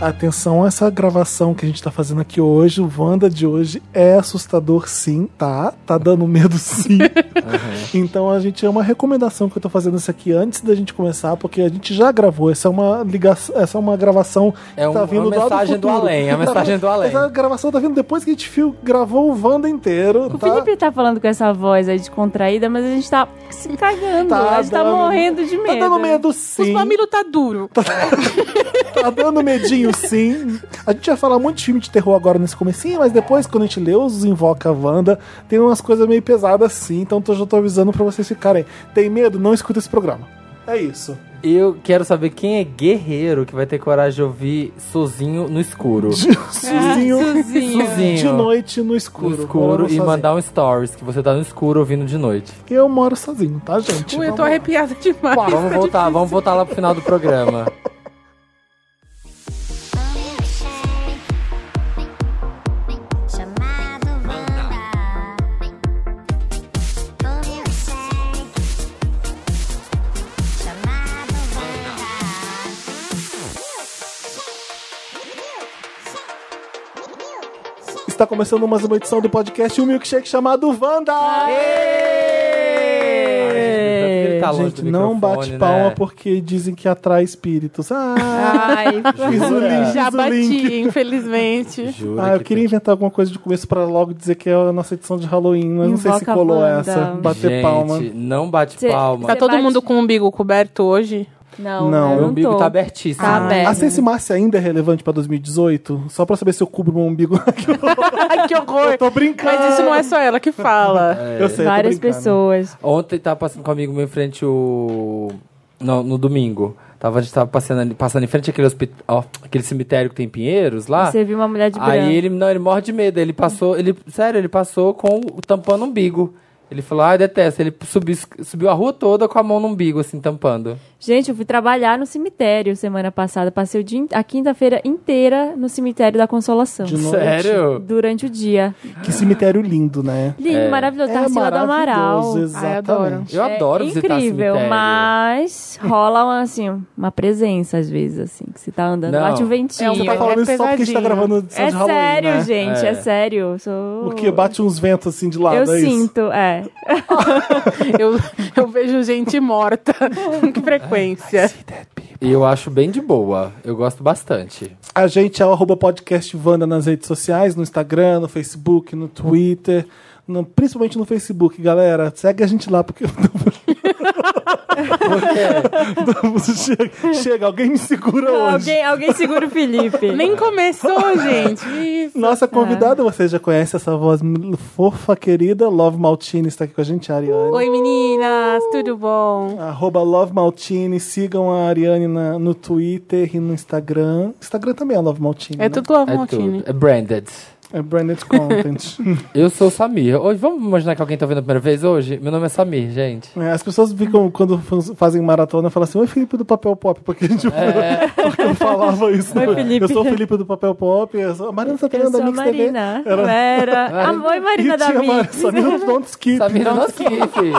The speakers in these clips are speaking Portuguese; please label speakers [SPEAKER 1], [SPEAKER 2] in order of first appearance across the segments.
[SPEAKER 1] Atenção, essa gravação que a gente tá fazendo aqui hoje, o Wanda de hoje, é assustador sim, tá? Tá dando medo sim. Então a gente é uma recomendação que eu tô fazendo isso aqui antes da gente começar, porque a gente já gravou. Essa é uma ligação, essa é uma gravação
[SPEAKER 2] É
[SPEAKER 1] que
[SPEAKER 2] um-
[SPEAKER 1] tá vindo
[SPEAKER 2] uma
[SPEAKER 1] lá
[SPEAKER 2] mensagem do
[SPEAKER 1] futuro.
[SPEAKER 2] além, é uma mensagem do além.
[SPEAKER 1] Essa gravação tá vindo depois que a gente fio, gravou o Wanda inteiro,
[SPEAKER 3] O
[SPEAKER 1] tá?
[SPEAKER 3] Felipe tá falando com essa voz aí descontraída, mas a gente tá se cagando.
[SPEAKER 1] Tá
[SPEAKER 3] a gente tá
[SPEAKER 1] dando-
[SPEAKER 3] morrendo de
[SPEAKER 1] Tá
[SPEAKER 3] medo.
[SPEAKER 1] dando medo
[SPEAKER 4] Os
[SPEAKER 1] sim.
[SPEAKER 4] mamilos tá duro.
[SPEAKER 1] Tá dando medinho, sim. A gente vai falar muito de filme de terror agora nesse comecinho, mas depois, quando a gente lê os Invoca a Wanda, tem umas coisas meio pesadas, sim. Então tô, já tô avisando pra vocês ficarem. Tem medo? Não escuta esse programa. É isso.
[SPEAKER 2] E eu quero saber quem é guerreiro que vai ter coragem de ouvir sozinho no escuro.
[SPEAKER 4] É,
[SPEAKER 1] Sozinho,
[SPEAKER 4] Sozinho.
[SPEAKER 2] Sozinho.
[SPEAKER 1] um de noite, no escuro.
[SPEAKER 2] No escuro
[SPEAKER 1] Morando
[SPEAKER 2] e
[SPEAKER 1] sozinho.
[SPEAKER 2] mandar um stories que você tá no escuro ouvindo de noite.
[SPEAKER 1] Eu moro sozinho, tá, gente?
[SPEAKER 4] Ui, Um, eu tô
[SPEAKER 1] Vamos lá.
[SPEAKER 4] arrepiada demais.
[SPEAKER 2] Vamos voltar, vamos voltar lá pro final do programa.
[SPEAKER 5] Chamado Wanda. Ouvi o cheque. Chamado Wanda.
[SPEAKER 1] Está começando mais uma edição do podcast Um Milkshake chamado Wanda!
[SPEAKER 2] Ele tá longe
[SPEAKER 1] gente,
[SPEAKER 2] do
[SPEAKER 1] não
[SPEAKER 2] microfone,
[SPEAKER 1] bate palma
[SPEAKER 2] né?
[SPEAKER 1] porque dizem que atrai espíritos. Ah!
[SPEAKER 4] Ai,
[SPEAKER 1] Fiz o link,
[SPEAKER 4] já
[SPEAKER 1] fiz o
[SPEAKER 4] bati,
[SPEAKER 1] link.
[SPEAKER 4] infelizmente.
[SPEAKER 2] Jura
[SPEAKER 1] Ah, eu
[SPEAKER 2] que
[SPEAKER 1] queria inventar alguma coisa de começo pra logo dizer que é a nossa edição de Halloween, mas não sei se
[SPEAKER 3] Invoca a
[SPEAKER 1] colou
[SPEAKER 3] Wanda.
[SPEAKER 1] essa.
[SPEAKER 2] tem-
[SPEAKER 1] Bater
[SPEAKER 2] Gente,
[SPEAKER 1] palma.
[SPEAKER 2] não bate
[SPEAKER 3] Cê-
[SPEAKER 2] palma.
[SPEAKER 4] Tá
[SPEAKER 3] Você
[SPEAKER 4] todo
[SPEAKER 3] bate-
[SPEAKER 4] mundo com o umbigo coberto hoje?
[SPEAKER 3] Não,
[SPEAKER 1] Não,
[SPEAKER 3] eu
[SPEAKER 2] Meu
[SPEAKER 3] não
[SPEAKER 2] umbigo
[SPEAKER 3] tô.
[SPEAKER 2] tá abertíssimo.
[SPEAKER 3] Tá aberto.
[SPEAKER 1] Ah, A Sense Márcia ainda é relevante pra 2018? Só pra saber se eu cubro meu umbigo.
[SPEAKER 4] Ai, que horror!
[SPEAKER 1] eu tô brincando.
[SPEAKER 4] Mas isso não é só ela que fala.
[SPEAKER 1] Eu sei, eu tô
[SPEAKER 3] Várias
[SPEAKER 1] brincando.
[SPEAKER 3] pessoas.
[SPEAKER 2] Ontem tava passando com um amigo meu em frente o. No, no domingo. Tava, a gente tava passando, ali- passando em frente àquele, hospi- ó, aquele cemitério que tem Pinheiros lá.
[SPEAKER 1] Ah,
[SPEAKER 3] Você viu uma mulher de branco.
[SPEAKER 2] Aí ele, não, ele morre de medo. Ele passou, ele, sério, ele passou com o- tampando o umbigo. Ele falou, ai, detesto. Ele subiu, subiu a rua toda com a mão no umbigo, assim, tampando.
[SPEAKER 3] Gente, eu fui trabalhar no cemitério semana passada. Passei o dia, in- a quinta-feira inteira no cemitério da Consolação.
[SPEAKER 1] De noite.
[SPEAKER 2] Sério?
[SPEAKER 3] Durante o dia.
[SPEAKER 1] Que cemitério lindo, né?
[SPEAKER 3] Lindo, maravilhoso. Tá
[SPEAKER 1] É
[SPEAKER 3] Tarsila do Amaral.
[SPEAKER 1] maravilhoso,
[SPEAKER 4] Ai, adoro.
[SPEAKER 1] exatamente.
[SPEAKER 2] Eu adoro
[SPEAKER 3] é
[SPEAKER 2] visitar
[SPEAKER 3] incrível,
[SPEAKER 2] cemitério.
[SPEAKER 3] mas rola uma, assim, uma presença às vezes, assim, que você tá andando,
[SPEAKER 2] Não.
[SPEAKER 3] bate um ventinho.
[SPEAKER 4] É
[SPEAKER 1] Você
[SPEAKER 4] um
[SPEAKER 1] tá falando isso só porque a gente tá
[SPEAKER 4] pesadinho.
[SPEAKER 1] gravando edição
[SPEAKER 3] É
[SPEAKER 1] de Halloween,
[SPEAKER 3] sério,
[SPEAKER 1] né?
[SPEAKER 3] gente,
[SPEAKER 2] É.
[SPEAKER 3] é, sério. eu Sou...
[SPEAKER 1] Porque bate uns ventos assim de lado,
[SPEAKER 3] Eu
[SPEAKER 1] é isso?
[SPEAKER 3] sinto, é.
[SPEAKER 4] Eu, eu vejo gente morta com que frequência.
[SPEAKER 2] E eu acho bem de boa. Eu gosto bastante.
[SPEAKER 1] A gente é o arroba podcast Wanda nas redes sociais, no Instagram, no Facebook, no Twitter, no- principalmente no Facebook, galera. Segue a gente lá, porque eu não- chega, chega, alguém me segura É hoje.
[SPEAKER 3] alguém, alguém segura o Felipe.
[SPEAKER 4] Nem começou, gente. Isso.
[SPEAKER 1] Nossa convidada, você já conhece essa voz m- fofa, querida. Love Maltini está aqui com a gente, a Ariane.
[SPEAKER 4] Oi, meninas, tudo bom?
[SPEAKER 1] Arroba Love Maltini, sigam a Ariane na- no Twitter e no Instagram. Instagram também é Love Maltini. né?
[SPEAKER 4] É tudo
[SPEAKER 3] um
[SPEAKER 4] Love
[SPEAKER 2] é
[SPEAKER 4] Maltini.
[SPEAKER 2] tudo. É branded.
[SPEAKER 1] É branded content.
[SPEAKER 2] Eu sou o Samir. Hoje, vamos imaginar que alguém tá vendo a primeira vez hoje? Meu nome é Samir, gente.
[SPEAKER 1] É, As pessoas ficam, quando faz- fazem maratona, falam assim: Oi, Felipe do Papel Pop, porque a gente porque eu falava isso.
[SPEAKER 3] É. Oi, Felipe.
[SPEAKER 1] Eu sou o Felipe do Papel Pop, eu sou a Marina Santana
[SPEAKER 3] Eu
[SPEAKER 1] da
[SPEAKER 3] sou a
[SPEAKER 1] Mix TV.
[SPEAKER 3] Marina. Era... Era... Ah, oi, Marina
[SPEAKER 1] É. e
[SPEAKER 3] da
[SPEAKER 1] tinha Mar-
[SPEAKER 3] Mix.
[SPEAKER 1] Samira do Don't Skip.
[SPEAKER 2] Samir é nosso kiff.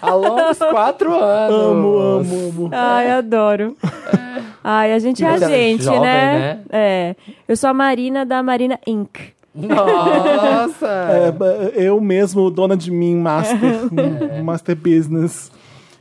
[SPEAKER 2] Há longos quatro anos.
[SPEAKER 1] Amo, amo, amo.
[SPEAKER 3] Ai, adoro. Ai, a gente é a
[SPEAKER 2] Mas ela é
[SPEAKER 3] gente,
[SPEAKER 2] jovem,
[SPEAKER 3] né?
[SPEAKER 2] né?
[SPEAKER 3] É. Eu sou a Marina da Marina Inc.
[SPEAKER 2] Nossa!
[SPEAKER 1] É, ba- eu mesmo, dona de mim, master,
[SPEAKER 3] É.
[SPEAKER 1] um master business.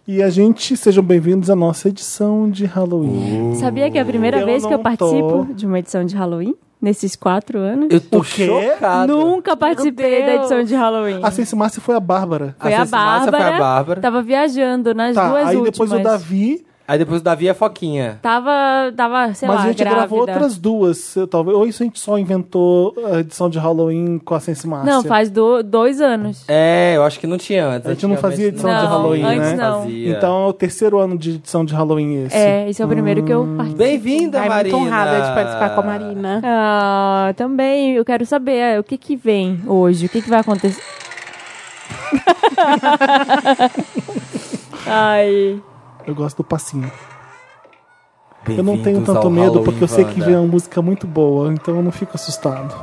[SPEAKER 1] E a gente, sejam bem-vindos à nossa edição de Halloween.
[SPEAKER 3] Sabia que é a primeira
[SPEAKER 1] Eu
[SPEAKER 3] vez que
[SPEAKER 1] não
[SPEAKER 3] eu participo
[SPEAKER 1] tô.
[SPEAKER 3] de uma edição de Halloween? Nesses quatro anos?
[SPEAKER 2] Eu tô
[SPEAKER 1] O quê?
[SPEAKER 2] chocado.
[SPEAKER 3] Nunca participei da edição de Halloween.
[SPEAKER 1] A Sense Márcia foi a Bárbara.
[SPEAKER 3] Foi a,
[SPEAKER 2] Sense Márcia
[SPEAKER 3] Bárbara,
[SPEAKER 2] foi a Bárbara.
[SPEAKER 3] Tava viajando nas
[SPEAKER 1] Tá,
[SPEAKER 3] duas
[SPEAKER 1] aí
[SPEAKER 3] últimas.
[SPEAKER 1] depois o Davi
[SPEAKER 2] Aí depois o Davi é a Foquinha.
[SPEAKER 3] Tava, tava sei
[SPEAKER 1] Mas
[SPEAKER 3] lá,
[SPEAKER 1] a gente
[SPEAKER 3] grávida.
[SPEAKER 1] gravou outras duas, eu- talvez. Ou isso a gente só inventou a edição de Halloween com a Sense Márcia?
[SPEAKER 3] Não, faz do- dois anos.
[SPEAKER 2] É, eu acho que não tinha antes.
[SPEAKER 1] A gente não
[SPEAKER 2] Antigamente
[SPEAKER 1] fazia edição
[SPEAKER 3] de Halloween, né? Não.
[SPEAKER 2] Fazia.
[SPEAKER 1] Então é o terceiro ano de edição de Halloween esse.
[SPEAKER 3] É, esse é o primeiro que eu
[SPEAKER 1] Hum.
[SPEAKER 3] participo.
[SPEAKER 2] Bem-vinda,
[SPEAKER 4] Ai,
[SPEAKER 2] Marina.
[SPEAKER 4] muito honrada de participar com a Marina.
[SPEAKER 3] Ah, também eu quero saber é, o que que vem hoje, o que que vai acontecer. Ai,
[SPEAKER 1] Eu gosto do passinho. Eu não tenho tanto medo porque eu sei que vem um- uma música muito boa, então eu não fico assustado.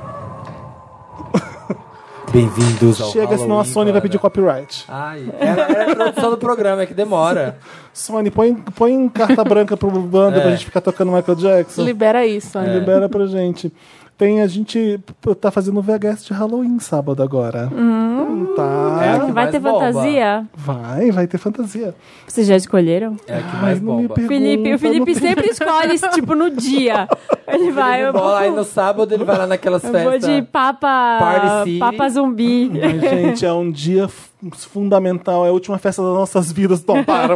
[SPEAKER 2] Bem-vindos ao
[SPEAKER 1] Chega, senão a Sony vai pedir copyright.
[SPEAKER 2] é Ai, era, era a introdução do programa, é que demora.
[SPEAKER 1] Sony, põe, põe carta branca pro banda pra
[SPEAKER 2] É.
[SPEAKER 1] gente ficar tocando Michael Jackson.
[SPEAKER 4] Libera isso, Andy.
[SPEAKER 1] Libera pra gente. Tem, a gente p- tá fazendo VHS de Halloween sábado agora.
[SPEAKER 4] Hum.
[SPEAKER 1] Tá.
[SPEAKER 2] É a que
[SPEAKER 3] Vai
[SPEAKER 2] mais
[SPEAKER 3] ter
[SPEAKER 2] bomba.
[SPEAKER 3] fantasia?
[SPEAKER 1] Vai, vai ter fantasia.
[SPEAKER 3] Vocês já escolheram?
[SPEAKER 2] É a que
[SPEAKER 1] Ai,
[SPEAKER 2] mais
[SPEAKER 1] não me
[SPEAKER 2] bomba.
[SPEAKER 1] pergunta.
[SPEAKER 3] Felipe, o Felipe
[SPEAKER 1] não-
[SPEAKER 3] sempre escolhe, tipo, no dia. Ele vai, eu
[SPEAKER 2] Bola, aí
[SPEAKER 3] vou,
[SPEAKER 2] no sábado ele vai lá naquelas
[SPEAKER 3] eu vou
[SPEAKER 2] festas.
[SPEAKER 3] de papa,
[SPEAKER 2] Party City.
[SPEAKER 3] papa zumbi.
[SPEAKER 1] Ai, gente, é um dia f- fundamental, é a última festa das nossas vidas, toparam.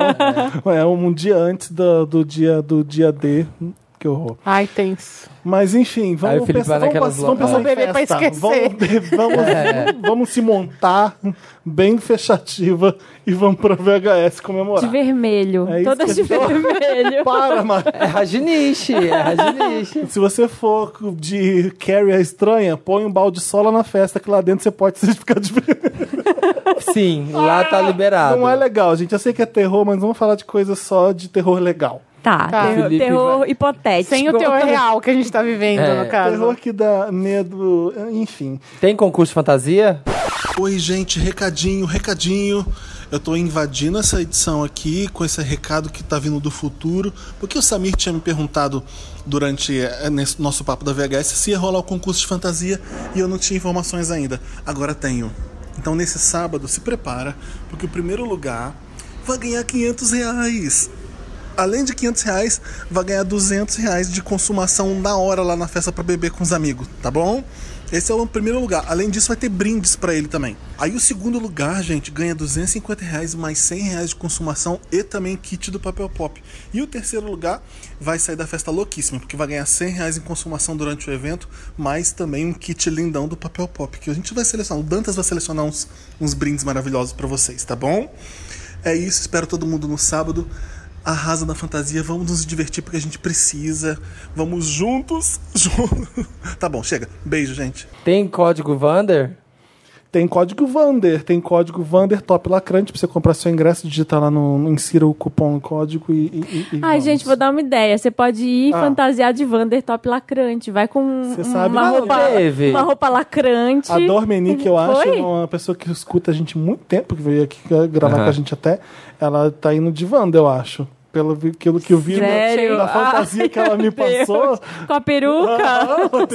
[SPEAKER 1] É um dia antes do, do dia do dia D. Que horror.
[SPEAKER 4] Ai, tenso.
[SPEAKER 1] Mas enfim,
[SPEAKER 2] Aí
[SPEAKER 1] vamos
[SPEAKER 2] o Felipe
[SPEAKER 1] pensar,
[SPEAKER 2] vai
[SPEAKER 1] vamos,
[SPEAKER 2] naquelas
[SPEAKER 1] passar- vamos pensar
[SPEAKER 4] loucas.
[SPEAKER 1] em
[SPEAKER 4] Vamos beber
[SPEAKER 1] festa.
[SPEAKER 4] pra esquecer.
[SPEAKER 1] Vamos, be- vamos,
[SPEAKER 2] É.
[SPEAKER 1] vamos se montar bem fechativa e vamos pra VHS comemorar.
[SPEAKER 3] De vermelho.
[SPEAKER 1] É isso
[SPEAKER 3] Todas
[SPEAKER 1] que
[SPEAKER 3] de
[SPEAKER 1] eu tô-
[SPEAKER 3] vermelho.
[SPEAKER 1] Para, mas
[SPEAKER 2] É Rajinish, é Rajinish.
[SPEAKER 1] se você for de Carrie a estranha, põe um balde de sola na festa que lá dentro você pode ficar de vermelho.
[SPEAKER 2] Sim, lá
[SPEAKER 3] Ah!
[SPEAKER 2] tá liberado.
[SPEAKER 1] Não é legal, gente. Eu sei que é terror, mas vamos falar de coisa só de terror legal.
[SPEAKER 3] Tá,
[SPEAKER 4] Tá.
[SPEAKER 3] terror,
[SPEAKER 2] Felipe
[SPEAKER 3] terror
[SPEAKER 2] vai-
[SPEAKER 3] hipotético.
[SPEAKER 4] Sem o teor real que a gente tá vivendo,
[SPEAKER 2] É.
[SPEAKER 4] no caso.
[SPEAKER 1] Terror que dá medo, enfim.
[SPEAKER 2] Tem concurso de fantasia?
[SPEAKER 1] Oi, gente, recadinho, recadinho. Eu tô invadindo essa edição aqui com esse recado que tá vindo do futuro, porque o Samir tinha me perguntado durante eh, nesse nosso papo da VHS se ia rolar o concurso de fantasia e eu não tinha informações ainda. Agora tenho. Então nesse sábado se prepara, porque o primeiro lugar vai ganhar 500 reais. Além de 500 reais, vai ganhar 200 reais de consumação na hora lá na festa pra beber com os amigos, tá bom? Esse é o primeiro lugar. Além disso, vai ter brindes pra ele também. Aí o segundo lugar, gente, ganha 250 reais mais 100 reais de consumação e também kit do papel pop. E o terceiro lugar vai sair da festa louquíssima, porque vai ganhar 100 reais em consumação durante o evento, mais também um kit lindão do papel pop, que a gente vai selecionar. O Dantas vai selecionar uns, uns brindes maravilhosos pra vocês, tá bom? É isso, espero todo mundo no sábado. Arrasa na fantasia, vamos nos divertir porque a gente precisa. Vamos juntos. juntos. Tá bom, chega. Beijo, gente.
[SPEAKER 2] Tem código Vander?
[SPEAKER 1] Tem código Vander, tem código Vander Top Lacrante pra você comprar seu ingresso, digitar lá no, no- insira o cupom o código e. e, e- e
[SPEAKER 3] Ai,
[SPEAKER 1] vamos.
[SPEAKER 3] gente, vou dar uma ideia. Você pode ir
[SPEAKER 1] Ah.
[SPEAKER 3] fantasiado de Vander top lacrante. Vai com um-
[SPEAKER 1] Você sabe
[SPEAKER 3] uma,
[SPEAKER 1] que não
[SPEAKER 3] roupa,
[SPEAKER 2] teve.
[SPEAKER 3] uma roupa lacrante.
[SPEAKER 1] A Dormenique, eu acho,
[SPEAKER 3] Foi?
[SPEAKER 1] é uma pessoa que escuta a gente há muito tempo, que veio aqui gravar
[SPEAKER 2] Aham.
[SPEAKER 1] com a gente até. Ela tá indo de Wanda, eu acho. Pelo vi- aquilo que eu vi né,
[SPEAKER 3] Sério?
[SPEAKER 1] da fantasia
[SPEAKER 3] Ai,
[SPEAKER 1] que ela me
[SPEAKER 3] meu Deus.
[SPEAKER 1] passou.
[SPEAKER 3] Com a peruca.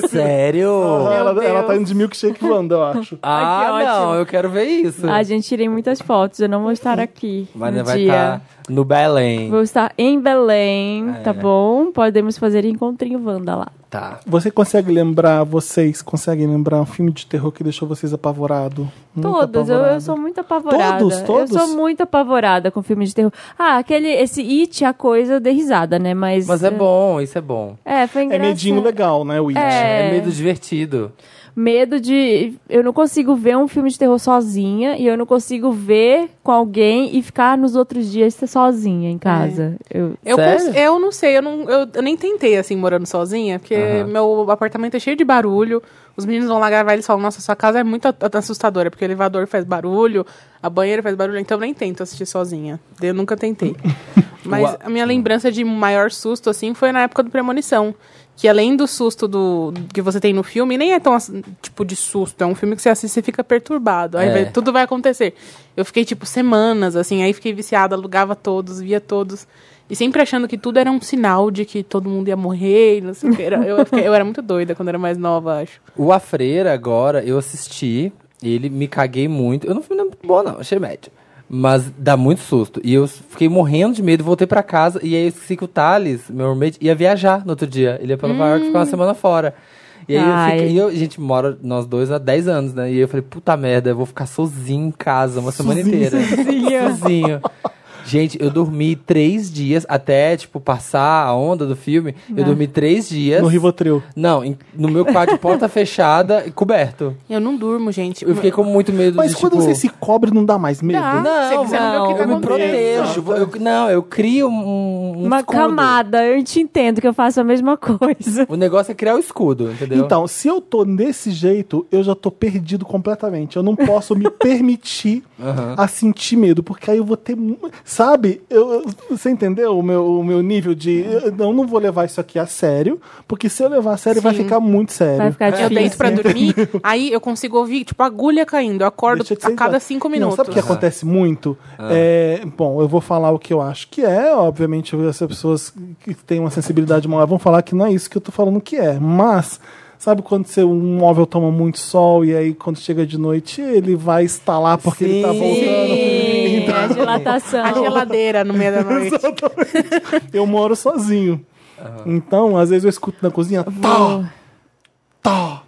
[SPEAKER 2] Sério?
[SPEAKER 1] Ela,
[SPEAKER 4] Meu
[SPEAKER 1] ela
[SPEAKER 4] Deus.
[SPEAKER 1] tá indo de milkshake Wanda, eu acho.
[SPEAKER 3] Ai, que
[SPEAKER 2] Ah,
[SPEAKER 3] ótimo.
[SPEAKER 2] não, eu quero ver isso.
[SPEAKER 3] Ai, gente, tirei muitas fotos. Eu não vou estar aqui.
[SPEAKER 2] Mas
[SPEAKER 3] no
[SPEAKER 2] vai tá
[SPEAKER 3] dia.
[SPEAKER 2] estar no Belém.
[SPEAKER 3] Vou estar em Belém, tá bom? Podemos fazer encontrinho Wanda lá.
[SPEAKER 2] Tá.
[SPEAKER 1] Você consegue lembrar, vocês conseês lembrar um filme de terror que deixou vocês apavorado? Muito
[SPEAKER 3] Todos, eu, eu
[SPEAKER 1] apavorado?
[SPEAKER 3] sou muito apavorada.
[SPEAKER 1] Todos, todos?
[SPEAKER 3] Eu sou muito apavorada com filmes de terror. Ah, aquele, esse It, a coisa, eu dei risada, né? Mas,
[SPEAKER 2] Mas é bom, isso é bom.
[SPEAKER 3] É, foi
[SPEAKER 1] É
[SPEAKER 3] engraçado.
[SPEAKER 1] medinho legal, né, Witch?
[SPEAKER 2] É,
[SPEAKER 3] É.
[SPEAKER 2] medo divertido.
[SPEAKER 3] Medo de. Eu não consigo ver um filme de terror sozinha e eu não consigo ver com alguém e ficar nos outros dias sozinha em casa. Eu,
[SPEAKER 4] Eu,
[SPEAKER 2] Sério?
[SPEAKER 4] cons- eu não sei, eu, não, eu, eu nem tentei, assim, morando sozinha, porque
[SPEAKER 2] Aham.
[SPEAKER 4] meu apartamento é cheio de barulho. Os meninos vão lá gravar e eles falam, nossa, sua casa é muito a- a- assustadora, porque o elevador faz barulho, a banheira faz barulho, então eu nem tento assistir sozinha. Eu nunca tentei. Mas
[SPEAKER 2] Ua-
[SPEAKER 4] a minha lembrança de maior susto, assim, foi na época do Premonição. Que além do susto do que você tem no filme, nem é tão, ass- tipo, de susto. É um filme que você assiste e fica perturbado. Aí
[SPEAKER 2] É.
[SPEAKER 4] vai- tudo vai acontecer. Eu fiquei, tipo, semanas, assim. Aí fiquei viciada, alugava todos, via todos. E sempre achando que tudo era um sinal de que todo mundo ia morrer, e não sei o que. Era- eu, fiquei- eu era muito doida quando era mais nova, acho.
[SPEAKER 2] O A Freira, agora, eu assisti, ele me caguei muito. Eu não fui muito bom, não, achei médio. Mas dá muito susto. E eu fiquei morrendo de medo, voltei pra casa, e aí eu esqueci que o Thales, meu roommate, ia viajar no outro dia. Ele ia pra Nova York ficar uma semana fora. E aí
[SPEAKER 3] Ai.
[SPEAKER 2] eu fiquei, e eu, gente, mora nós dois há 10 anos, né? E eu falei, puta merda, eu vou ficar sozinho em casa uma semana inteira. Sozinho. Gente, eu dormi três dias, até, tipo, passar a onda do filme. Eu dormi três
[SPEAKER 3] É.
[SPEAKER 2] dias.
[SPEAKER 1] No Rivotril.
[SPEAKER 2] Não, em- no meu quarto de porta fechada e coberto.
[SPEAKER 4] Eu não durmo, gente.
[SPEAKER 2] Eu fiquei com muito medo
[SPEAKER 1] Mas
[SPEAKER 2] de,
[SPEAKER 1] quando
[SPEAKER 2] tipo...
[SPEAKER 1] você se cobre, não dá mais medo?
[SPEAKER 4] Dá. Você-
[SPEAKER 2] Não,
[SPEAKER 4] você não vê o que
[SPEAKER 2] não,
[SPEAKER 4] tá
[SPEAKER 2] eu me
[SPEAKER 4] acontecendo.
[SPEAKER 2] protejo. Eu- não, eu crio um, um
[SPEAKER 3] uma
[SPEAKER 2] escudo.
[SPEAKER 3] camada, eu te entendo que eu faço a mesma coisa.
[SPEAKER 2] O negócio é criar o escudo, entendeu?
[SPEAKER 1] Então, se eu tô desse jeito, eu já tô perdido completamente. Eu não posso me permitir
[SPEAKER 2] Aham.
[SPEAKER 1] a sentir medo, porque aí eu vou ter. mu- Sabe? Eu, eu- você entendeu o meu, o meu nível de. Eu eu não vou levar isso aqui a sério, porque se eu levar a sério, vai ficar muito sério.
[SPEAKER 3] Vai ficar
[SPEAKER 4] Eu
[SPEAKER 3] difícil.
[SPEAKER 4] deito pra dormir, aí eu consigo ouvir, tipo, agulha caindo. Eu acordo
[SPEAKER 1] Deixa de
[SPEAKER 4] a
[SPEAKER 1] ser
[SPEAKER 4] cada
[SPEAKER 1] exato.
[SPEAKER 4] cinco
[SPEAKER 1] Não,
[SPEAKER 4] minutos.
[SPEAKER 1] sabe o que é acontece muito? É, bom, eu vou falar o que eu acho que é. Obviamente, as pessoas que têm uma sensibilidade maior vão falar que não é isso que eu tô falando que é. Mas, sabe quando seu, um móvel toma muito sol e aí quando chega de noite ele vai estalar porque ele tá
[SPEAKER 2] Sim.
[SPEAKER 1] voltando? Então,
[SPEAKER 3] Sim, a dilatação.
[SPEAKER 4] A geladeira no meio da noite.
[SPEAKER 1] Eu moro sozinho. Então, às vezes eu escuto na cozinha. Tó, tó.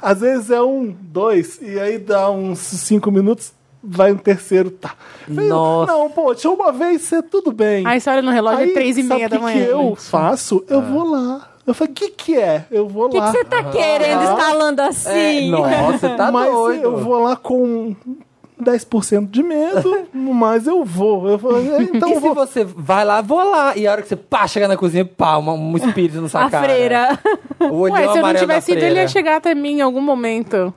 [SPEAKER 1] Às vezes é um, dois, e aí dá uns cinco minutos, vai um terceiro, tá. Falei,
[SPEAKER 2] Nossa.
[SPEAKER 1] Não, pô, tinha uma vez, você tudo bem.
[SPEAKER 4] Aí você olha no relógio, é
[SPEAKER 1] Aí,
[SPEAKER 4] três e
[SPEAKER 1] sabe
[SPEAKER 4] meia
[SPEAKER 1] o
[SPEAKER 4] da
[SPEAKER 1] que
[SPEAKER 4] manhã.
[SPEAKER 1] que eu faço? Eu vou lá. Eu falo, o que que é? Eu vou
[SPEAKER 3] O que
[SPEAKER 1] lá.
[SPEAKER 3] você tá querendo escalando
[SPEAKER 2] É,
[SPEAKER 3] assim?
[SPEAKER 2] nossa, tá
[SPEAKER 1] mas
[SPEAKER 2] doido.
[SPEAKER 1] eu vou lá com 10% de medo, mas eu vou. Eu falo, "É, então
[SPEAKER 2] e
[SPEAKER 1] eu
[SPEAKER 2] se
[SPEAKER 1] vou
[SPEAKER 2] você vai lá, vou lá. E a hora que você pá, chega na cozinha, pá, uma- um espírito na sua
[SPEAKER 3] A
[SPEAKER 2] cara.
[SPEAKER 3] freira.
[SPEAKER 2] O olhão
[SPEAKER 4] Ué, se eu não
[SPEAKER 2] amarelo da
[SPEAKER 4] tivesse ido, ele
[SPEAKER 2] freira.
[SPEAKER 4] ia chegar até mim em algum momento.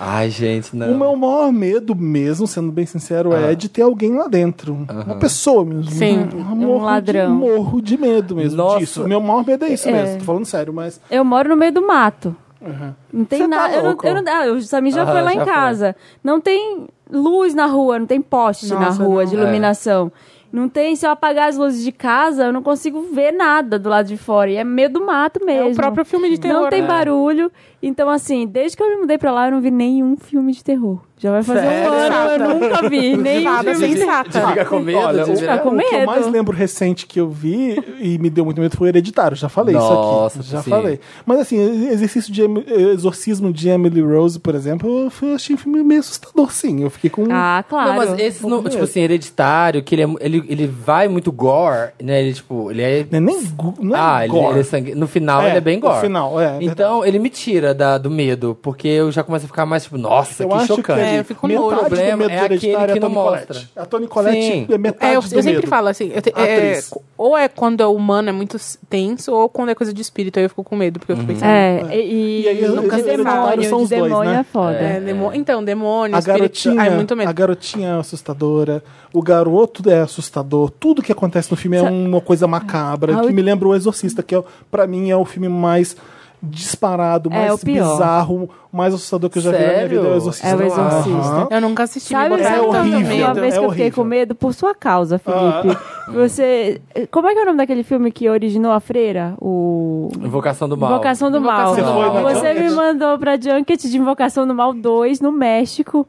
[SPEAKER 2] Ai, gente, não.
[SPEAKER 1] O meu maior medo mesmo, sendo bem sincero,
[SPEAKER 2] Ah.
[SPEAKER 1] é de ter alguém lá dentro. Uma pessoa mesmo.
[SPEAKER 4] Sim,
[SPEAKER 1] Eu
[SPEAKER 3] um
[SPEAKER 1] morro de-
[SPEAKER 3] ladrão.
[SPEAKER 1] morro de medo mesmo
[SPEAKER 2] Nossa.
[SPEAKER 1] disso. Meu maior medo é isso
[SPEAKER 3] É.
[SPEAKER 1] mesmo. Tô falando sério, mas...
[SPEAKER 3] Eu moro no meio do mato. Não tem
[SPEAKER 2] Você tá
[SPEAKER 3] nada. eu não-
[SPEAKER 2] louco?
[SPEAKER 3] eu não- ah, o Samir já
[SPEAKER 2] Aham,
[SPEAKER 3] foi lá
[SPEAKER 2] já
[SPEAKER 3] em
[SPEAKER 2] foi.
[SPEAKER 3] casa. Não tem luz na rua, não tem poste na
[SPEAKER 4] Nossa,
[SPEAKER 3] rua
[SPEAKER 4] não. É.
[SPEAKER 3] de iluminação. Não tem, se eu apagar as luzes de casa, eu não consigo ver nada do lado de fora. E é meio do mato
[SPEAKER 4] É
[SPEAKER 3] mesmo.
[SPEAKER 4] o próprio filme de terror.
[SPEAKER 3] Não tem
[SPEAKER 4] né?
[SPEAKER 3] barulho. Então, assim, desde que eu me mudei pra lá, eu não vi nenhum filme de terror. Já vai fazer
[SPEAKER 2] Sério?
[SPEAKER 3] um ano,
[SPEAKER 4] Sensata.
[SPEAKER 3] eu nunca vi nenhum
[SPEAKER 4] Fada
[SPEAKER 3] filme de terror.
[SPEAKER 4] é sensata.
[SPEAKER 2] Fica com medo né?
[SPEAKER 1] Olha,
[SPEAKER 2] de
[SPEAKER 1] o,
[SPEAKER 2] virar-
[SPEAKER 3] Tá com
[SPEAKER 1] o que eu
[SPEAKER 3] medo?
[SPEAKER 1] mais lembro recente que eu vi e me deu muito medo foi Hereditário. Já falei
[SPEAKER 2] Nossa,
[SPEAKER 1] isso aqui. Já
[SPEAKER 2] sim.
[SPEAKER 1] falei. Mas assim, exercício de Em- exorcismo de Emily Rose, por exemplo, eu fui- achei um filme meio assustador, sim. Eu fiquei com...
[SPEAKER 3] Ah, claro.
[SPEAKER 2] Não, mas esses não,
[SPEAKER 1] medo.
[SPEAKER 2] tipo assim, hereditário, que ele, é mu- ele, ele vai muito gore, né? Ele, tipo, ele é.
[SPEAKER 1] Não é nem go- não é
[SPEAKER 2] ah, ele-
[SPEAKER 1] gore.
[SPEAKER 2] Ele, é sangue. No final
[SPEAKER 1] É,
[SPEAKER 2] ele é bem
[SPEAKER 1] no
[SPEAKER 2] gore.
[SPEAKER 1] final, é,
[SPEAKER 2] Então ele me tira da- do medo, porque eu já começo a ficar mais tipo, nossa,
[SPEAKER 1] eu
[SPEAKER 2] que
[SPEAKER 1] acho
[SPEAKER 2] chocante.
[SPEAKER 1] que
[SPEAKER 4] É, eu fico com
[SPEAKER 1] metade
[SPEAKER 4] medo.
[SPEAKER 1] do
[SPEAKER 2] O problema
[SPEAKER 1] medo
[SPEAKER 2] é
[SPEAKER 1] do
[SPEAKER 2] aquele
[SPEAKER 1] Hereditário
[SPEAKER 2] que
[SPEAKER 1] a Toni
[SPEAKER 2] não
[SPEAKER 1] Colette.
[SPEAKER 2] mostra.
[SPEAKER 1] A Toni Colette
[SPEAKER 2] Sim.
[SPEAKER 1] é metade
[SPEAKER 4] É, eu,
[SPEAKER 1] do
[SPEAKER 4] eu sempre
[SPEAKER 1] medo.
[SPEAKER 4] falo assim, eu te- é,
[SPEAKER 1] Atriz.
[SPEAKER 4] ou é quando é humano é muito s- tenso, ou quando é coisa de espírito, aí eu fico com medo, porque eu
[SPEAKER 1] Uhum.
[SPEAKER 4] fico pensando.
[SPEAKER 3] É, e,
[SPEAKER 1] E aí,
[SPEAKER 3] de
[SPEAKER 1] os hereditários
[SPEAKER 3] demônio,
[SPEAKER 1] são os
[SPEAKER 3] de
[SPEAKER 1] dois,
[SPEAKER 3] demônio
[SPEAKER 1] né?
[SPEAKER 3] é foda.
[SPEAKER 4] É, demo- Então, demônio,
[SPEAKER 1] A
[SPEAKER 4] espírito.
[SPEAKER 1] garotinha,
[SPEAKER 4] Ai, muito medo.
[SPEAKER 1] a garotinha é assustadora, o garoto é assustador, tudo que acontece no filme é uma coisa macabra,
[SPEAKER 3] A
[SPEAKER 1] que
[SPEAKER 3] ult-
[SPEAKER 1] me lembra o Exorcista, que é, o- pra mim é o filme mais disparado,
[SPEAKER 3] É,
[SPEAKER 1] mais
[SPEAKER 3] o pior.
[SPEAKER 1] bizarro, mais assustador que eu já vi na minha
[SPEAKER 2] Sério?
[SPEAKER 1] vida, é o Exorcista.
[SPEAKER 3] É o Exorcista.
[SPEAKER 1] Aham.
[SPEAKER 4] Eu nunca assisti, me
[SPEAKER 3] Sabe,
[SPEAKER 1] É
[SPEAKER 3] sabe
[SPEAKER 4] botaram tanto
[SPEAKER 1] horrível,
[SPEAKER 3] também uma
[SPEAKER 4] medo.
[SPEAKER 1] é
[SPEAKER 3] vez que eu fiquei
[SPEAKER 1] horrível. Ah.
[SPEAKER 3] com medo? Por sua causa, Felipe. Você. Como é que é o nome daquele filme que originou a freira? O.
[SPEAKER 2] Invocação do mal.
[SPEAKER 3] Invocação do Mal.
[SPEAKER 4] Invocação
[SPEAKER 1] do Mal. Você foi na
[SPEAKER 3] Você me
[SPEAKER 1] Junket?
[SPEAKER 3] mandou pra Junket de Invocação do Mal 2 no México.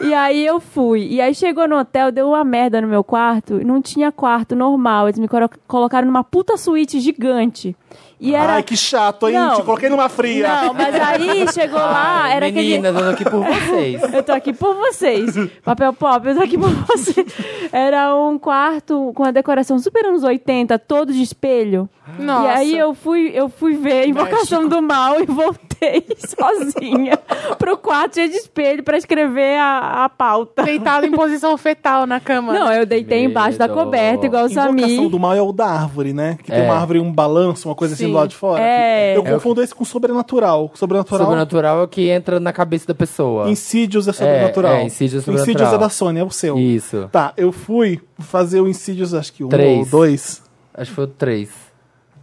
[SPEAKER 3] e aí eu fui. E aí chegou no hotel, deu uma merda no meu quarto. Não tinha quarto normal. Eles me colo- colocaram numa puta suíte gigante. E era.
[SPEAKER 1] Ai, que chato, hein?
[SPEAKER 3] Não.
[SPEAKER 1] Te coloquei numa fria.
[SPEAKER 3] Não, mas aí chegou lá, era aquele.
[SPEAKER 2] Meninas, eu tô aqui por vocês.
[SPEAKER 3] Eu tô aqui por vocês. Papel pop, eu tô aqui por vocês. Era um quarto com a decoração super anos 80, todo de espelho.
[SPEAKER 4] Nossa.
[SPEAKER 3] E aí eu fui, eu fui ver a Invocação do Mal e voltei sozinha pro quarto cheio de espelho pra escrever a, a pauta.
[SPEAKER 4] Deitado em posição fetal na cama.
[SPEAKER 3] Não, eu deitei
[SPEAKER 2] Medo.
[SPEAKER 3] embaixo da coberta, igual o
[SPEAKER 1] Invocação
[SPEAKER 3] Samir.
[SPEAKER 1] do mal é o da árvore, né? Que tem
[SPEAKER 2] É.
[SPEAKER 1] uma árvore, um balanço, uma coisa assim
[SPEAKER 4] Sim.
[SPEAKER 1] do lado de fora.
[SPEAKER 3] É.
[SPEAKER 1] Eu
[SPEAKER 2] É o
[SPEAKER 1] confundo esse com sobrenatural. Sobrenatural,
[SPEAKER 2] Sobrenatural é o que entra na cabeça da pessoa.
[SPEAKER 1] Insidious é sobrenatural.
[SPEAKER 2] é, Insidious é sobrenatural.
[SPEAKER 1] Insidious é da Sony, é o seu.
[SPEAKER 2] Isso.
[SPEAKER 1] Tá, eu fui fazer o Insidious, acho que um
[SPEAKER 2] Três.
[SPEAKER 1] ou dois.
[SPEAKER 2] Acho que foi o 3.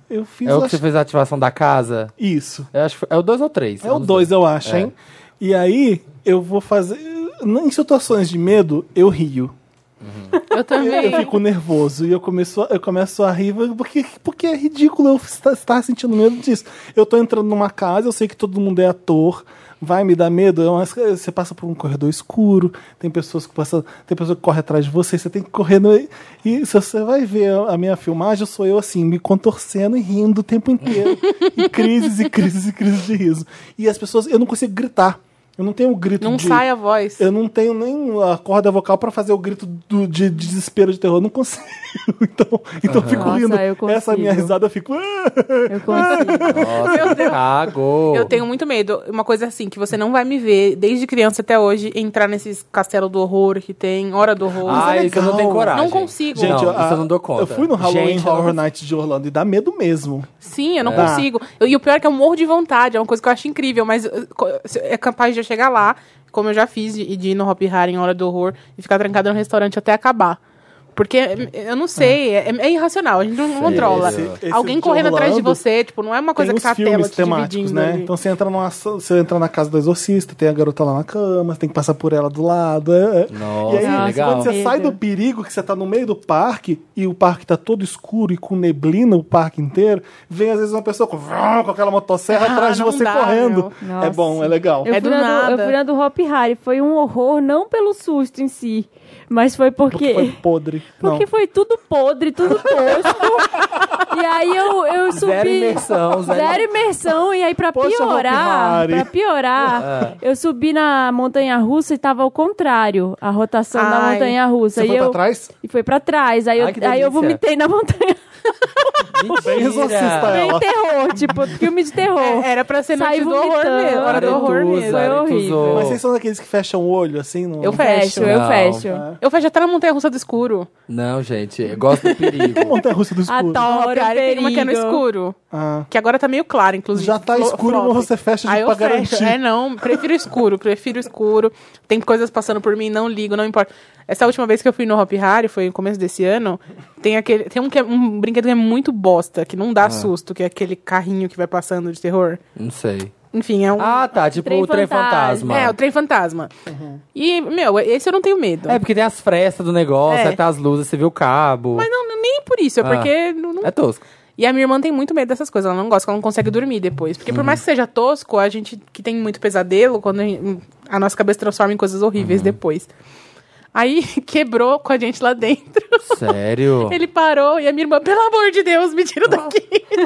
[SPEAKER 1] Eu fiz,
[SPEAKER 2] É o que
[SPEAKER 1] acho-
[SPEAKER 2] você fez a ativação da casa?
[SPEAKER 1] isso.
[SPEAKER 2] Eu acho que foi- é o 2 ou 3?
[SPEAKER 1] É o dois, eu acho,
[SPEAKER 2] É.
[SPEAKER 1] hein? E aí, eu vou fazer... Em situações de medo, eu rio.
[SPEAKER 4] Eu também.
[SPEAKER 1] Eu fico nervoso e eu começo, a- eu começo a rir porque, porque é ridículo eu estar, estar sentindo medo disso. Eu tô entrando numa casa, eu sei que todo mundo é ator, vai me dar medo. é umas- você passa por um corredor escuro, tem pessoas que passam, tem pessoa que corre atrás de você, você tem que correr. No, e se você vai ver a a minha filmagem, sou eu assim, me contorcendo e rindo o tempo inteiro. e crises e crises e crises de riso. E as pessoas, eu não consigo gritar. Eu não tenho o grito
[SPEAKER 4] Não
[SPEAKER 1] de...
[SPEAKER 4] sai a voz.
[SPEAKER 1] Eu não tenho nem a corda vocal pra fazer o grito do- de, de desespero de terror. Eu Não consigo. Então, então eu fico
[SPEAKER 3] Nossa,
[SPEAKER 1] rindo.
[SPEAKER 3] eu consigo.
[SPEAKER 1] Essa minha risada eu fico. "Ah!"
[SPEAKER 3] Eu consigo.
[SPEAKER 2] Nossa, Meu Deus. cago.
[SPEAKER 4] Eu tenho muito medo. Uma coisa assim, que você não vai me ver, desde criança até hoje, entrar nesses castelo do horror que tem, hora do horror.
[SPEAKER 2] Ah,
[SPEAKER 1] Mas é
[SPEAKER 2] isso eu não
[SPEAKER 1] legal.
[SPEAKER 2] tenho coragem.
[SPEAKER 4] Não consigo.
[SPEAKER 2] Gente, não,
[SPEAKER 1] eu-
[SPEAKER 2] isso eu não dou conta.
[SPEAKER 1] Eu fui no Halloween
[SPEAKER 2] Gente, eu não
[SPEAKER 1] Horror Night de Orlando e dá medo mesmo.
[SPEAKER 4] Sim, eu não
[SPEAKER 1] É.
[SPEAKER 4] consigo. Eu- e o pior é que eu morro de vontade, é uma coisa que eu acho incrível, mas eh, co- se- é capaz de eu chegar lá, como eu já fiz, e de ir no Hop Hari em hora do horror e ficar trancada no restaurante até acabar. Porque é- eu não sei, é, é irracional, a gente não controla.
[SPEAKER 1] Ah. Esse- esse
[SPEAKER 4] Alguém
[SPEAKER 1] do
[SPEAKER 4] correndo
[SPEAKER 1] Orlando
[SPEAKER 4] atrás de você, tipo, não é uma coisa
[SPEAKER 1] tem
[SPEAKER 4] que tá a
[SPEAKER 1] os filmes
[SPEAKER 4] tela te
[SPEAKER 1] temáticos,
[SPEAKER 4] dividindo.
[SPEAKER 1] né?
[SPEAKER 4] ali.
[SPEAKER 1] Então você entra, numa, você entra na casa do exorcista, tem a garota lá na cama, você tem que passar por ela do lado. é, é.
[SPEAKER 2] Nossa,
[SPEAKER 1] e aí,
[SPEAKER 2] legal.
[SPEAKER 1] quando você
[SPEAKER 3] Meu
[SPEAKER 1] sai do
[SPEAKER 3] Deus.
[SPEAKER 1] perigo, que você tá no meio do parque, e o parque tá todo escuro e com neblina o parque inteiro, vem às vezes uma pessoa com, vrum, com aquela motosserra
[SPEAKER 4] Ah,
[SPEAKER 1] atrás de
[SPEAKER 4] não
[SPEAKER 1] você
[SPEAKER 4] dá,
[SPEAKER 1] correndo.
[SPEAKER 3] meu.
[SPEAKER 1] É bom, é legal.
[SPEAKER 3] Eu,
[SPEAKER 4] É
[SPEAKER 3] fui
[SPEAKER 4] do
[SPEAKER 3] na eu
[SPEAKER 4] nada.
[SPEAKER 3] fui na do Hop Harry. Foi um horror, não pelo susto em si, mas foi
[SPEAKER 1] Porque foi podre.
[SPEAKER 3] Porque
[SPEAKER 1] não.
[SPEAKER 3] foi tudo podre, tudo tosco. e aí eu, eu subi.
[SPEAKER 2] Zero imersão, zero-
[SPEAKER 3] Zero imersão. E aí, pra
[SPEAKER 1] Poxa,
[SPEAKER 3] piorar,
[SPEAKER 1] Hopi Hari.
[SPEAKER 3] pra piorar, eu subi na montanha russa e tava ao contrário a rotação da
[SPEAKER 4] Ai.
[SPEAKER 3] montanha russa.
[SPEAKER 1] Você
[SPEAKER 3] e
[SPEAKER 1] foi
[SPEAKER 3] eu,
[SPEAKER 1] pra trás?
[SPEAKER 3] E foi pra trás. Aí,
[SPEAKER 2] Ai, que
[SPEAKER 3] eu, aí
[SPEAKER 2] delícia.
[SPEAKER 3] eu vomitei na montanha.
[SPEAKER 1] Bem exorcista
[SPEAKER 2] Mentira.
[SPEAKER 1] ela.
[SPEAKER 3] Meio terror, tipo, filme de terror.
[SPEAKER 4] É, era pra ser noite
[SPEAKER 3] Sai
[SPEAKER 4] do horror
[SPEAKER 3] vomitando.
[SPEAKER 4] mesmo. Hora do horror
[SPEAKER 2] Aretuza,
[SPEAKER 4] mesmo.
[SPEAKER 3] Foi
[SPEAKER 2] Aretuza.
[SPEAKER 3] horrível.
[SPEAKER 1] Mas vocês são daqueles que fecham o olho, assim? No...
[SPEAKER 4] Eu
[SPEAKER 3] Eu fecho, eu
[SPEAKER 2] Não.
[SPEAKER 3] fecho.
[SPEAKER 4] Eu vejo até na montanha russa do escuro.
[SPEAKER 2] Não, gente, eu gosto do perigo.
[SPEAKER 1] Montanha russa do
[SPEAKER 4] Ah,
[SPEAKER 1] escuro.
[SPEAKER 3] Adoro,
[SPEAKER 4] Cara, tem uma que é no
[SPEAKER 3] perigo.
[SPEAKER 4] escuro.
[SPEAKER 1] Ah.
[SPEAKER 4] Que agora tá meio claro, inclusive.
[SPEAKER 1] Já tá
[SPEAKER 4] Flo-
[SPEAKER 1] escuro,
[SPEAKER 4] flop.
[SPEAKER 1] mas você fecha
[SPEAKER 4] Aí
[SPEAKER 1] de- pra
[SPEAKER 4] eu fecho.
[SPEAKER 1] garantir.
[SPEAKER 4] É, não, prefiro escuro, prefiro escuro. Tem coisas passando por mim, não ligo, não importa. Essa última vez que eu fui no Hop Harry, foi no começo desse ano, tem aquele. Tem um, que é, um brinquedo que é muito bosta, que não
[SPEAKER 1] Ah.
[SPEAKER 4] dá susto, que é aquele carrinho que vai passando de terror.
[SPEAKER 2] Não sei.
[SPEAKER 4] Enfim, é um.
[SPEAKER 2] Ah, tá, tipo
[SPEAKER 3] Trem
[SPEAKER 2] o trem fantasma.
[SPEAKER 4] é, o trem fantasma. E, meu, esse eu não tenho medo.
[SPEAKER 2] É, porque tem as frestas do negócio,
[SPEAKER 4] Então- É.
[SPEAKER 2] aí tá as luzes, você vê o cabo.
[SPEAKER 4] Mas não, nem por isso, é
[SPEAKER 2] Ah.
[SPEAKER 4] porque. Não, não-
[SPEAKER 2] É tosco.
[SPEAKER 4] E a minha irmã tem muito medo dessas coisas, ela não gosta, ela não consegue dormir depois. Porque por
[SPEAKER 2] Uhum.
[SPEAKER 4] mais que seja tosco, a gente que tem muito pesadelo, quando a, gente- a nossa cabeça transforma em coisas horríveis
[SPEAKER 2] Uhum.
[SPEAKER 4] depois. Aí quebrou com a gente lá dentro.
[SPEAKER 2] Sério?
[SPEAKER 4] Ele parou e a minha irmã, pelo amor de Deus, me tira daqui.
[SPEAKER 1] Ah,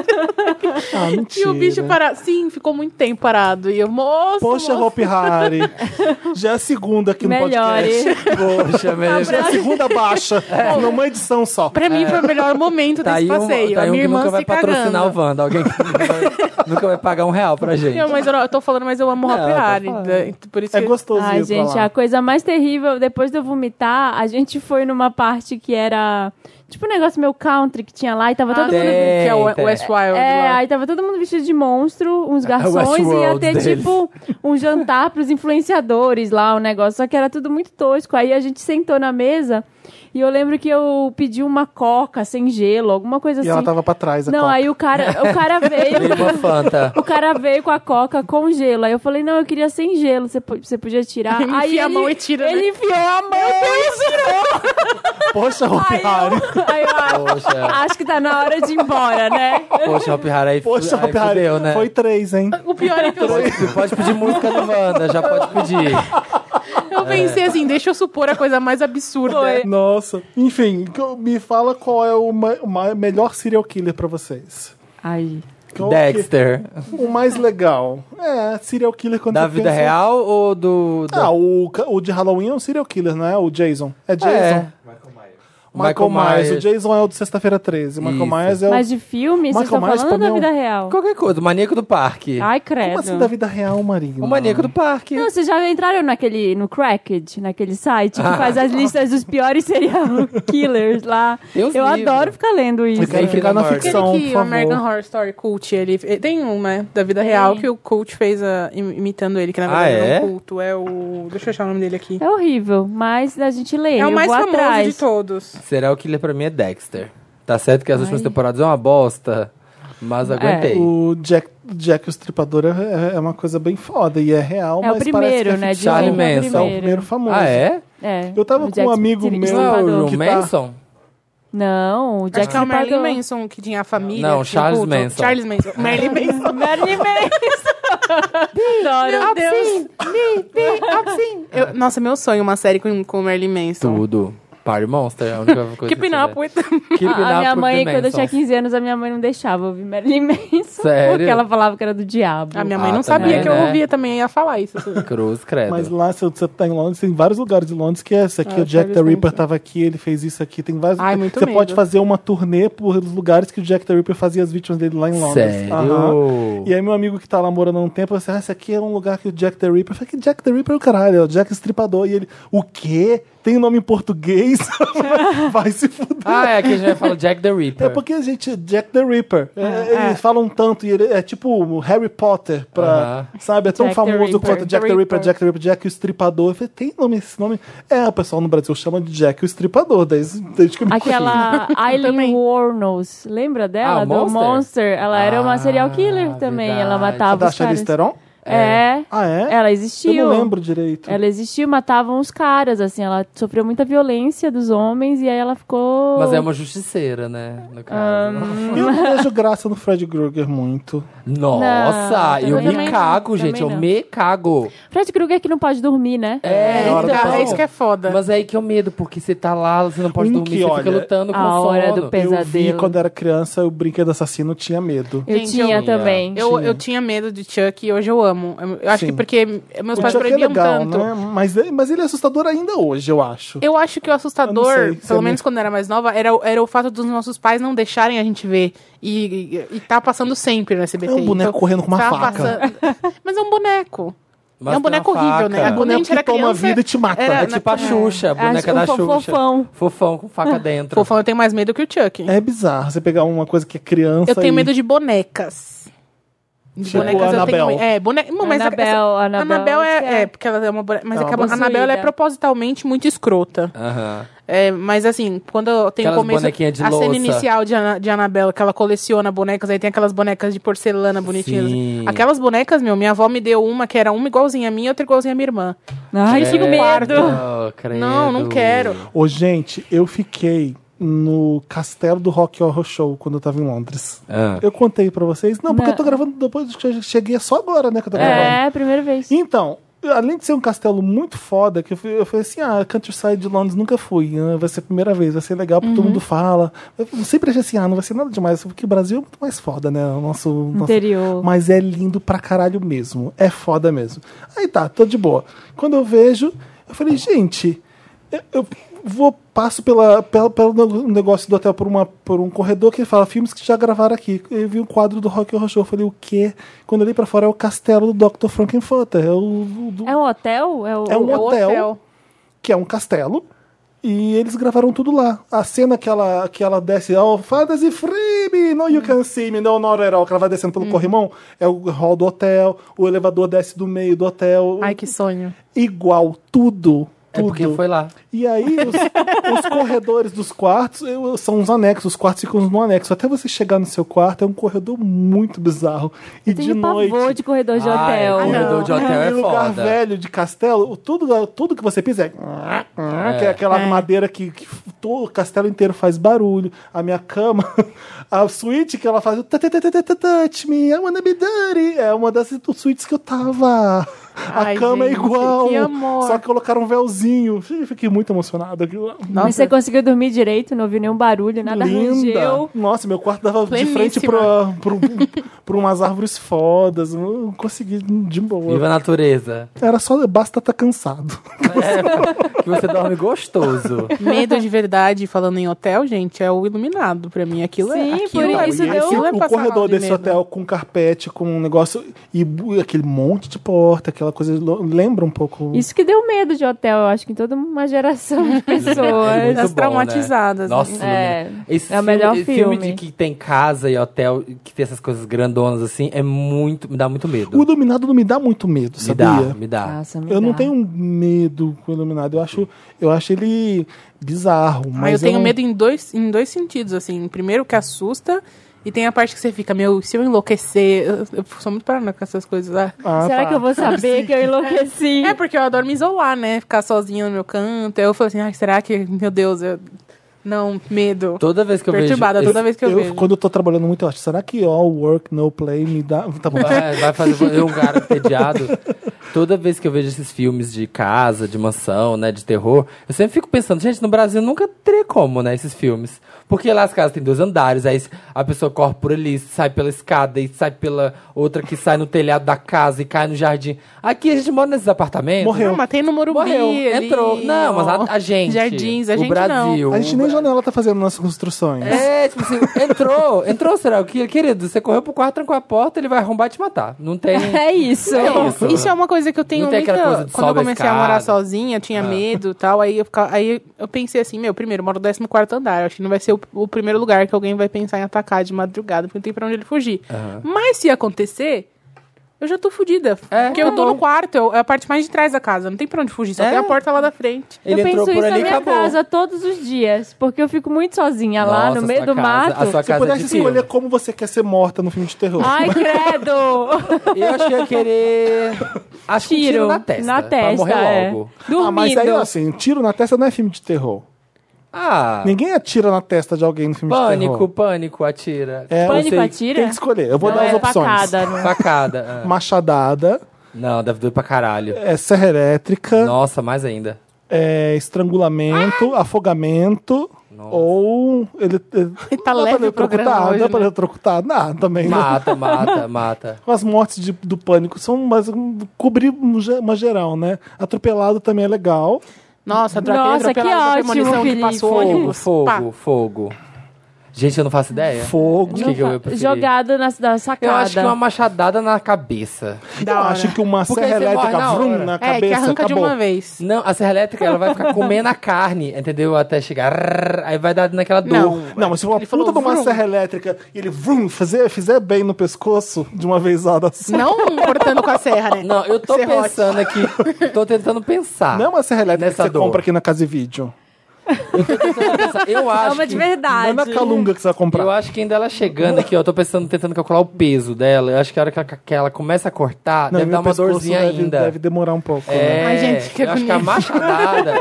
[SPEAKER 4] né? E
[SPEAKER 1] mentira.
[SPEAKER 4] o bicho parado. Sim, ficou muito tempo parado. E eu, moço.
[SPEAKER 1] Poxa,
[SPEAKER 4] moço.
[SPEAKER 1] Hopi Hari. Já é a segunda aqui no
[SPEAKER 3] Melhore.
[SPEAKER 1] podcast.
[SPEAKER 2] Poxa,
[SPEAKER 4] Tá
[SPEAKER 1] Já é a
[SPEAKER 2] melhor.
[SPEAKER 1] segunda baixa.
[SPEAKER 3] É.
[SPEAKER 1] Numa edição só.
[SPEAKER 4] Pra mim foi o melhor momento
[SPEAKER 2] é. Tá
[SPEAKER 4] desse
[SPEAKER 2] aí um,
[SPEAKER 4] passeio.
[SPEAKER 2] tá
[SPEAKER 4] a
[SPEAKER 2] aí um
[SPEAKER 4] minha
[SPEAKER 2] que
[SPEAKER 4] irmã
[SPEAKER 2] nunca vai
[SPEAKER 4] se
[SPEAKER 2] patrocinar
[SPEAKER 4] cagando.
[SPEAKER 2] o Wanda. Alguém que nunca vai, nunca vai pagar um real pra gente.
[SPEAKER 4] Não, mas eu, não- eu tô falando, mas eu amo
[SPEAKER 2] Não,
[SPEAKER 4] Hopi
[SPEAKER 2] tá
[SPEAKER 4] Hari.
[SPEAKER 2] falando.
[SPEAKER 4] né? Por isso
[SPEAKER 1] É
[SPEAKER 4] que-
[SPEAKER 1] gostoso
[SPEAKER 3] Ai,
[SPEAKER 1] ir pra
[SPEAKER 3] gente, é
[SPEAKER 1] lá.
[SPEAKER 3] a coisa mais terrível, depois de eu vomitar, a gente foi numa parte que era tipo um negócio meu country que tinha lá e tava
[SPEAKER 4] Ah,
[SPEAKER 3] todo
[SPEAKER 4] tem,
[SPEAKER 3] mundo.
[SPEAKER 4] que é o
[SPEAKER 2] tem.
[SPEAKER 4] West Wild.
[SPEAKER 3] É,
[SPEAKER 4] lá.
[SPEAKER 3] aí tava todo mundo vestido de monstro, uns garçons, e ia
[SPEAKER 2] Westworld
[SPEAKER 3] ter
[SPEAKER 2] deles.
[SPEAKER 3] tipo um jantar pros influenciadores lá, o negócio. Só que era tudo muito tosco. Aí a gente sentou na mesa e eu lembro que eu pedi uma coca sem gelo, alguma coisa
[SPEAKER 1] E
[SPEAKER 3] assim.
[SPEAKER 1] ela tava pra trás, a
[SPEAKER 3] Não,
[SPEAKER 1] Coca.
[SPEAKER 3] aí o cara, o cara veio.
[SPEAKER 2] Prima Fanta.
[SPEAKER 3] O cara veio com a coca com gelo. Aí eu falei, não, eu queria sem gelo. Você, po- você podia tirar.
[SPEAKER 4] Enfia
[SPEAKER 3] Aí
[SPEAKER 4] a
[SPEAKER 3] ele-
[SPEAKER 4] mão e tira, né?
[SPEAKER 3] Ele enfiou a mão e tirou.
[SPEAKER 1] Poxa, Hopi
[SPEAKER 3] Aí
[SPEAKER 1] Hari.
[SPEAKER 3] eu, aí eu ah,
[SPEAKER 2] Poxa.
[SPEAKER 3] acho que tá na hora de ir embora, né?
[SPEAKER 2] Poxa, Hopi Hari aí, fu-
[SPEAKER 1] Poxa,
[SPEAKER 2] aí
[SPEAKER 1] Hopi Hari.
[SPEAKER 2] fudeu, né?
[SPEAKER 1] Foi três, hein?
[SPEAKER 4] O pior é que eu,
[SPEAKER 2] Pode, pode pedir música do Wanda, já pode pedir.
[SPEAKER 4] eu
[SPEAKER 2] É.
[SPEAKER 4] pensei assim, deixa eu supor a coisa mais absurda.
[SPEAKER 3] Foi.
[SPEAKER 1] Nossa. Enfim, co- me fala qual é o, ma- o ma- melhor serial killer pra vocês.
[SPEAKER 3] Aí.
[SPEAKER 1] Qual que- é
[SPEAKER 2] Dexter.
[SPEAKER 1] O mais legal. É, serial killer quando
[SPEAKER 2] Da
[SPEAKER 1] você
[SPEAKER 2] vida
[SPEAKER 1] pensa-
[SPEAKER 2] real ou do. do-
[SPEAKER 1] Ah, o, ca- o de Halloween é um serial killer, não é? O Jason. É Jason.
[SPEAKER 2] É.
[SPEAKER 1] Michael, Myers.
[SPEAKER 2] Myers.
[SPEAKER 1] O Jason é o de Sexta-feira 13. O Michael
[SPEAKER 2] Isso.
[SPEAKER 1] Myers é o...
[SPEAKER 3] Mas de filme, vocês
[SPEAKER 1] Michael
[SPEAKER 3] estão
[SPEAKER 1] Myers
[SPEAKER 3] falando
[SPEAKER 1] pra mim
[SPEAKER 3] da
[SPEAKER 1] é
[SPEAKER 3] vida
[SPEAKER 1] um-
[SPEAKER 3] real.
[SPEAKER 2] Qualquer coisa, o maníaco do parque.
[SPEAKER 3] Ai, credo.
[SPEAKER 1] Como assim da vida real, Marina?
[SPEAKER 2] O maníaco do parque.
[SPEAKER 3] Não, vocês já entraram naquele, no Cracked, naquele site
[SPEAKER 1] Ah.
[SPEAKER 3] que faz as listas dos piores serial killers lá.
[SPEAKER 2] Deus
[SPEAKER 3] eu
[SPEAKER 2] livre.
[SPEAKER 3] adoro ficar lendo isso.
[SPEAKER 1] Eu quero
[SPEAKER 2] Sempre
[SPEAKER 1] ficar na
[SPEAKER 2] Marvel.
[SPEAKER 4] Aquele
[SPEAKER 1] ficção, por
[SPEAKER 4] que o American
[SPEAKER 1] favor.
[SPEAKER 4] Horror Story Cult, ele tem um, né, da vida real que o Cult fez a- im- imitando ele, que na
[SPEAKER 2] Ah,
[SPEAKER 4] verdade não
[SPEAKER 2] é?
[SPEAKER 4] um culto, é o, deixa eu achar o nome dele aqui.
[SPEAKER 3] É horrível, mas a gente lê.
[SPEAKER 4] É o
[SPEAKER 3] eu
[SPEAKER 4] mais
[SPEAKER 3] vou
[SPEAKER 4] famoso
[SPEAKER 3] atrás.
[SPEAKER 4] de todos.
[SPEAKER 2] Será o killer pra mim é Dexter. Tá certo que as últimas temporadas é uma bosta,
[SPEAKER 3] É.
[SPEAKER 2] mas aguentei.
[SPEAKER 1] O Jack, Jack o Estripador é, é uma coisa bem foda e é real,
[SPEAKER 3] É o
[SPEAKER 1] mas parece que
[SPEAKER 3] primeiro,
[SPEAKER 1] é
[SPEAKER 3] né?
[SPEAKER 1] ficção.
[SPEAKER 2] Charlie
[SPEAKER 3] Dizem que é o
[SPEAKER 2] Manson.
[SPEAKER 1] É o primeiro famoso.
[SPEAKER 2] Ah, é?
[SPEAKER 3] É,
[SPEAKER 1] Eu tava
[SPEAKER 3] o
[SPEAKER 1] com
[SPEAKER 3] Jack
[SPEAKER 1] um amigo
[SPEAKER 3] Stri-
[SPEAKER 1] meu-
[SPEAKER 2] Não é
[SPEAKER 3] Estripador.
[SPEAKER 2] o
[SPEAKER 1] que
[SPEAKER 2] Ron
[SPEAKER 1] tá-
[SPEAKER 2] Manson?
[SPEAKER 3] Não, o
[SPEAKER 4] Acho
[SPEAKER 3] Jack
[SPEAKER 4] que é o Marilyn
[SPEAKER 3] Stripador.
[SPEAKER 4] Manson, que tinha a família.
[SPEAKER 2] Não,
[SPEAKER 4] que tinha
[SPEAKER 2] Charles
[SPEAKER 4] o culto.
[SPEAKER 2] Manson.
[SPEAKER 4] Charles Manson. Marilyn Manson.
[SPEAKER 3] Marilyn Manson.
[SPEAKER 4] Meu
[SPEAKER 3] Adoro.
[SPEAKER 4] Deus. Eu- nossa, meu sonho, uma série com, com o Marilyn Manson.
[SPEAKER 2] Tudo. Party Monster é a única coisa
[SPEAKER 4] Keeping
[SPEAKER 2] que
[SPEAKER 4] up with...
[SPEAKER 2] with... Keeping
[SPEAKER 3] A, a minha
[SPEAKER 2] with
[SPEAKER 3] mãe,
[SPEAKER 2] the
[SPEAKER 3] quando eu tinha
[SPEAKER 2] Mansons.
[SPEAKER 3] 15 anos, a minha mãe não deixava eu ouvir Marilyn Manson.
[SPEAKER 2] Sério?
[SPEAKER 3] Porque ela falava que era do diabo.
[SPEAKER 4] A minha mãe
[SPEAKER 2] Ah,
[SPEAKER 4] não
[SPEAKER 2] também,
[SPEAKER 4] sabia que eu
[SPEAKER 2] né?
[SPEAKER 4] ouvia também, ia falar isso. tudo.
[SPEAKER 2] Cruz, credo.
[SPEAKER 1] Mas lá, se você tá em Londres, tem vários lugares de Londres que é esse aqui.
[SPEAKER 4] Ah,
[SPEAKER 1] o Jack the
[SPEAKER 4] Charles
[SPEAKER 1] Ripper
[SPEAKER 4] Manson.
[SPEAKER 1] tava aqui, ele fez isso aqui. Tem vários.
[SPEAKER 4] Ai, muito
[SPEAKER 1] você
[SPEAKER 4] medo.
[SPEAKER 1] pode fazer uma turnê por lugares que o Jack the Ripper fazia as vítimas dele lá em Londres.
[SPEAKER 2] Sério?
[SPEAKER 1] Aham. E aí, meu amigo que tá lá morando há um tempo, eu disse, ah, esse aqui é um lugar que o Jack the Ripper. Eu falei, que Jack the Ripper é o caralho, é o Jack Estripador. E ele, o quê? tem nome em português, vai se fuder.
[SPEAKER 2] Ah, é que a gente vai falar Jack the Ripper.
[SPEAKER 1] É porque a gente, Jack the Ripper, é, eles falam tanto, e ele é tipo o Harry Potter, pra, sabe? É tão
[SPEAKER 3] Jack the
[SPEAKER 1] famoso
[SPEAKER 3] Ripper,
[SPEAKER 1] quanto Jack the, Ripper,
[SPEAKER 4] the Ripper.
[SPEAKER 1] Jack the Ripper, Jack o Estripador. Eu falei, tem nome esse nome? É, o pessoal no Brasil chama de Jack o Estripador, desde, desde que eu me
[SPEAKER 3] Aquela Eileen Warnos, lembra dela?
[SPEAKER 2] Ah,
[SPEAKER 3] do
[SPEAKER 2] Monster?
[SPEAKER 3] Monster. Ela era uma
[SPEAKER 2] Ah,
[SPEAKER 3] serial killer também. Ela
[SPEAKER 2] verdade.
[SPEAKER 1] conheci.
[SPEAKER 3] matava
[SPEAKER 1] Da
[SPEAKER 3] os caras.
[SPEAKER 1] Charlize Theron?
[SPEAKER 3] É.
[SPEAKER 1] Ah, é?
[SPEAKER 3] Ela
[SPEAKER 1] eu
[SPEAKER 3] existiu.
[SPEAKER 1] não lembro direito.
[SPEAKER 3] Ela existiu, matavam os caras, assim. Ela sofreu muita violência dos homens e aí ela ficou.
[SPEAKER 2] Mas é uma justiceira, né? No caso.
[SPEAKER 1] Eu não vejo graça no Fred Krueger muito.
[SPEAKER 2] Nossa,
[SPEAKER 3] Não,
[SPEAKER 2] eu
[SPEAKER 3] também
[SPEAKER 2] me
[SPEAKER 3] não,
[SPEAKER 2] cago,
[SPEAKER 3] também
[SPEAKER 2] gente. Eu
[SPEAKER 3] não.
[SPEAKER 2] me cago.
[SPEAKER 3] Fred Krueger que não pode dormir, né?
[SPEAKER 2] É,
[SPEAKER 4] É,
[SPEAKER 1] hora da
[SPEAKER 4] então,
[SPEAKER 1] prova.
[SPEAKER 4] é isso que é foda.
[SPEAKER 2] Mas é aí que é o medo, porque você tá lá, você não pode
[SPEAKER 1] Um
[SPEAKER 2] dormir,
[SPEAKER 1] que,
[SPEAKER 2] você
[SPEAKER 1] olha,
[SPEAKER 2] fica lutando com
[SPEAKER 3] a
[SPEAKER 2] o
[SPEAKER 3] hora
[SPEAKER 2] sono.
[SPEAKER 3] do pe-
[SPEAKER 1] Eu vi
[SPEAKER 3] Pesadelo.
[SPEAKER 1] quando era criança, o brinquedo assassino tinha medo.
[SPEAKER 3] Eu
[SPEAKER 4] Gente,
[SPEAKER 3] tinha
[SPEAKER 4] eu-
[SPEAKER 3] também.
[SPEAKER 4] Eu, eu tinha medo de Chuck e hoje eu amo. Eu, eu acho
[SPEAKER 1] Sim.
[SPEAKER 4] que porque meus
[SPEAKER 1] o
[SPEAKER 4] pais
[SPEAKER 1] Chuck é
[SPEAKER 4] proibiam
[SPEAKER 1] legal,
[SPEAKER 4] tanto.
[SPEAKER 1] né? Mas, ele- mas ele é assustador ainda hoje, eu acho.
[SPEAKER 4] Eu acho que o
[SPEAKER 1] Eu
[SPEAKER 4] assustador,
[SPEAKER 1] não sei, se é
[SPEAKER 4] pelo menos
[SPEAKER 1] mesmo.
[SPEAKER 4] quando eu era mais nova, era, o- era o fato dos nossos pais não deixarem a gente ver. E, e, e tá passando sempre no SBT.
[SPEAKER 1] É um boneco correndo com uma
[SPEAKER 4] tá
[SPEAKER 1] faca.
[SPEAKER 4] Então, passando- Mas é um boneco.
[SPEAKER 2] Mas
[SPEAKER 4] é um
[SPEAKER 2] tem
[SPEAKER 4] boneco
[SPEAKER 2] uma
[SPEAKER 4] horrível,
[SPEAKER 2] faca.
[SPEAKER 4] né? Quando a
[SPEAKER 1] boneco
[SPEAKER 4] gente era
[SPEAKER 1] que toma
[SPEAKER 4] criança,
[SPEAKER 1] vida e te mata.
[SPEAKER 4] Era,
[SPEAKER 2] É tipo a Xuxa, a boneca
[SPEAKER 3] Acho
[SPEAKER 2] da
[SPEAKER 3] um fo-
[SPEAKER 2] Xuxa.
[SPEAKER 3] fofão.
[SPEAKER 2] Fofão com faca dentro.
[SPEAKER 4] Fofão, eu tenho mais medo que o Chuck.
[SPEAKER 1] É bizarro você pegar uma coisa que é criança.
[SPEAKER 4] eu tenho
[SPEAKER 1] e-
[SPEAKER 4] medo de bonecas. De
[SPEAKER 1] Tipo
[SPEAKER 4] bonecas eu
[SPEAKER 1] Annabelle.
[SPEAKER 4] tenho. medo. É, boneca. Não, mas
[SPEAKER 3] Anabel,
[SPEAKER 4] essa,
[SPEAKER 3] Anabel,
[SPEAKER 4] Anabel
[SPEAKER 3] que
[SPEAKER 4] é, é, porque ela é uma boneca. Mas
[SPEAKER 1] É
[SPEAKER 4] é,
[SPEAKER 1] uma
[SPEAKER 4] que a
[SPEAKER 3] possuída.
[SPEAKER 4] Anabel ela é propositalmente muito escrota.
[SPEAKER 2] Aham.
[SPEAKER 4] É, mas assim, quando tem o
[SPEAKER 2] Aquelas
[SPEAKER 4] começo.
[SPEAKER 2] bonequinhas de
[SPEAKER 4] a cena
[SPEAKER 2] louça.
[SPEAKER 4] inicial de, Ana, de Anabela, que ela coleciona bonecas, aí tem aquelas bonecas de porcelana bonitinhas. assim.
[SPEAKER 2] Sim.
[SPEAKER 4] Aquelas bonecas, meu, minha avó me deu uma que era uma igualzinha a minha e outra igualzinha a minha irmã.
[SPEAKER 2] Ah,
[SPEAKER 3] Ai,
[SPEAKER 4] É.
[SPEAKER 3] que medo.
[SPEAKER 2] Oh, credo.
[SPEAKER 4] Não, não quero.
[SPEAKER 1] Ô, gente, eu fiquei no castelo do Rock Horror Show quando eu tava em Londres.
[SPEAKER 2] Ah.
[SPEAKER 1] Eu contei pra vocês. Não, porque
[SPEAKER 3] Não.
[SPEAKER 1] eu tô gravando depois que eu cheguei é só agora, né? Que eu tô gravando.
[SPEAKER 3] É, primeira vez.
[SPEAKER 1] Então, além de ser um castelo muito foda, que eu fui, eu falei assim, ah, Countryside de Londres nunca fui, né? vai ser a primeira vez, vai ser legal, porque todo mundo fala. Eu sempre achei assim, ah, não vai ser nada demais, porque o Brasil é muito mais foda, né? O nosso... nosso-
[SPEAKER 3] Interior.
[SPEAKER 1] Mas é lindo pra caralho mesmo, é foda mesmo. Aí tá, tô de boa. Quando eu vejo, eu falei, gente, eu... eu Vou, passo pela, pela- pelo negócio do hotel por, uma, por um corredor que fala filmes que já gravaram aqui. Eu vi um quadro do Rock Horror Show. Eu falei, o quê? Quando eu olhei pra fora, é o castelo do Dr. Frankenfurter. É o, o do-
[SPEAKER 3] É um hotel? É, o...
[SPEAKER 1] É um
[SPEAKER 4] É o
[SPEAKER 1] hotel.
[SPEAKER 4] hotel.
[SPEAKER 1] que é um castelo. E eles gravaram tudo lá. A cena que ela, que ela desce, oh, fantasy free me, no you can see me, no, not at all, que ela vai descendo
[SPEAKER 3] Hum.
[SPEAKER 1] pelo corrimão, é o hall do hotel, o elevador desce do meio do hotel.
[SPEAKER 4] Ai, que sonho.
[SPEAKER 1] Igual, tudo.
[SPEAKER 2] É porque
[SPEAKER 1] tudo.
[SPEAKER 2] foi lá.
[SPEAKER 1] E aí, os, os corredores dos quartos eu- são uns anexos, os quartos ficam no anexo. Até você chegar no seu quarto, é um corredor muito bizarro. E
[SPEAKER 3] Eu
[SPEAKER 1] de
[SPEAKER 3] tenho
[SPEAKER 1] noite.
[SPEAKER 3] pavor de corredor de
[SPEAKER 2] Ah, é,
[SPEAKER 3] hotel.
[SPEAKER 2] corredor de hotel
[SPEAKER 1] Aquele
[SPEAKER 2] é
[SPEAKER 1] lugar
[SPEAKER 2] foda.
[SPEAKER 1] velho de castelo, tudo, tudo que você pisa é. Que é aquela madeira que, que to- o castelo inteiro faz barulho. A minha cama, a suíte que ela faz. o "Tatatatatatá, Touch me, I wanna be dirty. É uma das suítes que eu tava. A
[SPEAKER 4] Ai,
[SPEAKER 1] cama é
[SPEAKER 4] gente,
[SPEAKER 1] igual.
[SPEAKER 4] que amor.
[SPEAKER 1] Só que colocaram um véelzinho. Eu Fiquei muito emocionado. Aquilo lá.
[SPEAKER 3] Mas você conseguiu dormir direito, não ouviu nenhum barulho, nada
[SPEAKER 1] Linda.
[SPEAKER 3] rangeu.
[SPEAKER 1] Nossa, meu quarto dava
[SPEAKER 4] Pleníssima.
[SPEAKER 1] de frente pra, pro- pra umas árvores fodas. Eu consegui de boa.
[SPEAKER 2] Viva a natureza.
[SPEAKER 1] Era só basta estar cansado.
[SPEAKER 2] Que você dorme gostoso.
[SPEAKER 4] Medo de verdade, falando em hotel, gente, é o iluminado pra mim. Aquilo é.
[SPEAKER 3] Sim,
[SPEAKER 4] aquilo
[SPEAKER 3] por
[SPEAKER 4] é-
[SPEAKER 3] isso
[SPEAKER 1] E
[SPEAKER 4] aquilo
[SPEAKER 1] esse-
[SPEAKER 3] deu-
[SPEAKER 4] é
[SPEAKER 1] o
[SPEAKER 4] passar mal
[SPEAKER 1] corredor
[SPEAKER 4] de
[SPEAKER 1] desse
[SPEAKER 4] medo.
[SPEAKER 1] hotel com carpete, com um negócio e bu- aquele monte de porta, aquela coisa lo- lembra um pouco.
[SPEAKER 3] Isso que deu medo de hotel, eu acho que em toda uma geração de
[SPEAKER 2] É muito
[SPEAKER 3] pessoas.
[SPEAKER 4] As
[SPEAKER 2] bom,
[SPEAKER 4] traumatizadas,
[SPEAKER 2] Né? Nossa,
[SPEAKER 3] né?
[SPEAKER 2] Lumina.
[SPEAKER 3] É,
[SPEAKER 2] esse
[SPEAKER 3] é o melhor
[SPEAKER 2] filme,
[SPEAKER 3] filme.
[SPEAKER 2] de que tem casa e hotel, que tem essas coisas grandonas assim, é muito, me dá muito medo.
[SPEAKER 1] O iluminado não me dá muito medo,
[SPEAKER 2] me
[SPEAKER 1] sabia?
[SPEAKER 2] dá, me dá.
[SPEAKER 3] Nossa, me
[SPEAKER 1] Eu não
[SPEAKER 3] dá.
[SPEAKER 1] tenho medo com o iluminado. Eu acho, eu acho ele bizarro.
[SPEAKER 4] Ah,
[SPEAKER 1] Mas
[SPEAKER 4] eu tenho
[SPEAKER 1] não-
[SPEAKER 4] medo em dois, em dois sentidos, assim. Primeiro que assusta, e tem a parte que você fica, meu, se eu enlouquecer, eu, eu sou muito paranoica com essas coisas. ah.
[SPEAKER 2] um
[SPEAKER 1] Ah,
[SPEAKER 3] Será
[SPEAKER 1] tá.
[SPEAKER 3] que eu vou saber que eu enlouqueci?
[SPEAKER 4] É porque eu adoro me isolar, né? Ficar sozinha no meu canto. Aí eu falo assim, ai, será que, meu Deus, eu... não, medo.
[SPEAKER 2] Toda vez que eu
[SPEAKER 4] Perturbada
[SPEAKER 2] vejo...
[SPEAKER 4] toda vez que eu, vejo.
[SPEAKER 1] Quando eu tô trabalhando muito, eu acho, será que all work, no play me dá. Tá bom.
[SPEAKER 2] Vai, vai fazer eu um cara entediado. Toda vez que eu vejo esses filmes de casa, de mansão, né, de terror, eu sempre fico pensando, gente, no Brasil nunca teria como, né, esses filmes. Porque lá as casas têm dois andares, aí a pessoa corre por ali, sai pela escada, e sai pela outra que sai no telhado da casa e cai no jardim. Aqui a gente mora nesses apartamentos.
[SPEAKER 1] Morreu.
[SPEAKER 4] Não, mas tem no Morumbi
[SPEAKER 2] Morreu,
[SPEAKER 4] ali,
[SPEAKER 2] entrou. Não, mas
[SPEAKER 4] ó.
[SPEAKER 2] a, a gente.
[SPEAKER 4] Jardins, a
[SPEAKER 2] o
[SPEAKER 4] gente
[SPEAKER 2] Brasil.
[SPEAKER 1] A gente
[SPEAKER 2] o
[SPEAKER 1] nem
[SPEAKER 2] Bra-
[SPEAKER 1] janela tá fazendo nas construções.
[SPEAKER 2] É, tipo assim, entrou, entrou, será que, querido, você correu pro quarto, trancou a porta, ele vai arrombar e te matar. Não tem.
[SPEAKER 3] É isso.
[SPEAKER 2] É
[SPEAKER 4] não.
[SPEAKER 2] isso.
[SPEAKER 4] Isso é uma coisa coisa que eu tenho
[SPEAKER 2] Não tem
[SPEAKER 4] muita...
[SPEAKER 2] aquela coisa de
[SPEAKER 4] Quando eu
[SPEAKER 2] sobe a
[SPEAKER 4] comecei a
[SPEAKER 2] escada. Ah.
[SPEAKER 4] morar sozinha, eu tinha medo e tal. Aí eu, fica- aí eu pensei assim, meu, primeiro, eu moro no 14 andar. eu Acho que não vai ser o, o primeiro lugar que alguém vai pensar em atacar de madrugada, porque não tem pra onde ele fugir.
[SPEAKER 2] Aham.
[SPEAKER 4] Mas se acontecer, eu já tô fudida.
[SPEAKER 2] É,
[SPEAKER 4] porque eu tô
[SPEAKER 2] bom.
[SPEAKER 4] no quarto, eu- é a parte mais de trás da casa. Não tem pra onde fugir, só
[SPEAKER 2] É.
[SPEAKER 4] tem a porta lá da frente.
[SPEAKER 2] Ele
[SPEAKER 3] eu
[SPEAKER 2] entrou
[SPEAKER 3] penso
[SPEAKER 2] por ali
[SPEAKER 3] isso na
[SPEAKER 2] e
[SPEAKER 3] minha
[SPEAKER 2] acabou.
[SPEAKER 3] casa todos os dias, porque eu fico muito sozinha lá
[SPEAKER 2] Nossa,
[SPEAKER 3] no meio
[SPEAKER 2] sua
[SPEAKER 3] do
[SPEAKER 2] casa-
[SPEAKER 3] mato.
[SPEAKER 2] A sua
[SPEAKER 1] Se
[SPEAKER 2] casa é
[SPEAKER 1] pudesse
[SPEAKER 2] de
[SPEAKER 1] escolher
[SPEAKER 2] escolher...
[SPEAKER 1] como você quer ser morta no filme de terror.
[SPEAKER 4] Ah,
[SPEAKER 3] Ai, credo!
[SPEAKER 2] Eu acho que ia querer. Acho que um tiro na testa.
[SPEAKER 3] Na
[SPEAKER 2] Pra
[SPEAKER 3] testa,
[SPEAKER 2] morrer
[SPEAKER 3] é.
[SPEAKER 2] logo.
[SPEAKER 3] Dormindo.
[SPEAKER 1] Ah, mas aí, assim, tiro na testa não é filme de terror.
[SPEAKER 2] Ah.
[SPEAKER 1] Ninguém atira na testa de alguém no filme de
[SPEAKER 2] Pânico,
[SPEAKER 1] terror.
[SPEAKER 2] pânico, atira.
[SPEAKER 1] É,
[SPEAKER 2] Não
[SPEAKER 3] Pânico
[SPEAKER 2] sei,
[SPEAKER 3] atira?
[SPEAKER 1] Tem que escolher. Eu vou
[SPEAKER 3] Não,
[SPEAKER 1] dar as
[SPEAKER 3] é
[SPEAKER 1] opções.
[SPEAKER 3] facada, não.
[SPEAKER 2] Facada. ah.
[SPEAKER 1] Machadada,
[SPEAKER 2] Não, deve doer pra caralho.
[SPEAKER 1] é, serra elétrica,
[SPEAKER 2] Nossa, mais ainda.
[SPEAKER 1] é, estrangulamento, afogamento
[SPEAKER 2] Nossa.
[SPEAKER 1] ou... Ele, ele- dá
[SPEAKER 4] Tá leve
[SPEAKER 1] pra
[SPEAKER 4] o programa
[SPEAKER 1] eletrocutar,
[SPEAKER 4] hoje,
[SPEAKER 1] Dá pra
[SPEAKER 4] né?
[SPEAKER 1] eletrocutar? Não, também não.
[SPEAKER 2] Mata, mata, mata.
[SPEAKER 1] As mortes de- do pânico são mais um, cobrir um ge- uma geral, né? Atropelado também é legal.
[SPEAKER 4] Nossa, dro- aquele
[SPEAKER 3] Nossa, que
[SPEAKER 4] atropelado da
[SPEAKER 3] ótimo,
[SPEAKER 4] premonição que
[SPEAKER 3] Felipe.
[SPEAKER 4] passou
[SPEAKER 3] Fogo,
[SPEAKER 2] Fogo,
[SPEAKER 4] ônibus. Pá.
[SPEAKER 2] fogo, fogo. Gente, eu não faço ideia.
[SPEAKER 1] Fogo.
[SPEAKER 2] De que que eu ia preferir?
[SPEAKER 3] Jogada na, na
[SPEAKER 2] Eu
[SPEAKER 3] sacada.
[SPEAKER 2] acho que uma machadada na cabeça.
[SPEAKER 4] Da
[SPEAKER 1] eu
[SPEAKER 4] hora.
[SPEAKER 1] acho que uma
[SPEAKER 2] Porque
[SPEAKER 1] serra
[SPEAKER 2] aí você morre
[SPEAKER 1] elétrica
[SPEAKER 2] na
[SPEAKER 1] vrum,
[SPEAKER 2] hora.
[SPEAKER 1] na
[SPEAKER 2] É,
[SPEAKER 1] cabeça,
[SPEAKER 4] é, que arranca
[SPEAKER 1] acabou.
[SPEAKER 4] de uma vez.
[SPEAKER 2] Não, a serra elétrica, ela vai ficar comendo a carne, entendeu? Até chegar... rrr, Aí vai dar naquela dor.
[SPEAKER 4] Não.
[SPEAKER 1] Não, mas se for uma
[SPEAKER 4] Ele falou
[SPEAKER 1] puta de uma
[SPEAKER 4] vrum.
[SPEAKER 1] serra elétrica e ele vrum, fazer, fizer bem no pescoço de uma vezada assim.
[SPEAKER 4] Não cortando com a serra, né?
[SPEAKER 2] Não, eu tô
[SPEAKER 3] é
[SPEAKER 4] Serrote.
[SPEAKER 2] pensando aqui. Tô tentando pensar.
[SPEAKER 1] Não é uma serra elétrica
[SPEAKER 2] Ah, Nessa
[SPEAKER 1] que você
[SPEAKER 2] dor.
[SPEAKER 1] compra aqui na Casa e Vídeo.
[SPEAKER 2] Eu
[SPEAKER 3] É
[SPEAKER 2] acho
[SPEAKER 3] uma
[SPEAKER 2] que...
[SPEAKER 3] de verdade.
[SPEAKER 1] Não é na Calunga que você vai comprar.
[SPEAKER 2] Eu acho que ainda ela chegando aqui, ó, eu tô pensando, tentando calcular o peso dela. Eu acho que a hora que ela, que ela começa a cortar,
[SPEAKER 1] Não,
[SPEAKER 2] deve
[SPEAKER 1] meu
[SPEAKER 2] dar uma
[SPEAKER 1] pescoço
[SPEAKER 2] dorzinha
[SPEAKER 1] deve,
[SPEAKER 2] ainda.
[SPEAKER 1] Deve demorar um pouco.
[SPEAKER 2] É,
[SPEAKER 1] né?
[SPEAKER 4] Ai, gente, que
[SPEAKER 2] eu acho que a
[SPEAKER 4] agonia.
[SPEAKER 2] machadada,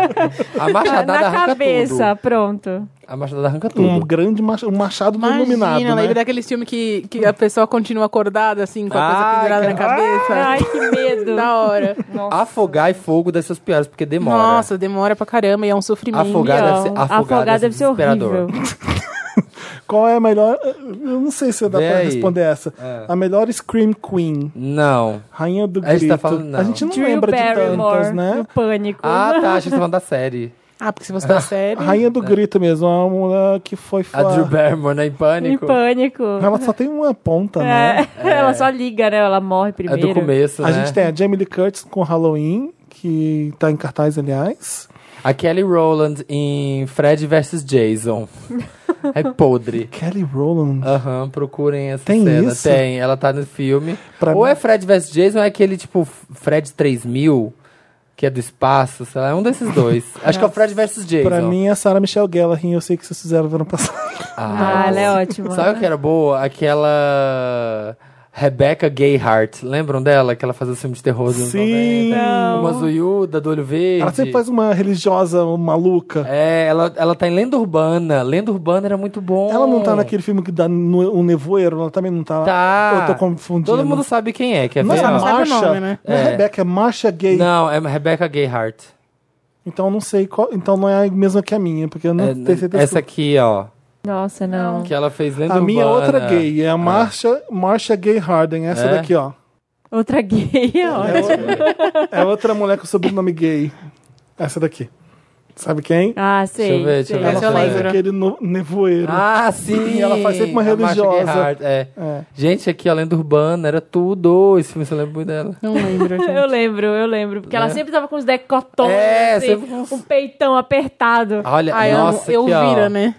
[SPEAKER 2] a machadada
[SPEAKER 3] na
[SPEAKER 2] arranca
[SPEAKER 3] cabeça,
[SPEAKER 2] tudo.
[SPEAKER 3] pronto.
[SPEAKER 2] A machadada arranca tudo.
[SPEAKER 1] Um grande mach- um machado do iluminado,
[SPEAKER 4] Imagina,
[SPEAKER 1] né?
[SPEAKER 4] lembra daqueles filmes que, que a pessoa continua acordada, assim, com a coisa
[SPEAKER 2] Ai,
[SPEAKER 4] pendurada na cabeça?
[SPEAKER 2] Tá.
[SPEAKER 3] Ai, que medo.
[SPEAKER 4] Da hora.
[SPEAKER 3] Nossa.
[SPEAKER 2] Afogar e fogo dessas piores, porque demora.
[SPEAKER 4] Nossa, demora pra caramba e é um sofrimento.
[SPEAKER 2] Afogar deve ser,
[SPEAKER 3] Não,
[SPEAKER 2] afogar deve ser desesperador.
[SPEAKER 3] horrível.
[SPEAKER 1] Qual é a melhor... Eu não sei se dá
[SPEAKER 2] Vê
[SPEAKER 1] pra
[SPEAKER 2] aí.
[SPEAKER 1] responder essa.
[SPEAKER 2] É.
[SPEAKER 1] A melhor Scream Queen.
[SPEAKER 2] Não.
[SPEAKER 1] Rainha do
[SPEAKER 2] A gente
[SPEAKER 1] grito.
[SPEAKER 2] tá falando, não.
[SPEAKER 1] A gente não
[SPEAKER 3] Drew
[SPEAKER 1] lembra de
[SPEAKER 3] Barrymore,
[SPEAKER 1] tantas, né?
[SPEAKER 3] no Pânico.
[SPEAKER 2] Ah, tá, achei que você falando da série.
[SPEAKER 4] Ah, porque se você tá sério...
[SPEAKER 1] A Rainha do grito mesmo. É uma mulher que foi...
[SPEAKER 2] A Drew
[SPEAKER 1] falar-
[SPEAKER 2] Barrymore, né, em
[SPEAKER 3] Em
[SPEAKER 2] Pânico.
[SPEAKER 3] Pânico.
[SPEAKER 1] Ela só tem uma ponta, né?
[SPEAKER 3] É, Ela só liga, né? Ela morre
[SPEAKER 2] É
[SPEAKER 3] primeiro.
[SPEAKER 2] do começo,
[SPEAKER 1] A
[SPEAKER 2] né?
[SPEAKER 1] gente tem a Jamie Lee Curtis com Halloween, que tá em cartaz, aliás.
[SPEAKER 2] A Kelly Rowland em Fred vs. Jason. é podre.
[SPEAKER 1] Kelly Rowland.
[SPEAKER 2] Aham, procurem essa
[SPEAKER 1] Tem
[SPEAKER 2] cena.
[SPEAKER 1] isso?
[SPEAKER 2] Tem, ela tá no filme.
[SPEAKER 1] Pra
[SPEAKER 2] ou
[SPEAKER 1] mim-
[SPEAKER 2] é Fred vs. Jason, ou é aquele tipo Fred 3000, que é do espaço, sei lá, é um desses dois. Acho que é o Fred vs. Jason.
[SPEAKER 1] Pra mim é a Sarah Michelle Gellar, e eu sei que vocês fizeram no ano passado.
[SPEAKER 3] Ah, ela é ótima.
[SPEAKER 2] Sabe o que era boa? Aquela Rebecca Gayheart. Lembram dela? Que ela fazia filme de terror. dos anos
[SPEAKER 1] Sim.
[SPEAKER 2] 90? Uma zoiuda do olho verde.
[SPEAKER 1] Ela sempre faz um- uma religiosa maluca.
[SPEAKER 2] É, ela, ela tá em Lenda Urbana. Lenda Urbana era muito bom.
[SPEAKER 1] Ela não tá naquele filme que dá no, o nevoeiro, ela também não tá.
[SPEAKER 2] Tá.
[SPEAKER 1] Eu tô confundindo.
[SPEAKER 2] Todo mundo sabe quem é, quer
[SPEAKER 1] não
[SPEAKER 2] ver?
[SPEAKER 1] é
[SPEAKER 4] sabe
[SPEAKER 2] Não,
[SPEAKER 4] o
[SPEAKER 1] Marcia.
[SPEAKER 4] nome, né?
[SPEAKER 1] Não é,
[SPEAKER 2] É.
[SPEAKER 1] Rebeca, é Marcia Gay.
[SPEAKER 2] não é Rebecca Gayheart.
[SPEAKER 1] Então eu não sei qual. Então não é a mesma que a minha, porque eu não
[SPEAKER 2] É,
[SPEAKER 1] tenho certeza.
[SPEAKER 2] essa aqui, ó.
[SPEAKER 3] Nossa, não.
[SPEAKER 2] Que ela fez Lenda
[SPEAKER 1] a minha é
[SPEAKER 2] Urbana.
[SPEAKER 1] outra gay, é a Marcia, Marcia Gay Harden, essa
[SPEAKER 2] É?
[SPEAKER 1] daqui, ó.
[SPEAKER 3] Outra gay é
[SPEAKER 1] É,
[SPEAKER 3] ótimo.
[SPEAKER 1] outra- é outra mulher com sobrenome gay. Essa daqui. Sabe quem?
[SPEAKER 3] Ah, sei.
[SPEAKER 2] Deixa eu ver, deixa eu
[SPEAKER 3] sei.
[SPEAKER 2] ver.
[SPEAKER 4] Essa eu
[SPEAKER 2] qual é.
[SPEAKER 4] lembro.
[SPEAKER 1] Aquele no- nevoeiro.
[SPEAKER 2] Ah, sim!
[SPEAKER 1] E ela faz sempre uma
[SPEAKER 2] a Marcia
[SPEAKER 1] religiosa.
[SPEAKER 2] Gayheart, é.
[SPEAKER 1] É.
[SPEAKER 2] Gente, aqui, ó, Lenda Urbana, era tudo. Esse filme, você lembra muito dela.
[SPEAKER 4] Não lembro, gente.
[SPEAKER 3] Eu lembro, eu lembro. Porque
[SPEAKER 2] É.
[SPEAKER 3] ela sempre tava com os decotões,
[SPEAKER 2] É,
[SPEAKER 3] assim,
[SPEAKER 2] sempre com os-
[SPEAKER 3] um peitão apertado.
[SPEAKER 2] Olha,
[SPEAKER 4] Ah, eu,
[SPEAKER 2] nossa,
[SPEAKER 4] eu
[SPEAKER 2] aqui, ó.
[SPEAKER 4] vira, né?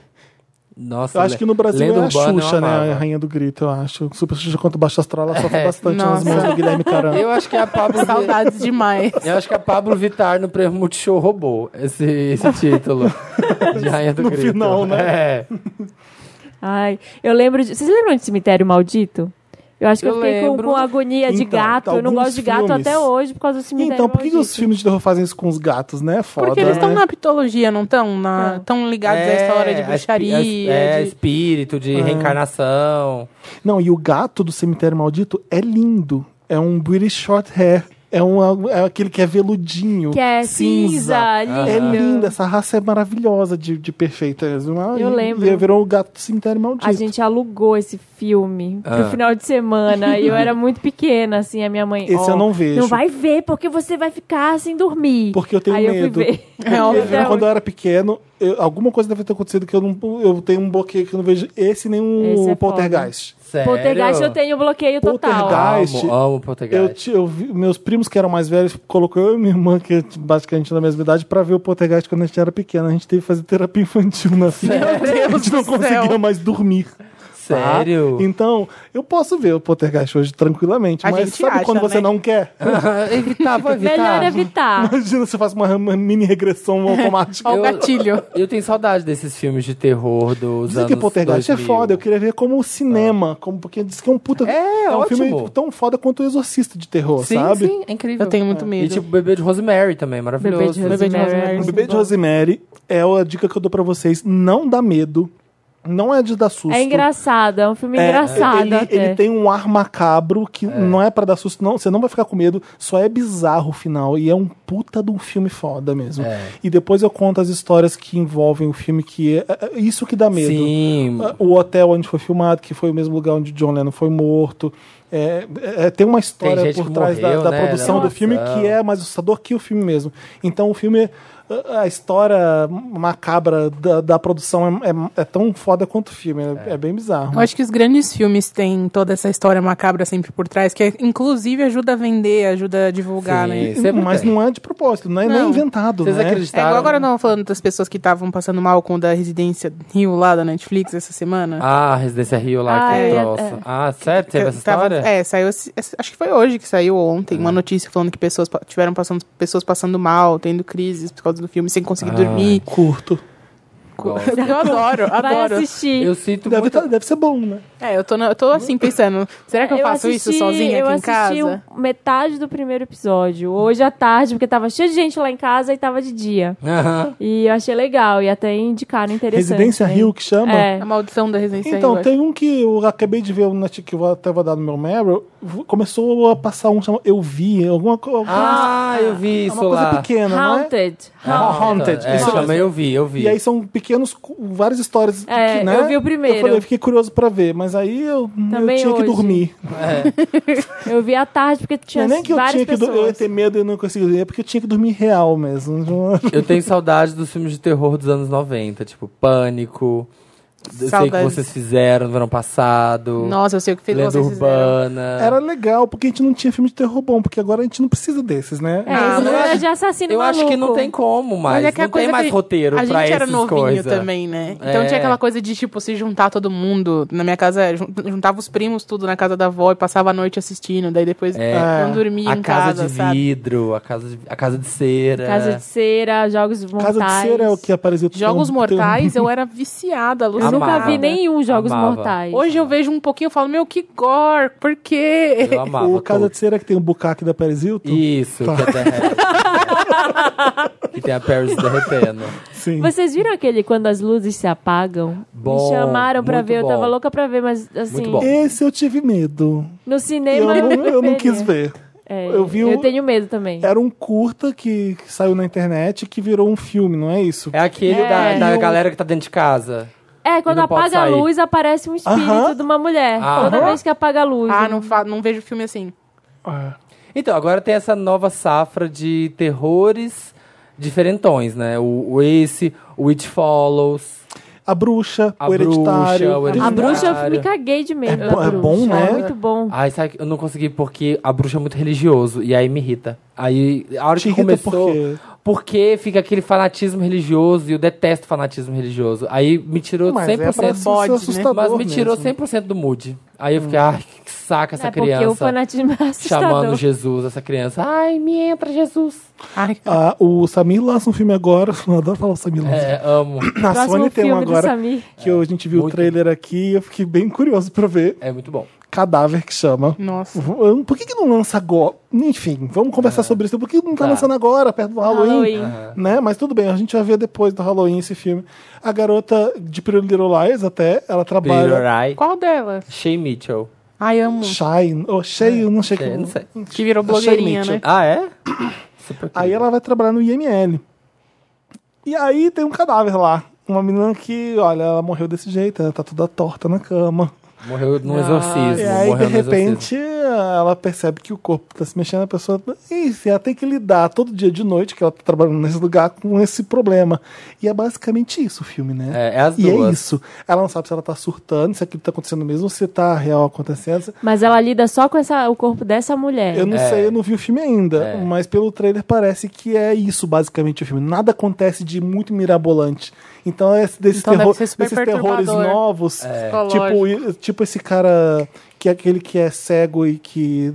[SPEAKER 2] Nossa,
[SPEAKER 1] Eu acho que no Brasil
[SPEAKER 2] Lenda
[SPEAKER 1] é a
[SPEAKER 2] Urbana eu
[SPEAKER 1] Xuxa, né?
[SPEAKER 2] amava.
[SPEAKER 1] A rainha do grito, eu acho. Super Xuxa quanto Baixa Astral, ela sofre
[SPEAKER 2] É.
[SPEAKER 1] bastante nas
[SPEAKER 4] Nossa.
[SPEAKER 1] mãos do Guilherme Caramba.
[SPEAKER 2] Eu acho que é a Pablo... Vi-
[SPEAKER 4] Saudades demais.
[SPEAKER 2] eu acho que a Pablo Vittar no Prêmio Multishow roubou esse, esse título de Rainha do
[SPEAKER 1] No
[SPEAKER 2] Grito.
[SPEAKER 1] final, né?
[SPEAKER 2] É.
[SPEAKER 3] Ai, eu lembro de... Vocês lembram de Cemitério Maldito? Eu acho que
[SPEAKER 2] Eu
[SPEAKER 3] eu, fiquei com,
[SPEAKER 2] lembro.
[SPEAKER 3] com agonia de
[SPEAKER 1] Então,
[SPEAKER 3] gato. Eu não
[SPEAKER 1] alguns
[SPEAKER 3] gosto de gato
[SPEAKER 1] filmes.
[SPEAKER 3] até hoje por causa do Cemitério
[SPEAKER 1] Então, por que, que
[SPEAKER 3] Maldito.
[SPEAKER 1] os filmes de terror fazem isso com os gatos, né? Foda,
[SPEAKER 4] Porque eles estão
[SPEAKER 1] né?
[SPEAKER 4] na pitologia, não estão?
[SPEAKER 3] Não.
[SPEAKER 4] Estão ligados a à história de
[SPEAKER 2] É, a espi-
[SPEAKER 4] bruxaria.
[SPEAKER 2] a- É,
[SPEAKER 4] de-
[SPEAKER 2] espírito, de reencarnação.
[SPEAKER 1] Não, e o gato do Cemitério Maldito é lindo. É um British Short Hair. É, um, é aquele que é veludinho.
[SPEAKER 3] Que é cinza, lindo.
[SPEAKER 1] É linda, essa raça é maravilhosa de, de perfeita. Eu
[SPEAKER 3] lembro.
[SPEAKER 1] E virou o gato do cemitério maldito.
[SPEAKER 3] A gente alugou esse filme
[SPEAKER 2] Ah.
[SPEAKER 3] pro final de semana e eu era muito pequena, assim, a minha mãe.
[SPEAKER 1] Esse
[SPEAKER 3] "Ó,
[SPEAKER 1] eu não vejo."
[SPEAKER 3] Não vai ver, porque você vai ficar sem dormir.
[SPEAKER 1] Porque eu tenho
[SPEAKER 3] Aí
[SPEAKER 1] medo.
[SPEAKER 3] eu fui ver.
[SPEAKER 4] É óbvio.
[SPEAKER 1] Porque Quando eu era pequeno, eu- alguma coisa deve ter acontecido que eu não. Eu tenho um bloqueio que eu não vejo esse nem
[SPEAKER 3] Esse é
[SPEAKER 1] o
[SPEAKER 3] foda.
[SPEAKER 1] poltergeist.
[SPEAKER 2] Sério?
[SPEAKER 4] é
[SPEAKER 3] Poltergeist eu tenho bloqueio total.
[SPEAKER 1] Poltergeist.
[SPEAKER 2] Amo, amo Poltergeist.
[SPEAKER 1] Eu, ti- eu vi- meus primos que eram mais velhos colocou eu e minha irmã, que é basicamente da mesma idade, pra ver o Poltergeist quando a gente era pequena. A gente teve que fazer terapia infantil na filha.
[SPEAKER 4] Meu
[SPEAKER 1] A gente não
[SPEAKER 4] Deus do céu.
[SPEAKER 1] conseguia mais dormir. tá?
[SPEAKER 2] Sério?
[SPEAKER 1] Então, eu posso ver o Poltergeist hoje tranquilamente,
[SPEAKER 4] A
[SPEAKER 1] mas
[SPEAKER 4] gente
[SPEAKER 1] sabe
[SPEAKER 4] acha,
[SPEAKER 1] quando você
[SPEAKER 4] né?
[SPEAKER 1] não quer?
[SPEAKER 2] evitar, vou evitar.
[SPEAKER 3] Melhor é
[SPEAKER 2] Ah.
[SPEAKER 3] evitar.
[SPEAKER 1] Imagina se faz uma uma mini regressão automática.
[SPEAKER 4] Ó,
[SPEAKER 2] Eu-
[SPEAKER 4] o gatilho.
[SPEAKER 2] Eu tenho saudade desses filmes de terror dos
[SPEAKER 1] Dizem
[SPEAKER 2] anos
[SPEAKER 1] que Poltergeist
[SPEAKER 2] 2000.
[SPEAKER 1] é foda, eu queria ver como o cinema, como, porque diz que é um puta.
[SPEAKER 2] É,
[SPEAKER 1] um
[SPEAKER 2] ótimo.
[SPEAKER 1] filme tão foda quanto o Exorcista de terror,
[SPEAKER 2] Sim,
[SPEAKER 1] sabe?
[SPEAKER 2] sim, é incrível.
[SPEAKER 4] Eu tenho muito medo.
[SPEAKER 2] E tipo, Bebê de Rosemary também, maravilhoso.
[SPEAKER 3] Bebê de
[SPEAKER 4] Bebê de
[SPEAKER 3] Rosemary.
[SPEAKER 2] é
[SPEAKER 4] Rosemary.
[SPEAKER 1] O bebê de Rosemary é a dica que eu dou pra vocês. Não dá medo. Não é de dar susto.
[SPEAKER 3] É engraçado, é um filme
[SPEAKER 1] É,
[SPEAKER 3] engraçado
[SPEAKER 1] ele,
[SPEAKER 3] até.
[SPEAKER 1] ele tem um ar macabro que não é pra dar susto, não. Você não vai ficar com medo, só é bizarro o final. E é um puta de um filme foda mesmo.
[SPEAKER 2] É.
[SPEAKER 1] E depois eu conto as histórias que envolvem o filme, que é, é- é isso que dá medo.
[SPEAKER 2] Sim.
[SPEAKER 1] Ah, O hotel onde foi filmado, que foi o mesmo lugar onde John Lennon foi morto. É, é, tem uma história
[SPEAKER 2] gente
[SPEAKER 1] por
[SPEAKER 2] que
[SPEAKER 1] trás
[SPEAKER 2] morreu,
[SPEAKER 1] da, da
[SPEAKER 2] né,
[SPEAKER 1] produção
[SPEAKER 2] da
[SPEAKER 1] do filme
[SPEAKER 2] produção.
[SPEAKER 1] que é mais assustador que o filme mesmo. Então o filme, a- a história macabra da, da produção é, é- é tão foda quanto o filme. É, é bem bizarro.
[SPEAKER 4] Eu acho que os grandes filmes têm toda essa história macabra sempre por trás, que é, inclusive ajuda a vender, ajuda a divulgar,
[SPEAKER 2] Sim.
[SPEAKER 4] né?
[SPEAKER 2] sempre
[SPEAKER 1] Mas
[SPEAKER 2] tem.
[SPEAKER 1] não é de propósito, não é nem
[SPEAKER 4] Não.
[SPEAKER 1] inventado.
[SPEAKER 2] Vocês
[SPEAKER 1] né?
[SPEAKER 4] É
[SPEAKER 2] acreditaram?
[SPEAKER 4] igual agora eu tava falando das pessoas que estavam passando mal com o da Residência Rio lá da Netflix essa semana.
[SPEAKER 2] Ah, Residência Rio lá,
[SPEAKER 3] Ah,
[SPEAKER 2] que
[SPEAKER 3] é,
[SPEAKER 2] troço.
[SPEAKER 3] é.
[SPEAKER 2] Ah, sério? Teve essa
[SPEAKER 4] Tava-
[SPEAKER 2] história? É.
[SPEAKER 4] é, saiu. esse- esse- Acho que foi hoje que saiu ontem uma notícia falando que pessoas pa- tiveram passando, pessoas passando mal, tendo crises por causa do filme, sem conseguir dormir.
[SPEAKER 1] Curto.
[SPEAKER 2] Gosto.
[SPEAKER 4] Eu adoro,
[SPEAKER 3] Vai
[SPEAKER 4] adoro.
[SPEAKER 3] assistir.
[SPEAKER 2] Eu sinto
[SPEAKER 1] Deve,
[SPEAKER 2] muito...
[SPEAKER 1] tá- deve ser bom, né?
[SPEAKER 4] É, eu tô, na- eu tô assim pensando, será que eu, faço isso
[SPEAKER 3] assisti-
[SPEAKER 4] sozinha
[SPEAKER 3] eu
[SPEAKER 4] aqui em
[SPEAKER 3] assisti
[SPEAKER 4] casa?
[SPEAKER 3] um- metade do primeiro episódio. Hoje à tarde, porque tava cheio de gente lá em casa e tava de dia.
[SPEAKER 1] tá-
[SPEAKER 2] Aham.
[SPEAKER 3] E eu achei legal, e até indicaram interessante.
[SPEAKER 1] Residência
[SPEAKER 3] né?
[SPEAKER 1] Rio que chama.
[SPEAKER 3] É.
[SPEAKER 4] A maldição da Residência Rio.
[SPEAKER 1] Então,
[SPEAKER 4] acho.
[SPEAKER 1] tem um que eu acabei de ver no Netflix, que eu até vou dar no meu Meryl. v- Começou a passar um chamado Eu Vi, alguma coisa.
[SPEAKER 2] Ah, eu vi
[SPEAKER 1] é
[SPEAKER 2] isso
[SPEAKER 1] uma coisa
[SPEAKER 2] lá.
[SPEAKER 1] pequena, né?
[SPEAKER 3] Haunted.
[SPEAKER 2] Ah,
[SPEAKER 1] Haunted,
[SPEAKER 2] É,
[SPEAKER 1] isso mesmo.
[SPEAKER 2] também eu vi, eu vi.
[SPEAKER 1] E aí são pequenos, cu- várias histórias.
[SPEAKER 3] É,
[SPEAKER 1] que, né?
[SPEAKER 3] eu vi o primeiro.
[SPEAKER 1] Eu, falei, eu fiquei curioso pra ver, mas aí eu, eu
[SPEAKER 3] Também
[SPEAKER 1] tinha que
[SPEAKER 3] hoje.
[SPEAKER 1] dormir.
[SPEAKER 3] Eu vi à tarde porque
[SPEAKER 1] Não
[SPEAKER 3] tinha
[SPEAKER 1] é nem que eu
[SPEAKER 3] várias
[SPEAKER 1] tinha que do- eu ia
[SPEAKER 3] pessoas.
[SPEAKER 1] ter medo e não conseguia dormir, é porque eu tinha que dormir real mesmo.
[SPEAKER 2] Eu tenho saudade dos filmes de terror dos anos 90, tipo Pânico. Eu sei o que
[SPEAKER 4] Saudades.
[SPEAKER 2] vocês fizeram no ano passado.
[SPEAKER 4] Nossa, eu sei o que fez
[SPEAKER 2] Lenda
[SPEAKER 4] vocês fizeram.
[SPEAKER 3] É.
[SPEAKER 2] Urbana.
[SPEAKER 1] Era legal, porque a gente não tinha filme de terror bom, porque agora a gente não precisa desses, né?
[SPEAKER 3] É,
[SPEAKER 4] Ah,
[SPEAKER 3] isso
[SPEAKER 4] mas
[SPEAKER 3] não
[SPEAKER 4] eu
[SPEAKER 3] era
[SPEAKER 2] acho-
[SPEAKER 3] de assassino
[SPEAKER 2] Eu
[SPEAKER 3] maluco.
[SPEAKER 2] acho que não tem como mais.
[SPEAKER 4] Mas é que a
[SPEAKER 2] não tem
[SPEAKER 4] coisa
[SPEAKER 2] mais
[SPEAKER 4] que
[SPEAKER 2] roteiro
[SPEAKER 4] a gente
[SPEAKER 2] pra
[SPEAKER 4] era
[SPEAKER 2] essas
[SPEAKER 4] novinho
[SPEAKER 2] coisas.
[SPEAKER 4] também, né? Então
[SPEAKER 2] É.
[SPEAKER 4] tinha aquela coisa de, tipo, se juntar todo mundo. Na minha casa, é, jun- juntava os primos tudo na casa da avó e passava a noite assistindo. Daí depois
[SPEAKER 2] É.
[SPEAKER 4] não dormia
[SPEAKER 2] A
[SPEAKER 4] em
[SPEAKER 2] casa,
[SPEAKER 4] casa,
[SPEAKER 2] de
[SPEAKER 4] sabe?
[SPEAKER 2] vidro, a casa de, a casa de cera.
[SPEAKER 3] Casa de Cera, Jogos Mortais.
[SPEAKER 1] Casa de Cera é o que apareceu. tem
[SPEAKER 4] Jogos
[SPEAKER 2] Então,
[SPEAKER 1] um- tem um-
[SPEAKER 4] Mortais, eu era viciada,
[SPEAKER 3] Eu
[SPEAKER 4] alucinada.
[SPEAKER 3] nunca
[SPEAKER 2] Amava.
[SPEAKER 3] vi nenhum Jogos
[SPEAKER 2] Amava.
[SPEAKER 3] Mortais.
[SPEAKER 4] Hoje eu vejo um pouquinho e falo, meu, que gore, por quê?
[SPEAKER 2] Eu amava.
[SPEAKER 1] O Casa
[SPEAKER 2] todos.
[SPEAKER 1] de Cera que tem o bucaque da Paris Hilton?
[SPEAKER 2] Isso, que é derrete. que tem a Paris derretendo.
[SPEAKER 1] Sim.
[SPEAKER 3] Vocês viram aquele quando as luzes se apagam?
[SPEAKER 2] Bom,
[SPEAKER 3] Me chamaram pra
[SPEAKER 2] muito
[SPEAKER 3] ver, eu
[SPEAKER 2] bom.
[SPEAKER 3] tava louca pra ver, mas assim,
[SPEAKER 2] bom.
[SPEAKER 1] Esse eu tive medo.
[SPEAKER 3] no
[SPEAKER 1] Eu
[SPEAKER 3] cinema.
[SPEAKER 1] não, eu não
[SPEAKER 3] preferia.
[SPEAKER 1] quis ver.
[SPEAKER 3] É,
[SPEAKER 1] Eu vi
[SPEAKER 3] eu
[SPEAKER 1] o-
[SPEAKER 3] tenho medo também.
[SPEAKER 1] Era um curta que, que saiu na internet que virou um filme, não é isso?
[SPEAKER 2] É aquele
[SPEAKER 3] É.
[SPEAKER 2] da, da
[SPEAKER 1] E o-
[SPEAKER 2] galera que tá dentro de casa.
[SPEAKER 3] É, quando
[SPEAKER 2] não pode
[SPEAKER 3] apaga a
[SPEAKER 2] sair.
[SPEAKER 3] luz, aparece um espírito
[SPEAKER 1] Aham.
[SPEAKER 3] de uma mulher.
[SPEAKER 2] Aham.
[SPEAKER 3] Toda vez que apaga a luz.
[SPEAKER 4] Ah,
[SPEAKER 3] Eu-
[SPEAKER 4] não, fa- não vejo filme assim.
[SPEAKER 1] Ah,
[SPEAKER 2] Então, agora tem essa nova safra de terrores diferentões, né? O, o Ace, o It Follows.
[SPEAKER 1] A Bruxa,
[SPEAKER 2] A
[SPEAKER 1] o Hereditário.
[SPEAKER 2] Bruxa, o
[SPEAKER 1] tem-
[SPEAKER 3] A
[SPEAKER 2] Hereditário.
[SPEAKER 3] bruxa, eu me caguei de medo.
[SPEAKER 1] É
[SPEAKER 3] da
[SPEAKER 1] bom- é
[SPEAKER 3] bruxa.
[SPEAKER 1] bom, né?
[SPEAKER 3] É muito bom.
[SPEAKER 2] Ai, sabe, que eu não consegui porque a bruxa é muito religioso e aí me irrita. Aí, a hora
[SPEAKER 1] Te
[SPEAKER 2] que
[SPEAKER 1] irrita por
[SPEAKER 2] começou,
[SPEAKER 1] quê?
[SPEAKER 2] porque fica aquele fanatismo religioso e eu detesto fanatismo religioso. Aí me tirou
[SPEAKER 1] Mas é
[SPEAKER 2] 100%,
[SPEAKER 1] pra ser
[SPEAKER 2] bode, né?
[SPEAKER 1] assustador
[SPEAKER 2] mas me tirou
[SPEAKER 1] mesmo. Hum.
[SPEAKER 2] 100% do mood. Aí eu fiquei, ai, que saca essa
[SPEAKER 3] é porque o
[SPEAKER 2] criança
[SPEAKER 3] fanatismo é assustador.
[SPEAKER 2] chamando Jesus, essa criança. Ai, me entra Jesus.
[SPEAKER 4] Ai,
[SPEAKER 1] Ah, o Samir lança um filme agora. Eu adoro falar o Samir lança.
[SPEAKER 2] É, amo.
[SPEAKER 1] A
[SPEAKER 3] Próximo
[SPEAKER 1] Sony tem um
[SPEAKER 3] filme do
[SPEAKER 1] agora
[SPEAKER 3] Samir.
[SPEAKER 1] que a gente viu o
[SPEAKER 2] muito.
[SPEAKER 1] trailer aqui e eu fiquei bem curioso pra ver.
[SPEAKER 2] É muito bom.
[SPEAKER 1] Cadáver que chama.
[SPEAKER 4] nossa.
[SPEAKER 1] V- Por que, que não lança agora? Enfim, vamos conversar sobre isso. Por que não tá,
[SPEAKER 2] É. Tá.
[SPEAKER 1] lançando agora, perto do Halloween?
[SPEAKER 3] Halloween.
[SPEAKER 1] Né? Mas tudo bem, a gente vai ver depois do Halloween esse filme. A garota de Pretty Little Lies até, ela trabalha...
[SPEAKER 2] Pirorai.
[SPEAKER 4] Qual delas?
[SPEAKER 2] Shea Mitchell.
[SPEAKER 4] Ai, amo.
[SPEAKER 1] Shine, ou Shea, eu não sei
[SPEAKER 2] Shea,
[SPEAKER 1] como...
[SPEAKER 2] não sei.
[SPEAKER 4] Que virou blogueirinha, né?
[SPEAKER 2] Ah, é? Super
[SPEAKER 1] Aí
[SPEAKER 2] querida.
[SPEAKER 1] ela vai trabalhar no IML. E aí tem um cadáver lá. Uma menina que, olha, ela morreu desse jeito, ela tá toda torta na cama.
[SPEAKER 2] Morreu num exorcismo.
[SPEAKER 1] E aí, de
[SPEAKER 2] morreu no exorcismo.
[SPEAKER 1] repente, ela percebe que o corpo tá se mexendo, a pessoa. Enfim, ela tem que lidar todo dia de noite, que ela tá trabalhando nesse lugar, com esse problema. E é basicamente isso o filme, né?
[SPEAKER 2] É, é as
[SPEAKER 1] e é
[SPEAKER 2] duas.
[SPEAKER 1] isso. Ela não sabe se ela tá surtando, se aquilo tá acontecendo mesmo, se tá real acontecendo.
[SPEAKER 3] Mas ela lida só com essa, o corpo dessa mulher.
[SPEAKER 1] Eu não
[SPEAKER 4] É.
[SPEAKER 1] sei, eu não vi o filme ainda, mas pelo trailer parece que é isso basicamente o filme. Nada acontece de muito mirabolante. Então, é esse- desses,
[SPEAKER 4] Então deve
[SPEAKER 1] terror-
[SPEAKER 4] ser super
[SPEAKER 1] desses terrores
[SPEAKER 4] perturbador. É.
[SPEAKER 1] novos,
[SPEAKER 2] É.
[SPEAKER 1] tipo,
[SPEAKER 4] Psicológico.
[SPEAKER 1] i- tipo esse cara que é aquele que é cego e que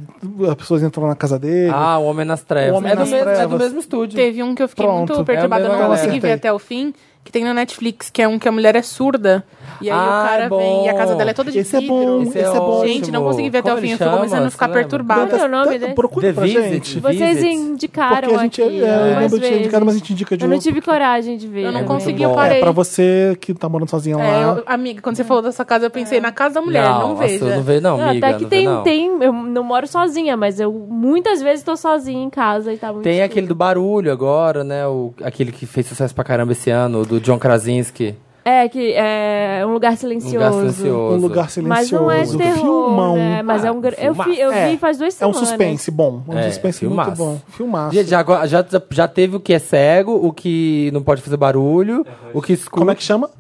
[SPEAKER 1] as pessoas entram na casa dele.
[SPEAKER 2] Ah, o Homem nas Trevas.
[SPEAKER 1] é. O Homem
[SPEAKER 2] é, do
[SPEAKER 1] nas
[SPEAKER 2] mesmo, é do
[SPEAKER 1] Trevas.
[SPEAKER 2] mesmo estúdio.
[SPEAKER 4] Teve um que eu fiquei
[SPEAKER 1] Pronto.
[SPEAKER 4] muito perturbada,
[SPEAKER 2] É a
[SPEAKER 4] eu não
[SPEAKER 2] mesma
[SPEAKER 4] consegui
[SPEAKER 1] galera.
[SPEAKER 4] ver até o fim, que tem na Netflix, que é um que a mulher é surda. E aí
[SPEAKER 2] Ah,
[SPEAKER 4] o cara
[SPEAKER 2] é bom.
[SPEAKER 4] vem e a casa dela é toda de
[SPEAKER 1] Esse é
[SPEAKER 4] vidro.
[SPEAKER 1] bom, esse é bom.
[SPEAKER 4] Gente, não
[SPEAKER 2] ótimo.
[SPEAKER 4] consegui ver até
[SPEAKER 2] Como
[SPEAKER 4] o fim,
[SPEAKER 2] ele
[SPEAKER 4] eu tô começando
[SPEAKER 2] chama?
[SPEAKER 4] a ficar
[SPEAKER 2] Você lembra?
[SPEAKER 4] perturbada.
[SPEAKER 3] Qual é o nome dele?
[SPEAKER 1] Tá, Procura
[SPEAKER 2] The
[SPEAKER 1] pra
[SPEAKER 2] Visit.
[SPEAKER 1] gente.
[SPEAKER 3] Vocês
[SPEAKER 2] Visit.
[SPEAKER 3] indicaram
[SPEAKER 1] Porque a gente,
[SPEAKER 3] aqui.
[SPEAKER 1] é, eu
[SPEAKER 3] algumas
[SPEAKER 1] lembro de ter
[SPEAKER 3] vezes.
[SPEAKER 1] indicado, mas a gente indica de
[SPEAKER 3] Eu não
[SPEAKER 1] outro.
[SPEAKER 3] tive coragem de ver.
[SPEAKER 4] Eu não
[SPEAKER 3] É
[SPEAKER 4] consegui,
[SPEAKER 1] Bom,
[SPEAKER 4] eu parei.
[SPEAKER 1] É pra você que tá morando sozinha lá.
[SPEAKER 4] É, eu- amiga, quando você falou dessa casa, eu pensei na casa da mulher, não, um
[SPEAKER 2] nossa,
[SPEAKER 4] veja.
[SPEAKER 2] não vejo, não,
[SPEAKER 3] Não,
[SPEAKER 2] amiga.
[SPEAKER 3] até que
[SPEAKER 2] não vê,
[SPEAKER 3] tem,
[SPEAKER 2] não.
[SPEAKER 3] tem. Eu não moro sozinha, mas eu muitas vezes tô sozinha em casa e tá muito.
[SPEAKER 2] Tem
[SPEAKER 3] escuro.
[SPEAKER 2] aquele do barulho agora, né? O, aquele que fez sucesso pra caramba esse ano, do John Krasinski.
[SPEAKER 3] É, que é um lugar
[SPEAKER 2] Um
[SPEAKER 3] silencioso.
[SPEAKER 2] lugar silencioso.
[SPEAKER 1] Um lugar
[SPEAKER 3] Mas
[SPEAKER 1] silencioso.
[SPEAKER 3] não é de terror.
[SPEAKER 1] Filmão.
[SPEAKER 3] Né? Mas é né? um. gr- Eu, fi- eu
[SPEAKER 1] É.
[SPEAKER 3] vi faz duas
[SPEAKER 1] É um
[SPEAKER 3] semanas.
[SPEAKER 1] suspense bom. É um
[SPEAKER 2] É,
[SPEAKER 1] suspense muito
[SPEAKER 2] filmaço.
[SPEAKER 1] bom. Filmaço.
[SPEAKER 2] Gente, já, agora- já, já teve o que é cego, o que não pode fazer barulho, o que escuta.
[SPEAKER 1] Como é que chama?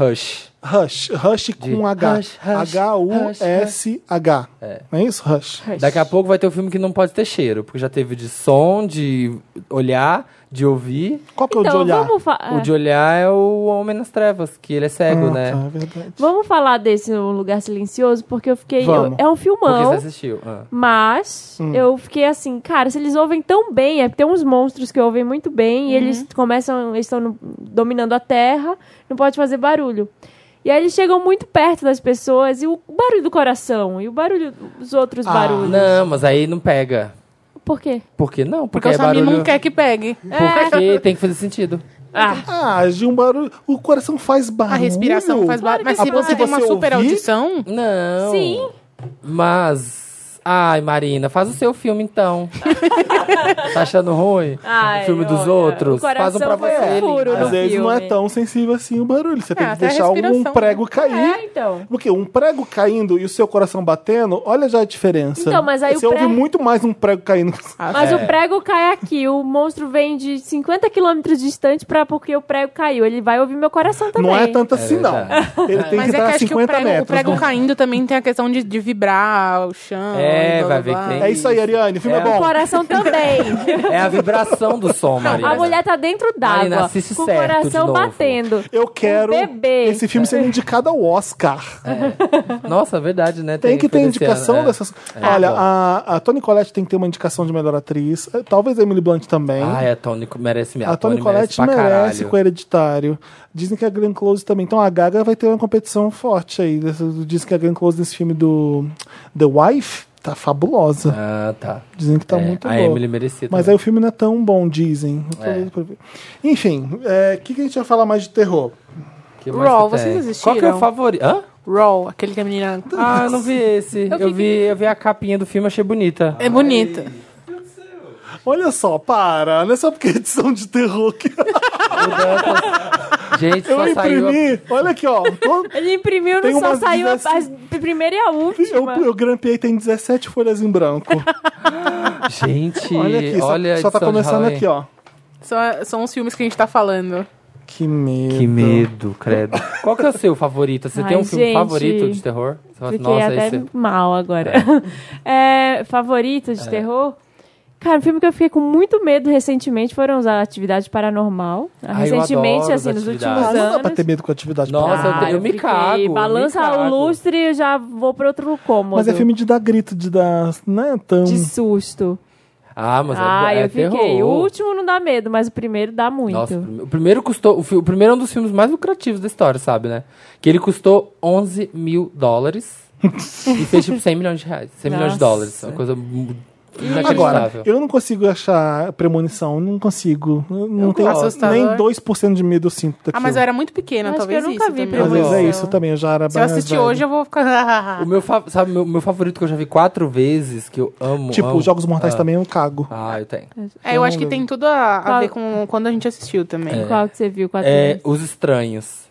[SPEAKER 2] Hush.
[SPEAKER 1] Rush. Rush com
[SPEAKER 2] De-
[SPEAKER 1] H.
[SPEAKER 2] Rush, Rush,
[SPEAKER 1] H-U-S-H. Não é isso? Rush.
[SPEAKER 2] Daqui a pouco vai ter o filme que não pode ter cheiro, porque já teve de som, de olhar, de ouvir.
[SPEAKER 1] Qual que é o de
[SPEAKER 3] Então,
[SPEAKER 1] olhar?
[SPEAKER 3] vamos, fa- é.
[SPEAKER 2] O de olhar é o Homem nas Trevas, que ele é cego,
[SPEAKER 1] Ah,
[SPEAKER 2] né?
[SPEAKER 1] tá, é verdade.
[SPEAKER 3] vamos falar desse Um Lugar Silencioso, porque eu fiquei.
[SPEAKER 1] Vamos.
[SPEAKER 3] É um
[SPEAKER 2] Porque você
[SPEAKER 3] filmão.
[SPEAKER 2] assistiu. Ah.
[SPEAKER 3] Mas eu fiquei assim, cara, se eles ouvem tão bem, é porque tem uns monstros que ouvem muito bem e eles começam, eles estão no- dominando a terra, não pode fazer barulho. E aí eles chegam muito perto das pessoas e o barulho do coração e o barulho os outros
[SPEAKER 1] Ah.
[SPEAKER 3] barulhos.
[SPEAKER 2] Não, mas aí não pega.
[SPEAKER 3] Por quê?
[SPEAKER 2] Por que não?
[SPEAKER 4] Porque
[SPEAKER 2] é
[SPEAKER 4] o Samir
[SPEAKER 2] barulho...
[SPEAKER 4] não quer que pegue. É,
[SPEAKER 3] É.
[SPEAKER 2] Porque tem que fazer sentido.
[SPEAKER 1] Ah, de um barulho. O coração faz barulho.
[SPEAKER 4] A respiração faz barulho. Mas
[SPEAKER 1] que
[SPEAKER 4] se
[SPEAKER 1] faz.
[SPEAKER 4] você tem uma
[SPEAKER 1] Você
[SPEAKER 4] super
[SPEAKER 1] ouvir?
[SPEAKER 4] audição,
[SPEAKER 2] Não.
[SPEAKER 3] Sim.
[SPEAKER 2] Mas. Ai, Marina, faz o seu filme então. tá achando ruim?
[SPEAKER 3] Ai,
[SPEAKER 2] o filme dos
[SPEAKER 3] olha, o
[SPEAKER 2] outros?
[SPEAKER 3] coração
[SPEAKER 2] Faz um pra
[SPEAKER 3] foi um
[SPEAKER 2] você.
[SPEAKER 3] furo
[SPEAKER 2] linda.
[SPEAKER 3] no
[SPEAKER 1] Às vezes não é
[SPEAKER 3] filme.
[SPEAKER 1] tão sensível assim o barulho. Você tem que
[SPEAKER 4] até Ah, é a
[SPEAKER 1] deixar um
[SPEAKER 4] respiração. né?
[SPEAKER 1] prego
[SPEAKER 3] É,
[SPEAKER 1] cair.
[SPEAKER 3] então.
[SPEAKER 1] Porque um prego caindo e o seu coração batendo, olha já a diferença.
[SPEAKER 3] Então, mas aí o
[SPEAKER 1] Você ouve
[SPEAKER 3] prego-
[SPEAKER 1] muito mais um prego caindo.
[SPEAKER 3] Mas o prego cai aqui, o monstro vem de 50 quilômetros distante para porque o prego caiu. Ele vai ouvir meu coração também.
[SPEAKER 1] Não é tanto assim, não.
[SPEAKER 2] verdade.
[SPEAKER 1] Ele tem
[SPEAKER 4] mas
[SPEAKER 1] que
[SPEAKER 4] é que
[SPEAKER 1] estar a
[SPEAKER 4] acho que o
[SPEAKER 1] 50
[SPEAKER 4] prego, o
[SPEAKER 1] metros.
[SPEAKER 4] prego
[SPEAKER 1] né?
[SPEAKER 4] caindo também tem a questão de, de vibrar o
[SPEAKER 2] É,
[SPEAKER 4] chão. e
[SPEAKER 2] vai
[SPEAKER 4] blá, blá,
[SPEAKER 2] ver que
[SPEAKER 4] blá.
[SPEAKER 2] tem.
[SPEAKER 1] É isso aí, Ariane. O filme é,
[SPEAKER 2] É.
[SPEAKER 3] O
[SPEAKER 1] bom.
[SPEAKER 3] coração também.
[SPEAKER 2] É a vibração do som, Marina.
[SPEAKER 3] A mulher tá dentro
[SPEAKER 2] Marina,
[SPEAKER 3] d'água,
[SPEAKER 2] assiste
[SPEAKER 3] com o
[SPEAKER 2] certo de
[SPEAKER 3] coração
[SPEAKER 2] novo.
[SPEAKER 3] batendo.
[SPEAKER 4] um
[SPEAKER 1] Eu quero
[SPEAKER 3] bebê.
[SPEAKER 1] esse filme
[SPEAKER 4] É.
[SPEAKER 1] sendo indicado ao Oscar.
[SPEAKER 2] Nossa, é verdade, né?
[SPEAKER 1] Tem que
[SPEAKER 2] foi
[SPEAKER 1] ter
[SPEAKER 2] desse
[SPEAKER 1] indicação
[SPEAKER 2] ano, é.
[SPEAKER 1] dessas.
[SPEAKER 2] É,
[SPEAKER 1] Olha,
[SPEAKER 2] bom.
[SPEAKER 1] a, a Toni Collette tem que ter uma indicação de melhor atriz. Eh, Talvez a Emily Blunt também.
[SPEAKER 2] Ai, Ah, é, a Tony merece mesmo.
[SPEAKER 1] a Toni
[SPEAKER 2] Toni
[SPEAKER 1] Collette
[SPEAKER 2] merece pra
[SPEAKER 1] merece,
[SPEAKER 2] caralho.
[SPEAKER 1] com Hereditário. Dizem que a Glenn Close também. Então a Gaga vai ter uma competição forte aí. Dessa- Dizem que a Glenn Close nesse filme do The Wife tá fabulosa.
[SPEAKER 2] Ah, tá.
[SPEAKER 1] Dizem que tá
[SPEAKER 2] É,
[SPEAKER 1] muito
[SPEAKER 2] a
[SPEAKER 1] boa.
[SPEAKER 2] Emily merecia
[SPEAKER 1] Mas
[SPEAKER 2] também.
[SPEAKER 1] aí o filme não é tão bom, dizem. Eu tô
[SPEAKER 2] É.
[SPEAKER 1] doido pra ver. Enfim, o que, que a gente vai falar mais de terror?
[SPEAKER 2] Que mais que
[SPEAKER 4] Raw, vocês
[SPEAKER 2] tem?
[SPEAKER 4] assistiram?
[SPEAKER 2] Qual que é o favorito? Hã?
[SPEAKER 4] Raw, aquele que a menina...
[SPEAKER 2] Ah, eu não vi esse. Eu, vi, eu vi a capinha do filme, achei bonita.
[SPEAKER 4] É bonita.
[SPEAKER 1] Olha só, para. Não é só porque é edição de terror que
[SPEAKER 2] Gente,
[SPEAKER 1] eu
[SPEAKER 2] só saiu. a-
[SPEAKER 1] imprimi. Olha aqui, ó. Tô-
[SPEAKER 3] Ele imprimiu,
[SPEAKER 1] Tem
[SPEAKER 3] não só
[SPEAKER 1] umas assim.
[SPEAKER 3] saiu a,
[SPEAKER 1] 16
[SPEAKER 3] a primeira e a
[SPEAKER 1] Eu,
[SPEAKER 3] última.
[SPEAKER 1] eu grampeei, tem 17 folhas em branco.
[SPEAKER 2] Gente,
[SPEAKER 1] Olha aqui, só-
[SPEAKER 2] olha a
[SPEAKER 1] só, tá
[SPEAKER 2] edição de
[SPEAKER 1] começando
[SPEAKER 2] Halloween.
[SPEAKER 1] aqui, ó.
[SPEAKER 4] Só- são os filmes que a gente tá falando.
[SPEAKER 1] Que medo.
[SPEAKER 2] Que medo, credo. Qual que é o seu favorito? Você tem
[SPEAKER 3] Ai,
[SPEAKER 2] um filme
[SPEAKER 3] gente.
[SPEAKER 2] favorito de terror? Você fala, assim,
[SPEAKER 3] Fiquei
[SPEAKER 2] nossa,
[SPEAKER 3] até
[SPEAKER 2] esse. é
[SPEAKER 3] mal agora. É, favorito de terror? Cara, um filme que eu fiquei com muito medo recentemente foram os Atividade Paranormal.
[SPEAKER 2] Ai, eu
[SPEAKER 3] recentemente,
[SPEAKER 2] adoro
[SPEAKER 3] assim,
[SPEAKER 2] Os
[SPEAKER 3] nos últimos
[SPEAKER 2] Atividades.
[SPEAKER 1] Ah,
[SPEAKER 3] anos. Ah,
[SPEAKER 1] não dá pra ter medo com atividade
[SPEAKER 2] Nossa,
[SPEAKER 1] paranormal.
[SPEAKER 2] eu te- eu me
[SPEAKER 3] fiquei-
[SPEAKER 2] cago, eu
[SPEAKER 3] Balança
[SPEAKER 2] me cago.
[SPEAKER 3] o lustre e eu já vou pra outro cômodo.
[SPEAKER 1] Mas é filme de dar grito, de dar. Não é tão.
[SPEAKER 3] de susto.
[SPEAKER 2] Ah, mas é
[SPEAKER 3] ah,
[SPEAKER 2] bo- é,
[SPEAKER 3] eu fiquei.
[SPEAKER 2] terror.
[SPEAKER 3] O último não dá medo, mas o primeiro dá muito.
[SPEAKER 2] Nossa, o prime- o primeiro custou. O, fi- o primeiro é um dos filmes mais lucrativos da história, sabe, né? Que ele custou 11 mil dólares e fez tipo 100 milhões de reais. 100 milhões de
[SPEAKER 3] Nossa.
[SPEAKER 2] dólares. É Uma coisa mu-
[SPEAKER 1] Agora,
[SPEAKER 2] inacreditável.
[SPEAKER 1] eu não consigo achar premonição, não consigo. Eu Não tenho
[SPEAKER 4] gosto.
[SPEAKER 1] nem
[SPEAKER 4] Assustador.
[SPEAKER 1] 2% de medo eu sinto daquilo.
[SPEAKER 4] Ah, mas eu era muito pequena,
[SPEAKER 3] Acho que
[SPEAKER 4] talvez
[SPEAKER 3] eu nunca
[SPEAKER 4] isso
[SPEAKER 3] vi
[SPEAKER 4] também.
[SPEAKER 1] Às vezes é
[SPEAKER 2] Eu-
[SPEAKER 1] isso também, eu já era
[SPEAKER 4] Se eu assistir hoje, eu vou ficar...
[SPEAKER 2] O meu, fa- sabe, meu, meu favorito que eu já vi quatro vezes, que eu amo.
[SPEAKER 1] Tipo,
[SPEAKER 2] amo.
[SPEAKER 1] Jogos Mortais também eu cago.
[SPEAKER 2] Ah, eu tenho.
[SPEAKER 4] É, eu acho que tem tudo a, a
[SPEAKER 3] Qual-
[SPEAKER 4] ver com quando a gente assistiu também.
[SPEAKER 3] Qual que você viu? Quatro
[SPEAKER 2] É,
[SPEAKER 3] vezes?
[SPEAKER 2] Os Estranhos.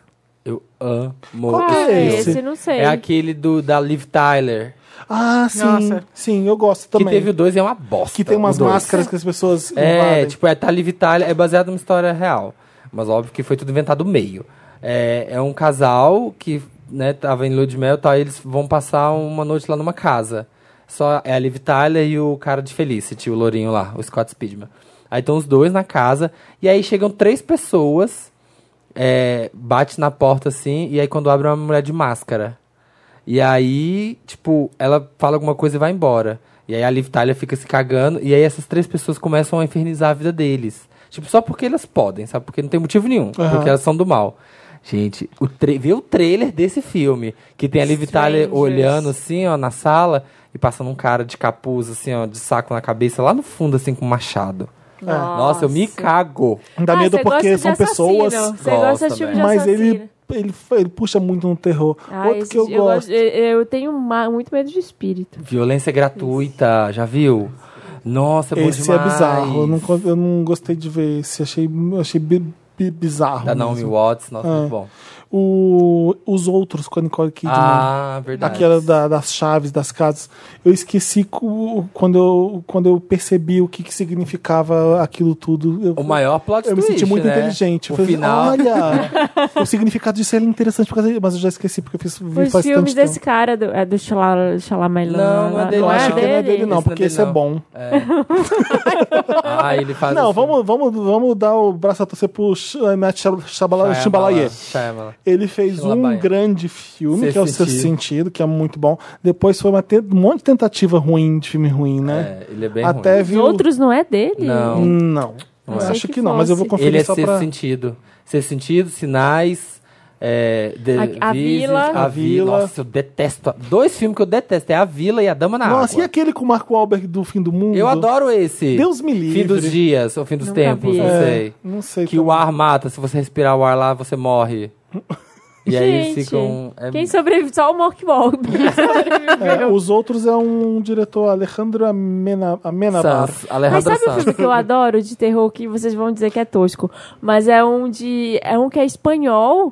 [SPEAKER 2] Eu amo.
[SPEAKER 1] Qual
[SPEAKER 3] Ah,
[SPEAKER 1] que é esse?
[SPEAKER 3] Não sei.
[SPEAKER 2] É aquele do, da Liv Tyler.
[SPEAKER 1] Ah, sim.
[SPEAKER 4] Nossa.
[SPEAKER 1] Sim, eu gosto também.
[SPEAKER 2] Que teve o 2 é uma bosta.
[SPEAKER 1] Que tem umas
[SPEAKER 2] o dois.
[SPEAKER 1] máscaras que as pessoas
[SPEAKER 2] É,
[SPEAKER 1] invadem.
[SPEAKER 2] tipo, é tá Liv Tyler, é baseado numa história real. Mas óbvio que foi tudo inventado no meio. É, é um casal que, né, tava em lua de mel e tal, e eles vão passar uma noite lá numa casa. Só é a Liv Tyler e o cara de Felicity, o lourinho lá, o Scott Speedman. Aí estão os dois na casa, e aí chegam três pessoas, é, bate na porta assim, e aí quando abre é uma mulher de máscara. E aí, tipo, ela fala alguma coisa e vai embora. E aí a Liv Tyler fica se cagando. E aí essas três pessoas começam a infernizar a vida deles. Tipo, só porque elas podem, sabe? Porque não tem motivo nenhum.
[SPEAKER 1] Aham.
[SPEAKER 2] Porque elas são do mal. Gente, o tra- vê o trailer desse filme. Que tem a Liv Tyler
[SPEAKER 4] Strangers.
[SPEAKER 2] olhando assim, ó, na sala. E passando um cara de capuz, assim, ó, de saco na cabeça. Lá no fundo, assim, com um machado. Nossa, eu me cago.
[SPEAKER 3] Ah,
[SPEAKER 1] Dá medo
[SPEAKER 3] você gosta
[SPEAKER 1] porque
[SPEAKER 3] de
[SPEAKER 1] são
[SPEAKER 3] assassino.
[SPEAKER 1] pessoas.
[SPEAKER 3] Você
[SPEAKER 2] Gosto
[SPEAKER 3] gosta de tipo de
[SPEAKER 2] também.
[SPEAKER 1] Mas
[SPEAKER 3] assassino.
[SPEAKER 1] ele, ele, ele puxa muito no terror.
[SPEAKER 3] Ah,
[SPEAKER 1] Outro
[SPEAKER 3] esse-
[SPEAKER 1] que eu, gosto.
[SPEAKER 3] Eu, eu tenho ma- muito medo de espírito.
[SPEAKER 2] Violência é gratuita, já viu? Nossa, é bom
[SPEAKER 1] Esse é
[SPEAKER 2] demais.
[SPEAKER 1] bizarro. Eu não, con- eu não gostei de ver esse. Achei, achei bi- bi- bizarro.
[SPEAKER 2] Da Naomi
[SPEAKER 1] mesmo.
[SPEAKER 2] Watts, nossa,
[SPEAKER 1] Ah.
[SPEAKER 2] muito bom.
[SPEAKER 1] O- os outros com a Nicole Kidman.
[SPEAKER 2] Ah, verdade.
[SPEAKER 1] Aquela da- das chaves, das casas. Eu esqueci co- quando eu, quando eu percebi o que, que significava aquilo tudo. Eu,
[SPEAKER 2] O maior plot
[SPEAKER 1] eu me
[SPEAKER 2] twist,
[SPEAKER 1] senti muito
[SPEAKER 2] né?
[SPEAKER 1] inteligente. Eu
[SPEAKER 2] O
[SPEAKER 1] falei,
[SPEAKER 2] final...
[SPEAKER 1] olha, o significado disso é interessante, por causa de- mas eu já esqueci, porque eu fiz vi
[SPEAKER 3] Os
[SPEAKER 1] faz
[SPEAKER 3] filmes
[SPEAKER 1] tanto
[SPEAKER 3] desse
[SPEAKER 1] tempo.
[SPEAKER 3] cara do, é do Shala- Shyamalan.
[SPEAKER 2] Não, não é dele,
[SPEAKER 1] Eu
[SPEAKER 2] não.
[SPEAKER 1] acho que não é dele, não,
[SPEAKER 2] Esse não é
[SPEAKER 1] porque
[SPEAKER 2] dele,
[SPEAKER 1] esse é
[SPEAKER 2] não.
[SPEAKER 1] bom.
[SPEAKER 2] É. ah, ele faz
[SPEAKER 1] Não,
[SPEAKER 2] assim.
[SPEAKER 1] vamos, vamos, vamos dar o braço a torcer pro eh, Chambalaye.
[SPEAKER 2] Shyamalan.
[SPEAKER 1] Ele fez
[SPEAKER 2] Shyamalan.
[SPEAKER 1] um grande filme,
[SPEAKER 2] Sexto
[SPEAKER 1] que é o Sexto
[SPEAKER 2] Sentido.
[SPEAKER 1] Sentido, que é muito bom. Depois foi uma te- um monte de tentativa ruim, de filme ruim, né?
[SPEAKER 2] É, ele é bem
[SPEAKER 1] Até
[SPEAKER 2] ruim.
[SPEAKER 3] Os
[SPEAKER 1] viu.
[SPEAKER 3] outros não é dele?
[SPEAKER 2] Não.
[SPEAKER 1] Não.
[SPEAKER 2] Não
[SPEAKER 1] Eu
[SPEAKER 2] é.
[SPEAKER 1] Acho
[SPEAKER 3] Achei
[SPEAKER 1] que
[SPEAKER 3] que
[SPEAKER 1] não, mas eu vou
[SPEAKER 3] fosse.
[SPEAKER 1] conferir
[SPEAKER 2] Ele é
[SPEAKER 1] só
[SPEAKER 2] Sexto
[SPEAKER 1] pra.
[SPEAKER 2] Sentido. Sexto Sentido, Sinais... É, The
[SPEAKER 3] A- A
[SPEAKER 2] Visit,
[SPEAKER 3] Vila.
[SPEAKER 2] A Vila. Nossa, eu detesto. Dois filmes que eu detesto. É A Vila e A Dama na
[SPEAKER 1] Nossa, e
[SPEAKER 2] Água.
[SPEAKER 1] aquele com o Marco Alberg do Fim do Mundo?
[SPEAKER 2] Eu adoro esse.
[SPEAKER 1] Deus me livre.
[SPEAKER 2] Fim dos dias, ou fim dos
[SPEAKER 3] Nunca
[SPEAKER 2] tempos,
[SPEAKER 3] vi.
[SPEAKER 2] não
[SPEAKER 1] É,
[SPEAKER 2] sei.
[SPEAKER 1] Não sei.
[SPEAKER 2] Que
[SPEAKER 1] também.
[SPEAKER 2] o ar mata, se você respirar o ar lá, você morre. E aí eles ficam. é-
[SPEAKER 3] Quem sobrevive? Só o Mark Wahlberg.
[SPEAKER 1] É, os outros é um diretor, Alejandro Amena, Amenabar.
[SPEAKER 2] Sanz,
[SPEAKER 3] Mas
[SPEAKER 2] Alejandro
[SPEAKER 3] sabe o filme
[SPEAKER 2] Sanz.
[SPEAKER 3] que eu adoro de terror que vocês vão dizer que é tosco? Mas é um de. É um que é espanhol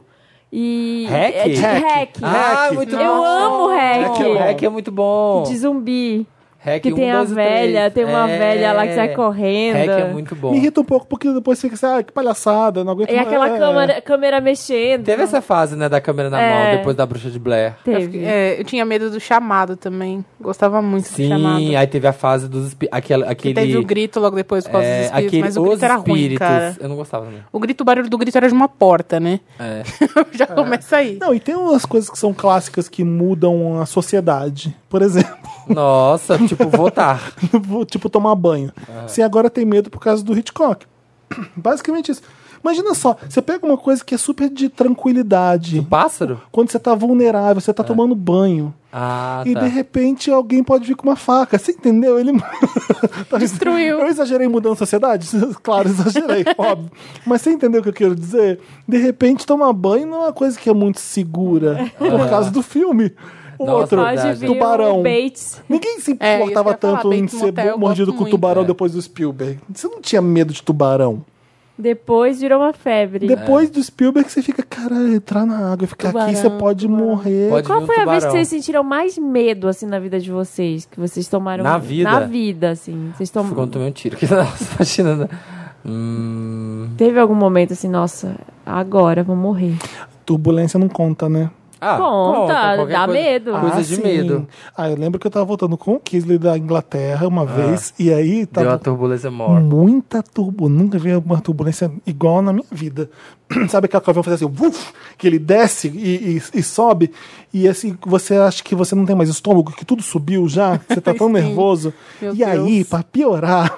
[SPEAKER 3] e.
[SPEAKER 2] Hack?
[SPEAKER 3] É de
[SPEAKER 1] Hack.
[SPEAKER 3] hack.
[SPEAKER 2] Ah,
[SPEAKER 1] Hack.
[SPEAKER 2] muito
[SPEAKER 3] Eu
[SPEAKER 2] bom.
[SPEAKER 3] amo hack.
[SPEAKER 2] Hack, o hack é muito bom.
[SPEAKER 3] De zumbi.
[SPEAKER 2] Hack
[SPEAKER 3] Que
[SPEAKER 2] um,
[SPEAKER 3] tem a
[SPEAKER 2] dois e
[SPEAKER 3] velha,
[SPEAKER 2] três.
[SPEAKER 3] tem uma
[SPEAKER 2] É.
[SPEAKER 3] velha lá que sai correndo.
[SPEAKER 2] Hack é muito bom.
[SPEAKER 1] Me irrita um pouco, porque depois fica assim, ah, que palhaçada, não aguento
[SPEAKER 3] E
[SPEAKER 1] mais.
[SPEAKER 3] aquela
[SPEAKER 1] É,
[SPEAKER 3] câmera, câmera mexendo.
[SPEAKER 2] Teve essa fase, né, da câmera na
[SPEAKER 3] É.
[SPEAKER 2] mão, depois da bruxa de Blair.
[SPEAKER 4] Eu,
[SPEAKER 3] Teve.
[SPEAKER 4] fiquei- é, eu tinha medo do chamado também. Gostava muito do chamado.
[SPEAKER 2] Sim, aí teve a fase dos espi- aquele,
[SPEAKER 4] Que
[SPEAKER 2] aquele
[SPEAKER 4] teve o grito logo depois por causa
[SPEAKER 2] é,
[SPEAKER 4] dos espíritos,
[SPEAKER 2] aquele,
[SPEAKER 4] mas o
[SPEAKER 2] os
[SPEAKER 4] grito era ruim,
[SPEAKER 2] espíritos.
[SPEAKER 4] cara.
[SPEAKER 2] Eu não gostava também.
[SPEAKER 4] O grito, o barulho do grito era de uma porta, né?
[SPEAKER 2] É.
[SPEAKER 4] Já começa aí.
[SPEAKER 1] Não, e tem umas coisas que são clássicas que mudam a sociedade. Por exemplo,
[SPEAKER 2] Nossa, tipo, votar.
[SPEAKER 1] vou, tipo tomar banho. Você agora tem medo por causa do Hitchcock. Basicamente isso. Imagina só, você pega uma coisa que é super de tranquilidade.
[SPEAKER 2] Pássaro?
[SPEAKER 1] Quando você tá vulnerável, você tá tomando banho.
[SPEAKER 2] Ah,
[SPEAKER 1] E
[SPEAKER 2] tá.
[SPEAKER 1] de repente alguém pode vir com uma faca, você entendeu? Ele Tá
[SPEAKER 4] Destruiu.
[SPEAKER 1] Eu exagerei mudando a sociedade? Claro, exagerei, óbvio. Mas você entendeu o que eu quero dizer? De repente tomar banho não é uma coisa que é muito segura
[SPEAKER 4] É.
[SPEAKER 1] por causa do filme. O
[SPEAKER 2] Nossa,
[SPEAKER 1] outro,
[SPEAKER 2] verdade.
[SPEAKER 3] Pode vir
[SPEAKER 1] tubarão.
[SPEAKER 3] o Bates.
[SPEAKER 1] Ninguém se
[SPEAKER 4] um É, isso que eu
[SPEAKER 1] importava
[SPEAKER 4] ia falar,
[SPEAKER 1] tanto em
[SPEAKER 4] Bates
[SPEAKER 1] ser
[SPEAKER 4] Motel, eu
[SPEAKER 1] mordido
[SPEAKER 4] gosto
[SPEAKER 1] com
[SPEAKER 4] muito.
[SPEAKER 1] tubarão
[SPEAKER 2] É.
[SPEAKER 1] depois do Spielberg. Você não tinha medo de tubarão.
[SPEAKER 3] Depois virou uma febre.
[SPEAKER 4] É.
[SPEAKER 1] Depois do Spielberg, você fica, cara, entrar na água e ficar aqui,
[SPEAKER 3] Tubarão,
[SPEAKER 1] você pode morrer.
[SPEAKER 2] Pode vir
[SPEAKER 3] Qual
[SPEAKER 2] um
[SPEAKER 3] foi a vez que
[SPEAKER 2] tubarão.
[SPEAKER 3] vocês sentiram mais medo, assim, na vida de vocês? Que vocês tomaram... um-
[SPEAKER 2] Na vida?
[SPEAKER 3] Na vida, assim. Vocês
[SPEAKER 2] Foi Quando
[SPEAKER 3] tomaram...
[SPEAKER 2] tomei um tiro. Que, nossa, imagina. né? Hum.
[SPEAKER 3] Teve algum momento assim, nossa, agora vou morrer.
[SPEAKER 1] Turbulência não conta, né?
[SPEAKER 2] Ah,
[SPEAKER 3] Conta,
[SPEAKER 2] qualquer
[SPEAKER 3] dá medo.
[SPEAKER 2] Coisa
[SPEAKER 1] Ah,
[SPEAKER 2] de
[SPEAKER 1] sim.
[SPEAKER 2] medo. Ah,
[SPEAKER 1] Ah, eu lembro que eu tava voltando com o Kisley da Inglaterra uma vez, e aí
[SPEAKER 2] Deu a
[SPEAKER 1] tava
[SPEAKER 2] turbulência maior.
[SPEAKER 3] Hum.
[SPEAKER 1] muita turbulência. Nunca vi uma turbulência igual na minha vida. Sabe aquela que o avião faz assim, uf, que ele desce e, e- e sobe, e assim, você acha que você não tem mais estômago, que tudo subiu já, que você tá tão
[SPEAKER 4] Sim.
[SPEAKER 1] nervoso.
[SPEAKER 4] Meu
[SPEAKER 1] e aí,
[SPEAKER 4] Deus.
[SPEAKER 1] pra piorar.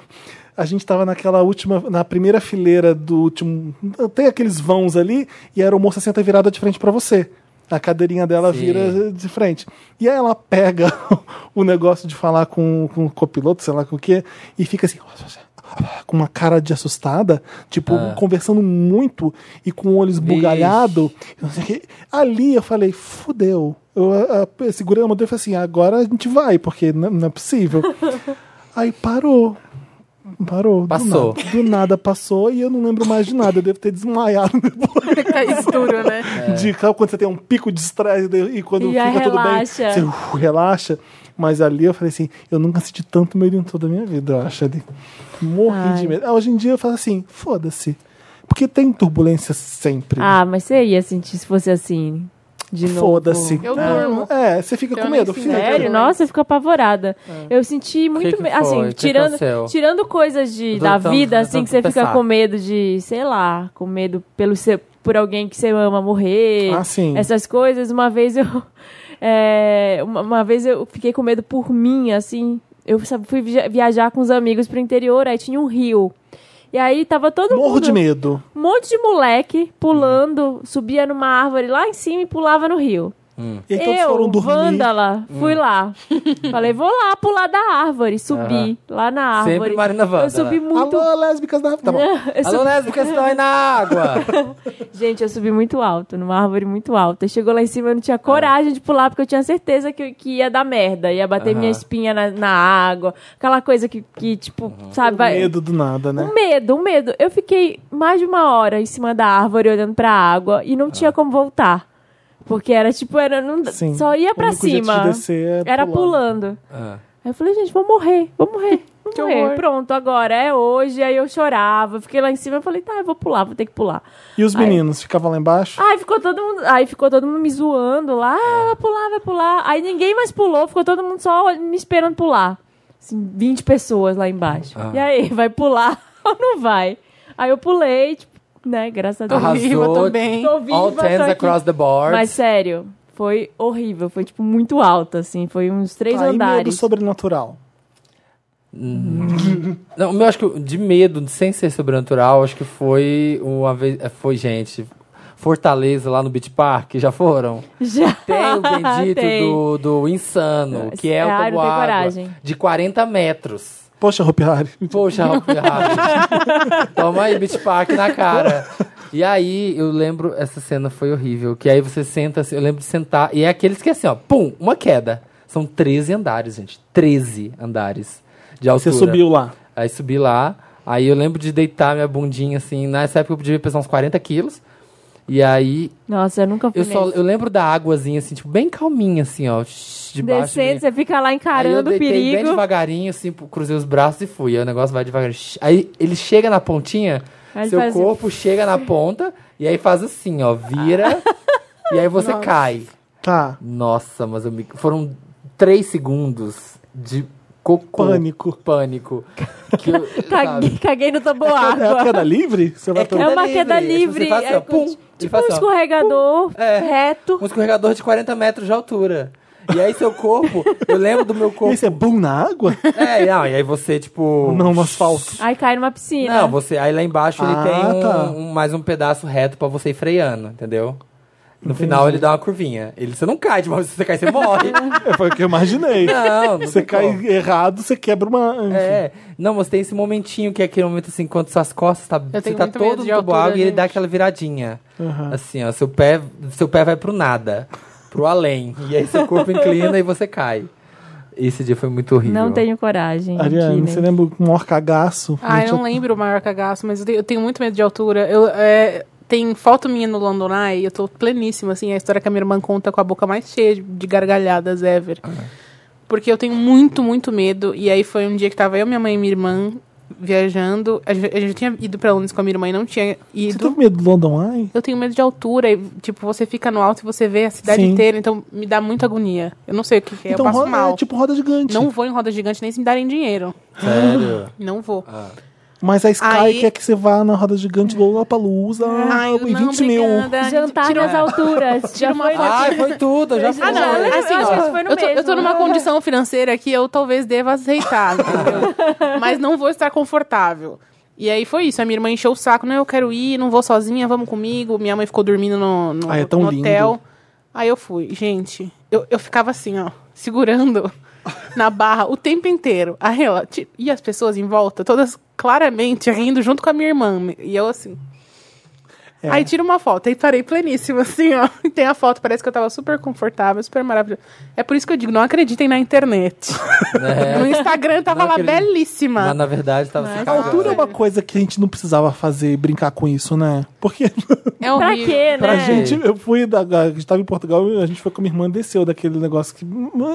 [SPEAKER 1] A gente tava naquela última, na primeira fileira do último. Tem aqueles vãos ali, e a aeromoça senta virada de frente pra você. A cadeirinha dela
[SPEAKER 2] Sim.
[SPEAKER 1] vira de frente. E aí ela pega o negócio de falar com, com o copiloto, sei lá com o quê, e fica assim, com uma cara de assustada, tipo,
[SPEAKER 2] Ah.
[SPEAKER 1] conversando muito e com o olho esbugalhado. e não sei o quê. Ali eu falei, fudeu. Eu a, a, segurei a mão dele e falei assim, agora a gente vai, porque não, não é possível. aí parou. Parou. do
[SPEAKER 2] Passou.
[SPEAKER 1] nada. Do nada, passou e eu não lembro mais de nada. Eu devo ter desmaiado depois.
[SPEAKER 4] Fica escuro, né?
[SPEAKER 3] É.
[SPEAKER 1] De, sabe quando você tem um pico de estresse e e quando
[SPEAKER 3] E
[SPEAKER 1] fica
[SPEAKER 3] aí
[SPEAKER 1] tudo bem,
[SPEAKER 3] relaxa.
[SPEAKER 1] você uh, relaxa. Mas ali eu falei assim, eu nunca senti tanto medo em toda a minha vida, eu acho ali. Morri de medo. Ah, Hoje em dia eu falo assim, foda-se. Porque tem turbulência sempre.
[SPEAKER 3] Ah, mas você ia sentir se fosse assim. De novo.
[SPEAKER 1] Foda-se.
[SPEAKER 4] Eu
[SPEAKER 1] É,
[SPEAKER 4] durmo.
[SPEAKER 1] É, você fica
[SPEAKER 4] Eu
[SPEAKER 1] com
[SPEAKER 4] nem
[SPEAKER 1] medo,
[SPEAKER 4] sei.
[SPEAKER 1] fica.
[SPEAKER 4] Sério?
[SPEAKER 3] Sério, nossa, eu fico apavorada. Eu senti muito
[SPEAKER 2] que
[SPEAKER 3] medo.
[SPEAKER 2] foi?
[SPEAKER 3] Assim,
[SPEAKER 2] Que
[SPEAKER 3] tirando,
[SPEAKER 2] aconteceu?
[SPEAKER 3] tirando coisas de,
[SPEAKER 2] Eu tô
[SPEAKER 3] da
[SPEAKER 2] tentando-
[SPEAKER 3] vida,
[SPEAKER 2] tô
[SPEAKER 3] assim,
[SPEAKER 2] tentando
[SPEAKER 3] que você fica
[SPEAKER 2] pensar.
[SPEAKER 3] com medo de, sei lá, com medo pelo seu, por alguém que você ama morrer.
[SPEAKER 1] Ah, sim.
[SPEAKER 3] Essas coisas. Uma vez eu. é, uma, uma vez eu fiquei com medo por mim, assim. Eu sabe, fui via- viajar com os amigos pro interior, aí tinha um rio. E aí tava todo
[SPEAKER 1] Morro
[SPEAKER 3] mundo
[SPEAKER 1] de medo.
[SPEAKER 3] um monte de moleque pulando, subia numa árvore lá em cima e pulava no rio.
[SPEAKER 1] E aí todos
[SPEAKER 3] eu,
[SPEAKER 1] foram dormir. Hum.
[SPEAKER 3] vândala, fui lá. Falei, vou lá pular da árvore. Subi lá na árvore.
[SPEAKER 2] Sempre Marina Vândala.
[SPEAKER 3] Eu subi muito...
[SPEAKER 1] Alô, lésbicas da... Tá bom.
[SPEAKER 3] Eu subi-
[SPEAKER 2] Alô, lésbicas, estão aí na água.
[SPEAKER 3] Gente, eu subi muito alto, numa árvore muito alta. Chegou lá em cima, eu
[SPEAKER 1] Ah.
[SPEAKER 3] não tinha coragem de pular, porque eu tinha certeza que, que ia dar merda. Ia bater minha espinha na, na água. Aquela coisa que, que tipo, sabe... vai-
[SPEAKER 1] Um Medo do nada, né?
[SPEAKER 3] Um medo, um medo. Eu fiquei mais de uma hora em cima da árvore olhando pra água e não tinha como voltar. Porque era tipo, era não,
[SPEAKER 1] Ah. Sim.
[SPEAKER 3] só ia pra
[SPEAKER 1] O único jeito
[SPEAKER 3] cima.
[SPEAKER 1] de descer é
[SPEAKER 3] era
[SPEAKER 1] pular.
[SPEAKER 3] pulando.
[SPEAKER 2] Ah.
[SPEAKER 3] Aí eu falei, gente, vou morrer, vou morrer. Vou
[SPEAKER 4] Que
[SPEAKER 3] morrer.
[SPEAKER 4] horror.
[SPEAKER 3] Pronto, agora é hoje. Aí eu chorava, eu fiquei lá em cima e falei, tá, eu vou pular, vou ter que pular.
[SPEAKER 1] E os meninos ficavam lá embaixo?
[SPEAKER 3] Aí ficou todo mundo, aí ficou todo mundo me zoando lá, ah, vai pular, vai pular. Aí ninguém mais pulou, ficou todo mundo só me esperando pular. Assim, 20 pessoas lá embaixo.
[SPEAKER 2] Ah.
[SPEAKER 3] E aí, vai pular ou não vai? Aí eu pulei, tipo, né, graças a Deus.
[SPEAKER 4] Arrasou. viva
[SPEAKER 2] Arrasou.
[SPEAKER 4] também.
[SPEAKER 3] Tô viva,
[SPEAKER 2] All
[SPEAKER 3] tô
[SPEAKER 2] tens
[SPEAKER 3] aqui.
[SPEAKER 2] across the board.
[SPEAKER 3] Mas sério, foi horrível, foi tipo muito alto assim, foi uns três
[SPEAKER 1] Aí medo
[SPEAKER 3] andares.
[SPEAKER 1] sobrenatural.
[SPEAKER 2] Não, o meu acho que de medo, sem ser sobrenatural, acho que foi uma vez. eh, Foi, gente. Fortaleza lá no Beach Park, já foram?
[SPEAKER 3] Já
[SPEAKER 2] Tem o bendito
[SPEAKER 3] tem.
[SPEAKER 2] do, do Insano,
[SPEAKER 3] Ah,
[SPEAKER 2] que é
[SPEAKER 3] ah,
[SPEAKER 2] o
[SPEAKER 3] não tem
[SPEAKER 2] Tabuágua,
[SPEAKER 3] coragem.
[SPEAKER 2] de 40 metros.
[SPEAKER 1] Poxa, Hopi Hari.
[SPEAKER 2] Poxa, Ralph Harris. Toma aí, Beach Park na cara. E aí, eu lembro, essa cena foi horrível. Que aí você senta assim, eu lembro de sentar. E é aqueles que assim, ó, pum, uma queda. São 13 andares, gente. 13 andares de
[SPEAKER 1] Você
[SPEAKER 2] altura.
[SPEAKER 1] subiu lá.
[SPEAKER 2] Aí subi lá. Aí eu lembro de deitar minha bundinha assim. Nessa época eu podia pesar uns 40 quilos. E aí,
[SPEAKER 3] Nossa, eu nunca fui
[SPEAKER 2] eu só
[SPEAKER 3] nesse.
[SPEAKER 2] eu lembro da águazinha, assim, tipo, bem calminha, assim, ó. shh, Debaixo de mim.
[SPEAKER 3] Descendo, você fica lá
[SPEAKER 2] Aí eu
[SPEAKER 3] encarando o
[SPEAKER 2] deitei bem
[SPEAKER 3] perigo.
[SPEAKER 2] devagarinho, assim, pu- cruzei os braços e fui. Aí o negócio vai devagar. Shhh. Aí ele chega na pontinha,
[SPEAKER 3] Aí ele
[SPEAKER 2] seu
[SPEAKER 3] faz- assim.
[SPEAKER 2] corpo chega na ponta, e aí faz assim, ó, vira, e aí você cai.
[SPEAKER 1] Tá.
[SPEAKER 2] Nossa, mas eu me... foram três segundos de cocô.
[SPEAKER 1] Pânico.
[SPEAKER 2] Pânico. Que eu,
[SPEAKER 3] Caguei, Tá caguei no
[SPEAKER 1] É a
[SPEAKER 3] toboágua.
[SPEAKER 1] queda livre? Você vai
[SPEAKER 3] É
[SPEAKER 1] pra...
[SPEAKER 3] uma queda livre,
[SPEAKER 2] Você faz assim,
[SPEAKER 3] é
[SPEAKER 2] ó, pum,
[SPEAKER 3] como-
[SPEAKER 2] e
[SPEAKER 3] Tipo um
[SPEAKER 2] faz assim, ó,
[SPEAKER 3] escorregador,
[SPEAKER 2] É.
[SPEAKER 3] reto.
[SPEAKER 2] um escorregador de 40 metros de altura. E aí seu corpo, eu lembro do meu
[SPEAKER 1] E
[SPEAKER 2] corpo.
[SPEAKER 1] Esse é boom na água?
[SPEAKER 2] É, não, e aí você, tipo.
[SPEAKER 1] Não, no asfalto.
[SPEAKER 3] Aí cai numa piscina.
[SPEAKER 4] né?
[SPEAKER 2] Não, você aí lá embaixo ele
[SPEAKER 1] Ah,
[SPEAKER 2] tem um-
[SPEAKER 1] tá.
[SPEAKER 2] um- mais um pedaço reto pra você ir freando, entendeu? No final ele dá uma curvinha. Ele, você não cai de uma vez, se você cai, você morre.
[SPEAKER 1] É, foi o que eu imaginei.
[SPEAKER 2] não, não
[SPEAKER 1] Você
[SPEAKER 2] tem
[SPEAKER 1] cai
[SPEAKER 2] como.
[SPEAKER 1] errado, você quebra uma. enfim.
[SPEAKER 2] É, não, mas tem esse momentinho que é aquele momento assim, quando suas costas tá, você
[SPEAKER 4] tenho
[SPEAKER 2] tá
[SPEAKER 4] muito medo
[SPEAKER 2] todo
[SPEAKER 4] de
[SPEAKER 2] no
[SPEAKER 4] altura,
[SPEAKER 2] água e ele
[SPEAKER 4] gente. Ah.
[SPEAKER 2] dá aquela viradinha.
[SPEAKER 1] Aham.
[SPEAKER 2] Assim, ó, seu pé, seu pé vai pro nada, pro além. E aí seu corpo inclina e você cai. Esse dia foi muito horrível.
[SPEAKER 3] Não tenho coragem.
[SPEAKER 1] Ariane,
[SPEAKER 3] Kina.
[SPEAKER 1] você lembra um o maior cagaço?
[SPEAKER 4] Ah, eu não lembro o maior cagaço, mas eu tenho, eu tenho muito medo de altura. Eu, é, tem foto minha no London Eye, eu tô pleníssima, assim, é a história que a minha irmã conta com a boca mais cheia de, de gargalhadas ever.
[SPEAKER 1] Ah.
[SPEAKER 4] Porque eu tenho muito, muito medo. E aí foi um dia que tava eu, minha mãe e minha irmã viajando. A gente, a gente tinha ido pra Londres com a minha irmã e não tinha
[SPEAKER 1] Você
[SPEAKER 4] ido.
[SPEAKER 1] teve medo do London Eye?
[SPEAKER 4] Eu tenho medo de altura, e, tipo, você fica no alto e você vê a cidade
[SPEAKER 1] Sim.
[SPEAKER 4] inteira, então me dá muita agonia. Eu não sei o que, que é, eu passo
[SPEAKER 1] roda,
[SPEAKER 4] mal.
[SPEAKER 1] é tipo roda gigante.
[SPEAKER 4] Não vou em roda gigante nem se me darem dinheiro.
[SPEAKER 2] Sério. Ah.
[SPEAKER 4] Não vou.
[SPEAKER 1] Mas a Sky
[SPEAKER 4] Aí-
[SPEAKER 1] quer que você vá na roda gigante do Lollapalooza
[SPEAKER 4] Ai,
[SPEAKER 1] em
[SPEAKER 4] não,
[SPEAKER 1] 21.
[SPEAKER 4] obrigada.
[SPEAKER 3] Jantar
[SPEAKER 4] Tira-
[SPEAKER 3] nas alturas. Já
[SPEAKER 4] Tira ah, uma
[SPEAKER 3] foi né?
[SPEAKER 4] foto.
[SPEAKER 2] Ai, foi tudo, eu já fui.
[SPEAKER 4] Ah, não,
[SPEAKER 3] Eu
[SPEAKER 4] assim,
[SPEAKER 3] acho que
[SPEAKER 4] ó,
[SPEAKER 3] isso foi no
[SPEAKER 4] eu, tô, eu tô
[SPEAKER 3] mesmo. né?
[SPEAKER 4] numa condição financeira que eu talvez deva aceitar, entendeu? Mas não vou estar confortável. E aí foi isso, a minha irmã encheu o saco, não, eu quero ir, não vou sozinha, vamos comigo. Minha mãe ficou dormindo no, no,
[SPEAKER 1] Ah, é tão
[SPEAKER 4] no
[SPEAKER 1] lindo.
[SPEAKER 4] hotel. Aí eu fui, gente, eu, eu ficava assim, ó, segurando na barra o tempo inteiro. Aí ela, ti- e as pessoas em volta, todas claramente rindo junto com a minha irmã. E eu assim,
[SPEAKER 1] É.
[SPEAKER 4] Aí tira uma foto, aí parei pleníssima, assim, ó. E tem a foto, parece que eu tava super confortável, super maravilhosa. É por isso que eu digo, não acreditem na internet. No
[SPEAKER 2] né?
[SPEAKER 4] Instagram tava
[SPEAKER 2] Não
[SPEAKER 4] lá
[SPEAKER 2] acredito.
[SPEAKER 4] belíssima.
[SPEAKER 2] Mas na verdade tava se
[SPEAKER 4] Mas-
[SPEAKER 2] cagando.
[SPEAKER 1] Altura é uma coisa que a gente não precisava fazer, brincar com isso, né? Porque
[SPEAKER 4] É
[SPEAKER 3] Pra
[SPEAKER 4] horrível.
[SPEAKER 3] quê, né?
[SPEAKER 1] pra gente, eu fui, da, a gente tava em Portugal, a gente foi com a minha irmã, desceu daquele negócio que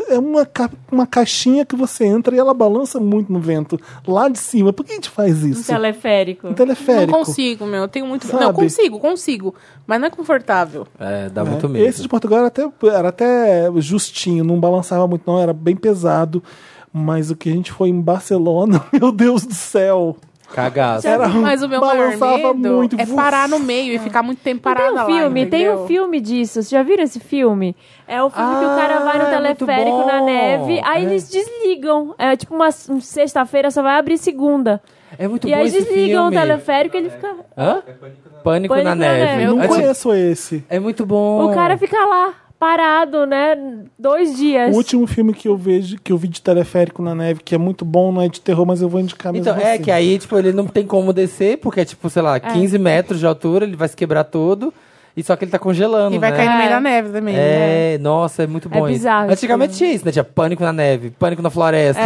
[SPEAKER 1] é uma, ca- uma caixinha que você entra e ela balança muito no vento, lá de cima. Por que a gente faz
[SPEAKER 3] Um
[SPEAKER 1] isso?
[SPEAKER 3] teleféricco.
[SPEAKER 1] Um teleférico.
[SPEAKER 4] Não consigo, meu. Eu tenho muito.
[SPEAKER 1] Sabe?
[SPEAKER 4] Não, consigo, consigo. Mas não é confortável.
[SPEAKER 2] É, dá
[SPEAKER 1] né?
[SPEAKER 2] muito medo.
[SPEAKER 1] Esse de Portugal era até, era até justinho, não balançava muito, não, era bem pesado. Mas o que a gente foi em Barcelona, meu Deus do céu!
[SPEAKER 2] Cagaço.
[SPEAKER 1] Era-
[SPEAKER 4] Mas o meu maior
[SPEAKER 1] balançava
[SPEAKER 4] medo
[SPEAKER 1] muito.
[SPEAKER 4] é parar no meio e ficar muito tempo
[SPEAKER 3] Tem
[SPEAKER 4] parado
[SPEAKER 3] um filme,
[SPEAKER 4] lá,
[SPEAKER 3] tem um
[SPEAKER 4] entendeu?
[SPEAKER 3] filme disso. Vocês já viram esse filme? É o filme que o cara vai no
[SPEAKER 2] Ah, é muito
[SPEAKER 3] teleférico na
[SPEAKER 2] bom.
[SPEAKER 3] neve, aí
[SPEAKER 2] É.
[SPEAKER 3] eles desligam. É tipo uma um sexta-feira, só vai abrir segunda.
[SPEAKER 2] É muito
[SPEAKER 3] e
[SPEAKER 2] bom
[SPEAKER 3] aí
[SPEAKER 2] esse
[SPEAKER 3] desligam o
[SPEAKER 2] filme.
[SPEAKER 3] teleférico e ele fica.
[SPEAKER 2] Hã? Pânico,
[SPEAKER 3] Pânico
[SPEAKER 2] na,
[SPEAKER 3] na
[SPEAKER 2] neve.
[SPEAKER 3] Neve. Eu
[SPEAKER 1] não
[SPEAKER 2] É, tipo,
[SPEAKER 1] conheço esse.
[SPEAKER 2] é muito bom.
[SPEAKER 3] O cara fica lá, parado, né? Dois dias.
[SPEAKER 1] O último filme que eu vejo, que eu vi de teleférico na neve, que é muito bom, não é de terror, mas eu vou indicar mesmo.
[SPEAKER 2] Então, é
[SPEAKER 1] assim.
[SPEAKER 2] que aí, tipo, ele não tem como descer, porque é tipo, sei lá, 15 metros de altura, ele vai se quebrar todo, e só que ele tá congelando,
[SPEAKER 4] E vai
[SPEAKER 2] né?
[SPEAKER 4] cair no meio
[SPEAKER 3] É.
[SPEAKER 4] da neve também. né?
[SPEAKER 2] É, nossa, é muito
[SPEAKER 3] É
[SPEAKER 2] bom isso.
[SPEAKER 3] bizarro esse
[SPEAKER 2] Antigamente
[SPEAKER 3] filme. É.
[SPEAKER 2] tinha isso, né? Tinha pânico na neve, pânico na floresta.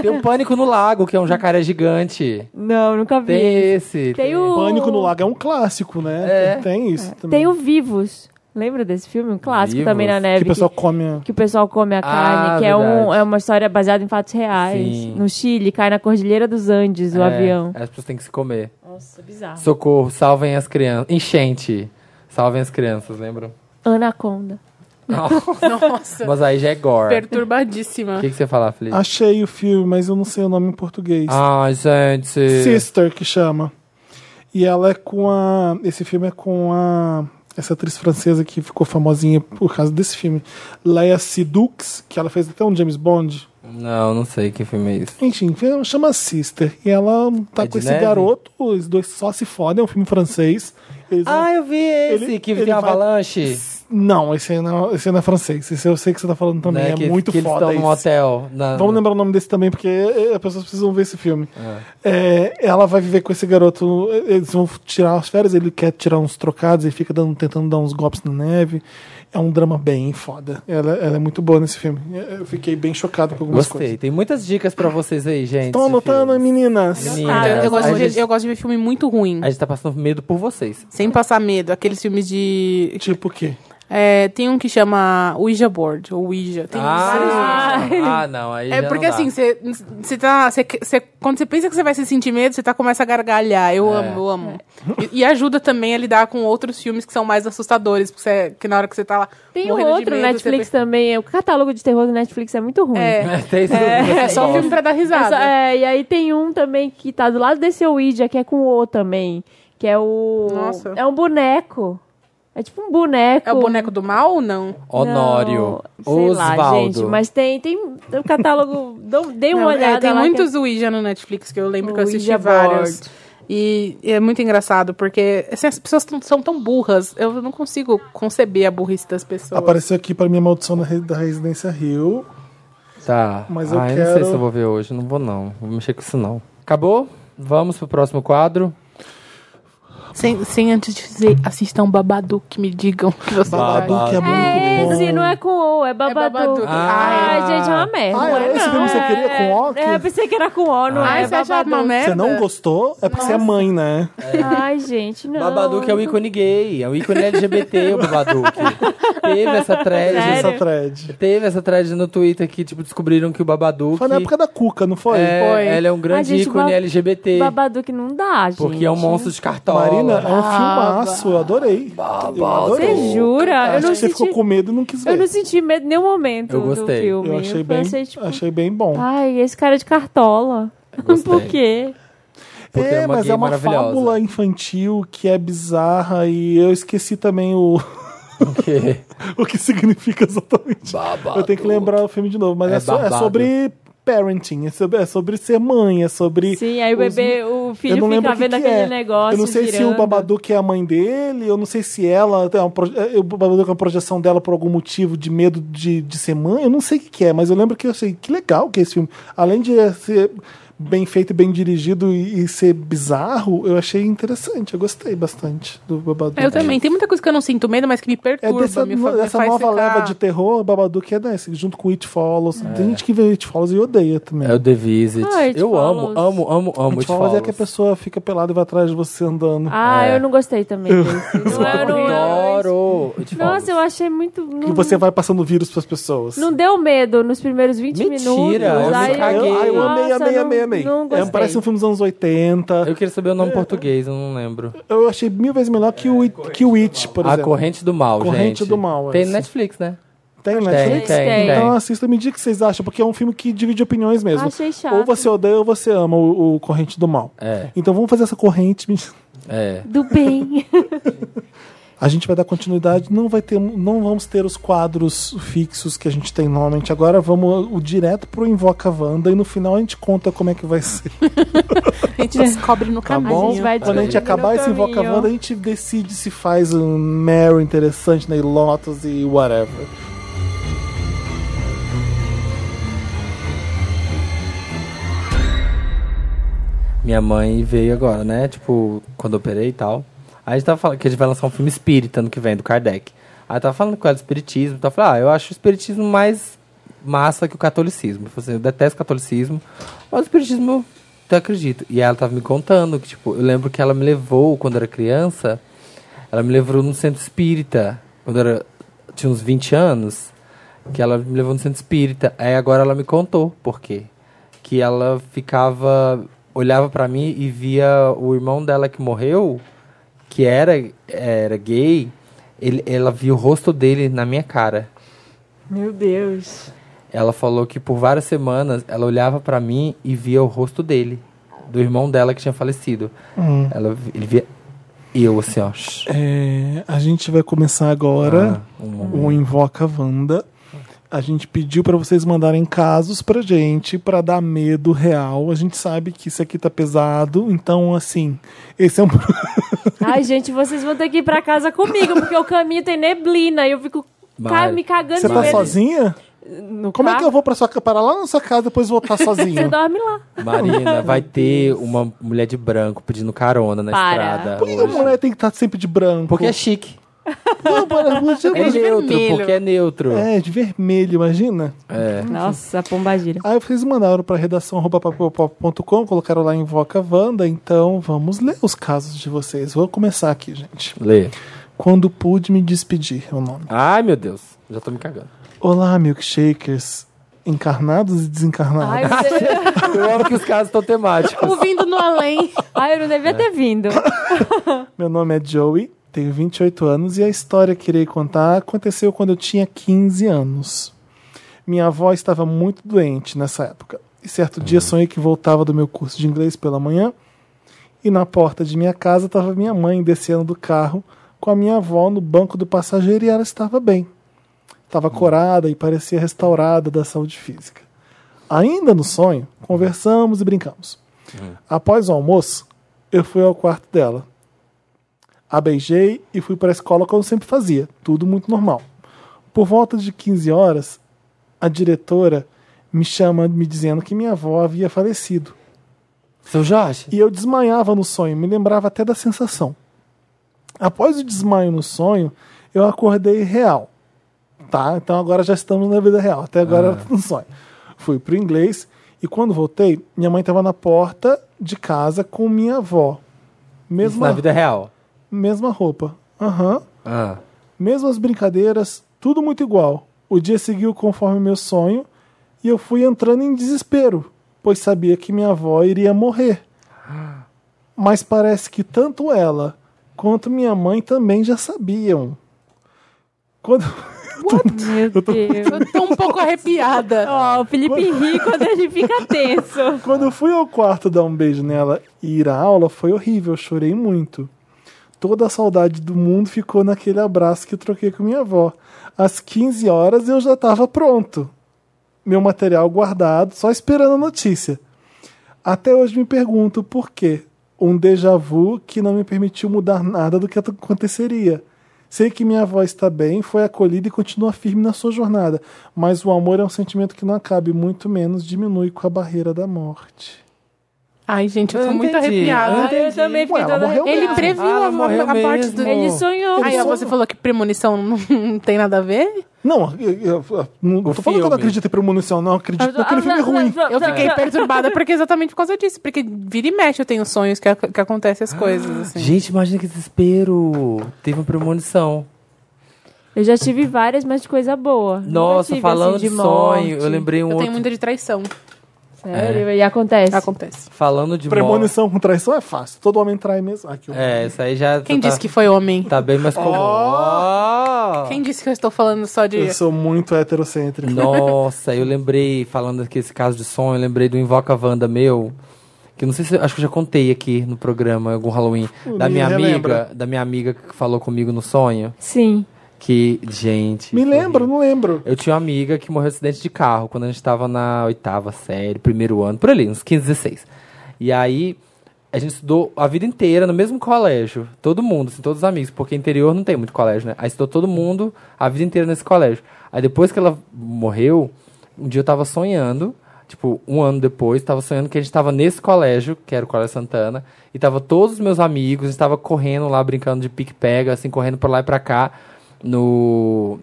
[SPEAKER 2] Tem um pânico no lago, que é um jacaré gigante.
[SPEAKER 3] Não, nunca vi.
[SPEAKER 2] Tem esse.
[SPEAKER 3] Tem o.
[SPEAKER 1] Pânico no Lago é um clássico, né? Tem isso também.
[SPEAKER 3] Tipo Tem o Vivos. Lembra desse filme? Um clássico
[SPEAKER 2] Vivos?
[SPEAKER 3] também na neve.
[SPEAKER 1] Que o pessoal come. a-
[SPEAKER 3] que o pessoal come a carne, que é, um,
[SPEAKER 2] Ah, verdade.
[SPEAKER 3] é uma história baseada em fatos reais.
[SPEAKER 2] Sim.
[SPEAKER 3] No Chile, cai na Cordilheira dos Andes o
[SPEAKER 2] É,
[SPEAKER 3] avião.
[SPEAKER 2] As pessoas têm que se comer.
[SPEAKER 3] Nossa, bizarro.
[SPEAKER 2] Socorro, salvem as crianças. Enchente. Salvem as crianças, lembram?
[SPEAKER 3] Anaconda.
[SPEAKER 4] Nossa,
[SPEAKER 2] Mas aí já é gore. O
[SPEAKER 4] perturbadíssima.
[SPEAKER 2] que, que você fala, Felipe?
[SPEAKER 1] é. Achei o filme, mas eu não sei o nome em português.
[SPEAKER 2] Ai, gente.
[SPEAKER 1] Sister, que chama. E ela é com a. Esse filme é com a. Essa atriz francesa que ficou famosinha por causa desse filme. Leia Sidux, que ela fez até um James Bond.
[SPEAKER 2] Não, não sei que filme é isso.
[SPEAKER 1] Enfim, chama Sister. E ela tá
[SPEAKER 2] É de
[SPEAKER 1] com esse
[SPEAKER 2] neve?
[SPEAKER 1] garoto, os dois só se fodem, é um filme francês. Eles vão-
[SPEAKER 2] Ah, eu vi esse,
[SPEAKER 1] Ele-
[SPEAKER 2] que
[SPEAKER 1] ele
[SPEAKER 2] tem
[SPEAKER 1] vai-
[SPEAKER 2] avalanche. né,
[SPEAKER 1] Não, esse aí não, esse aí não é francês. Esse eu sei que você tá falando também.
[SPEAKER 2] né,
[SPEAKER 1] é
[SPEAKER 2] que,
[SPEAKER 1] muito
[SPEAKER 2] que
[SPEAKER 1] foda
[SPEAKER 2] Eles estão num
[SPEAKER 1] esse.
[SPEAKER 2] hotel. na-
[SPEAKER 1] Vamos lembrar o nome desse também, porque é, as pessoas precisam ver esse filme. É, ela vai viver com esse garoto. eh, Eles vão tirar as férias, ele quer tirar uns trocados e fica dando- tentando dar uns golpes na neve. É um drama bem foda. Ela, ela é muito boa nesse filme. Eu fiquei bem chocado com algumas
[SPEAKER 2] Gostei.
[SPEAKER 1] coisas.
[SPEAKER 2] Tem muitas dicas pra vocês aí, gente.
[SPEAKER 1] Estão anotando,
[SPEAKER 2] filmes.
[SPEAKER 1] meninas?
[SPEAKER 2] Meninas,
[SPEAKER 3] Ah,
[SPEAKER 4] Eu gosto,
[SPEAKER 2] é? a,
[SPEAKER 4] de,
[SPEAKER 2] gente,
[SPEAKER 4] eu gosto de ver filme muito ruim.
[SPEAKER 2] a gente tá passando medo por vocês.
[SPEAKER 4] Sem passar medo. Aqueles filmes de.
[SPEAKER 1] Tipo o quê?
[SPEAKER 4] É, tem um que chama Ouija Board, ou Ouija. Tem vários
[SPEAKER 2] Ah, ah, não. Aí já
[SPEAKER 4] É
[SPEAKER 2] não
[SPEAKER 4] porque
[SPEAKER 2] dá.
[SPEAKER 4] assim, você você tá. você você- quando você pensa que você vai se sentir medo, você tá, começa a gargalhar. Eu
[SPEAKER 2] É.
[SPEAKER 4] amo, eu amo. E, e ajuda também a lidar com outros filmes que são mais assustadores, porque você- que na hora que você tá lá.
[SPEAKER 3] Tem um
[SPEAKER 4] morrendo de
[SPEAKER 3] outro no
[SPEAKER 4] medo,
[SPEAKER 3] Netflix
[SPEAKER 4] Você...
[SPEAKER 3] também. O catálogo de terror do Netflix é muito ruim.
[SPEAKER 4] É.
[SPEAKER 2] Tem isso que
[SPEAKER 4] É
[SPEAKER 2] vocês
[SPEAKER 4] só um filme
[SPEAKER 2] gostam.
[SPEAKER 4] pra dar
[SPEAKER 3] Essa-
[SPEAKER 4] risada.
[SPEAKER 3] é, e aí tem um também que tá do lado desse Ouija, que é com o também. Que é o.
[SPEAKER 4] Nossa.
[SPEAKER 3] É um boneco. É tipo um boneco.
[SPEAKER 4] É o boneco do mal ou não?
[SPEAKER 2] Honório.
[SPEAKER 3] Não, sei lá, gente,
[SPEAKER 2] Osvaldo.
[SPEAKER 3] mas tem, tem o catálogo. dou- Dei uma
[SPEAKER 4] Não, é,
[SPEAKER 3] olhada.
[SPEAKER 4] tem
[SPEAKER 3] lá que
[SPEAKER 4] muitos Ouija no Netflix que eu lembro que eu assisti
[SPEAKER 3] Ouija
[SPEAKER 4] vários.
[SPEAKER 3] board.
[SPEAKER 4] E é muito engraçado, porque assim, as pessoas tão- são tão burras, eu não consigo conceber a burrice das pessoas.
[SPEAKER 1] Apareceu aqui pra mim a maldição da, Re- da Residência Rio.
[SPEAKER 2] Tá.
[SPEAKER 1] Mas eu
[SPEAKER 2] ah, não sei
[SPEAKER 1] quero-
[SPEAKER 2] se eu vou ver hoje. Não vou, não. Vou mexer com isso, não. Acabou? Vamos pro próximo quadro.
[SPEAKER 4] Sem, sem antes dizer, assistam Babadook, que me digam que vocês
[SPEAKER 1] Babado que é muito
[SPEAKER 3] É
[SPEAKER 1] bom.
[SPEAKER 3] esse, não é com O, é
[SPEAKER 4] Babadook.
[SPEAKER 3] Babadook.
[SPEAKER 2] Ah.
[SPEAKER 3] Ai, gente, é uma merda.
[SPEAKER 1] Ah, era esse
[SPEAKER 4] não,
[SPEAKER 1] filme que você queria com o
[SPEAKER 3] É, eu pensei que era com O, não
[SPEAKER 4] Ai,
[SPEAKER 3] é?
[SPEAKER 4] você acha
[SPEAKER 3] Babadook.
[SPEAKER 4] uma merda?
[SPEAKER 1] Você não gostou? É porque você é mãe, né?
[SPEAKER 3] Ai, gente, não.
[SPEAKER 2] Babadook é o ícone gay. É o ícone LGBT, o Babadook. Teve essa thread.
[SPEAKER 1] Essa
[SPEAKER 3] Sério?
[SPEAKER 1] é thread.
[SPEAKER 2] Teve essa thread no Twitter que, tipo, descobriram que o Babadook...
[SPEAKER 1] Foi na época da Cuca, não foi?
[SPEAKER 2] é,
[SPEAKER 4] Foi.
[SPEAKER 2] Ela é um grande
[SPEAKER 3] Ai, gente,
[SPEAKER 2] ícone
[SPEAKER 3] Bab-
[SPEAKER 2] LGBT.
[SPEAKER 3] Babadook não dá, gente.
[SPEAKER 2] Porque é um monstro de cartola.
[SPEAKER 1] Marina, é um filmaço, eu adorei. Eu adorei.
[SPEAKER 3] Você jura? Ah, Eu
[SPEAKER 1] Acho
[SPEAKER 3] não
[SPEAKER 1] que você
[SPEAKER 3] senti-
[SPEAKER 1] ficou com medo e não quis ver.
[SPEAKER 3] Eu não senti medo em nenhum momento
[SPEAKER 2] Eu gostei.
[SPEAKER 3] do filme.
[SPEAKER 1] Eu achei bem,
[SPEAKER 3] pensei, tipo,
[SPEAKER 1] achei bem bom.
[SPEAKER 3] Ai, esse cara é de cartola.
[SPEAKER 2] Gostei.
[SPEAKER 3] Por quê?
[SPEAKER 2] Porque
[SPEAKER 1] é,
[SPEAKER 2] é uma
[SPEAKER 1] mas
[SPEAKER 2] gay
[SPEAKER 1] é uma
[SPEAKER 2] maravilhosa.
[SPEAKER 1] fábula infantil que é bizarra e eu esqueci também o,
[SPEAKER 2] Porque...
[SPEAKER 1] o que significa exatamente.
[SPEAKER 2] Babado.
[SPEAKER 1] Eu tenho que lembrar o filme de novo, mas
[SPEAKER 2] É
[SPEAKER 1] é, so- é
[SPEAKER 2] babado.
[SPEAKER 1] sobre parenting, é sobre, é sobre ser mãe, é sobre...
[SPEAKER 3] Sim, aí o
[SPEAKER 1] os-
[SPEAKER 3] bebê, o
[SPEAKER 1] Eu
[SPEAKER 3] filho
[SPEAKER 1] não lembro
[SPEAKER 3] fica
[SPEAKER 1] o que,
[SPEAKER 3] vendo
[SPEAKER 1] que
[SPEAKER 3] aquele
[SPEAKER 1] é.
[SPEAKER 3] negócio.
[SPEAKER 1] Eu não sei se
[SPEAKER 3] girando.
[SPEAKER 1] o Babadook é a mãe dele, eu não sei se ela. é uma proje- é, O Babadook é uma projeção dela por algum motivo de medo de, de ser mãe, eu não sei o que, que é, mas eu lembro que eu achei que legal que é esse filme. Além de ser bem feito e bem dirigido e, e ser bizarro, eu achei interessante. Eu gostei bastante do Babadook.
[SPEAKER 4] Eu também. Tem muita coisa que eu não sinto medo, mas que me
[SPEAKER 1] É
[SPEAKER 4] perturba.
[SPEAKER 1] dessa,
[SPEAKER 4] me fa-
[SPEAKER 1] no-
[SPEAKER 4] me
[SPEAKER 1] dessa
[SPEAKER 4] faz
[SPEAKER 1] nova
[SPEAKER 4] ficar-
[SPEAKER 1] leva de terror, Babadook é desse, junto com It Follows. Tem gente que vê It Follows e odeia também.
[SPEAKER 2] É o The Visit.
[SPEAKER 3] Ah, It
[SPEAKER 2] eu
[SPEAKER 3] Follows.
[SPEAKER 2] amo, amo, amo, amo.
[SPEAKER 1] It Follows é que a pessoa fica pelada e vai atrás de você andando.
[SPEAKER 3] Ah, eu não gostei também desse.
[SPEAKER 2] Eu
[SPEAKER 3] Não, eu não-
[SPEAKER 2] É. adoro. It Follows.
[SPEAKER 3] Nossa, eu achei muito. Não,
[SPEAKER 1] E você vai passando vírus pras pessoas.
[SPEAKER 3] não deu medo nos primeiros 20
[SPEAKER 2] Mentira,
[SPEAKER 3] minutos.
[SPEAKER 2] eu me
[SPEAKER 3] Aí-
[SPEAKER 2] caguei.
[SPEAKER 1] Ah, eu amei,
[SPEAKER 3] Nossa,
[SPEAKER 1] amei,
[SPEAKER 3] não-
[SPEAKER 1] amei, amei.
[SPEAKER 3] Não
[SPEAKER 1] É,
[SPEAKER 3] gostei.
[SPEAKER 1] parece um filme dos anos 80.
[SPEAKER 2] Eu queria saber o
[SPEAKER 1] É.
[SPEAKER 2] nome em português, eu não lembro.
[SPEAKER 1] Eu, achei mil vezes melhor que o It, que o It por
[SPEAKER 2] a
[SPEAKER 1] exemplo.
[SPEAKER 2] Corrente do Mal,
[SPEAKER 1] Corrente
[SPEAKER 2] gente.
[SPEAKER 1] do Mal, é
[SPEAKER 2] Tem
[SPEAKER 1] esse.
[SPEAKER 2] Netflix, né?
[SPEAKER 1] Tem
[SPEAKER 2] Tem, tem,
[SPEAKER 1] Netflix?
[SPEAKER 2] tem.
[SPEAKER 1] Então assista e me diga o que vocês acham, porque é um filme que divide opiniões mesmo.
[SPEAKER 3] Achei chato.
[SPEAKER 1] Ou você odeia ou você ama o, o Corrente do Mal.
[SPEAKER 2] É,
[SPEAKER 1] Então vamos fazer essa corrente. me-
[SPEAKER 2] é.
[SPEAKER 3] Do bem.
[SPEAKER 1] A gente vai dar continuidade, não vai ter, não vamos ter os quadros fixos que a gente tem normalmente. Agora vamos o direto pro Invoca Wanda e no final a gente conta como é que vai ser.
[SPEAKER 4] A gente descobre no
[SPEAKER 1] Tá
[SPEAKER 4] caminho.
[SPEAKER 1] bom?
[SPEAKER 3] A gente vai
[SPEAKER 1] Quando a gente
[SPEAKER 3] descobrindo
[SPEAKER 1] acabar
[SPEAKER 3] no
[SPEAKER 1] esse Invoca
[SPEAKER 3] caminho.
[SPEAKER 1] Wanda, a gente decide se faz um Mary interessante, né? E Lotus e whatever.
[SPEAKER 2] Minha mãe veio agora, né? Tipo, quando eu operei e tal. Aí a gente tava falando que a gente vai lançar um filme espírita ano que vem, do Kardec. Aí eu tava falando com ela de espiritismo, tava falando, ah, eu acho o espiritismo mais massa que o catolicismo. Eu falei assim, eu detesto catolicismo, mas o espiritismo eu acredito. E ela tava me contando que, tipo, eu lembro que ela me levou quando eu era criança, ela me levou num centro espírita, quando eu era, tinha uns 20 anos, que ela me levou no centro espírita. Aí agora ela me contou por quê. Que ela ficava, olhava pra mim e via o irmão dela que morreu, que era, era gay, ele, ela via o rosto dele na minha cara.
[SPEAKER 3] Meu Deus.
[SPEAKER 2] Ela falou que por várias semanas ela olhava pra mim e via o rosto dele, do irmão dela que tinha falecido. Ela, vi- ele via eu assim, ó. shh.
[SPEAKER 1] É, a gente vai começar agora
[SPEAKER 2] Ah, um-
[SPEAKER 1] o Invoca Wanda. A gente pediu pra vocês mandarem casos pra gente, pra dar medo real. A gente sabe que isso aqui tá pesado, então assim, esse é um
[SPEAKER 3] Ai, gente, vocês vão ter que ir pra casa comigo, porque o caminho tem neblina e eu fico ca-
[SPEAKER 2] Mari,
[SPEAKER 3] me cagando
[SPEAKER 1] Você
[SPEAKER 3] de
[SPEAKER 1] tá
[SPEAKER 3] medo.
[SPEAKER 1] sozinha?
[SPEAKER 3] No
[SPEAKER 1] Como é
[SPEAKER 3] carro.
[SPEAKER 1] que eu vou pra sua ca- para lá na sua casa e depois voltar
[SPEAKER 3] Você
[SPEAKER 1] sozinho?
[SPEAKER 3] dorme lá.
[SPEAKER 2] Marina, vai ter uma mulher de branco pedindo carona na
[SPEAKER 3] Para.
[SPEAKER 2] estrada.
[SPEAKER 1] Por que a
[SPEAKER 2] hoje.
[SPEAKER 1] mulher tem que estar sempre de branco?
[SPEAKER 2] Porque é chique.
[SPEAKER 1] não, para, mas eu-
[SPEAKER 2] É neutro,
[SPEAKER 4] vermelho.
[SPEAKER 2] porque é neutro.
[SPEAKER 1] é de vermelho, imagina.
[SPEAKER 2] É.
[SPEAKER 3] Nossa, pombagira.
[SPEAKER 1] Aí vocês mandaram para redação papapopop.com, colocaram lá Invoca Wanda, então vamos ler os casos de vocês. Vou começar aqui, gente.
[SPEAKER 2] Lê.
[SPEAKER 1] Quando pude me despedir, é o nome.
[SPEAKER 2] Ai, meu Deus. Já tô me cagando.
[SPEAKER 1] Olá, milkshakers, encarnados e desencarnados.
[SPEAKER 3] Ai, você-
[SPEAKER 2] Eu amo que os casos estão temáticos.
[SPEAKER 4] Ouvindo no além.
[SPEAKER 3] Ai, eu não devia ter vindo.
[SPEAKER 1] Meu nome é Joey, tenho 28 anos e a história que irei contar aconteceu quando eu tinha 15 anos. Minha avó estava muito doente nessa época. E certo dia sonhei que voltava do meu curso de inglês pela manhã e na porta de minha casa estava minha mãe descendo do carro com a minha avó no banco do passageiro e ela estava bem. Estava corada e parecia restaurada da saúde física. Ainda no sonho, conversamos e brincamos. Após o almoço, eu fui ao quarto dela. A beijei e fui para a escola como sempre fazia, tudo muito normal. Por volta de 15 horas, a diretora me chama me dizendo que minha avó havia falecido.
[SPEAKER 2] Seu Jorge.
[SPEAKER 1] E eu desmaiava no sonho, me lembrava até da sensação. Após o desmaio no sonho, eu acordei real. Tá? Então agora já estamos na vida real. Até agora
[SPEAKER 2] Ah.
[SPEAKER 1] era no sonho. Fui pro inglês e quando voltei, minha mãe estava na porta de casa com minha avó.
[SPEAKER 2] Isso na
[SPEAKER 1] Mesma,
[SPEAKER 2] vida real.
[SPEAKER 1] mesma roupa. Aham.
[SPEAKER 2] Ah.
[SPEAKER 1] Mesmas brincadeiras, tudo muito igual. O dia seguiu conforme meu sonho e eu fui entrando em desespero, pois sabia que minha avó iria morrer. Mas parece que tanto ela quanto minha mãe também já sabiam. Quando
[SPEAKER 3] Meu Deus.
[SPEAKER 4] Eu tô um pouco arrepiada.
[SPEAKER 3] Ó, o Felipe ri quando ele fica tenso.
[SPEAKER 1] Quando eu fui ao quarto dar um beijo nela e ir à aula, foi horrível, eu chorei muito. Toda a saudade do mundo ficou naquele abraço que eu troquei com minha avó. Às 15 horas eu já estava pronto. Meu material guardado, só esperando a notícia. Até hoje me pergunto por quê. Um déjà vu que não me permitiu mudar nada do que aconteceria. Sei que minha avó está bem, foi acolhida e continua firme na sua jornada, mas o amor é um sentimento que não acaba e muito menos diminui com a barreira da morte.
[SPEAKER 4] Ai, gente, eu tô
[SPEAKER 2] Eu
[SPEAKER 4] muito
[SPEAKER 2] entendi.
[SPEAKER 4] arrepiada.
[SPEAKER 2] Eu
[SPEAKER 3] Ah, eu também fiquei
[SPEAKER 1] Ué, ela
[SPEAKER 3] toda
[SPEAKER 1] morreu
[SPEAKER 3] arrepiada.
[SPEAKER 4] Ele previu
[SPEAKER 2] Ah, ela
[SPEAKER 4] a,
[SPEAKER 2] morreu
[SPEAKER 4] a parte
[SPEAKER 2] mesmo.
[SPEAKER 4] do.
[SPEAKER 3] Ele sonhou.
[SPEAKER 4] Aí ó, você falou que premonição não, não tem nada a ver?
[SPEAKER 1] Não, eu, eu- eu não tô falando que eu
[SPEAKER 2] filme.
[SPEAKER 1] não acredito em premonição, não. Eu acredito
[SPEAKER 3] ah,
[SPEAKER 1] naquele tipo, filme é ruim.
[SPEAKER 4] Eu fiquei perturbada porque é exatamente por causa disso. Porque vira e mexe eu tenho sonhos que, ac- que acontecem as coisas, assim.
[SPEAKER 2] Gente, imagina que desespero. Teve uma premonição.
[SPEAKER 3] Eu já tive várias, mas de coisa boa. Nunca
[SPEAKER 2] Nossa,
[SPEAKER 3] tive,
[SPEAKER 2] falando
[SPEAKER 3] assim,
[SPEAKER 2] de, sonho, eu É. lembrei um
[SPEAKER 4] eu tenho
[SPEAKER 2] outro.
[SPEAKER 4] muita de traição.
[SPEAKER 3] Sério, e acontece.
[SPEAKER 4] Acontece.
[SPEAKER 2] Falando de morte.
[SPEAKER 1] Premonição com traição é fácil. Todo homem trai mesmo. Ai, que horror.
[SPEAKER 2] É, isso aí já
[SPEAKER 4] Quem
[SPEAKER 2] tá,
[SPEAKER 4] disse que foi homem?
[SPEAKER 2] tá bem mais comum. Ó!
[SPEAKER 4] Quem disse que eu estou falando só de.
[SPEAKER 1] Eu sou muito heterocêntrico.
[SPEAKER 2] Nossa, eu lembrei, falando aqui esse caso de sonho, eu lembrei do Invoca Wanda meu, que eu não sei se acho que eu já contei aqui no programa, em algum Halloween, da
[SPEAKER 1] Hum, me
[SPEAKER 2] minha
[SPEAKER 1] relembra.
[SPEAKER 2] amiga, da minha amiga que falou comigo no sonho,
[SPEAKER 3] Sim.
[SPEAKER 2] que, gente.
[SPEAKER 1] Me
[SPEAKER 2] foi
[SPEAKER 1] lembro, não lembro.
[SPEAKER 2] Eu tinha uma amiga que morreu de acidente de carro quando a gente tava na oitava série, primeiro ano, por ali, uns 15, 16. E aí, a gente estudou a vida inteira no mesmo colégio. Todo mundo, assim, todos os amigos, porque interior não tem muito colégio, né? Aí estudou todo mundo a vida inteira nesse colégio. Aí depois que ela morreu, um dia eu tava sonhando, tipo, um ano depois, tava sonhando que a gente tava nesse colégio, que era o Colégio Santana, e tava todos os meus amigos, a gente tava correndo lá, brincando de pique-pega, assim, correndo pra lá e pra cá, no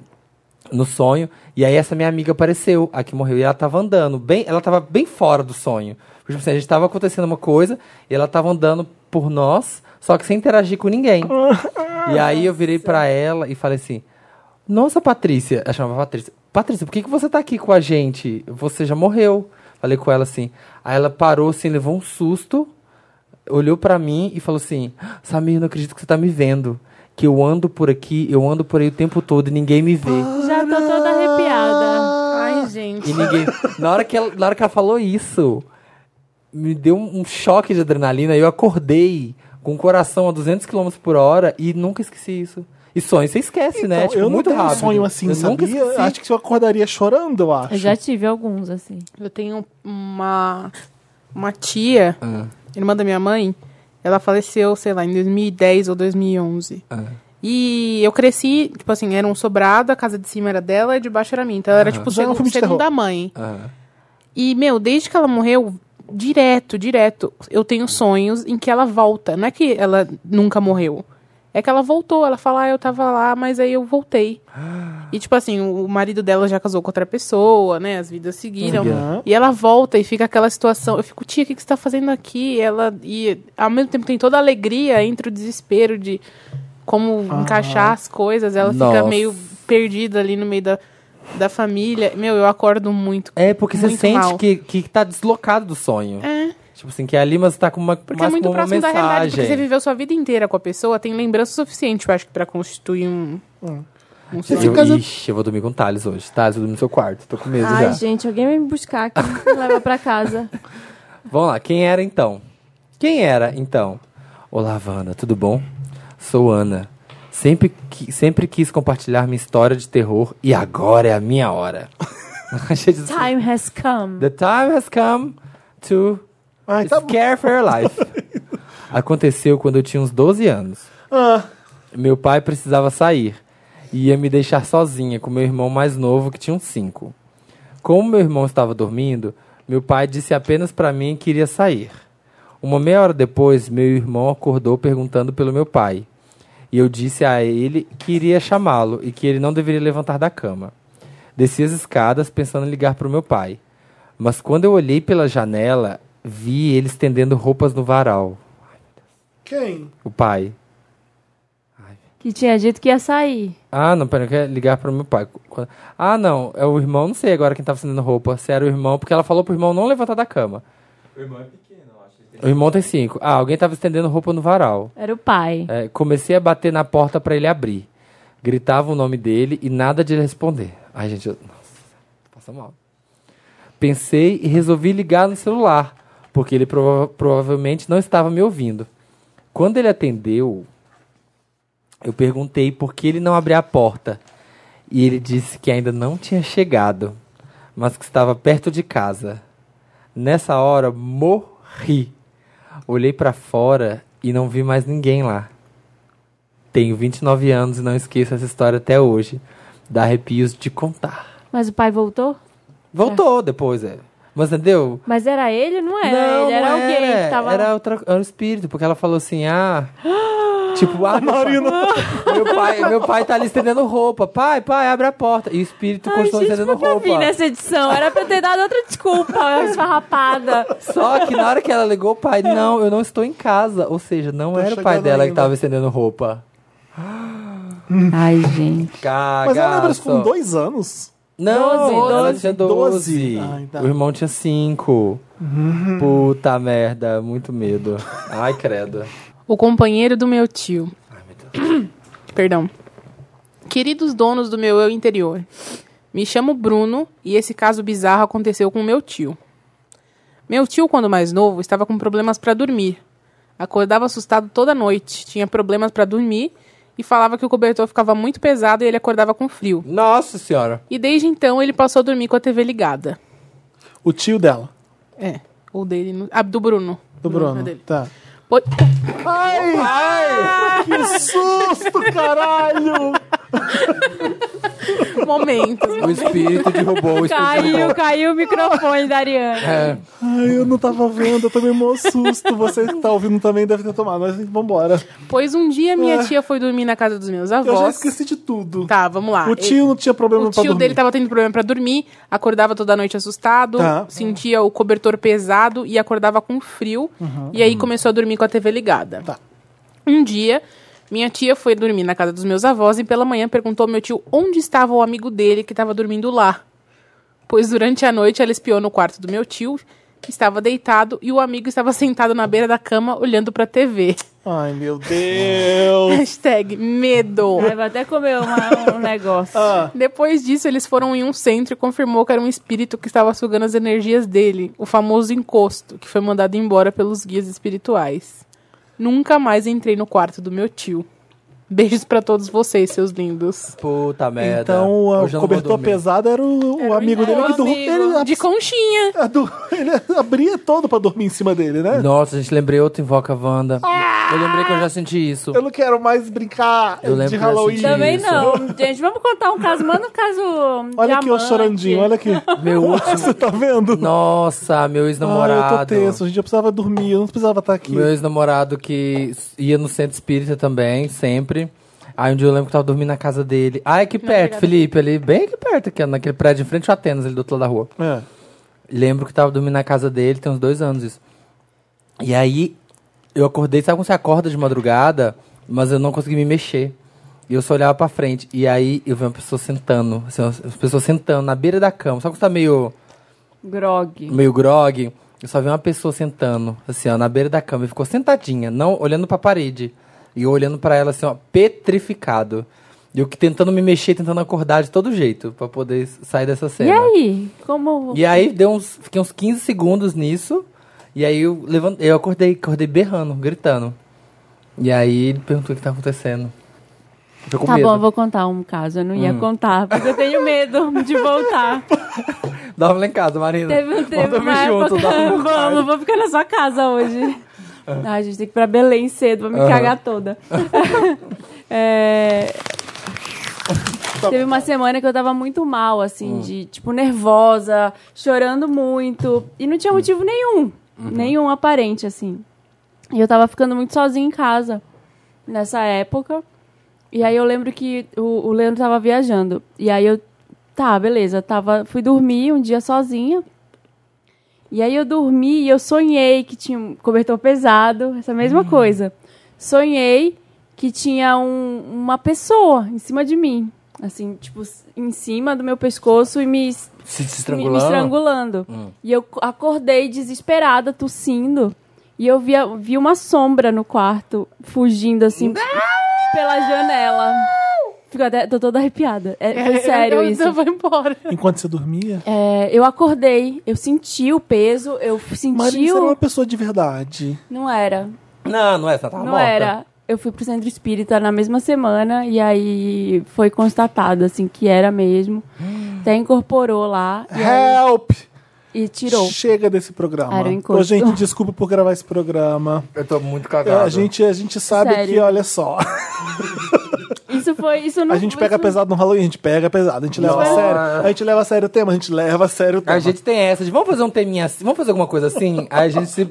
[SPEAKER 2] no sonho. E aí essa minha amiga apareceu, a que morreu, e ela tava andando, bem, ela tava bem fora do sonho. Porque, Tipo assim, a gente tava acontecendo uma coisa e ela tava andando por nós, só que sem interagir com ninguém. e aí eu virei pra ela e falei assim: Nossa, Patrícia, ela chamava Patrícia. Patrícia, por que, que você tá aqui com a gente? Você já morreu. Falei com ela assim. Aí ela parou assim, levou um susto, olhou pra mim e falou assim: Samir, não acredito que você tá me vendo. Que eu ando por aqui, eu ando por aí o tempo todo e ninguém me vê.
[SPEAKER 3] Já tô toda arrepiada.
[SPEAKER 1] Ah,
[SPEAKER 4] Ai, gente.
[SPEAKER 2] E ninguém. Na hora que ela, na hora que ela falou isso, me deu um, um choque de adrenalina. Eu acordei com o coração a 200 km por hora e nunca esqueci isso. E sonho você esquece, né?
[SPEAKER 1] Então,
[SPEAKER 2] Tipo,
[SPEAKER 1] eu não
[SPEAKER 2] muito
[SPEAKER 1] tenho
[SPEAKER 2] rápido.
[SPEAKER 1] um sonho assim,
[SPEAKER 2] eu Nunca
[SPEAKER 1] sabia?
[SPEAKER 2] esqueci.
[SPEAKER 1] Acho que eu acordaria chorando, eu acho.
[SPEAKER 3] Eu já tive alguns, assim.
[SPEAKER 4] Eu tenho uma, uma tia,
[SPEAKER 2] Ah,
[SPEAKER 4] irmã da minha mãe, ela faleceu, sei lá, em 2010 ou 2011.
[SPEAKER 2] ah,
[SPEAKER 4] E eu cresci, tipo assim, era um sobrado, a casa de cima era dela e de baixo era minha. Então ela era, tipo,
[SPEAKER 1] Já é um
[SPEAKER 4] segu
[SPEAKER 1] filme de
[SPEAKER 4] segunda
[SPEAKER 1] terror.
[SPEAKER 4] mãe.
[SPEAKER 2] ah.
[SPEAKER 4] E, meu, desde que ela morreu, direto, direto, eu tenho sonhos em que ela volta. Não é que ela nunca morreu. É que ela voltou, ela fala, ah, eu tava lá, mas aí eu voltei. E, tipo assim, o o marido dela já casou com outra pessoa, né? As vidas seguiram.
[SPEAKER 1] Uhum.
[SPEAKER 4] E ela volta e fica aquela situação. Eu fico, tia, o que, que você tá fazendo aqui? E ela. E ao mesmo tempo tem toda a alegria entre o desespero de como encaixar as coisas. Ela
[SPEAKER 2] Nossa.
[SPEAKER 4] fica meio perdida ali no meio da, da família. Meu, eu acordo muito.
[SPEAKER 2] É, porque você
[SPEAKER 4] muito
[SPEAKER 2] sente
[SPEAKER 4] mal.
[SPEAKER 2] que, que tá deslocado do sonho.
[SPEAKER 4] É.
[SPEAKER 2] Tipo assim, que ali, mas tá com uma,
[SPEAKER 4] Porque
[SPEAKER 2] mais
[SPEAKER 4] é muito
[SPEAKER 2] com uma
[SPEAKER 4] próximo
[SPEAKER 2] mensagem.
[SPEAKER 4] da realidade, porque você viveu sua vida inteira com a pessoa, tem lembrança suficiente, eu acho, que pra constituir um. um
[SPEAKER 1] Você
[SPEAKER 4] sonho.
[SPEAKER 1] fica-
[SPEAKER 2] Eu,
[SPEAKER 1] Casa-
[SPEAKER 2] Ixi, eu vou dormir com o Thales hoje. Thales, eu dormi no seu quarto. Tô com medo
[SPEAKER 3] Ai,
[SPEAKER 2] já.
[SPEAKER 3] gente, alguém vai me buscar aqui e me levar pra casa.
[SPEAKER 2] Vamos lá, quem era então? Quem era então? Olá, Wanda, tudo bom? Sou Ana. Sempre, qui- sempre quis compartilhar minha história de terror e agora é a minha hora. Achei des-
[SPEAKER 3] Time has come.
[SPEAKER 2] The time has come to
[SPEAKER 1] Ai, tá bom.
[SPEAKER 2] scare for your life. Aconteceu quando eu tinha uns 12 anos.
[SPEAKER 1] Ah,
[SPEAKER 2] Meu pai precisava sair e ia me deixar sozinha com meu irmão mais novo, que tinha uns cinco. Como meu irmão estava dormindo, meu pai disse apenas para mim que iria sair. Uma meia hora depois, meu irmão acordou perguntando pelo meu pai. E eu disse a ele que iria chamá-lo e que ele não deveria levantar da cama. Desci as escadas pensando em ligar para o meu pai. Mas quando eu olhei pela janela, vi ele estendendo roupas no varal.
[SPEAKER 1] quem?
[SPEAKER 2] O pai.
[SPEAKER 3] Que tinha dito que ia sair.
[SPEAKER 2] Ah, não, peraí, eu quero ligar pro meu pai. Qu- Ah, não, é o irmão, não sei agora quem tava estendendo roupa. Se era o irmão, porque ela falou pro irmão não levantar da cama. O irmão é pequeno, acho. O irmão tem cinco. Ah, alguém tava estendendo roupa no varal.
[SPEAKER 3] Era o pai.
[SPEAKER 2] É, comecei a bater na porta pra ele abrir. Gritava o nome dele e nada de ele responder. Ai, gente, eu... Nossa, passa mal. Pensei e resolvi ligar no celular, porque ele prova- provavelmente não estava me ouvindo. Quando ele atendeu, eu perguntei por que ele não abria a porta. E ele disse que ainda não tinha chegado, mas que estava perto de casa. Nessa hora, morri. Olhei para fora e não vi mais ninguém lá. Tenho 29 anos e não esqueço essa história até hoje. Dá arrepios de contar.
[SPEAKER 3] Mas o pai voltou?
[SPEAKER 2] Voltou depois, é. Mas entendeu?
[SPEAKER 3] Mas era É, ele? Não era.
[SPEAKER 2] não,
[SPEAKER 3] ele era
[SPEAKER 2] não
[SPEAKER 3] alguém
[SPEAKER 2] era.
[SPEAKER 3] que tava.
[SPEAKER 2] Era, outra, era um espírito, porque ela falou assim, ah... tipo, ah, meu pai-
[SPEAKER 1] Marina.
[SPEAKER 2] meu pai, meu pai tá ali estendendo roupa. Pai, pai, abre a porta. E o espírito
[SPEAKER 3] Ai,
[SPEAKER 2] continuou
[SPEAKER 3] gente,
[SPEAKER 2] estendendo
[SPEAKER 3] foi pra
[SPEAKER 2] roupa.
[SPEAKER 3] vir nessa edição. Era pra eu ter dado outra desculpa, uma esfarrapada.
[SPEAKER 2] Só que na hora que ela ligou, o pai, não, eu não estou em casa. Ou seja, não
[SPEAKER 1] Tô
[SPEAKER 2] era o pai
[SPEAKER 1] chegando
[SPEAKER 2] dela que
[SPEAKER 1] ainda.
[SPEAKER 2] tava estendendo roupa.
[SPEAKER 3] Ai, gente.
[SPEAKER 2] Cagaço.
[SPEAKER 1] Mas ela lembra isso com dois anos?
[SPEAKER 2] Não,
[SPEAKER 3] Doze,
[SPEAKER 2] ela
[SPEAKER 3] doze.
[SPEAKER 2] tinha 12.
[SPEAKER 1] Doze. Uhum. Ai, tá.
[SPEAKER 2] O irmão tinha 5. Puta merda, muito medo. Ai, credo.
[SPEAKER 4] O companheiro do meu tio. Perdão. Queridos donos do meu eu interior. Me chamo Bruno e esse caso bizarro aconteceu com meu tio. Meu tio, quando mais novo, estava com problemas para dormir. Acordava assustado toda noite, tinha problemas para dormir e falava que o cobertor ficava muito pesado e ele acordava com frio.
[SPEAKER 2] Nossa senhora.
[SPEAKER 4] E desde então ele passou a dormir com a TV ligada.
[SPEAKER 1] O tio dela,
[SPEAKER 4] É, ou dele, não- ah, do Bruno.
[SPEAKER 1] do
[SPEAKER 4] é
[SPEAKER 1] Bruno.
[SPEAKER 4] dele.
[SPEAKER 1] Tá.
[SPEAKER 4] Po-
[SPEAKER 1] Que susto, caralho!
[SPEAKER 4] Momentos.
[SPEAKER 2] O espírito derrubou o espírito. derrubou.
[SPEAKER 3] Caiu, caiu o microfone da Ariane.
[SPEAKER 2] É.
[SPEAKER 1] Ai, eu não tava vendo, eu tomei um susto. Você que tá ouvindo também deve ter tomado, mas vambora.
[SPEAKER 4] Pois um dia minha tia foi dormir na casa dos meus
[SPEAKER 1] Eu já
[SPEAKER 4] avós.
[SPEAKER 1] esqueci de tudo.
[SPEAKER 4] Tá, vamos lá.
[SPEAKER 1] O tio não tinha
[SPEAKER 4] Ele-
[SPEAKER 1] problema
[SPEAKER 4] o
[SPEAKER 1] pra
[SPEAKER 4] tio
[SPEAKER 1] dormir.
[SPEAKER 4] dele tá- tava tendo problema pra dormir, acordava toda noite assustado,
[SPEAKER 1] Tá.
[SPEAKER 4] sentia o cobertor pesado e acordava com frio. E aí começou a dormir com a TV ligada.
[SPEAKER 1] Uhum. Tá.
[SPEAKER 4] Um dia, minha tia foi dormir na casa dos meus avós e pela manhã perguntou ao meu tio onde estava o amigo dele que estava dormindo lá. Pois durante a noite ela espiou no quarto do meu tio, que estava deitado e o amigo estava sentado na beira da cama olhando pra TV.
[SPEAKER 1] Ai, meu Deus!
[SPEAKER 4] Hashtag medo.
[SPEAKER 3] Ai, vou até comer uma- um negócio.
[SPEAKER 1] Ah,
[SPEAKER 4] Depois disso, eles foram em um centro e confirmou que era um espírito que estava sugando as energias dele, o famoso encosto, que foi mandado embora pelos guias espirituais. Nunca mais entrei no quarto do meu tio. Beijos pra todos vocês, seus lindos.
[SPEAKER 2] Puta merda.
[SPEAKER 1] então o
[SPEAKER 2] Hoje É, eu não vou
[SPEAKER 1] cobertor
[SPEAKER 2] dormir.
[SPEAKER 1] pesado era o, o amigo
[SPEAKER 3] o
[SPEAKER 1] dele que dormia.
[SPEAKER 3] amigo.
[SPEAKER 1] Ele,
[SPEAKER 4] De conchinha.
[SPEAKER 1] a- a do- ele abria todo pra dormir em cima dele, né?
[SPEAKER 2] Nossa, gente, lembrei outro Invoca Wanda. Eu lembrei que eu já senti isso.
[SPEAKER 1] Eu não quero mais brincar
[SPEAKER 2] Eu lembro
[SPEAKER 1] de
[SPEAKER 2] que eu
[SPEAKER 1] Halloween.
[SPEAKER 2] assisti.
[SPEAKER 3] Também
[SPEAKER 2] Isso.
[SPEAKER 3] não. Gente, vamos contar um caso. Manda um caso.
[SPEAKER 1] Olha aqui, ô
[SPEAKER 3] diamante.
[SPEAKER 1] chorandinho, olha aqui.
[SPEAKER 2] Meu último.
[SPEAKER 1] Você tá vendo?
[SPEAKER 2] Nossa,
[SPEAKER 1] Ah,
[SPEAKER 2] meu
[SPEAKER 1] eu tô
[SPEAKER 2] ex-namorado.
[SPEAKER 1] tenso, gente. Eu precisava dormir, eu não precisava estar aqui.
[SPEAKER 2] Meu ex-namorado que ia no centro espírita também, sempre. Aí um dia eu lembro que eu tava dormindo na casa dele. Ah, é que perto, Felipe, ali, bem aqui perto, aqui, naquele prédio em frente ao Atenas, ali do outro lado da rua.
[SPEAKER 1] É.
[SPEAKER 2] Lembro que tava dormindo na casa dele, tem uns dois anos isso. E aí, eu acordei, sabe quando você acorda de madrugada, mas eu não consegui me mexer. E eu só olhava pra frente. E aí, eu vi uma pessoa sentando, assim, uma uma pessoa sentando na beira da cama. Sabe quando você tá meio,
[SPEAKER 3] Grog.
[SPEAKER 2] meio grog? Eu só vi uma pessoa sentando, assim, ó, na beira da cama. E ficou sentadinha, não olhando pra parede. E eu olhando pra ela, assim, ó, petrificado. E eu que tentando me mexer, tentando acordar de todo jeito, pra poder s- sair dessa cena.
[SPEAKER 3] E aí? Como.
[SPEAKER 2] E aí deu uns, fiquei uns 15 segundos nisso. E aí eu levantei, eu acordei, acordei berrando, gritando. E aí ele perguntou o que tá acontecendo. Ficou com
[SPEAKER 3] Tá
[SPEAKER 2] medo. Hum.
[SPEAKER 3] bom, eu vou contar um caso. Eu não ia contar, porque eu tenho medo de voltar.
[SPEAKER 2] Dorme lá em casa, Marina.
[SPEAKER 3] Teve um
[SPEAKER 2] Vamos
[SPEAKER 3] tempo
[SPEAKER 2] dormir
[SPEAKER 3] na
[SPEAKER 2] junto,
[SPEAKER 3] época.
[SPEAKER 2] dorme lá em casa.
[SPEAKER 3] Vamos, vou ficar na sua casa hoje. Ai, gente, tem que ir pra Belém cedo, vou me
[SPEAKER 2] É. Aham.
[SPEAKER 3] cagar toda. É,
[SPEAKER 2] Tá
[SPEAKER 3] Teve uma semana que eu tava muito mal, assim,
[SPEAKER 2] Hum.
[SPEAKER 3] de, tipo, nervosa, chorando muito. E não tinha
[SPEAKER 2] Hum.
[SPEAKER 3] motivo nenhum.
[SPEAKER 2] Uhum.
[SPEAKER 3] Nenhum aparente, assim. E eu tava ficando muito sozinha em casa nessa época. E aí eu lembro que o, o Leandro tava viajando. E aí eu. Tá, beleza. Tava, fui dormir um dia sozinha. E aí eu dormi e eu sonhei que tinha um cobertor pesado, essa mesma coisa. Sonhei que tinha um- uma pessoa em cima de mim. Assim, tipo, s- em cima do meu pescoço e me es-
[SPEAKER 2] Se, se
[SPEAKER 3] me, me
[SPEAKER 2] estrangulando.
[SPEAKER 3] estrangulando. E eu co- acordei desesperada, tossindo. E eu via, vi uma sombra no quarto, fugindo assim pela janela. Fico até, tô toda arrepiada. É, foi sério isso.
[SPEAKER 4] Eu vou embora.
[SPEAKER 1] Enquanto você dormia.
[SPEAKER 3] É, eu acordei, eu senti o peso, eu f- senti
[SPEAKER 1] Marina você era uma
[SPEAKER 3] o...
[SPEAKER 1] pessoa de verdade.
[SPEAKER 3] Não era,
[SPEAKER 2] Não, não é,
[SPEAKER 1] Tá
[SPEAKER 2] essa tava
[SPEAKER 3] não
[SPEAKER 2] morta.
[SPEAKER 3] era. Eu fui pro centro espírita na mesma semana e aí foi constatado, assim, que era mesmo.
[SPEAKER 1] Hum.
[SPEAKER 3] Até incorporou lá e, aí-
[SPEAKER 1] Help!
[SPEAKER 3] e tirou.
[SPEAKER 1] Chega desse programa.
[SPEAKER 3] Era um
[SPEAKER 1] Ô,
[SPEAKER 3] encosto.
[SPEAKER 1] gente, desculpa por gravar esse programa.
[SPEAKER 2] Eu tô muito
[SPEAKER 1] É,
[SPEAKER 2] cagado.
[SPEAKER 1] A gente, a gente sabe
[SPEAKER 3] Sério.
[SPEAKER 1] que, olha só.
[SPEAKER 3] Isso foi isso não
[SPEAKER 1] A gente
[SPEAKER 3] foi-
[SPEAKER 1] pega
[SPEAKER 3] isso-
[SPEAKER 1] pesado no Halloween, a gente pega pesado, a gente leva a
[SPEAKER 2] Nossa.
[SPEAKER 1] sério. A gente leva a sério o tema, a gente leva a sério o tema.
[SPEAKER 2] A gente tem essa de vamos fazer um teminha assim, vamos fazer alguma coisa assim, aí a gente se,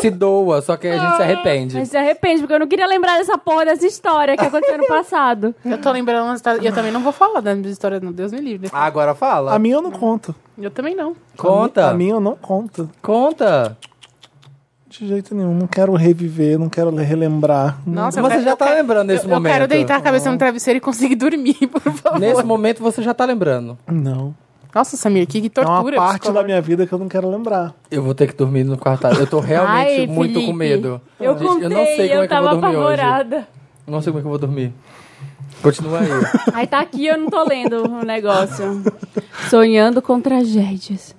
[SPEAKER 2] se doa, só que a gente se arrepende.
[SPEAKER 3] Mas se arrepende, porque eu não queria lembrar dessa porra dessa história que aconteceu no passado.
[SPEAKER 4] Eu tô lembrando umas histórias- e eu também não vou falar das minhas histórias, não. Deus me livre.
[SPEAKER 2] Agora fala.
[SPEAKER 1] A minha eu não conto.
[SPEAKER 4] Eu também não.
[SPEAKER 2] Conta.
[SPEAKER 1] A minha eu não conto.
[SPEAKER 2] Conta.
[SPEAKER 1] De jeito nenhum. Não quero reviver, não quero relembrar.
[SPEAKER 4] Nossa,
[SPEAKER 2] Mas
[SPEAKER 4] eu
[SPEAKER 2] você já
[SPEAKER 4] eu
[SPEAKER 2] tá lembrando nesse
[SPEAKER 4] eu,
[SPEAKER 2] momento.
[SPEAKER 4] Eu quero deitar a cabeça no travesseiro e conseguir dormir, por favor.
[SPEAKER 2] Nesse momento você já tá lembrando.
[SPEAKER 1] Não.
[SPEAKER 4] Nossa, Samir, que, que
[SPEAKER 1] É uma
[SPEAKER 4] tortura.
[SPEAKER 1] parte da
[SPEAKER 4] psicológica.
[SPEAKER 1] minha vida que eu não quero lembrar.
[SPEAKER 2] Eu vou ter que dormir no quarto. Eu tô realmente
[SPEAKER 3] Ai,
[SPEAKER 2] muito
[SPEAKER 3] Felipe.
[SPEAKER 2] com medo.
[SPEAKER 3] Eu
[SPEAKER 2] Gente,
[SPEAKER 3] contei,
[SPEAKER 2] eu não sei
[SPEAKER 3] eu,
[SPEAKER 2] como é que eu
[SPEAKER 3] tava
[SPEAKER 2] vou dormir hoje.
[SPEAKER 3] apavorada.
[SPEAKER 2] Não sei como é que eu vou dormir. Continua aí.
[SPEAKER 3] Aí tá aqui, eu não tô lendo o negócio. Sonhando com tragédias.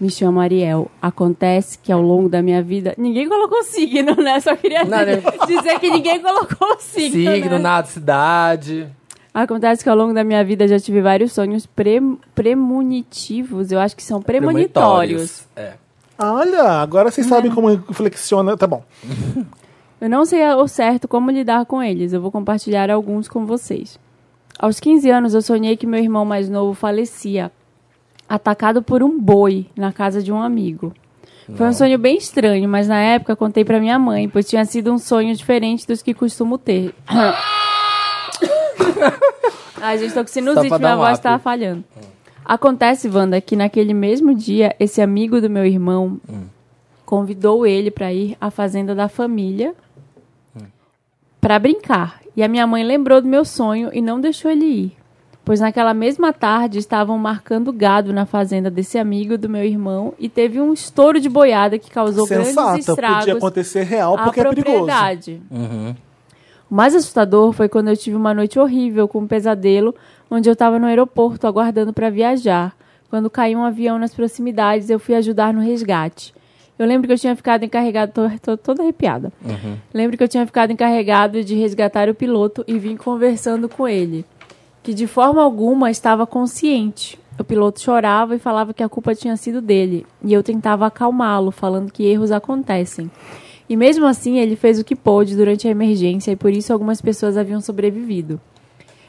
[SPEAKER 3] Me chamo Ariel. Acontece que ao longo da minha vida. Ninguém colocou signo, né? Só queria
[SPEAKER 2] Não,
[SPEAKER 3] dizer, dizer que ninguém colocou signo.
[SPEAKER 2] Signo,
[SPEAKER 3] né?
[SPEAKER 2] nada, cidade.
[SPEAKER 3] Acontece que ao longo da minha vida já tive vários sonhos pre- premonitivos. Eu acho que são premonitórios.
[SPEAKER 2] É.
[SPEAKER 1] Ah, Olha, agora vocês
[SPEAKER 3] Né?
[SPEAKER 1] sabem como flexiona. Tá bom.
[SPEAKER 3] Eu não sei ao certo como lidar com eles. Eu vou compartilhar alguns com vocês. Aos 15 anos, eu sonhei que meu irmão mais novo falecia, atacado por um boi na casa de um amigo. Foi um sonho bem estranho, mas na época contei pra minha mãe, pois tinha sido um sonho diferente dos que costumo ter. Ai, gente, tô com
[SPEAKER 2] Só pra
[SPEAKER 3] sinusite,
[SPEAKER 2] dar
[SPEAKER 3] minha
[SPEAKER 2] um
[SPEAKER 3] voz
[SPEAKER 2] up.
[SPEAKER 3] tá falhando. Acontece, Wanda, que naquele mesmo dia, esse amigo do meu irmão convidou ele pra ir à fazenda da família pra brincar. E a minha mãe lembrou do meu sonho e não deixou ele ir. Pois naquela mesma tarde estavam marcando gado na fazenda desse amigo do meu irmão e teve um estouro de boiada que causou grandes
[SPEAKER 1] Sensata.
[SPEAKER 3] estragos
[SPEAKER 1] Podia acontecer real
[SPEAKER 3] à
[SPEAKER 1] porque é perigoso.
[SPEAKER 3] propriedade.
[SPEAKER 2] Uhum.
[SPEAKER 3] O mais assustador foi quando eu tive uma noite horrível com um pesadelo, onde eu estava no aeroporto aguardando para viajar. Quando caiu um avião nas proximidades, eu fui ajudar no resgate. Eu lembro que eu tinha ficado encarregado, tô, tô toda arrepiada. Lembro que eu tinha ficado encarregado de resgatar o piloto e vim conversando com ele, que de forma alguma estava consciente. O piloto chorava e falava que a culpa tinha sido dele, e eu tentava acalmá-lo, falando que erros acontecem. E mesmo assim, ele fez o que pôde durante a emergência e por isso algumas pessoas haviam sobrevivido.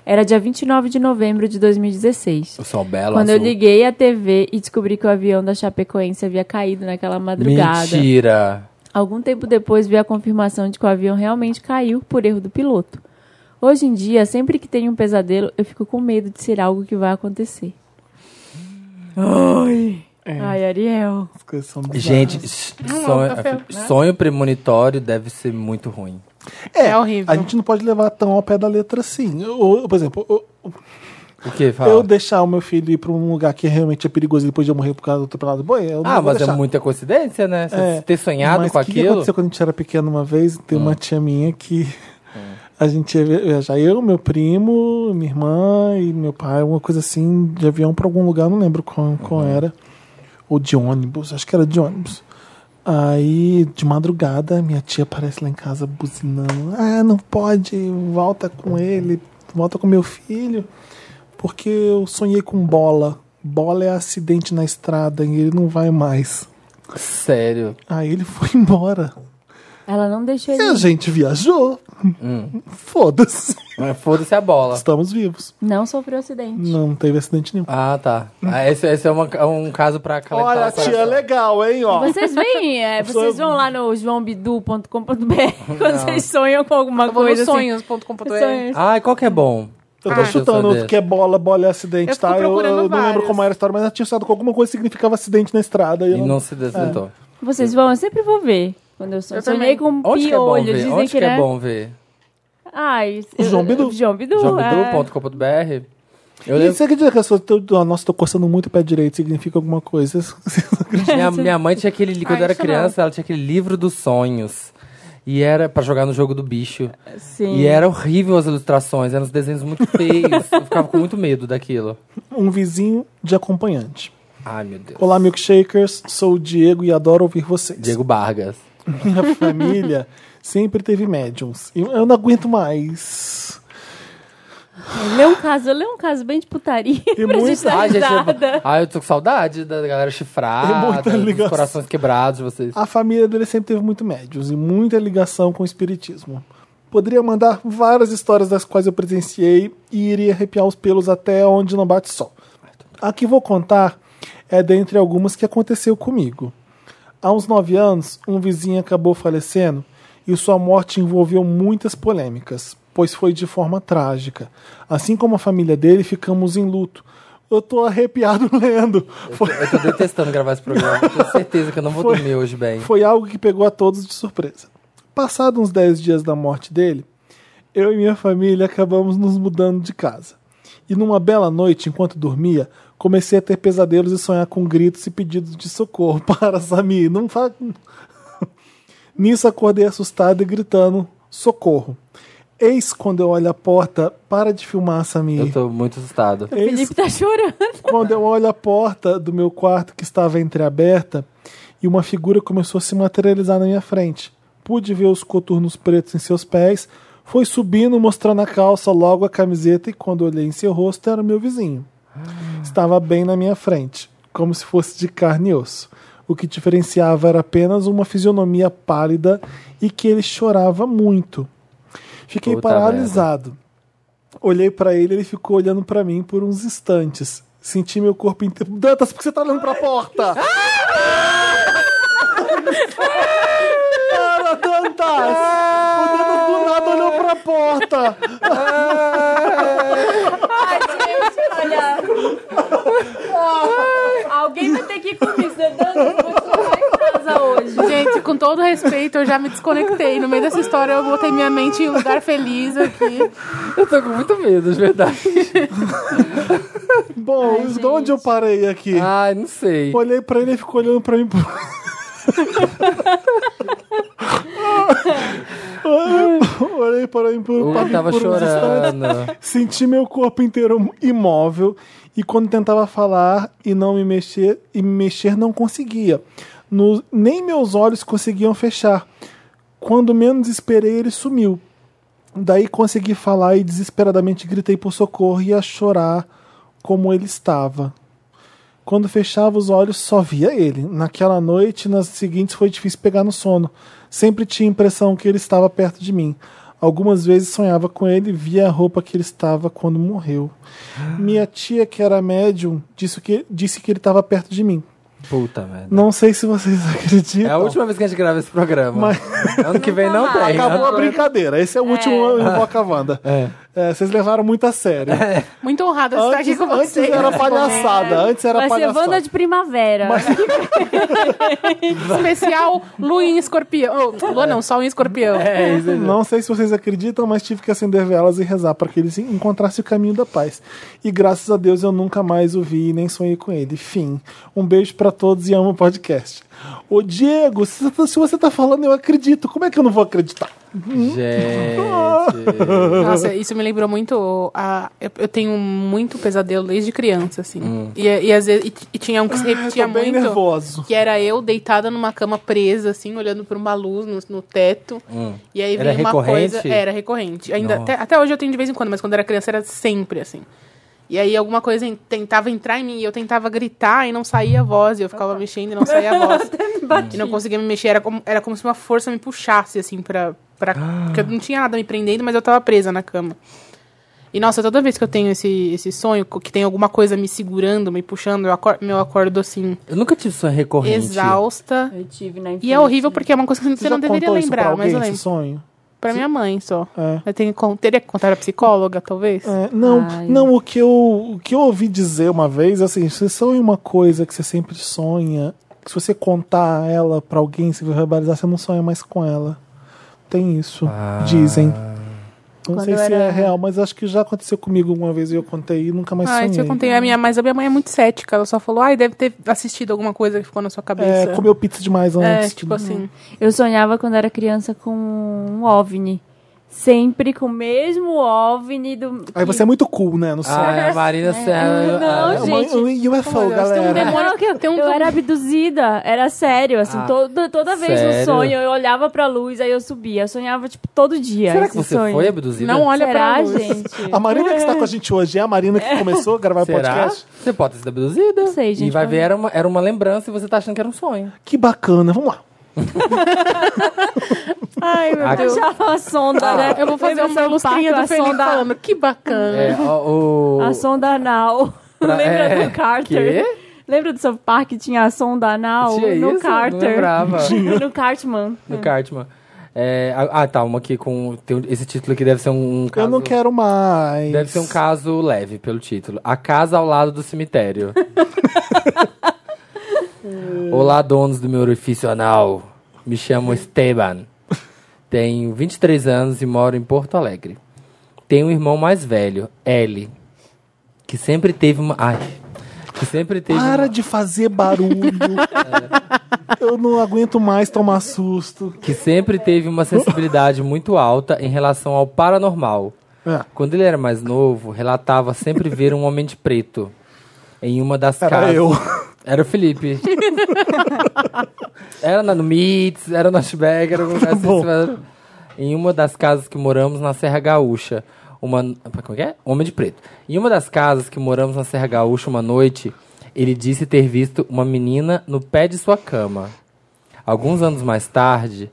[SPEAKER 3] Era dia 29 de novembro de 2016.
[SPEAKER 2] O sol belo,
[SPEAKER 3] Quando eu
[SPEAKER 2] azul.
[SPEAKER 3] liguei a TV e descobri que o avião da Chapecoense havia caído naquela madrugada.
[SPEAKER 2] Mentira.
[SPEAKER 3] Algum tempo depois veio a confirmação de que o avião realmente caiu por erro do piloto. Hoje em dia, sempre que tenho um pesadelo, eu fico com medo de ser algo que vai acontecer. Ai,
[SPEAKER 2] É.
[SPEAKER 3] Ai Ariel.
[SPEAKER 1] As coisas são bizarras.
[SPEAKER 2] Gente, s- sonho, sonho premonitório deve ser muito ruim.
[SPEAKER 1] é,
[SPEAKER 4] é horrível.
[SPEAKER 1] A gente não pode levar tão ao pé da letra assim. Ou, por exemplo, eu-
[SPEAKER 2] O que, Fala.
[SPEAKER 1] eu deixar o meu filho ir pra um lugar que realmente é perigoso e depois de eu morrer por causa do atropelado do boi, eu não
[SPEAKER 2] Ah,
[SPEAKER 1] vou
[SPEAKER 2] mas é
[SPEAKER 1] deixar.
[SPEAKER 2] muita coincidência, né? Você
[SPEAKER 1] É,
[SPEAKER 2] ter sonhado
[SPEAKER 1] mas
[SPEAKER 2] com
[SPEAKER 1] o que que
[SPEAKER 2] aquilo. Ah.
[SPEAKER 1] aconteceu quando a gente era pequeno uma vez? Tem uma tia minha que a gente ia viajar, eu, meu primo, minha irmã e meu pai, alguma coisa assim, de avião pra algum lugar, não lembro qual, qual
[SPEAKER 2] Uhum.
[SPEAKER 1] era. Ou de ônibus, acho que era de ônibus. Aí, de madrugada, minha tia aparece lá em casa buzinando. Ah, não pode, volta com ele, volta com meu filho. Porque eu sonhei com bola. Bola é acidente na estrada e ele não vai mais.
[SPEAKER 2] Sério.
[SPEAKER 1] Aí ele foi embora.
[SPEAKER 3] Ela não deixou
[SPEAKER 1] E
[SPEAKER 3] ele.
[SPEAKER 1] a gente viajou.
[SPEAKER 2] Hum.
[SPEAKER 1] Foda-se.
[SPEAKER 2] Mas Foda-se a bola.
[SPEAKER 1] Estamos vivos.
[SPEAKER 3] Não sofreu acidente.
[SPEAKER 1] Não teve acidente nenhum.
[SPEAKER 2] Ah, tá. Ah, esse, esse é uma- é um caso pra calentar
[SPEAKER 1] Olha,
[SPEAKER 2] o coração.
[SPEAKER 1] tia, legal, hein? Ó.
[SPEAKER 3] Vocês veem, é, vocês vão lá no joãobidu.com.br quando vocês sonham com alguma
[SPEAKER 4] Eu vou
[SPEAKER 3] coisa.
[SPEAKER 4] no
[SPEAKER 3] assim.
[SPEAKER 4] sonhos.com.br.
[SPEAKER 3] Sonhos.
[SPEAKER 2] Ai, qual que é bom?
[SPEAKER 1] Eu tô
[SPEAKER 4] Ah.
[SPEAKER 1] chutando
[SPEAKER 2] Deixa eu saber.
[SPEAKER 1] que é bola, bola é acidente,
[SPEAKER 4] Eu fico
[SPEAKER 1] tá? Eu,
[SPEAKER 4] procurando
[SPEAKER 1] eu não lembro
[SPEAKER 4] vários.
[SPEAKER 1] como era a história, mas eu tinha estado com alguma coisa que significava acidente na estrada. E
[SPEAKER 2] E
[SPEAKER 1] eu
[SPEAKER 2] não se desdentou.
[SPEAKER 3] Vocês vão, eu sempre vou ver. Quando eu sonho.
[SPEAKER 4] Eu
[SPEAKER 3] sonhei
[SPEAKER 4] também.
[SPEAKER 3] com um
[SPEAKER 2] Onde que é bom
[SPEAKER 3] piolho,
[SPEAKER 2] ver?
[SPEAKER 3] dizem
[SPEAKER 2] Onde que
[SPEAKER 3] né?
[SPEAKER 2] é bom ver?
[SPEAKER 3] Ai,
[SPEAKER 1] O João
[SPEAKER 3] eu-
[SPEAKER 1] Bidu.
[SPEAKER 3] João Bidu, é.
[SPEAKER 2] Jobdu.com.br Eu
[SPEAKER 1] E
[SPEAKER 2] lembro,
[SPEAKER 1] você acredita que as pessoas. tão- ah, Nossa, tô coçando muito o pé direito, significa alguma coisa.
[SPEAKER 2] minha, minha mãe tinha aquele li- Quando
[SPEAKER 4] Ah,
[SPEAKER 2] eu era
[SPEAKER 4] isso
[SPEAKER 3] é
[SPEAKER 4] não.
[SPEAKER 2] criança, ela tinha aquele livro dos sonhos. E era pra jogar no jogo do bicho.
[SPEAKER 3] Sim.
[SPEAKER 2] E é era horrível as ilustrações, eram uns desenhos muito feios. eu ficava com muito medo daquilo.
[SPEAKER 1] Um vizinho de acompanhante.
[SPEAKER 2] Ai, meu Deus.
[SPEAKER 1] Olá, milkshakers. Sou o Diego e adoro ouvir vocês.
[SPEAKER 2] Diego Vargas.
[SPEAKER 1] Minha família sempre teve médiums. Eu, eu não aguento mais.
[SPEAKER 3] Lê um caso, eu lê um caso bem de putaria
[SPEAKER 1] E
[SPEAKER 3] pra
[SPEAKER 1] muito- É
[SPEAKER 3] gente dar
[SPEAKER 2] Ai, gente, eu,
[SPEAKER 3] Tá risada.
[SPEAKER 2] ai, eu tô com saudade da galera
[SPEAKER 1] Tem
[SPEAKER 2] chifrada,
[SPEAKER 1] muita
[SPEAKER 2] dos
[SPEAKER 1] ligação.
[SPEAKER 2] corações quebrados de vocês.
[SPEAKER 1] A família dele sempre teve muito médiums e muita ligação com o espiritismo. Poderia mandar várias histórias das quais eu presenciei e iria arrepiar os pelos até onde não bate sol. A que vou contar é dentre algumas que aconteceu comigo. Há uns nove anos, um vizinho acabou falecendo e sua morte envolveu muitas polêmicas, pois foi de forma trágica. Assim como a família dele, ficamos em luto. Eu tô arrepiado lendo. Foi,
[SPEAKER 2] Eu tô detestando gravar esse programa. Eu Tenho certeza que eu não vou
[SPEAKER 1] Foi-
[SPEAKER 2] dormir hoje bem.
[SPEAKER 1] foi algo que pegou a todos de surpresa. Passados uns 10 dias da morte dele, eu e minha família acabamos nos mudando de casa. E numa bela noite, enquanto dormia, comecei a ter pesadelos e sonhar com gritos e pedidos de socorro para Samir. Não fa... Nisso acordei assustado e gritando: socorro. Eis quando eu olho a porta, para de filmar,
[SPEAKER 2] Eu
[SPEAKER 1] Samir.
[SPEAKER 2] tô muito assustado.
[SPEAKER 1] Eis
[SPEAKER 3] Felipe tá chorando.
[SPEAKER 1] quando eu olho a porta do meu quarto que estava entreaberta e uma figura começou a se materializar na minha frente. Pude ver os coturnos pretos em seus pés, foi subindo, mostrando a calça, logo a camiseta e quando olhei em seu rosto era o meu vizinho. Estava bem na minha frente, como se fosse de carne e osso. O que diferenciava era apenas uma fisionomia pálida e que ele chorava muito. Fiquei
[SPEAKER 2] Puta
[SPEAKER 1] paralisado. Olhei pra ele, ele ficou olhando pra mim por uns instantes. Senti meu corpo inteiro. Dantas, por que você tá olhando pra porta? Para, Dantas! O Dantas do nada olhou pra porta!
[SPEAKER 3] Ai, gente, olha. Alguém vai ter que ir comigo, senão eu vou chorar em casa hoje.
[SPEAKER 4] Gente, com todo respeito, eu já me desconectei. No meio dessa história, eu botei minha mente em um lugar feliz aqui.
[SPEAKER 2] Eu tô com muito medo, de verdade.
[SPEAKER 1] Bom, de onde eu parei aqui?
[SPEAKER 2] Ai, não sei.
[SPEAKER 1] Olhei pra ele e ficou olhando pra mim. por- Olhei para mim por,
[SPEAKER 2] O
[SPEAKER 1] pra
[SPEAKER 2] Hugo
[SPEAKER 1] mim
[SPEAKER 2] tava
[SPEAKER 1] por uns instantes.
[SPEAKER 2] chorando.
[SPEAKER 1] Senti meu corpo inteiro imóvel e quando tentava falar e não me mexer e me mexer não conseguia. No- nem meus olhos conseguiam fechar. Quando menos esperei, ele sumiu. Daí consegui falar e desesperadamente gritei por socorro e a chorar como ele estava. Quando fechava os olhos, só via ele. Naquela noite e nas seguintes foi difícil pegar no sono. Sempre tinha a impressão que ele estava perto de mim. Algumas vezes sonhava com ele e via a roupa que ele estava quando morreu. Minha tia, que era médium, disse que, disse que ele estava perto de mim.
[SPEAKER 2] Puta merda.
[SPEAKER 1] Não sei se vocês acreditam.
[SPEAKER 2] É a última vez que a gente grava esse programa.
[SPEAKER 1] Então. Mas-
[SPEAKER 2] Ano que vem não tem.
[SPEAKER 1] Acabou a
[SPEAKER 2] Ano-
[SPEAKER 1] brincadeira. Esse é o último Invoca a Wanda. É, vocês levaram muito a sério.
[SPEAKER 4] Muito honrada de estar Tá aqui
[SPEAKER 1] Antes,
[SPEAKER 4] com
[SPEAKER 1] antes
[SPEAKER 4] vocês. É.
[SPEAKER 1] era palhaçada. Antes era
[SPEAKER 3] Vai ser
[SPEAKER 1] palhaçada.
[SPEAKER 3] Wanda de Primavera.
[SPEAKER 4] Especial Lua em escorpião. Oh, Lua não, Sol em escorpião.
[SPEAKER 2] É isso. aí.
[SPEAKER 1] Não sei se vocês acreditam, mas tive que acender velas e rezar para que ele se- encontrasse o caminho da paz. E graças a Deus eu nunca mais o vi e nem sonhei com ele. Fim. Um beijo para todos e amo o podcast. Ô Diego, se, se você tá falando, eu acredito. Como é que eu não vou acreditar?
[SPEAKER 2] Gente.
[SPEAKER 4] Nossa, isso me lembrou muito. A, eu, eu tenho muito pesadelo desde criança, assim. E, e às vezes e, e tinha um que se
[SPEAKER 1] Hum. Ah, Eu
[SPEAKER 4] repetia
[SPEAKER 1] tô bem
[SPEAKER 4] muito.
[SPEAKER 1] nervoso.
[SPEAKER 4] Que era eu deitada numa cama presa, assim, olhando pra uma luz no, no teto.
[SPEAKER 1] Hum.
[SPEAKER 4] E aí
[SPEAKER 2] Era
[SPEAKER 4] veio uma
[SPEAKER 2] recorrente?
[SPEAKER 4] coisa. Era recorrente. Ainda,
[SPEAKER 2] Nossa.
[SPEAKER 4] até, até hoje eu tenho de vez em quando, mas quando era criança era sempre assim. E aí alguma coisa en- tentava entrar em mim e eu tentava gritar e não saía a voz. E eu ficava mexendo e não saía a voz. e não conseguia me mexer. Era como, era como se uma força me puxasse, assim, pra. pra porque eu não tinha nada me prendendo, mas eu tava presa na cama. E nossa, toda vez que eu tenho esse, esse sonho, que tem alguma coisa me segurando, me puxando, eu acordo, eu acordo assim,
[SPEAKER 2] Eu nunca tive sonho recorrente.
[SPEAKER 4] exausta.
[SPEAKER 3] Eu tive na
[SPEAKER 4] E é horrível porque é uma coisa que você,
[SPEAKER 1] já
[SPEAKER 4] não deveria
[SPEAKER 1] contou isso pra
[SPEAKER 4] lembrar,
[SPEAKER 1] alguém,
[SPEAKER 4] mas eu
[SPEAKER 1] esse
[SPEAKER 4] lembro.
[SPEAKER 1] sonho?
[SPEAKER 4] Pra minha mãe só.
[SPEAKER 1] É.
[SPEAKER 4] Eu tenho que con- teria que contar a psicóloga, talvez?
[SPEAKER 1] É, não,
[SPEAKER 3] Ai.
[SPEAKER 1] não o, que eu, o que eu ouvi dizer uma vez, assim, se sonha uma coisa que você sempre sonha, que se você contar ela pra alguém, se verbalizar, você não sonha mais com ela. Tem isso,
[SPEAKER 2] Ah.
[SPEAKER 1] dizem. Não
[SPEAKER 3] Quando
[SPEAKER 1] sei
[SPEAKER 3] eu
[SPEAKER 1] se é
[SPEAKER 3] era-
[SPEAKER 1] real, mas acho que já aconteceu comigo uma vez e eu contei e nunca mais
[SPEAKER 4] Ai, se Ah, eu
[SPEAKER 1] sonhei.
[SPEAKER 4] contei a minha, mas a minha mãe é muito cética. Ela só falou, ai, deve ter assistido alguma coisa que ficou na sua
[SPEAKER 1] É,
[SPEAKER 4] cabeça.
[SPEAKER 1] comeu pizza demais
[SPEAKER 4] É,
[SPEAKER 1] antes. né?
[SPEAKER 4] tipo assim.
[SPEAKER 3] Eu sonhava quando era criança com um OVNI. Sempre com o mesmo OVNI do...
[SPEAKER 1] Aí você é muito cool, né? No sonho.
[SPEAKER 2] Ah, a Marina Serra.
[SPEAKER 3] Não,
[SPEAKER 2] ah,
[SPEAKER 1] é uma
[SPEAKER 3] gente.
[SPEAKER 1] um UFO,
[SPEAKER 4] Olha, você tem um
[SPEAKER 1] galera.
[SPEAKER 4] demônio.
[SPEAKER 3] Não, que eu,
[SPEAKER 4] Tem um-
[SPEAKER 3] eu era abduzida, era sério, assim,
[SPEAKER 2] Ah,
[SPEAKER 3] toda, toda vez
[SPEAKER 2] sério?
[SPEAKER 3] no sonho eu olhava pra luz, aí eu subia, eu sonhava, tipo, todo dia
[SPEAKER 2] Será que
[SPEAKER 3] esse
[SPEAKER 2] você
[SPEAKER 3] sonho.
[SPEAKER 2] foi abduzida?
[SPEAKER 4] Não olha
[SPEAKER 3] Será,
[SPEAKER 4] pra luz.
[SPEAKER 3] gente?
[SPEAKER 1] A Marina que está com a gente hoje é a Marina que começou a gravar o
[SPEAKER 2] Será?
[SPEAKER 1] podcast.
[SPEAKER 2] Você pode ter sido abduzida.
[SPEAKER 3] Não sei, gente,
[SPEAKER 2] E vai
[SPEAKER 3] mas-
[SPEAKER 2] ver, era uma, era uma lembrança e você tá achando que era um sonho.
[SPEAKER 1] Que bacana, vamos lá.
[SPEAKER 4] Ai, meu
[SPEAKER 2] Ah,
[SPEAKER 4] Deus.
[SPEAKER 3] Já a sonda, né?
[SPEAKER 4] Eu vou fazer
[SPEAKER 3] Lembra
[SPEAKER 4] uma
[SPEAKER 3] São
[SPEAKER 4] mostrinha do
[SPEAKER 3] Paco, a
[SPEAKER 4] Felipe
[SPEAKER 3] sonda-
[SPEAKER 4] falando, que bacana.
[SPEAKER 2] É, o, o-
[SPEAKER 3] A sonda anal.
[SPEAKER 2] Pra-
[SPEAKER 3] Lembra
[SPEAKER 2] é,
[SPEAKER 3] do Carter?
[SPEAKER 2] quê?
[SPEAKER 3] Lembra do South Park que tinha a sonda anal?
[SPEAKER 2] Tinha
[SPEAKER 3] no
[SPEAKER 2] isso? Não
[SPEAKER 3] Carter.
[SPEAKER 2] lembrava.
[SPEAKER 3] no Cartman.
[SPEAKER 2] do Cartman. É, a- ah, tá, uma aqui com. tem um- esse título aqui deve ser um, caso.
[SPEAKER 1] Eu não quero mais.
[SPEAKER 2] Deve ser um caso leve pelo título. A casa ao lado do cemitério. Olá, donos do meu orifício anal. Me chamo Esteban. Tenho 23 anos e moro em Porto Alegre. Tenho um irmão mais velho, L, que sempre teve uma. Ai. Que sempre teve.
[SPEAKER 1] Para
[SPEAKER 2] uma-
[SPEAKER 1] de fazer barulho.
[SPEAKER 2] É.
[SPEAKER 1] Eu não aguento mais tomar susto.
[SPEAKER 2] Que sempre teve uma sensibilidade muito alta em relação ao paranormal.
[SPEAKER 1] Ah,
[SPEAKER 2] Quando ele era mais novo, relatava sempre ver um homem de preto em uma das
[SPEAKER 1] era
[SPEAKER 2] casas.
[SPEAKER 1] eu.
[SPEAKER 2] Era o Felipe. era na, no Meets, era no Ashbag, era no lugar assim,
[SPEAKER 1] bom.
[SPEAKER 2] você vai- Em uma das casas que moramos na Serra Gaúcha. Uma, como é que é? Homem de preto. Em uma das casas que moramos na Serra Gaúcha uma noite, ele disse ter visto uma menina no pé de sua cama. Alguns anos mais tarde,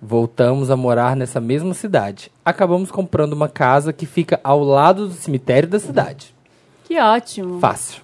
[SPEAKER 2] voltamos a morar nessa mesma cidade. Acabamos comprando uma casa que fica ao lado do cemitério da cidade.
[SPEAKER 3] Que ótimo.
[SPEAKER 2] Fácil.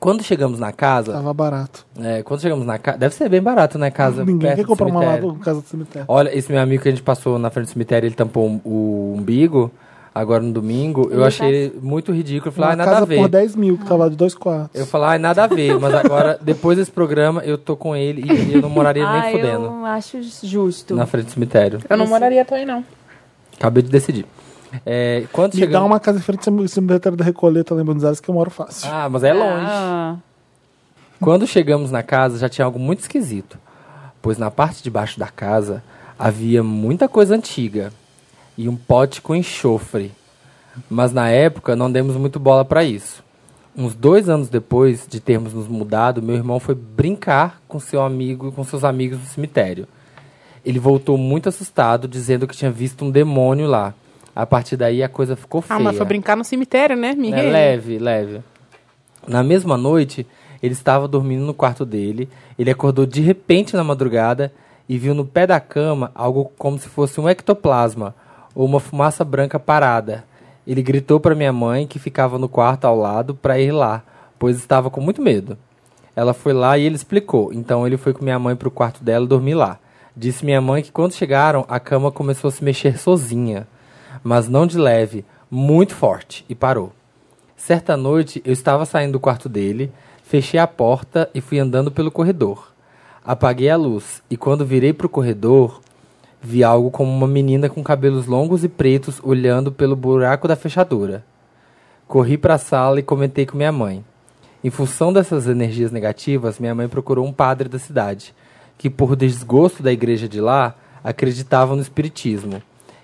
[SPEAKER 2] Quando chegamos na casa,
[SPEAKER 1] Tava barato.
[SPEAKER 2] é, quando chegamos na casa. Deve ser bem barato, né? Casa.
[SPEAKER 1] Ninguém
[SPEAKER 2] perto
[SPEAKER 1] quer
[SPEAKER 2] do
[SPEAKER 1] comprar uma lá
[SPEAKER 2] cemitério.
[SPEAKER 1] por casa do cemitério.
[SPEAKER 2] Olha, esse meu amigo que a gente passou na frente do cemitério, ele tampou um- o umbigo agora no domingo. Eu
[SPEAKER 3] Ele tá
[SPEAKER 2] achei ele muito ridículo. Eu falei,
[SPEAKER 1] uma
[SPEAKER 2] ai, nada
[SPEAKER 1] casa
[SPEAKER 2] a ver.
[SPEAKER 1] por 10 mil, que tava de dois quartos.
[SPEAKER 2] Eu falei, ai, nada a ver. Mas agora, depois desse programa, eu tô com ele e eu não moraria nem
[SPEAKER 3] ah,
[SPEAKER 2] fudendo
[SPEAKER 3] eu acho justo.
[SPEAKER 2] na frente do cemitério.
[SPEAKER 4] Eu não moraria também, não.
[SPEAKER 2] Acabei de decidir. É, quando
[SPEAKER 1] Me
[SPEAKER 2] chegamos...
[SPEAKER 1] dá uma casa em frente ao cemitério da Recoleta, lá em Buenos Aires, que eu moro fácil.
[SPEAKER 2] Ah, mas é longe.
[SPEAKER 3] Ah.
[SPEAKER 2] Quando chegamos na casa, já tinha algo muito esquisito, pois na parte de baixo da casa havia muita coisa antiga e um pote com enxofre. Mas na época não demos muito bola para isso. Uns dois anos depois de termos nos mudado, meu irmão foi brincar com seu amigo, com seus amigos no cemitério. Ele voltou muito assustado, dizendo que tinha visto um demônio lá. A partir daí a coisa ficou feia.
[SPEAKER 4] Ah, mas foi brincar no cemitério, né? Me
[SPEAKER 2] É,
[SPEAKER 4] rei.
[SPEAKER 2] leve, leve. Na mesma noite, ele estava dormindo no quarto dele. Ele acordou de repente na madrugada e viu no pé da cama algo como se fosse um ectoplasma ou uma fumaça branca parada. Ele gritou para minha mãe, que ficava no quarto ao lado, para ir lá, pois estava com muito medo. Ela foi lá e ele explicou. Então ele foi com minha mãe para o quarto dela dormir lá. Disse minha mãe que quando chegaram, a cama começou a se mexer sozinha, mas não de leve, muito forte, e parou. Certa noite, eu estava saindo do quarto dele, fechei a porta e fui andando pelo corredor. Apaguei a luz e quando virei para o corredor, vi algo como uma menina com cabelos longos e pretos olhando pelo buraco da fechadura. Corri para a sala e comentei com minha mãe. Em função dessas energias negativas, minha mãe procurou um padre da cidade, que por desgosto da igreja de lá, acreditava no espiritismo.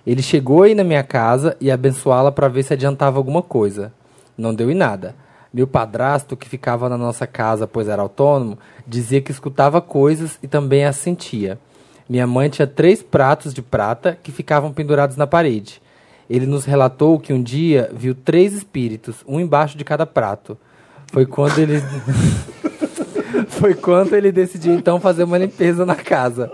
[SPEAKER 2] Ele chegou aí na minha casa e abençoá-la para ver se adiantava alguma coisa. Não deu em nada. Meu padrasto, que ficava na nossa casa, pois era autônomo, dizia que escutava coisas e também as sentia. Minha mãe tinha três pratos de prata que ficavam pendurados na parede. Ele nos relatou que um dia viu três espíritos, um embaixo de cada prato. Foi quando ele. Foi quando ele decidiu então fazer uma limpeza na casa.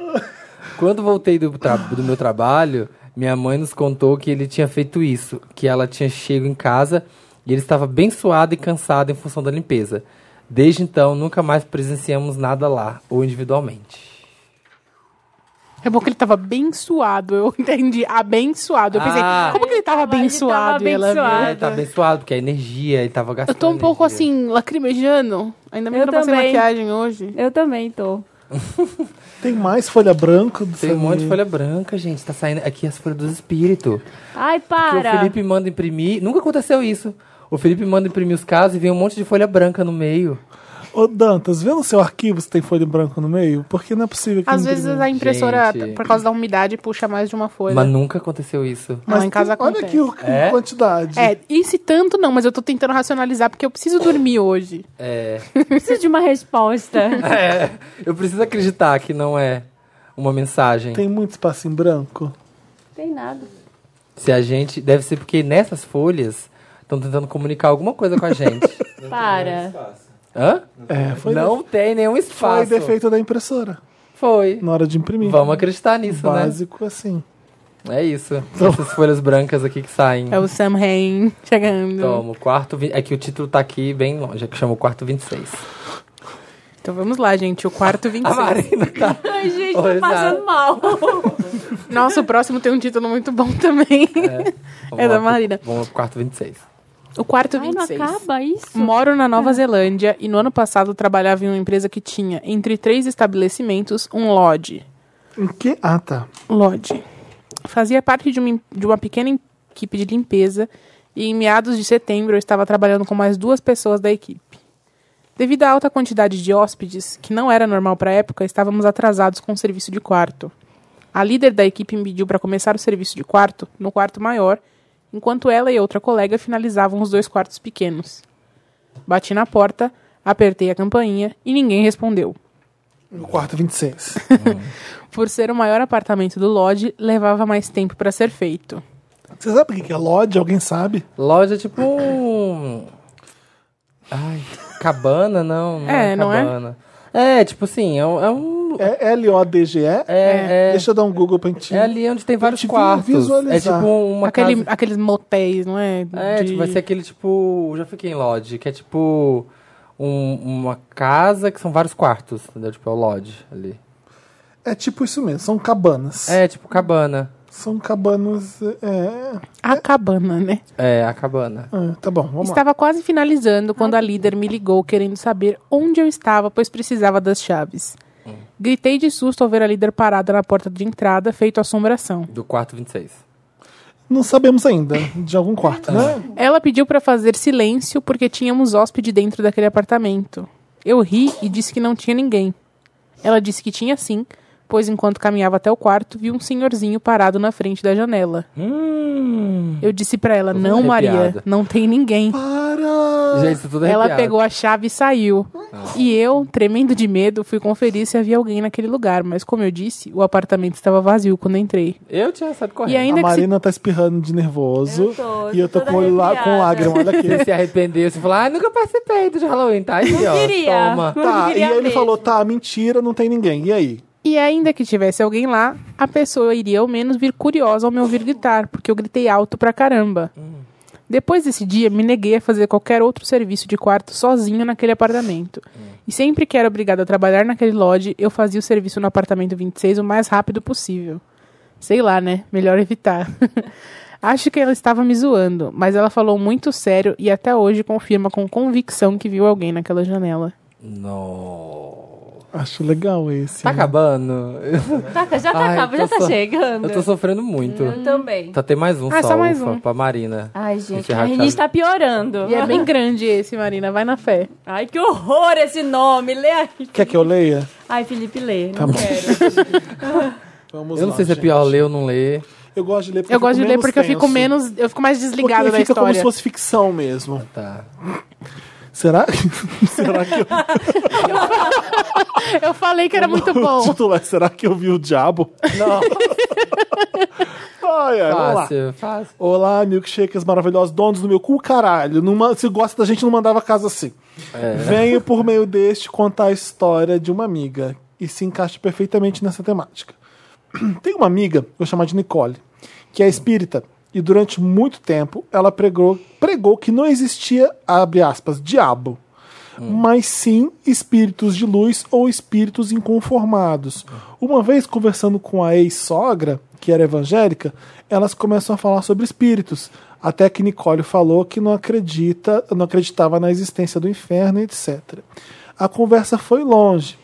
[SPEAKER 2] Quando voltei do, tra- do meu trabalho, minha mãe nos contou que ele tinha feito isso, que ela tinha chego em casa e ele estava bem suado e cansado em função da limpeza. Desde então, nunca mais presenciamos nada lá ou individualmente.
[SPEAKER 4] É bom que ele tava abençoado, eu entendi. Abençoado. Eu pensei,
[SPEAKER 2] Ah.
[SPEAKER 4] como que ele tava abençoado?
[SPEAKER 3] tava
[SPEAKER 4] e ela viu?
[SPEAKER 3] abençoado.
[SPEAKER 2] É, tá abençoado, porque a energia, ele tava
[SPEAKER 4] Eu
[SPEAKER 2] gastando.
[SPEAKER 4] tô um pouco
[SPEAKER 2] energia.
[SPEAKER 4] assim, lacrimejando. Ainda bem
[SPEAKER 3] Eu
[SPEAKER 4] que eu não passei
[SPEAKER 3] também.
[SPEAKER 4] maquiagem hoje.
[SPEAKER 3] Eu também tô.
[SPEAKER 1] Tem mais folha branca
[SPEAKER 4] assim.
[SPEAKER 1] do
[SPEAKER 2] Tem um
[SPEAKER 1] Samir.
[SPEAKER 2] monte de folha branca, gente. Tá saindo aqui as folhas dos espíritos.
[SPEAKER 3] Ai,
[SPEAKER 2] Porque o
[SPEAKER 3] para.
[SPEAKER 2] Felipe manda imprimir. Nunca aconteceu isso. O Felipe manda imprimir os casos e vem um monte de folha branca no meio.
[SPEAKER 1] Ô, Dantas, vê no seu arquivo se tem folha branca no meio, porque não é possível que
[SPEAKER 4] Às
[SPEAKER 1] não
[SPEAKER 4] vezes
[SPEAKER 1] tenha.
[SPEAKER 4] a impressora,
[SPEAKER 2] Gente.
[SPEAKER 4] por causa da umidade, puxa mais de uma folha.
[SPEAKER 2] Mas nunca aconteceu isso.
[SPEAKER 4] Não, em casa
[SPEAKER 1] tem- olha
[SPEAKER 4] acontece.
[SPEAKER 1] aqui o- a
[SPEAKER 2] É?
[SPEAKER 1] quantidade.
[SPEAKER 4] É, e se tanto não, mas eu tô tentando racionalizar porque eu preciso dormir hoje.
[SPEAKER 2] É.
[SPEAKER 3] Preciso de uma resposta.
[SPEAKER 2] É, eu preciso acreditar que não é uma mensagem.
[SPEAKER 1] Tem muito espaço em branco.
[SPEAKER 3] Tem nada.
[SPEAKER 2] Se a gente. Deve ser porque nessas folhas estão tentando comunicar alguma coisa com a gente.
[SPEAKER 3] Para.
[SPEAKER 2] Hã?
[SPEAKER 1] É, foi,
[SPEAKER 2] não tem nenhum
[SPEAKER 1] É, foi
[SPEAKER 2] espaço.
[SPEAKER 1] defeito da impressora.
[SPEAKER 2] Foi.
[SPEAKER 1] na hora de imprimir.
[SPEAKER 2] Vamos acreditar nisso,
[SPEAKER 1] Básico assim.
[SPEAKER 2] né? É isso.
[SPEAKER 1] Então
[SPEAKER 2] Essas folhas brancas aqui que saem.
[SPEAKER 4] É o Sam Hain chegando.
[SPEAKER 2] Toma, o quarto. vi- É que o título tá aqui bem longe, é que chama o quarto 26.
[SPEAKER 4] Então vamos lá, gente. O quarto
[SPEAKER 2] A
[SPEAKER 4] 26.
[SPEAKER 2] Marina tá.
[SPEAKER 3] Ai, gente,
[SPEAKER 2] Ô,
[SPEAKER 3] tô
[SPEAKER 2] Renata.
[SPEAKER 3] passando mal.
[SPEAKER 4] Nossa, o próximo tem um título muito bom também.
[SPEAKER 2] Vamos
[SPEAKER 4] É da
[SPEAKER 2] lá pro-
[SPEAKER 4] Marina.
[SPEAKER 2] Vamos pro quarto 26.
[SPEAKER 4] O quarto
[SPEAKER 3] Ai, não
[SPEAKER 4] 26.
[SPEAKER 3] acaba É. isso?
[SPEAKER 4] Moro na Nova Zelândia e no ano passado trabalhava em uma empresa que tinha, entre três estabelecimentos, um lodge.
[SPEAKER 1] O que? Ah, tá.
[SPEAKER 4] Lodge. Fazia parte de uma, em- de uma pequena equipe de limpeza e em meados de setembro eu estava trabalhando com mais duas pessoas da equipe. Devido à alta quantidade de hóspedes, que não era normal para a época, estávamos atrasados com o serviço de quarto. A líder da equipe me pediu para começar o serviço de quarto no quarto maior, enquanto ela e outra colega finalizavam os dois quartos pequenos. Bati na porta, apertei a campainha e ninguém respondeu.
[SPEAKER 1] O quarto 26.
[SPEAKER 4] Por ser o maior apartamento do lodge, levava mais tempo para ser feito.
[SPEAKER 1] Você sabe o que que é lodge? Alguém sabe?
[SPEAKER 2] Loja é tipo um. Ai, cabana? Não, não é,
[SPEAKER 4] É, não é?
[SPEAKER 2] cabana. É, tipo assim, é um. É, um-
[SPEAKER 1] É L-O-D-G-E?
[SPEAKER 2] é, é,
[SPEAKER 1] Deixa eu dar um Google pra gente.
[SPEAKER 2] é ali onde tem vários
[SPEAKER 1] te vi-
[SPEAKER 2] quartos. É
[SPEAKER 1] um visualizar.
[SPEAKER 2] tipo uma
[SPEAKER 4] Aquele-
[SPEAKER 2] casa.
[SPEAKER 4] Aqueles motéis, não é?
[SPEAKER 2] É,
[SPEAKER 4] De-
[SPEAKER 2] tipo, vai ser aquele tipo. Já fiquei em lodge, que é tipo. um- uma casa que são vários quartos, entendeu? Tipo, é o lodge ali.
[SPEAKER 1] É tipo isso mesmo, são cabanas.
[SPEAKER 2] É, tipo cabana.
[SPEAKER 1] São cabanas. É,
[SPEAKER 4] a cabana, né?
[SPEAKER 2] É, a cabana.
[SPEAKER 1] é, tá bom, vamos lá.
[SPEAKER 4] Estava quase finalizando quando a líder me ligou querendo saber onde eu estava, pois precisava das chaves.
[SPEAKER 2] Hum.
[SPEAKER 4] Gritei de susto ao ver a líder parada na porta de entrada, feito assombração.
[SPEAKER 2] Do quarto 26.
[SPEAKER 1] Não sabemos ainda de algum quarto, né?
[SPEAKER 4] Ela pediu para fazer silêncio porque tínhamos hóspede dentro daquele apartamento. Eu ri e disse que não tinha ninguém. Ela disse que tinha sim, pois enquanto caminhava até o quarto, vi um senhorzinho parado na frente da janela.
[SPEAKER 2] Hum.
[SPEAKER 4] Eu disse para ela:
[SPEAKER 2] Tô
[SPEAKER 4] "Não,
[SPEAKER 2] arrepiada."
[SPEAKER 4] Maria, não tem ninguém".
[SPEAKER 1] Para!
[SPEAKER 2] Gente, isso tudo
[SPEAKER 4] Ela
[SPEAKER 2] arrepiado.
[SPEAKER 4] pegou a chave e saiu.
[SPEAKER 2] Ah.
[SPEAKER 4] E eu, tremendo de medo, fui conferir se havia alguém naquele lugar, mas como eu disse, o apartamento estava vazio quando entrei.
[SPEAKER 2] Eu tinha saído correndo.
[SPEAKER 4] E ainda
[SPEAKER 1] a
[SPEAKER 4] que se-
[SPEAKER 1] Marina tá espirrando de nervoso.
[SPEAKER 3] Eu tô,
[SPEAKER 1] e eu tô
[SPEAKER 3] toda
[SPEAKER 1] com o olho lá
[SPEAKER 3] arrepiada.
[SPEAKER 1] com lágrima, olha aqui.
[SPEAKER 2] Você se arrependeu, você falou, ah, nunca participei do de Halloween, tá aí, ó,
[SPEAKER 3] queria.
[SPEAKER 2] toma.
[SPEAKER 3] Eu
[SPEAKER 1] Tá, e
[SPEAKER 3] queria
[SPEAKER 1] aí ele
[SPEAKER 3] mesmo.
[SPEAKER 1] falou: tá, mentira, não tem ninguém. E aí?
[SPEAKER 4] E ainda que tivesse alguém lá, a pessoa iria ao menos vir curiosa ao me ouvir gritar, porque eu gritei alto pra caramba. Depois desse dia, me neguei a fazer qualquer outro serviço de quarto sozinho naquele apartamento. E sempre que era obrigada a trabalhar naquele lodge, eu fazia o serviço no apartamento 26 o mais rápido possível. Sei lá, né? Melhor evitar. Acho que ela estava me zoando, mas ela falou muito sério e até hoje confirma com convicção que viu alguém naquela janela.
[SPEAKER 2] Não.
[SPEAKER 1] Acho legal esse.
[SPEAKER 2] Tá acabando?
[SPEAKER 3] Tá, já tá
[SPEAKER 2] Ai,
[SPEAKER 3] acabando,
[SPEAKER 2] eu
[SPEAKER 3] já
[SPEAKER 2] tô
[SPEAKER 3] tá
[SPEAKER 2] so-
[SPEAKER 3] chegando.
[SPEAKER 2] Eu tô sofrendo muito.
[SPEAKER 3] Eu também.
[SPEAKER 2] Tá, tem mais um
[SPEAKER 4] Ah,
[SPEAKER 2] só,
[SPEAKER 4] só mais
[SPEAKER 2] ufa,
[SPEAKER 4] um.
[SPEAKER 2] pra Marina.
[SPEAKER 1] Ah,
[SPEAKER 3] Ai, gente,
[SPEAKER 2] Encerrar
[SPEAKER 3] a
[SPEAKER 2] a
[SPEAKER 3] gente
[SPEAKER 2] chave.
[SPEAKER 3] tá piorando.
[SPEAKER 4] E é bem grande esse, Marina, vai na fé.
[SPEAKER 3] Ai, que horror esse nome. Lê aí.
[SPEAKER 1] Quer que eu leia?
[SPEAKER 3] Ai, Felipe, lê.
[SPEAKER 1] Tá
[SPEAKER 3] não
[SPEAKER 1] bom.
[SPEAKER 3] quero.
[SPEAKER 1] Vamos
[SPEAKER 2] Eu não
[SPEAKER 1] lá,
[SPEAKER 2] sei se é
[SPEAKER 1] gente.
[SPEAKER 2] pior ler ou não ler.
[SPEAKER 1] Eu gosto de ler porque
[SPEAKER 4] Eu gosto de
[SPEAKER 1] fico
[SPEAKER 4] ler porque eu fico
[SPEAKER 1] tenso.
[SPEAKER 4] menos. Eu fico mais
[SPEAKER 1] Porque
[SPEAKER 4] desligada da
[SPEAKER 1] fica como se
[SPEAKER 4] história.
[SPEAKER 1] fosse ficção mesmo.
[SPEAKER 2] Tá.
[SPEAKER 1] Será? Será que eu-
[SPEAKER 4] Eu falei que era muito
[SPEAKER 1] o
[SPEAKER 4] bom.
[SPEAKER 1] título é Será que eu vi o diabo?
[SPEAKER 2] Não,
[SPEAKER 1] Ai, ai, vamos lá.
[SPEAKER 2] fácil, fácil.
[SPEAKER 1] Olá, milkshakers maravilhosos, donos do meu cu, caralho. Numa, se gosta da gente, não mandava casa assim.
[SPEAKER 2] É.
[SPEAKER 1] Venho por meio deste contar a história de uma amiga e se encaixa perfeitamente nessa temática. Tem uma amiga, eu vou chamar de Nicole, que é espírita e durante muito tempo ela pregou, pregou que não existia, abre aspas, diabo, mas sim espíritos de luz ou espíritos inconformados. Uma vez conversando com a ex-sogra, que era evangélica, elas começam a falar sobre espíritos, até que Nicole falou que não acredita, não acreditava na existência do inferno, etc. A conversa foi longe.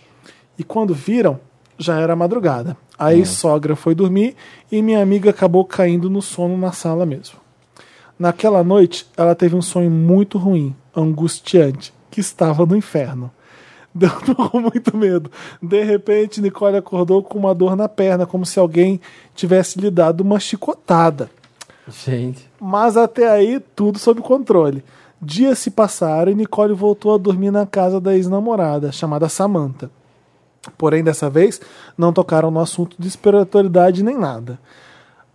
[SPEAKER 1] E quando viram, já era madrugada. A ex-sogra foi dormir e minha amiga acabou caindo no sono na sala mesmo. Naquela noite, ela teve um sonho muito ruim, angustiante, que estava no inferno. Deu com muito medo. De repente, Nicole acordou com uma dor na perna, como se alguém tivesse lhe dado uma chicotada.
[SPEAKER 2] Gente,
[SPEAKER 1] Mas até aí, tudo sob controle. Dias se passaram e Nicole voltou a dormir na casa da ex-namorada, chamada Samantha. Porém, dessa vez, não tocaram no assunto de espiritualidade nem nada.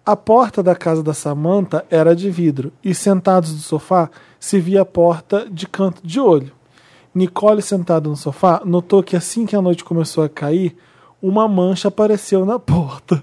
[SPEAKER 1] A porta da casa da Samantha era de vidro e, sentados no sofá, se via a porta de canto de olho. Nicole, sentada no sofá, notou que assim que a noite começou a cair, uma mancha apareceu na porta.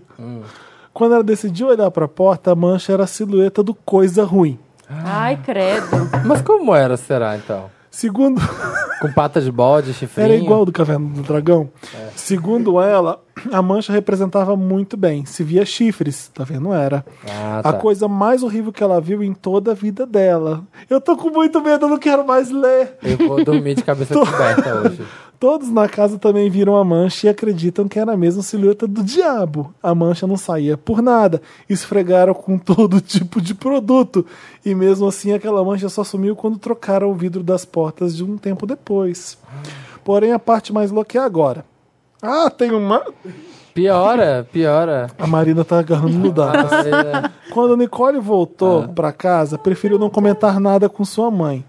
[SPEAKER 1] Quando ela decidiu olhar pra porta, a mancha era a silhueta do coisa ruim.
[SPEAKER 3] Ai, credo.
[SPEAKER 2] Mas como era, será, então?
[SPEAKER 1] Segundo.
[SPEAKER 2] Com pata de bode, chifrinho?
[SPEAKER 1] Era igual do Caverna do Dragão.
[SPEAKER 2] É.
[SPEAKER 1] Segundo ela, a mancha representava muito bem. Se via chifres, tá vendo? Era.
[SPEAKER 2] Ah,
[SPEAKER 1] A
[SPEAKER 2] tá.
[SPEAKER 1] coisa mais horrível que ela viu em toda a vida dela. Eu tô com muito medo, eu não quero mais ler.
[SPEAKER 2] Eu vou dormir de cabeça coberta hoje.
[SPEAKER 1] Todos na casa também viram a mancha e acreditam que era a mesma silhueta do diabo. A mancha não saía por nada. Esfregaram com todo tipo de produto. E mesmo assim, aquela mancha só sumiu quando trocaram o vidro das portas de um tempo depois. Porém, a parte mais louca é agora. Ah, tem uma.
[SPEAKER 2] Piora, piora.
[SPEAKER 1] A Marina tá agarrando no dado.
[SPEAKER 2] Ah, é.
[SPEAKER 1] Quando Nicole voltou pra casa, preferiu não comentar nada com sua mãe.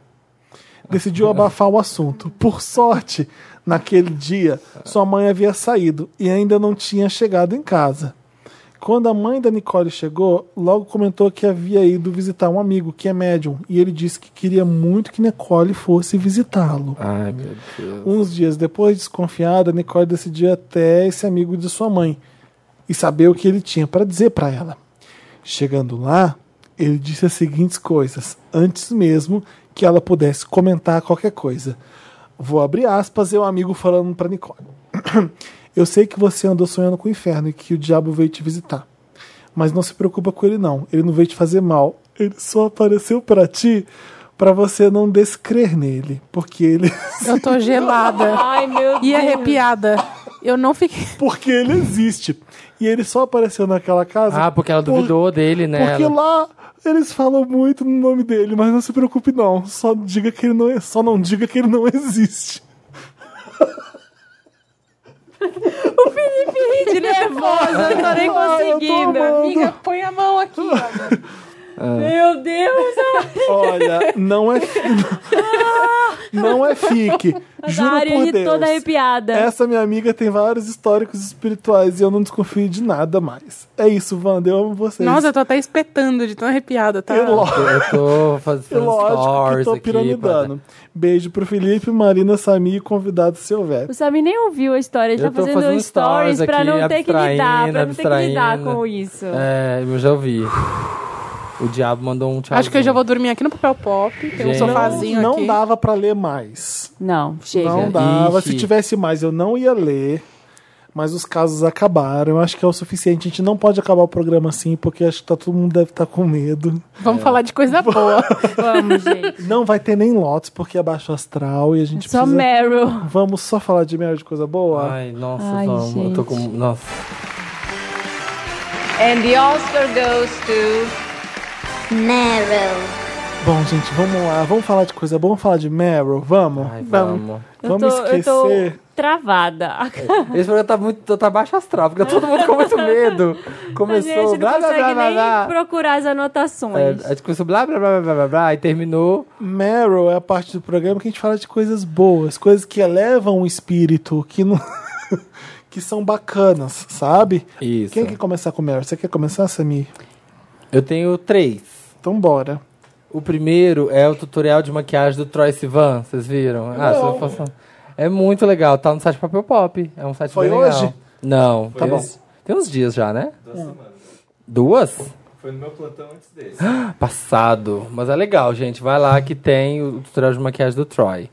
[SPEAKER 1] Decidiu abafar o assunto. Por sorte, naquele dia, sua mãe havia saído e ainda não tinha chegado em casa. Quando a mãe da Nicole chegou, logo comentou que havia ido visitar um amigo que é médium e ele disse que queria muito que Nicole fosse visitá-lo.
[SPEAKER 2] Ai, meu Deus.
[SPEAKER 1] Uns dias depois, desconfiada, Nicole decidiu ir até esse amigo de sua mãe e saber o que ele tinha para dizer para ela. Chegando lá, ele disse as seguintes coisas, antes mesmo que ela pudesse comentar qualquer coisa. Vou abrir aspas e o amigo falando para Nicole. Eu sei que você andou sonhando com o inferno e que o diabo veio te visitar. Mas não se preocupa com ele não, ele não veio te fazer mal. Ele só apareceu para ti para você não descrer nele, porque ele
[SPEAKER 4] Eu tô gelada
[SPEAKER 3] Ai, meu
[SPEAKER 4] e é
[SPEAKER 3] Deus.
[SPEAKER 4] arrepiada. Eu não fiquei.
[SPEAKER 1] porque ele existe. E ele só apareceu naquela casa.
[SPEAKER 2] Ah, porque ela
[SPEAKER 1] por-
[SPEAKER 2] duvidou dele, né?
[SPEAKER 1] Porque
[SPEAKER 2] Ela-
[SPEAKER 1] lá eles falam muito no nome dele, mas não se preocupe não. Só diga que ele não, é- só não diga que ele não existe.
[SPEAKER 3] Ih, de nervosa, eu não tô
[SPEAKER 1] Ai,
[SPEAKER 3] nem
[SPEAKER 1] eu tô
[SPEAKER 3] conseguindo.
[SPEAKER 1] amando.
[SPEAKER 4] Amiga, põe a mão aqui.
[SPEAKER 3] Meu Deus,
[SPEAKER 1] Olha, não é fi- não é fique.
[SPEAKER 3] a
[SPEAKER 1] Juro
[SPEAKER 3] Dário
[SPEAKER 1] por
[SPEAKER 3] de
[SPEAKER 1] Deus. É
[SPEAKER 3] toda arrepiada.
[SPEAKER 1] Essa minha amiga tem vários históricos espirituais e eu não desconfio de nada mais. É isso, Wanda, eu amo vocês.
[SPEAKER 4] Nossa, eu tô até espetando de tão arrepiada, tá?
[SPEAKER 1] é lógico.
[SPEAKER 2] Eu tô fazendo
[SPEAKER 1] Lógico que
[SPEAKER 2] stories
[SPEAKER 1] tô
[SPEAKER 2] aqui. pra-
[SPEAKER 1] piramidando. Beijo pro Felipe, Marina, Sami e convidado se houver.
[SPEAKER 3] O Samir nem ouviu a história, ele
[SPEAKER 2] Eu
[SPEAKER 3] tá
[SPEAKER 2] tô
[SPEAKER 3] fazendo,
[SPEAKER 2] fazendo
[SPEAKER 3] stories
[SPEAKER 2] stories
[SPEAKER 3] pra
[SPEAKER 2] aqui,
[SPEAKER 3] não ter que lidar, pra não ter que
[SPEAKER 2] abstraindo,
[SPEAKER 3] lidar
[SPEAKER 2] abstraindo.
[SPEAKER 3] com isso.
[SPEAKER 2] É, eu já ouvi. O diabo mandou um tchau.
[SPEAKER 4] Acho que eu já vou dormir aqui no papel pop. Tem um
[SPEAKER 2] Gente.
[SPEAKER 4] sofazinho
[SPEAKER 1] não
[SPEAKER 4] aqui.
[SPEAKER 1] dava pra ler mais.
[SPEAKER 3] Não, chega.
[SPEAKER 1] Não dava.
[SPEAKER 2] Ixi.
[SPEAKER 1] Se tivesse mais, eu não ia ler. Mas os casos acabaram. Eu acho que é o suficiente. A gente não pode acabar o programa assim, porque acho que tá, todo mundo deve estar com medo.
[SPEAKER 4] Vamos falar de coisa boa.
[SPEAKER 3] Vamos, gente.
[SPEAKER 1] Não vai ter nem lotes, porque é baixo astral e a gente
[SPEAKER 3] É Só
[SPEAKER 1] precisa.
[SPEAKER 3] Meryl.
[SPEAKER 1] Vamos só falar de merda de coisa boa?
[SPEAKER 2] Ai, nossa,
[SPEAKER 3] Ai,
[SPEAKER 2] vamos. Eu tô com.
[SPEAKER 3] gente.
[SPEAKER 2] Nossa.
[SPEAKER 6] And the Oscar goes to.
[SPEAKER 5] Meryl.
[SPEAKER 1] Bom, gente, vamos lá. Vamos falar de coisa boa? Vamos falar de Meryl? Vamos?
[SPEAKER 2] Ai,
[SPEAKER 4] Vamos.
[SPEAKER 2] vamos.
[SPEAKER 3] Eu
[SPEAKER 1] Vamos
[SPEAKER 3] tô, eu tô
[SPEAKER 1] esquecer.
[SPEAKER 3] travada.
[SPEAKER 2] Esse programa tá muito. tá baixo astral, porque todo mundo com muito medo.
[SPEAKER 3] A gente não
[SPEAKER 2] Começou. Blá, blá,
[SPEAKER 3] consegue
[SPEAKER 2] blá, blá,
[SPEAKER 3] nem
[SPEAKER 2] blá.
[SPEAKER 3] procurar as
[SPEAKER 2] É,
[SPEAKER 3] anotações.
[SPEAKER 2] a gente começou blá blá blá blá blá blá e terminou.
[SPEAKER 1] Meryl é a parte do programa que a gente fala de coisas boas, coisas que elevam o espírito, que não. que são bacanas, sabe?
[SPEAKER 2] Isso.
[SPEAKER 1] Quem quer começar com Meryl? Você quer começar, Samir?
[SPEAKER 2] Eu tenho três.
[SPEAKER 1] Então bora.
[SPEAKER 2] O primeiro é o tutorial de maquiagem do Troy Sivan, vocês viram? Ah, só faço- É muito legal, tá no site Papel Pop. É um site
[SPEAKER 1] Foi
[SPEAKER 2] bem legal.
[SPEAKER 1] hoje?
[SPEAKER 2] Não, tá
[SPEAKER 1] bom.
[SPEAKER 2] Tem uns dias já, né?
[SPEAKER 4] É.
[SPEAKER 2] Duas semanas. Duas?
[SPEAKER 7] Foi no meu plantão antes desse.
[SPEAKER 2] Passado. Mas é legal, gente. Vai lá que tem o tutorial de maquiagem do Troy.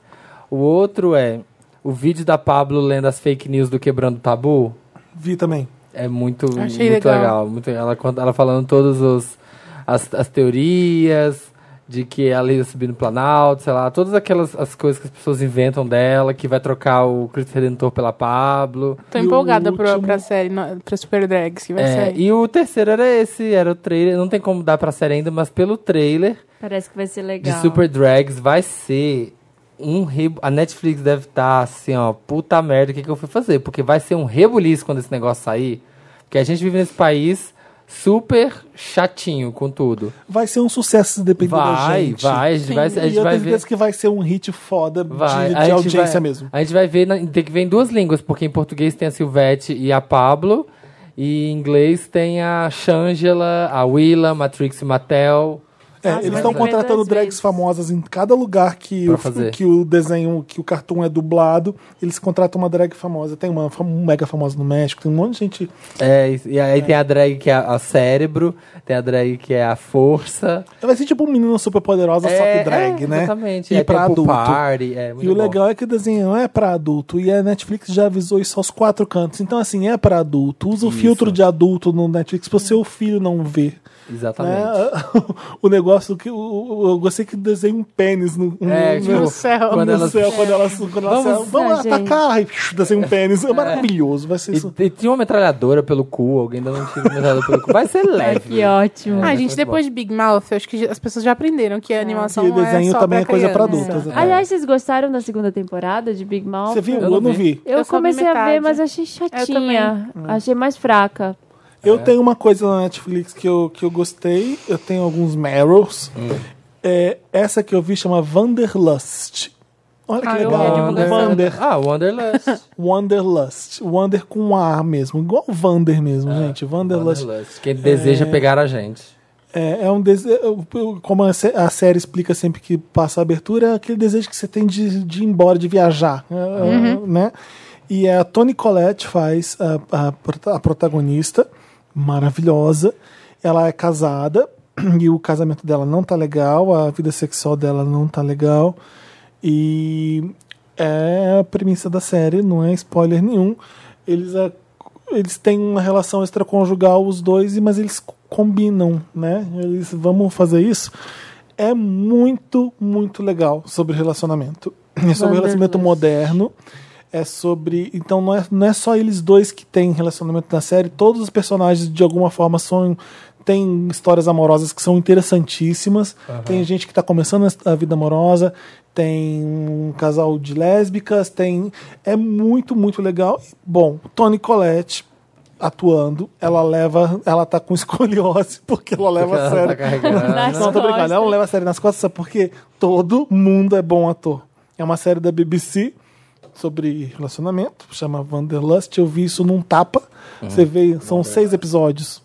[SPEAKER 2] O outro é o vídeo da Pablo lendo as fake news do Quebrando o Tabu.
[SPEAKER 1] Vi também.
[SPEAKER 2] É muito,
[SPEAKER 4] Achei
[SPEAKER 2] muito
[SPEAKER 4] legal.
[SPEAKER 2] legal. muito legal. Ela, cont- ela falando todas os- as, as teorias de que ela ia subir no Planalto, sei lá, todas aquelas as coisas que as pessoas inventam dela, que vai trocar o Cristo Redentor pela Pablo.
[SPEAKER 4] Tô
[SPEAKER 1] E o
[SPEAKER 4] empolgada pra,
[SPEAKER 1] último?
[SPEAKER 4] pra série, no- pra Super Drags que vai
[SPEAKER 2] É,
[SPEAKER 4] sair.
[SPEAKER 2] e o terceiro era esse, era o trailer. Não tem como dar pra série ainda, mas pelo trailer
[SPEAKER 3] Parece que vai ser
[SPEAKER 2] de
[SPEAKER 3] legal.
[SPEAKER 2] Super Drags vai ser um rebu... A Netflix deve estar assim, ó, puta merda, o que, que eu fui fazer? Porque vai ser um rebuliço quando esse negócio sair. Porque a gente vive nesse país super chatinho com tudo.
[SPEAKER 1] Vai ser um sucesso se depender da
[SPEAKER 2] Vai,
[SPEAKER 1] gente.
[SPEAKER 2] vai, a gente vai, a
[SPEAKER 1] E
[SPEAKER 2] gente
[SPEAKER 1] eu
[SPEAKER 2] vai
[SPEAKER 1] tenho
[SPEAKER 2] ver.
[SPEAKER 1] certeza que vai ser um hit foda
[SPEAKER 2] Vai,
[SPEAKER 1] de,
[SPEAKER 2] a
[SPEAKER 1] de
[SPEAKER 2] gente
[SPEAKER 1] audiência
[SPEAKER 2] vai-
[SPEAKER 1] mesmo.
[SPEAKER 2] A gente vai ver, na- tem que ver em duas línguas, porque em português tem a Silvete e a Pablo, e em inglês tem a Shangela, a Willa, Matrix e Mattel.
[SPEAKER 1] É,
[SPEAKER 3] Nossa,
[SPEAKER 1] eles
[SPEAKER 3] mas
[SPEAKER 1] estão
[SPEAKER 3] eu vejo
[SPEAKER 1] contratando
[SPEAKER 3] às
[SPEAKER 1] drags
[SPEAKER 3] vezes.
[SPEAKER 1] famosas em cada lugar que
[SPEAKER 2] Pra
[SPEAKER 1] o,
[SPEAKER 2] fazer.
[SPEAKER 1] que o desenho, que o cartoon é dublado, eles contratam uma drag famosa. Tem uma fam- um mega famosa no México, tem um monte de gente.
[SPEAKER 2] É, e- e aí tem a drag que é a, a cérebro, tem a drag que é a força.
[SPEAKER 1] Vai ser tipo um menino super poderosa, só
[SPEAKER 2] É,
[SPEAKER 1] que drag,
[SPEAKER 2] é,
[SPEAKER 1] né?
[SPEAKER 2] Exatamente.
[SPEAKER 1] E
[SPEAKER 2] é
[SPEAKER 1] pra
[SPEAKER 2] tempo
[SPEAKER 1] adulto.
[SPEAKER 2] Party, é, muito
[SPEAKER 1] E o
[SPEAKER 2] bom.
[SPEAKER 1] legal é que o desenho é pra adulto e a Netflix já avisou isso aos quatro cantos. Então, assim, é pra adulto. Usa o filtro de adulto no Netflix pro seu filho não ver. né?
[SPEAKER 2] Exatamente.
[SPEAKER 1] O negócio que. o- o- Eu gostei que desenha um pênis no,
[SPEAKER 2] É,
[SPEAKER 1] no-
[SPEAKER 2] tipo,
[SPEAKER 4] Meu céu.
[SPEAKER 2] quando
[SPEAKER 1] no
[SPEAKER 2] elas-
[SPEAKER 1] céu, quando ela, quando ela
[SPEAKER 2] Vamos-
[SPEAKER 1] vamos
[SPEAKER 3] Ah, gente.
[SPEAKER 1] atacar e psh, desenha um pênis. É maravilhoso, vai ser isso.
[SPEAKER 2] E, e tinha uma metralhadora pelo cu, alguém dando um tiro de metralhadora pelo cu. Vai
[SPEAKER 1] É
[SPEAKER 2] ser
[SPEAKER 3] Ai,
[SPEAKER 2] leve.
[SPEAKER 3] que ótimo.
[SPEAKER 2] É.
[SPEAKER 4] Ah,
[SPEAKER 2] mas
[SPEAKER 4] gente,
[SPEAKER 2] foi
[SPEAKER 4] depois de Big Mouth, eu acho que as pessoas já aprenderam que a animação
[SPEAKER 1] E o desenho
[SPEAKER 4] é só
[SPEAKER 1] também é
[SPEAKER 4] pra
[SPEAKER 1] coisa pra
[SPEAKER 4] criança.
[SPEAKER 1] adultos. né?
[SPEAKER 3] Aliás, vocês gostaram da segunda temporada de Big Mouth?
[SPEAKER 1] Você viu?
[SPEAKER 2] eu
[SPEAKER 1] Eu,
[SPEAKER 2] não
[SPEAKER 1] não
[SPEAKER 2] vi.
[SPEAKER 1] vi.
[SPEAKER 3] Eu,
[SPEAKER 4] Eu só vi
[SPEAKER 3] comecei a
[SPEAKER 4] metade.
[SPEAKER 3] ver, mas achei chatinha. Achei mais fraca.
[SPEAKER 1] Eu tenho uma coisa na Netflix que eu, que eu gostei. Eu tenho alguns Merrills. É, essa que eu vi chama Wanderlust. Olha que
[SPEAKER 4] Ah, eu vi a
[SPEAKER 1] legal.
[SPEAKER 4] divulgação.
[SPEAKER 1] É tipo Wander.
[SPEAKER 2] É, Ah, Wanderlust.
[SPEAKER 1] Wanderlust. Wander com um A mesmo. Igual Wander mesmo, gente. Wanderlust.
[SPEAKER 2] Wanderlust. Quem deseja pegar a gente.
[SPEAKER 1] É, é um desejo. Como a, sé- a série explica sempre que passa a abertura, é aquele desejo que você tem de, de ir embora, de viajar. é, Né? E a Toni Collette faz a, a prota- a protagonista, maravilhosa. Ela é casada e o casamento dela não tá legal, a vida sexual dela não tá legal. E é a premissa da série, não é spoiler nenhum. Eles, a- eles têm uma relação extraconjugal, os dois, e- mas eles co- combinam, né? Eles vamos fazer isso. É muito, muito legal sobre relacionamento. É sobre relacionamento moderno. É sobre. Então não é, não é só eles dois que têm relacionamento na série, todos os personagens de alguma forma são. Tem histórias amorosas que são interessantíssimas. Tem gente que tá começando a vida amorosa. Tem um casal de lésbicas. Tem. É muito, muito legal. Bom, Toni Collette atuando. Ela leva. Ela tá com escoliose, porque ela leva a
[SPEAKER 2] Ela tá
[SPEAKER 1] sério.
[SPEAKER 2] carregando.
[SPEAKER 3] Nas
[SPEAKER 1] Não, tô brincando. Ela não leva a série nas costas, sabe por quê? Todo mundo é bom ator. É uma série da BBC sobre relacionamento, chama Wanderlust. Eu vi isso num tapa. Você vê, são seis episódios.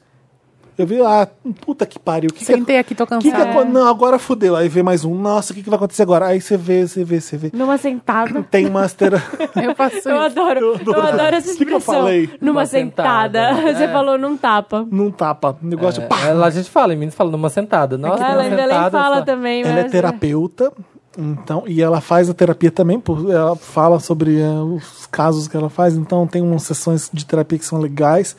[SPEAKER 1] Eu vi, ah, puta que pariu. Que que,
[SPEAKER 4] Sentei aqui, tô
[SPEAKER 1] que, que
[SPEAKER 4] cansada.
[SPEAKER 1] aco- Não, agora fudeu. Aí vê mais um. Nossa, o que, que vai acontecer agora? Aí você vê, você vê, você vê.
[SPEAKER 3] Numa sentada.
[SPEAKER 1] Tem uma tera-
[SPEAKER 4] Eu faço isso.
[SPEAKER 3] Eu adoro, eu adoro, essa
[SPEAKER 1] Que que eu
[SPEAKER 3] expressão.
[SPEAKER 1] falei?
[SPEAKER 3] Numa
[SPEAKER 2] Uma sentada.
[SPEAKER 3] sentada. né? Você falou num tapa.
[SPEAKER 1] num tapa. Um negócio de pá.
[SPEAKER 2] É, lá a gente fala, em Minas fala numa sentada. Nossa,
[SPEAKER 3] Ah,
[SPEAKER 2] numa
[SPEAKER 3] Ela em Belém
[SPEAKER 2] sentada,
[SPEAKER 3] fala
[SPEAKER 2] só-
[SPEAKER 3] também, mas...
[SPEAKER 1] Ela é terapeuta, então, e ela faz a terapia também, por- ela fala sobre eh, os casos que ela faz, então tem umas sessões de terapia que são legais.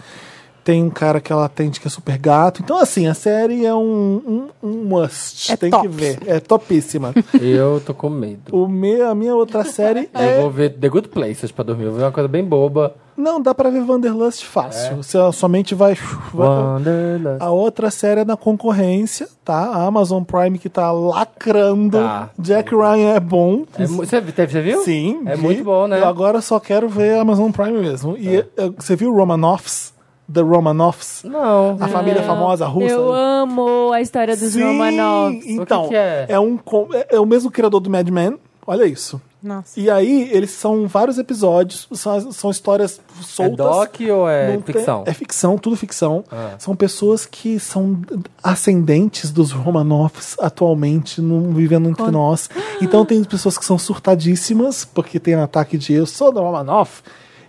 [SPEAKER 1] Tem um cara que ela atende que é super gato. Então, assim, a série é um, um, um must.
[SPEAKER 4] É
[SPEAKER 1] tem
[SPEAKER 4] top.
[SPEAKER 1] que ver. É topíssima.
[SPEAKER 2] Eu tô com medo.
[SPEAKER 1] o me, a minha outra série
[SPEAKER 2] Eu
[SPEAKER 1] é.
[SPEAKER 2] vou ver The Good Places pra dormir. Eu vou ver uma coisa bem boba.
[SPEAKER 1] Não, dá pra ver Wanderlust
[SPEAKER 2] É.
[SPEAKER 1] fácil. Você, a sua mente vai. vai
[SPEAKER 2] Wanderlust.
[SPEAKER 1] a outra série é na concorrência, tá? A Amazon Prime que tá lacrando.
[SPEAKER 2] Tá.
[SPEAKER 1] Jack Ryan é bom.
[SPEAKER 2] É mu- Você você viu?
[SPEAKER 1] Sim.
[SPEAKER 2] É
[SPEAKER 1] vi.
[SPEAKER 2] muito bom, né? É.
[SPEAKER 1] Eu agora só quero ver a Amazon Prime mesmo. E eu- você viu Romanoffs? The Romanoffs?
[SPEAKER 2] Não.
[SPEAKER 1] A família famosa russa? né?
[SPEAKER 3] é. Eu amo a história dos
[SPEAKER 1] Sim!
[SPEAKER 3] Romanov.
[SPEAKER 1] Então,
[SPEAKER 2] O que que é?
[SPEAKER 1] é um com- é- é o mesmo criador do Mad Men. Olha isso.
[SPEAKER 4] Nossa.
[SPEAKER 1] E aí, eles são vários episódios, são, são histórias
[SPEAKER 2] É
[SPEAKER 1] soltas.
[SPEAKER 2] doc ou é
[SPEAKER 1] assim, Não tem-
[SPEAKER 2] ficção?
[SPEAKER 1] é ficção, tudo ficção.
[SPEAKER 2] Ah.
[SPEAKER 1] São pessoas que são ascendentes dos Romanoffs atualmente, no, vivendo entre nós. Então tem pessoas que são surtadíssimas, porque tem ataque de eu sou da Romanoff.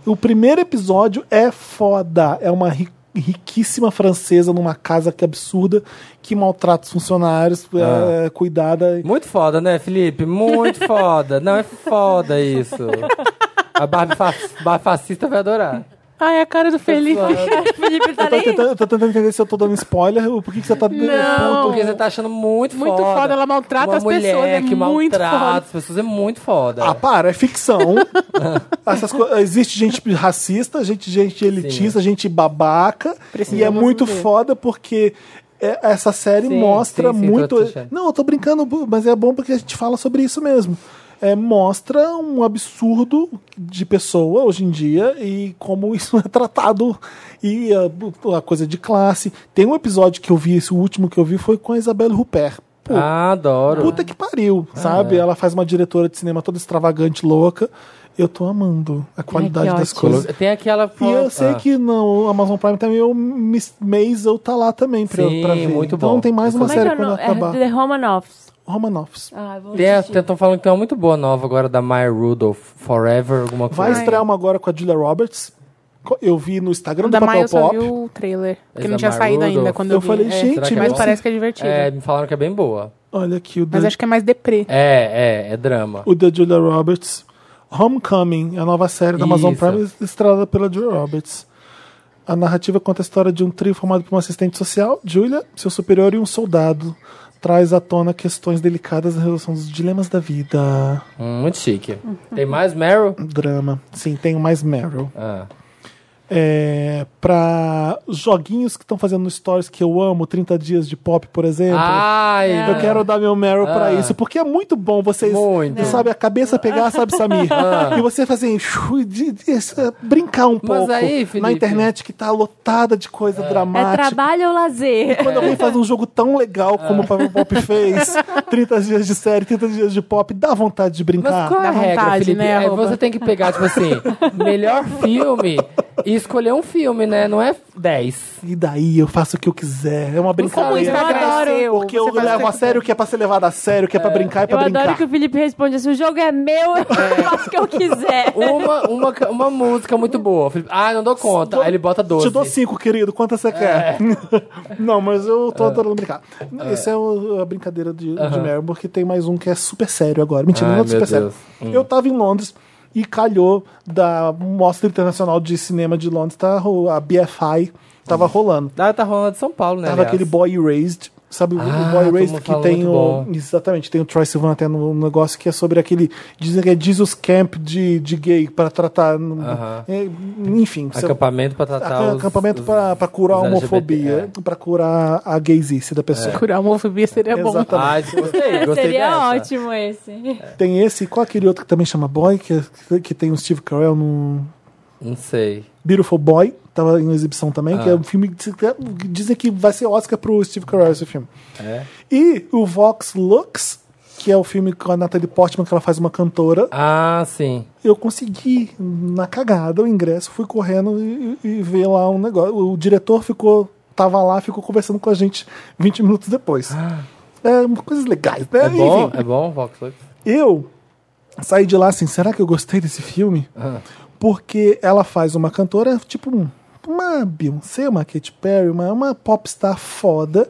[SPEAKER 1] O primeiro episódio é foda. É uma ri- riquíssima francesa numa casa que é absurda, que maltrata os funcionários,
[SPEAKER 2] Ah.
[SPEAKER 1] é, cuidada.
[SPEAKER 2] Muito foda, né, Felipe? Muito foda. Não, é foda isso. A Barbie fa Barbie fascista vai adorar.
[SPEAKER 4] Ai, a cara do Felipe.
[SPEAKER 3] Felipe tá
[SPEAKER 1] Eu tô
[SPEAKER 3] nem...
[SPEAKER 1] tentando, eu tô tentando entender se eu tô dando spoiler, ou por que, que você tá dando
[SPEAKER 4] Não.
[SPEAKER 2] Porque você tá achando muito,
[SPEAKER 4] Muito foda, ela maltrata
[SPEAKER 2] Uma
[SPEAKER 4] as
[SPEAKER 2] mulher
[SPEAKER 4] pessoas, é
[SPEAKER 2] que
[SPEAKER 4] muito
[SPEAKER 2] maltrata
[SPEAKER 4] foda.
[SPEAKER 2] as pessoas, é muito foda.
[SPEAKER 1] Ah, para, é ficção. Essas co- Existe gente racista, gente, gente elitista, gente babaca. e é muito foda porque é- essa série
[SPEAKER 2] Sim,
[SPEAKER 1] mostra
[SPEAKER 2] sim, sim,
[SPEAKER 1] muito.
[SPEAKER 2] tô achando.
[SPEAKER 1] Não, eu tô brincando, bu- mas é bom porque a gente fala sobre isso mesmo. É, mostra um absurdo de pessoa hoje em dia e como isso é tratado e a, a coisa de classe. Tem um episódio que eu vi, esse último que eu vi foi com a Isabelle Huppert. Pô,
[SPEAKER 2] Ah, adoro. É.
[SPEAKER 1] Puta que pariu, sabe? Ela faz uma diretora de cinema toda extravagante, louca. Eu tô amando a qualidade
[SPEAKER 3] que
[SPEAKER 1] das
[SPEAKER 3] ótimo.
[SPEAKER 1] coisas.
[SPEAKER 2] Tem aquela.
[SPEAKER 1] E eu sei
[SPEAKER 2] ah.
[SPEAKER 1] que no Amazon Prime também o Miss Maisel tá lá também pra,
[SPEAKER 2] Sim,
[SPEAKER 1] pra ver.
[SPEAKER 2] muito
[SPEAKER 1] então
[SPEAKER 2] bom.
[SPEAKER 1] tem mais uma
[SPEAKER 3] Como é que
[SPEAKER 1] série
[SPEAKER 3] é o
[SPEAKER 1] quando
[SPEAKER 3] nome? É
[SPEAKER 1] acabar.
[SPEAKER 3] The Romanoffs.
[SPEAKER 1] Romanoffs.
[SPEAKER 3] Ah, eu vou
[SPEAKER 2] Tem, a-
[SPEAKER 3] assistir.
[SPEAKER 2] tentam falando que tem uma muito boa nova agora da Maya Rudolph, Forever, alguma coisa.
[SPEAKER 1] Vai estrear uma agora com a Julia Roberts. Co- Eu vi no Instagram
[SPEAKER 4] da
[SPEAKER 1] do Papel
[SPEAKER 4] Maia eu só vi
[SPEAKER 1] Pop.
[SPEAKER 4] o trailer. Que
[SPEAKER 2] Esse
[SPEAKER 4] não
[SPEAKER 2] da
[SPEAKER 4] tinha
[SPEAKER 2] Maya
[SPEAKER 4] saído
[SPEAKER 2] Rudolph.
[SPEAKER 4] ainda quando eu,
[SPEAKER 1] Eu
[SPEAKER 4] vi.
[SPEAKER 1] falei,
[SPEAKER 4] É,
[SPEAKER 1] gente,
[SPEAKER 2] será que é
[SPEAKER 4] mas
[SPEAKER 2] bom?
[SPEAKER 4] parece que é divertido.
[SPEAKER 2] É, me falaram que é bem boa.
[SPEAKER 1] Olha aqui o da,
[SPEAKER 4] Mas acho que é mais deprê.
[SPEAKER 2] É, é, é drama.
[SPEAKER 1] o da Julia Roberts. Homecoming, a nova série da Amazon
[SPEAKER 2] Isso.
[SPEAKER 1] Prime estrelada pela Julia Roberts. A narrativa conta a história de um trio formado por uma assistente social, Julia, seu superior e um soldado. Traz à tona questões delicadas na resolução dos dilemas da vida.
[SPEAKER 2] Hum, muito chique.
[SPEAKER 4] Uhum.
[SPEAKER 2] Tem mais Meryl?
[SPEAKER 1] Drama. Sim, tem mais Meryl.
[SPEAKER 2] Ah,
[SPEAKER 1] é, para joguinhos que estão fazendo no Stories que eu amo, 30 dias de pop, por exemplo.
[SPEAKER 2] Ah, Ai,
[SPEAKER 1] Eu quero dar meu Meryl pra
[SPEAKER 2] Ah.
[SPEAKER 1] isso, porque é muito bom vocês,
[SPEAKER 2] Muito.
[SPEAKER 1] sabe, a cabeça pegar, sabe, Samir? E você fazer assim, chu, de- de- essa- brincar um pouco
[SPEAKER 2] aí, Felipe-
[SPEAKER 1] na internet que tá lotada de coisa
[SPEAKER 3] É
[SPEAKER 1] dramática.
[SPEAKER 3] trabalho ou lazer?
[SPEAKER 1] Quando alguém faz um jogo tão legal como o Pavel Pop fez, 30 dias de série, 30 dias de pop, dá vontade de
[SPEAKER 2] Mas
[SPEAKER 1] brincar.
[SPEAKER 2] qual é a
[SPEAKER 4] dá
[SPEAKER 2] regra,
[SPEAKER 4] vontade,
[SPEAKER 2] Felipe?
[SPEAKER 4] né,
[SPEAKER 2] É,
[SPEAKER 4] arroba?
[SPEAKER 2] você tem que pegar, tipo assim, melhor filme e escolher um filme, né? Não é 10.
[SPEAKER 1] E daí eu faço o que eu quiser. É uma brincadeira.
[SPEAKER 4] o Instagram
[SPEAKER 3] adoro,
[SPEAKER 4] é seu,
[SPEAKER 1] Porque eu
[SPEAKER 4] você faz o
[SPEAKER 1] levo
[SPEAKER 4] que
[SPEAKER 1] a sério o que é pra ser levado a sério, o que é pra brincar e pra
[SPEAKER 3] Eu
[SPEAKER 1] brincar.
[SPEAKER 3] adoro que o Felipe responde assim: o jogo é meu, eu faço o que eu quiser.
[SPEAKER 2] Uma, uma, ca- uma música muito boa. Felipe, ah, não dou conta. Aí ele bota 12.
[SPEAKER 1] Te dou cinco, querido. Quantas você quer?
[SPEAKER 2] É.
[SPEAKER 1] Não, mas eu tô adorando brincar. Essa é o- a brincadeira de, de Meryl, porque tem mais um que é super sério agora. Mentira,
[SPEAKER 2] Ai,
[SPEAKER 1] não é super
[SPEAKER 2] meu
[SPEAKER 1] sério.
[SPEAKER 2] Deus. Hum.
[SPEAKER 1] Eu tava em Londres e calhou da Mostra Internacional de Cinema de Londres, tá, ro- a BFI tava rolando.
[SPEAKER 2] Ah, tá rolando de São Paulo, né?
[SPEAKER 1] Tava
[SPEAKER 2] aliás.
[SPEAKER 1] aquele Boy Raised. Sabe o-
[SPEAKER 2] Ah,
[SPEAKER 1] o Boy
[SPEAKER 2] todo
[SPEAKER 1] Raised
[SPEAKER 2] mundo
[SPEAKER 1] que
[SPEAKER 2] fala
[SPEAKER 1] tem
[SPEAKER 2] muito
[SPEAKER 1] o.
[SPEAKER 2] bom.
[SPEAKER 1] Exatamente, tem o Troy Sivan até no no negócio que é sobre aquele. Dizem que é Jesus Camp de, de gay pra tratar. no-
[SPEAKER 2] Aham.
[SPEAKER 1] é, enfim. você-
[SPEAKER 2] Acampamento pra tratar
[SPEAKER 1] Ac-
[SPEAKER 2] Tá, os-
[SPEAKER 1] acampamento
[SPEAKER 2] os-
[SPEAKER 1] pra para curar a
[SPEAKER 2] os LGBT,
[SPEAKER 1] homofobia,
[SPEAKER 2] é.
[SPEAKER 1] pra curar a gaysice da pessoa.
[SPEAKER 4] Curar a homofobia seria bom.
[SPEAKER 1] Exatamente.
[SPEAKER 2] Ai, Ah, gostei, gostei
[SPEAKER 3] Seria
[SPEAKER 2] dessa.
[SPEAKER 3] ótimo esse.
[SPEAKER 2] É.
[SPEAKER 1] Tem esse, qual aquele outro que também chama Boy, que, é- que tem o Steve Carell no
[SPEAKER 2] Não sei.
[SPEAKER 1] Beautiful Boy, tava em exibição também, que
[SPEAKER 2] Ah.
[SPEAKER 1] é um filme que que dizem que vai ser Oscar pro Steve Carell esse filme.
[SPEAKER 2] É.
[SPEAKER 1] E o Vox Lux, que é o filme com a Natalie Portman, que ela faz uma cantora,
[SPEAKER 2] Ah, sim.
[SPEAKER 1] eu consegui, na cagada, o ingresso, fui correndo e, e- e ver lá um negócio. O diretor ficou, tava lá, ficou conversando com a gente 20 minutos depois. É, um, coisas legais, né?
[SPEAKER 2] Ah. É bom?
[SPEAKER 1] Enfim,
[SPEAKER 2] É bom, Vox Lux?
[SPEAKER 1] eu saí de lá assim, será que eu gostei desse filme?
[SPEAKER 2] Ah.
[SPEAKER 1] Porque ela faz uma cantora, tipo um- Uma Beyoncé, uma Katy Perry, uma, uma popstar foda.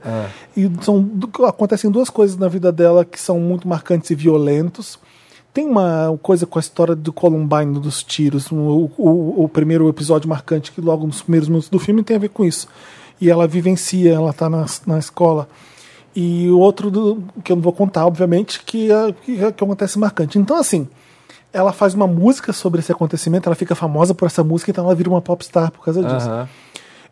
[SPEAKER 1] E são, du- acontecem duas coisas na vida dela que são muito marcantes e violentos. Tem uma coisa com a história do Columbine, dos tiros. um, O, o- o primeiro episódio marcante, que logo nos primeiros minutos do filme, tem a ver com isso. E ela vivencia, ela tá na, na escola. E o outro, do- que eu não vou contar, obviamente, que, é- que, é- que acontece marcante. Então, assim, ela faz uma música sobre esse acontecimento, ela fica famosa por essa música, então ela vira uma popstar por causa disso.
[SPEAKER 2] Aham.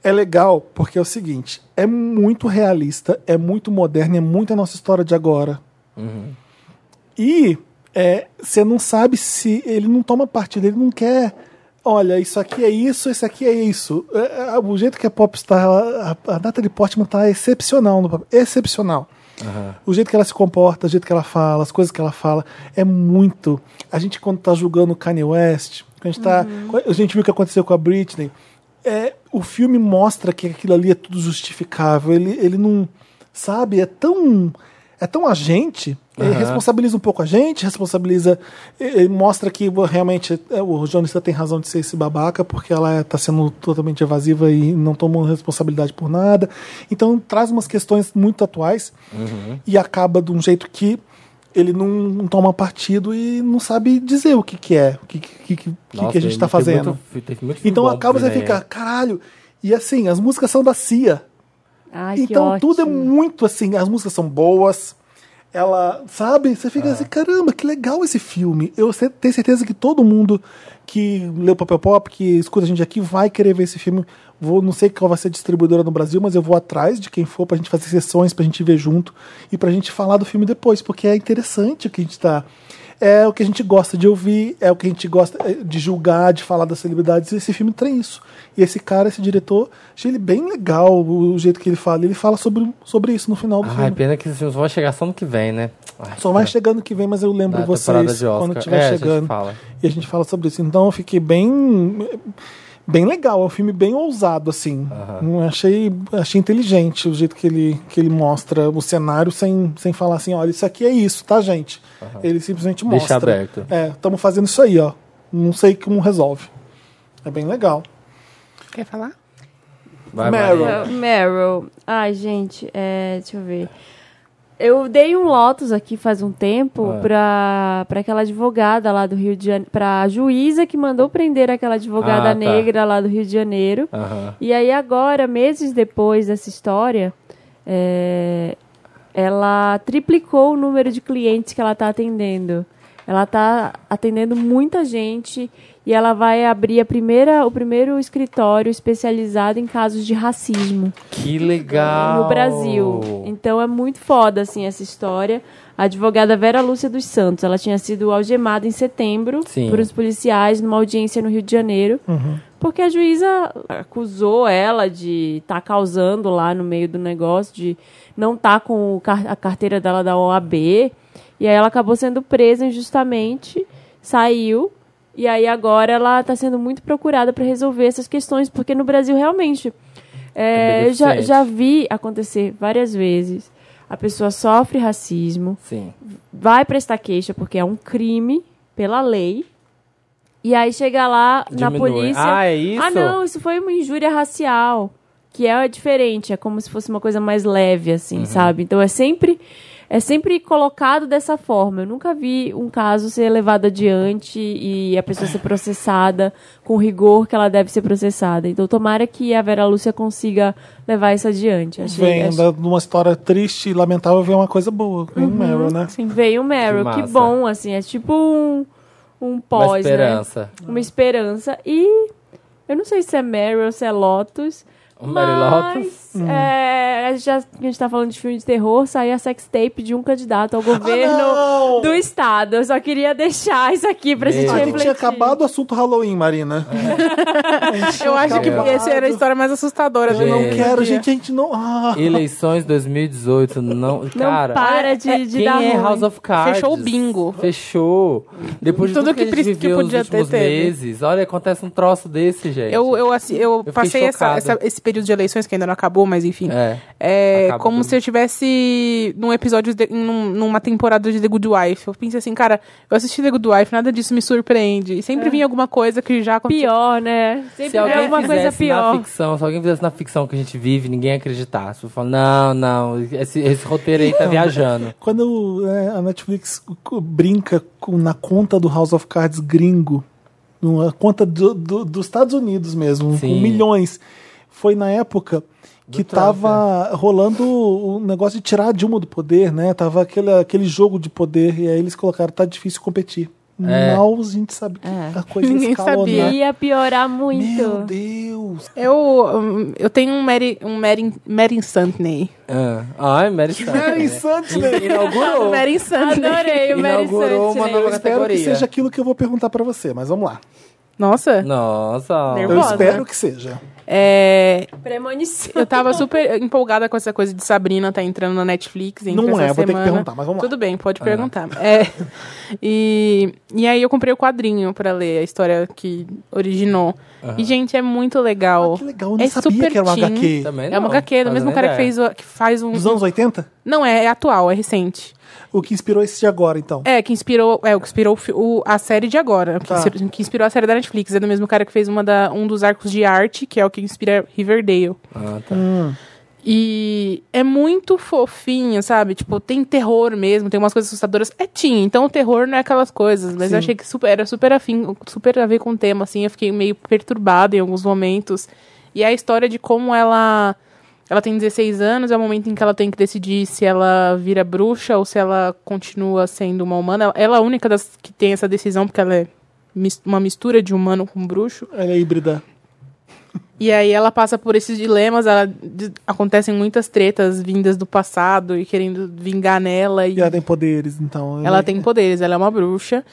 [SPEAKER 1] É legal porque é o seguinte: é muito realista, é muito moderno, é muito a nossa história de agora. E é, você não sabe se ele não toma partido, ele não quer. Olha, isso aqui é isso, isso aqui é isso. É, é, o jeito que a Popstar, ela- a, a Natalie Portman tá excepcional no papel. Excepcional. O jeito que ela se comporta, o jeito que ela fala, as coisas que ela fala, é muito. A gente, quando tá julgando o Kanye West, a gente, tá, a gente viu o que aconteceu com a Britney. É, o filme mostra que aquilo ali é tudo justificável. Ele, ele não. Sabe? É tão. É tão agente. Ele responsabiliza um pouco a gente, responsabiliza. Ele mostra que bom, realmente é, o jornalista tem razão de ser esse babaca, porque ela está sendo totalmente evasiva e não tomou responsabilidade por nada. Então traz umas questões muito atuais
[SPEAKER 2] Uhum.
[SPEAKER 1] e acaba de um jeito que ele não, não toma partido e não sabe dizer o que, que é, o que, que, que,
[SPEAKER 2] Nossa,
[SPEAKER 1] que a gente está
[SPEAKER 2] tem muito-
[SPEAKER 1] fazendo.
[SPEAKER 2] tem muito filme
[SPEAKER 1] Então
[SPEAKER 2] bom
[SPEAKER 1] acaba
[SPEAKER 2] pra
[SPEAKER 1] você
[SPEAKER 2] ver,
[SPEAKER 1] ficar,
[SPEAKER 2] né?
[SPEAKER 1] caralho. E assim, as músicas são da CIA.
[SPEAKER 3] Ai,
[SPEAKER 1] Então
[SPEAKER 3] que
[SPEAKER 1] tudo é
[SPEAKER 3] ótimo.
[SPEAKER 1] muito assim, as músicas são boas. Ela, sabe? Você fica assim, caramba, que legal esse filme. Eu ce- tenho certeza que todo mundo que leu Papel Pop, que escuta a gente aqui, vai querer ver esse filme. Vou, não sei qual vai ser a distribuidora no Brasil, mas eu vou atrás de quem for pra gente fazer sessões, pra gente ver junto e pra gente falar do filme depois, porque é interessante o que a gente tá. É o que a gente gosta de ouvir, é o que a gente gosta eh, de julgar, de falar das celebridades. Esse filme tem isso. E esse cara, esse diretor, achei ele bem legal o o jeito que ele fala. Ele fala sobre, sobre isso no final do
[SPEAKER 2] Ai,
[SPEAKER 1] filme.
[SPEAKER 2] pena que esses filmes vão chegar só ano que vem, né? Ai,
[SPEAKER 1] Só vai
[SPEAKER 2] tá.
[SPEAKER 1] chegando que vem, mas eu lembro
[SPEAKER 2] Da temporada
[SPEAKER 1] vocês
[SPEAKER 2] de Oscar.
[SPEAKER 1] quando
[SPEAKER 2] É,
[SPEAKER 1] estiver
[SPEAKER 2] a gente
[SPEAKER 1] chegando.
[SPEAKER 2] fala.
[SPEAKER 1] E a gente fala sobre isso. Então eu fiquei bem bem legal, é um filme bem ousado assim. Eu Achei achei inteligente o jeito que ele que ele mostra o cenário sem, sem falar assim, olha, isso aqui é isso, tá, gente? Ele simplesmente
[SPEAKER 2] Deixa
[SPEAKER 1] mostra.
[SPEAKER 2] aberto.
[SPEAKER 1] É, estamos fazendo isso aí, ó. Não sei como resolve. É bem legal.
[SPEAKER 4] Quer falar?
[SPEAKER 2] Vai,
[SPEAKER 1] Meryl.
[SPEAKER 2] Maria.
[SPEAKER 3] Meryl. Ai, gente, é, deixa eu ver. Eu dei um Lotus aqui faz um tempo
[SPEAKER 2] Ah.
[SPEAKER 3] pra, pra aquela advogada lá do Rio de Janeiro. Pra juíza que mandou prender aquela advogada
[SPEAKER 2] Ah, tá.
[SPEAKER 3] negra lá do Rio de Janeiro.
[SPEAKER 2] Aham.
[SPEAKER 3] E aí, agora, meses depois dessa história, é, ela triplicou o número de clientes que ela está atendendo. Ela está atendendo muita gente e ela vai abrir a primeira, o primeiro escritório especializado em casos de racismo
[SPEAKER 2] Que legal.
[SPEAKER 3] no Brasil. Então é muito foda, assim, essa história. A advogada Vera Lúcia dos Santos, ela tinha sido algemada em setembro
[SPEAKER 2] Sim. Uhum.
[SPEAKER 3] por uns policiais numa audiência no Rio de Janeiro, porque a juíza acusou ela de estar causando lá no meio do negócio, de não estar com o car- a carteira dela da OAB. E aí ela acabou sendo presa injustamente, saiu. E aí agora ela está sendo muito procurada para resolver essas questões, porque no Brasil realmente é,
[SPEAKER 2] É
[SPEAKER 3] eu já,
[SPEAKER 2] beneficente.
[SPEAKER 3] já vi acontecer várias vezes. A pessoa sofre racismo,
[SPEAKER 2] Sim.
[SPEAKER 3] vai prestar queixa porque é um crime pela lei. E aí chega lá na
[SPEAKER 2] Diminui.
[SPEAKER 3] polícia.
[SPEAKER 2] Ah, é isso?
[SPEAKER 3] Ah, não, isso foi uma injúria racial. Que é diferente, é como se fosse uma coisa mais leve, assim,
[SPEAKER 2] Uhum.
[SPEAKER 3] sabe? Então é sempre. É sempre colocado dessa forma. Eu nunca vi um caso ser levado adiante e a pessoa ser processada com o rigor que ela deve ser processada. Então, tomara que a Vera Lúcia consiga levar isso adiante. Achei,
[SPEAKER 1] Vem
[SPEAKER 3] achei-
[SPEAKER 1] da- de uma história triste e lamentável, vem uma coisa boa, vem um Meryl, né?
[SPEAKER 3] assim, Veio o Meryl,
[SPEAKER 2] Que
[SPEAKER 3] que,
[SPEAKER 2] massa.
[SPEAKER 3] bom, assim, é tipo um, um pós,
[SPEAKER 2] Uma esperança.
[SPEAKER 3] né? Uma esperança. E eu não sei se é Meryl ou se é Lotus.
[SPEAKER 2] Um Meryl
[SPEAKER 3] mas é, já que a gente tá falando de filme de terror, saiu a sextape de um candidato ao governo
[SPEAKER 1] Ah, não!
[SPEAKER 3] do estado. Eu só queria deixar isso aqui pra
[SPEAKER 2] Meu
[SPEAKER 3] gente
[SPEAKER 2] Deus.
[SPEAKER 1] A gente
[SPEAKER 3] refletir.
[SPEAKER 1] tinha acabado o assunto Halloween, Marina.
[SPEAKER 4] É. Eu acho que
[SPEAKER 2] acabado.
[SPEAKER 4] essa era a história mais assustadora do
[SPEAKER 2] Eu não
[SPEAKER 1] Não quero, gente, a gente não. Ah.
[SPEAKER 2] Eleições 2018, não.
[SPEAKER 3] Não
[SPEAKER 2] cara,
[SPEAKER 3] para de, de
[SPEAKER 2] quem
[SPEAKER 3] dar
[SPEAKER 2] é
[SPEAKER 3] ruim.
[SPEAKER 2] House of Cards?
[SPEAKER 4] Fechou o bingo.
[SPEAKER 2] Fechou. Depois de
[SPEAKER 4] Tudo
[SPEAKER 2] tudo,
[SPEAKER 4] que
[SPEAKER 2] que, a
[SPEAKER 4] pres-
[SPEAKER 2] gente
[SPEAKER 4] que
[SPEAKER 2] viveu nos
[SPEAKER 4] podia ter,
[SPEAKER 2] últimos
[SPEAKER 4] teve.
[SPEAKER 2] meses, olha, acontece um troço desse, gente.
[SPEAKER 4] Eu, eu, assi- eu,
[SPEAKER 2] fiquei
[SPEAKER 4] passei essa-
[SPEAKER 2] chocado.
[SPEAKER 4] essa- esse período de eleições que ainda não acabou, mas enfim.
[SPEAKER 2] É.
[SPEAKER 4] É
[SPEAKER 2] Acaba
[SPEAKER 4] como
[SPEAKER 2] tudo.
[SPEAKER 4] se eu tivesse num episódio, de- num- numa temporada de The Good Wife. Eu pensei assim, cara, eu assisti The Good Wife, nada disso me surpreende. E sempre vinha alguma coisa que já aconteceu.
[SPEAKER 3] Pior, né? Sempre
[SPEAKER 2] Se
[SPEAKER 3] é
[SPEAKER 2] alguém
[SPEAKER 3] alguma coisa
[SPEAKER 2] fizesse na
[SPEAKER 3] pior.
[SPEAKER 2] ficção, se alguém fizesse na ficção que a gente vive, ninguém ia acreditar. Você fala, não, não, esse, esse roteiro aí tá viajando.
[SPEAKER 1] Quando é, a Netflix co- brinca com- na conta do House of Cards gringo, na conta do- do- dos Estados Unidos mesmo,
[SPEAKER 2] Sim.
[SPEAKER 1] com milhões, foi na época que
[SPEAKER 2] Trump, é.
[SPEAKER 1] tava rolando o negócio de tirar a Dilma do poder, né? Tava aquele, aquele jogo de poder, e aí eles colocaram, tá difícil competir.
[SPEAKER 2] É.
[SPEAKER 1] Mal a gente sabe que a coisa
[SPEAKER 4] É. Ninguém
[SPEAKER 1] escalou,
[SPEAKER 4] sabia.
[SPEAKER 1] né?
[SPEAKER 3] Ia piorar muito.
[SPEAKER 1] Meu Deus!
[SPEAKER 4] Eu, hum, eu tenho um Mary, um Mary, Mary Santney.
[SPEAKER 2] Ah, Ai, Mary Sutton,
[SPEAKER 4] É.
[SPEAKER 2] né?
[SPEAKER 1] Mary Sutton, né?
[SPEAKER 2] Inaugurou.
[SPEAKER 4] Mary Santney.
[SPEAKER 1] Ah,
[SPEAKER 3] Adorei o Mary né?
[SPEAKER 2] Inaugurou uma
[SPEAKER 3] Sutton.
[SPEAKER 2] nova
[SPEAKER 1] Eu espero que
[SPEAKER 2] categoria.
[SPEAKER 1] seja aquilo que eu vou perguntar pra você, mas vamos lá.
[SPEAKER 4] Nossa,
[SPEAKER 2] Nossa.
[SPEAKER 1] Eu
[SPEAKER 4] Nervosa.
[SPEAKER 1] espero que seja.
[SPEAKER 4] é,
[SPEAKER 3] Premonição.
[SPEAKER 4] eu tava super empolgada com essa coisa de Sabrina tá entrando na Netflix. entra
[SPEAKER 1] Não
[SPEAKER 4] essa
[SPEAKER 1] é, vou ter que
[SPEAKER 4] semana.
[SPEAKER 1] perguntar, mas vamos lá.
[SPEAKER 4] Tudo bem, pode perguntar. É, e, e aí eu comprei o quadrinho pra ler a história que originou. E, gente, é muito legal.
[SPEAKER 1] Ah, Que legal, eu não
[SPEAKER 4] é
[SPEAKER 1] sabia
[SPEAKER 4] super
[SPEAKER 1] que era um
[SPEAKER 4] teen.
[SPEAKER 1] HQ.
[SPEAKER 2] Também
[SPEAKER 4] É uma
[SPEAKER 2] não,
[SPEAKER 4] HQ do
[SPEAKER 2] faz
[SPEAKER 4] mesmo
[SPEAKER 2] nem
[SPEAKER 4] cara que,
[SPEAKER 2] ideia.
[SPEAKER 4] fez, o- que faz um...
[SPEAKER 1] Dos anos 80?
[SPEAKER 4] Não, é, é atual, é recente.
[SPEAKER 1] O que inspirou esse de agora, então?
[SPEAKER 4] É, que inspirou, é, o que inspirou o fi- o- a série de agora. O que,
[SPEAKER 1] Tá.
[SPEAKER 4] inspirou, que inspirou a série da Netflix. É do mesmo cara que fez uma da, um dos arcos de arte, que é o que inspira Riverdale.
[SPEAKER 2] Ah, tá.
[SPEAKER 4] E é muito fofinho, sabe? Tipo, tem terror mesmo, tem umas coisas assustadoras. É teen, então o terror não é aquelas coisas. Mas eu achei que super, era super afim, super a ver com o tema, assim. Eu fiquei meio perturbada em alguns momentos. E a história de como ela... Ela tem 16 anos, é o momento em que ela tem que decidir se ela vira bruxa ou se ela continua sendo uma humana. Ela- Ela é a única das que tem essa decisão, porque ela é mis- uma mistura de humano com bruxo.
[SPEAKER 1] Ela é híbrida.
[SPEAKER 4] E aí ela passa por esses dilemas, ela de- acontecem muitas tretas vindas do passado e querendo vingar nela e
[SPEAKER 1] E ela tem poderes, então.
[SPEAKER 4] ela tem poderes, ela é uma bruxa.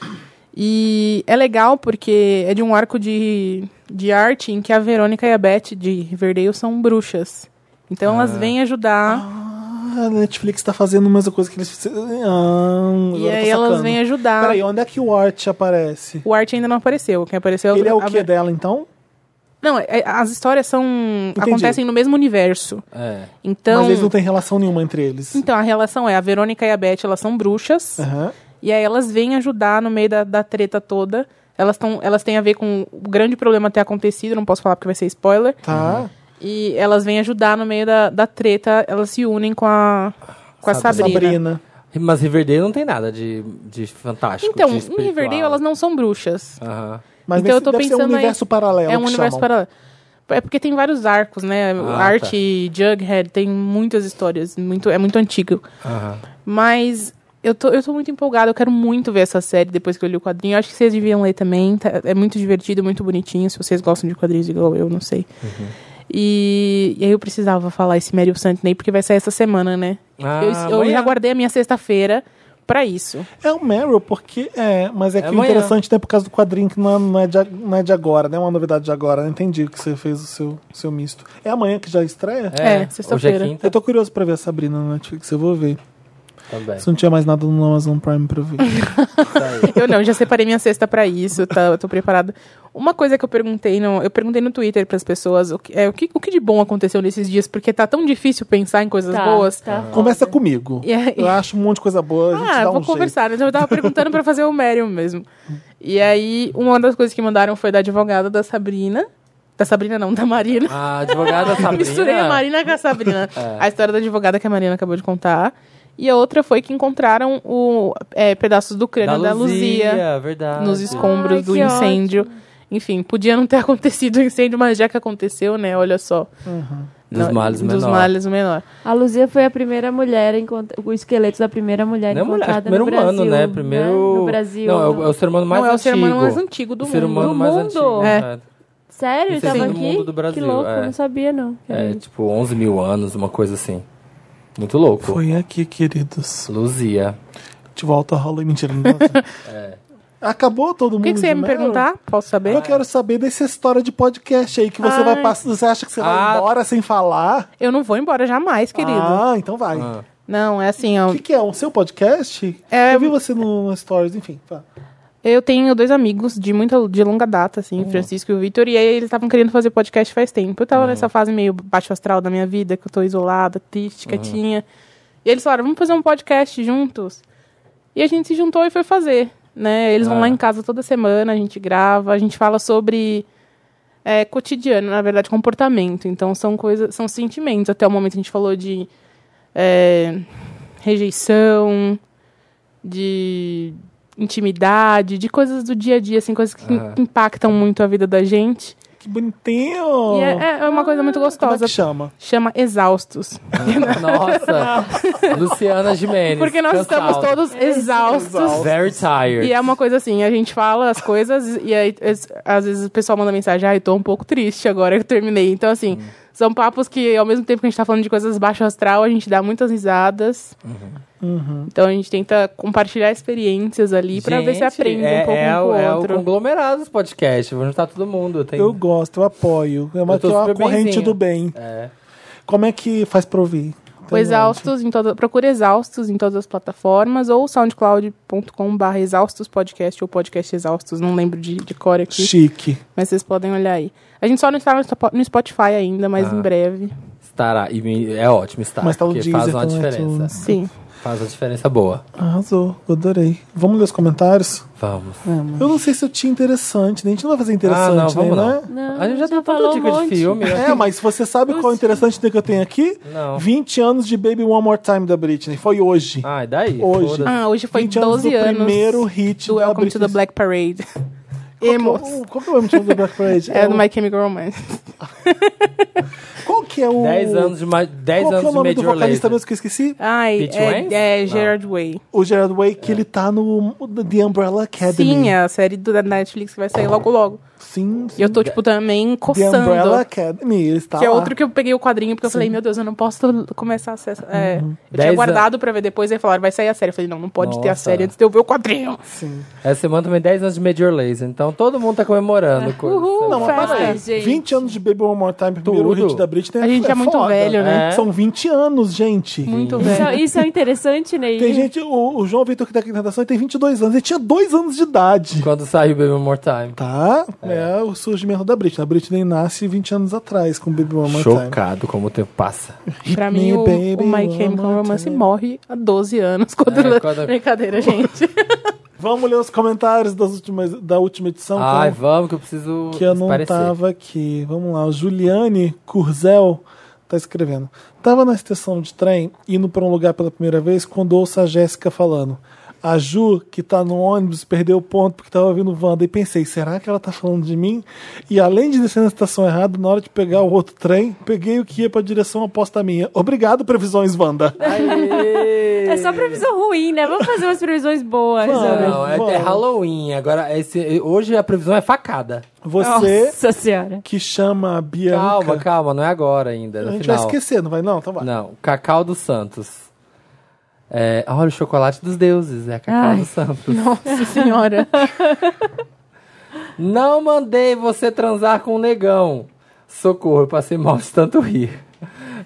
[SPEAKER 4] E é legal porque é de um arco de, de arte em que
[SPEAKER 1] Ah.
[SPEAKER 4] a Verônica e a Beth de Riverdale são bruxas. Então elas vêm ajudar
[SPEAKER 1] a Netflix tá fazendo a mesma coisa que eles fizeram. Ah, agora
[SPEAKER 4] E
[SPEAKER 1] eu tô
[SPEAKER 4] aí elas
[SPEAKER 1] sacando.
[SPEAKER 4] vêm ajudar.
[SPEAKER 1] Peraí, onde é que o Art aparece?
[SPEAKER 4] O Art ainda não apareceu. Quem apareceu
[SPEAKER 1] Ele é o
[SPEAKER 4] a-
[SPEAKER 1] que dela, então?
[SPEAKER 4] Não, é- as histórias são.
[SPEAKER 1] Entendi.
[SPEAKER 4] acontecem no mesmo universo.
[SPEAKER 2] É.
[SPEAKER 4] Então.
[SPEAKER 1] Mas eles não têm relação nenhuma entre eles.
[SPEAKER 4] Então, a relação é, a Verônica e a Beth, elas são bruxas,
[SPEAKER 1] Aham.
[SPEAKER 4] e aí elas vêm ajudar no meio da, da treta toda. Elas, tão, elas têm a ver com o grande problema ter acontecido, não posso falar porque vai ser spoiler.
[SPEAKER 1] Tá.
[SPEAKER 4] E elas vêm ajudar no meio da, da treta, elas se unem com a, com a
[SPEAKER 2] Sabe-
[SPEAKER 4] Sabrina.
[SPEAKER 1] Sabrina.
[SPEAKER 2] Mas Riverdale não tem nada de, de fantástico.
[SPEAKER 4] Então,
[SPEAKER 2] de
[SPEAKER 4] em
[SPEAKER 2] espiritual.
[SPEAKER 4] Riverdale elas não são bruxas.
[SPEAKER 2] Aham.
[SPEAKER 1] Mas
[SPEAKER 4] Então
[SPEAKER 1] nesse
[SPEAKER 4] eu tô
[SPEAKER 1] deve ser um
[SPEAKER 4] pensando aí-
[SPEAKER 1] universo paralelo.
[SPEAKER 4] é um
[SPEAKER 1] que
[SPEAKER 4] universo
[SPEAKER 1] chamam.
[SPEAKER 4] paralelo. É porque tem vários arcos, né?
[SPEAKER 2] Ah,
[SPEAKER 4] Arte
[SPEAKER 2] tá.
[SPEAKER 4] e Jughead tem muitas histórias, muito, é muito antigo.
[SPEAKER 2] Aham.
[SPEAKER 4] Mas eu tô, eu tô muito empolgada, eu quero muito ver essa série depois que eu li o quadrinho. Eu acho que vocês deviam ler também. tá- é muito divertido, muito bonitinho. Se vocês gostam de quadrinhos igual eu, não sei.
[SPEAKER 2] Uhum.
[SPEAKER 4] E, e aí eu precisava falar esse Meryl Santiney, porque vai sair essa semana, né?
[SPEAKER 2] Ah,
[SPEAKER 4] eu eu
[SPEAKER 2] amanhã.
[SPEAKER 4] já guardei a minha sexta-feira pra isso.
[SPEAKER 1] É o Meryl, porque. É, mas é que
[SPEAKER 2] É
[SPEAKER 1] o
[SPEAKER 2] amanhã.
[SPEAKER 1] interessante né, por causa do quadrinho que não é, não é de, não é de agora, né? É uma novidade de agora. Não entendi que você fez o seu, seu misto. É amanhã que já estreia?
[SPEAKER 4] É,
[SPEAKER 2] Hoje é
[SPEAKER 4] sexta-feira.
[SPEAKER 1] Eu
[SPEAKER 2] quinta
[SPEAKER 1] tô curioso pra ver a Sabrina na Netflix, eu vou ver.
[SPEAKER 4] É.
[SPEAKER 2] também.
[SPEAKER 1] Se não tinha mais nada no Amazon Prime pra ver.
[SPEAKER 4] Eu não, já separei minha cesta pra isso, tá, eu tô preparada. Uma coisa que eu perguntei no, eu perguntei no Twitter pras pessoas, o que, é, o, que, o que de bom aconteceu nesses dias, porque tá tão difícil pensar em coisas
[SPEAKER 3] Tá.
[SPEAKER 4] boas.
[SPEAKER 1] Começa comigo.
[SPEAKER 4] E aí-
[SPEAKER 1] Eu acho um monte de coisa boa, a gente
[SPEAKER 4] Ah,
[SPEAKER 1] dá um
[SPEAKER 4] vou
[SPEAKER 1] jeito.
[SPEAKER 4] conversar. Então eu tava perguntando pra fazer o Mério mesmo. E aí, uma das coisas que mandaram foi da advogada da Sabrina. Da Sabrina não, da Marina.
[SPEAKER 2] A advogada Sabrina.
[SPEAKER 4] Misturei a Marina com a Sabrina. A história da advogada que a Marina acabou de contar. E a outra foi que encontraram o, é, pedaços do crânio da, Luzia,
[SPEAKER 2] verdade.
[SPEAKER 4] nos escombros
[SPEAKER 3] Ai,
[SPEAKER 4] do
[SPEAKER 3] que
[SPEAKER 4] incêndio. Enfim, podia não ter acontecido o incêndio, mas já que aconteceu, né? Olha só.
[SPEAKER 2] Dos
[SPEAKER 1] Uhum.
[SPEAKER 4] Não,
[SPEAKER 2] males
[SPEAKER 4] Dos
[SPEAKER 2] menor.
[SPEAKER 4] males o menor.
[SPEAKER 3] A Luzia foi a primeira mulher, encont... o esqueleto da primeira mulher
[SPEAKER 2] Não é mulher, acho
[SPEAKER 3] encontrada
[SPEAKER 2] que primeiro
[SPEAKER 3] no Brasil.
[SPEAKER 2] humano, né? Primeiro.
[SPEAKER 3] No Brasil.
[SPEAKER 2] Não, é o, é o ser humano mais
[SPEAKER 4] não é o
[SPEAKER 2] antigo.
[SPEAKER 4] ser humano mais antigo do
[SPEAKER 2] o ser
[SPEAKER 4] mundo.
[SPEAKER 2] humano
[SPEAKER 3] Do
[SPEAKER 2] mais
[SPEAKER 3] mundo.
[SPEAKER 2] antigo. né?
[SPEAKER 4] É.
[SPEAKER 3] Sério?
[SPEAKER 2] Esse
[SPEAKER 3] Tava
[SPEAKER 2] é do
[SPEAKER 3] aqui?
[SPEAKER 2] mundo do Brasil,
[SPEAKER 3] que louco,
[SPEAKER 2] é.
[SPEAKER 3] não sabia não.
[SPEAKER 2] É, tipo 11 mil anos, uma coisa assim. Muito louco.
[SPEAKER 1] Foi aqui, queridos.
[SPEAKER 2] Luzia.
[SPEAKER 1] De volta rola e mentira. não dá. Acabou todo mundo.
[SPEAKER 4] O que, que você ia
[SPEAKER 1] de
[SPEAKER 4] me
[SPEAKER 1] Meryl?
[SPEAKER 4] perguntar? Posso saber?
[SPEAKER 1] Eu quero saber dessa história de podcast aí que você vai
[SPEAKER 4] Ai.
[SPEAKER 1] passar. Você acha que você vai
[SPEAKER 2] Ah.
[SPEAKER 1] embora sem falar?
[SPEAKER 4] Eu não vou embora jamais, querido.
[SPEAKER 1] Ah, então vai. O
[SPEAKER 4] Não, é assim, ó,
[SPEAKER 1] que, que é? O seu podcast?
[SPEAKER 4] É-
[SPEAKER 1] Eu vi você no, no Stories, enfim. tá.
[SPEAKER 4] eu tenho dois amigos de muita de longa data, assim, Francisco e o Vitor, e aí eles estavam querendo fazer podcast faz tempo. Eu tava nessa fase meio baixo astral da minha vida, que eu tô isolada, triste, quietinha. E eles falaram, vamos fazer um podcast juntos. E a gente se juntou e foi fazer, né? Eles vão
[SPEAKER 2] Ah.
[SPEAKER 4] lá em casa toda semana, a gente grava, a gente fala sobre é, cotidiano, na verdade, comportamento. Então são coisas, são sentimentos. Até o momento a gente falou de é, rejeição, de intimidade, de coisas do dia a dia, assim, coisas que
[SPEAKER 2] Aham.
[SPEAKER 4] impactam muito a vida da gente.
[SPEAKER 1] Que bonitinho.
[SPEAKER 4] E é, é uma coisa muito
[SPEAKER 1] Como é
[SPEAKER 4] gostosa.
[SPEAKER 1] que chama?
[SPEAKER 4] Chama Exaustos.
[SPEAKER 2] Nossa. Luciana Gimenez.
[SPEAKER 4] Porque nós estamos
[SPEAKER 2] cansado.
[SPEAKER 4] todos exaustos.
[SPEAKER 2] Very tired.
[SPEAKER 4] E é uma coisa assim, a gente fala as coisas e aí, es- às vezes o pessoal manda mensagem, ai, tô um pouco triste agora que eu terminei. Então, assim,
[SPEAKER 2] Uhum.
[SPEAKER 4] são papos que, ao mesmo tempo que a gente tá falando de coisas baixo astral, a gente dá muitas risadas. Então a gente tenta compartilhar experiências ali pra ver se
[SPEAKER 2] Gente,
[SPEAKER 4] aprende
[SPEAKER 2] é,
[SPEAKER 4] um pouco
[SPEAKER 2] é,
[SPEAKER 4] um
[SPEAKER 2] o-
[SPEAKER 4] com
[SPEAKER 2] é
[SPEAKER 4] o
[SPEAKER 2] o
[SPEAKER 4] outro.
[SPEAKER 2] conglomerado dos podcasts. Vou juntar todo mundo. Tem...
[SPEAKER 1] Eu gosto, eu apoio. É uma,
[SPEAKER 2] Eu tô
[SPEAKER 1] que é uma
[SPEAKER 2] super
[SPEAKER 1] corrente
[SPEAKER 2] benzinho.
[SPEAKER 1] do bem.
[SPEAKER 2] É.
[SPEAKER 1] Como é que faz pra ouvir?
[SPEAKER 4] O Exaustos em toda, procura Exaustos em todas as plataformas ou soundcloud.com.br Exaustos Podcast ou Podcast Exaustos, não lembro de, de core aqui,
[SPEAKER 1] Chique.
[SPEAKER 4] mas vocês podem olhar aí. A gente só não está no Spo- no Spotify ainda, mas
[SPEAKER 1] Ah.
[SPEAKER 4] em breve.
[SPEAKER 2] Estará. E me- é ótimo estar.
[SPEAKER 1] Mas tá o
[SPEAKER 2] porque
[SPEAKER 1] Deezer
[SPEAKER 2] faz uma
[SPEAKER 1] também,
[SPEAKER 2] diferença.
[SPEAKER 1] tudo.
[SPEAKER 4] Sim.
[SPEAKER 2] Faz uma diferença boa.
[SPEAKER 1] Arrasou, adorei. Vamos ler os comentários?
[SPEAKER 2] Vamos.
[SPEAKER 1] Eu não sei se eu tinha interessante, né? A gente não vai fazer
[SPEAKER 2] Ah,
[SPEAKER 1] interessante,
[SPEAKER 2] não, vamos
[SPEAKER 1] né?
[SPEAKER 2] não.
[SPEAKER 1] né?
[SPEAKER 3] Não,
[SPEAKER 2] A gente já
[SPEAKER 3] já
[SPEAKER 2] deu tanta
[SPEAKER 3] falou um
[SPEAKER 2] dica de
[SPEAKER 3] monte.
[SPEAKER 2] filme. né?
[SPEAKER 1] É, mas você sabe qual é interessante que eu tenho aqui?
[SPEAKER 2] Não.
[SPEAKER 1] 20 anos de Baby One More Time da Britney. Foi hoje.
[SPEAKER 2] Ah, e daí?
[SPEAKER 1] Hoje.
[SPEAKER 2] Foda-se.
[SPEAKER 4] Ah, hoje foi
[SPEAKER 1] 20 anos
[SPEAKER 4] 12
[SPEAKER 1] do
[SPEAKER 4] anos.
[SPEAKER 1] primeiro hit
[SPEAKER 4] do
[SPEAKER 1] da
[SPEAKER 4] Welcome to the
[SPEAKER 1] Britney.
[SPEAKER 4] Black Parade.
[SPEAKER 1] qual,
[SPEAKER 4] Emos.
[SPEAKER 1] que é o- qual que é o MTV do Black Parade?
[SPEAKER 4] É
[SPEAKER 1] o-
[SPEAKER 4] do My Chemical Romance.
[SPEAKER 1] Qual que é o...
[SPEAKER 2] 10 anos de mais. 10
[SPEAKER 1] Qual que é
[SPEAKER 2] anos
[SPEAKER 1] o
[SPEAKER 2] de
[SPEAKER 1] nome do
[SPEAKER 2] Major
[SPEAKER 1] vocalista
[SPEAKER 2] Lazer.
[SPEAKER 1] mesmo que eu esqueci?
[SPEAKER 4] Ai,
[SPEAKER 2] Pete Wentz?
[SPEAKER 4] é, é
[SPEAKER 2] Não.
[SPEAKER 4] Gerard Way.
[SPEAKER 1] O Gerard Way, que ele tá no The Umbrella Academy.
[SPEAKER 4] Sim, é a série do- da Netflix que vai sair logo logo.
[SPEAKER 1] Sim, sim.
[SPEAKER 4] E é. eu tô, tipo, também
[SPEAKER 1] The Umbrella
[SPEAKER 4] coçando.
[SPEAKER 1] Academy, ele está
[SPEAKER 4] Que é
[SPEAKER 1] Tá lá.
[SPEAKER 4] outro que eu peguei o quadrinho, porque eu falei, meu Deus, eu não posso to- começar a
[SPEAKER 1] Uhum.
[SPEAKER 4] acessar. É, Eu tinha
[SPEAKER 2] Dez
[SPEAKER 4] guardado pra ver depois, aí falaram, vai sair a série. Eu falei, não, não pode ter a
[SPEAKER 2] Nossa.
[SPEAKER 4] série antes de eu ver o quadrinho.
[SPEAKER 1] Sim.
[SPEAKER 2] Essa semana também 10 anos de Major Laser, então todo mundo tá comemorando. coisa.
[SPEAKER 4] É. Uhul,
[SPEAKER 1] Não, mas
[SPEAKER 4] festa.
[SPEAKER 1] peraí.
[SPEAKER 3] gente.
[SPEAKER 1] 20 anos de Baby One More Time, primeiro
[SPEAKER 2] Tudo.
[SPEAKER 1] hit da Britney.
[SPEAKER 4] né, A gente é muito
[SPEAKER 1] foda.
[SPEAKER 4] velho, né?
[SPEAKER 2] É.
[SPEAKER 1] São 20 anos, gente.
[SPEAKER 4] Muito
[SPEAKER 3] Isso, é-
[SPEAKER 4] velho.
[SPEAKER 3] isso é interessante, Ney.
[SPEAKER 1] Tem gente, o, o João Vitor que tá aqui na redação ele tem 22 anos, ele tinha 2 anos de idade.
[SPEAKER 2] Quando saiu Baby One More Time.
[SPEAKER 1] Tá? É. o surgimento da Britney. A Britney nasce 20 anos atrás com Baby One More Time.
[SPEAKER 2] Chocado como o tempo passa.
[SPEAKER 4] Pra
[SPEAKER 1] Me,
[SPEAKER 4] mim, o,
[SPEAKER 1] baby,
[SPEAKER 4] o My
[SPEAKER 1] one
[SPEAKER 4] Chemical
[SPEAKER 1] more
[SPEAKER 4] Romance
[SPEAKER 1] time.
[SPEAKER 4] morre há 12 anos. Quando
[SPEAKER 2] É,
[SPEAKER 4] ela-
[SPEAKER 2] quando-
[SPEAKER 4] Brincadeira, gente.
[SPEAKER 1] Vamos ler os comentários das últimas, da última edição.
[SPEAKER 2] Ai,
[SPEAKER 1] então,
[SPEAKER 2] vamos, que eu preciso
[SPEAKER 1] que eu não
[SPEAKER 2] parecer.
[SPEAKER 1] tava aqui. Vamos lá, o Juliane Curzel tá escrevendo. Tava na estação de trem, indo para um lugar pela primeira vez, quando ouço a Jéssica falando. A Ju, que tá no ônibus, perdeu o ponto porque tava ouvindo Wanda. E pensei, será que ela tá falando de mim? E além de descer na estação errada, na hora de pegar o outro trem, peguei o que ia pra direção oposta à minha. Obrigado, previsões Wanda.
[SPEAKER 3] É só previsão ruim, né? Vamos fazer umas previsões boas.
[SPEAKER 1] Vamos.
[SPEAKER 2] Não, é, é Halloween. Agora, esse, hoje a previsão é facada.
[SPEAKER 1] Você
[SPEAKER 3] Nossa senhora.
[SPEAKER 1] que chama a Bianca.
[SPEAKER 2] Calma, calma, não é agora ainda.
[SPEAKER 1] A
[SPEAKER 2] No
[SPEAKER 1] gente
[SPEAKER 2] final.
[SPEAKER 1] vai esquecer, não vai? Não, então vai.
[SPEAKER 2] Não, Cacau dos Santos. É, olha, o chocolate dos deuses, é Cacau
[SPEAKER 3] Ai.
[SPEAKER 2] dos Santos.
[SPEAKER 4] Nossa senhora.
[SPEAKER 2] Não mandei você transar com um negão. Socorro, eu passei mal de tanto rir.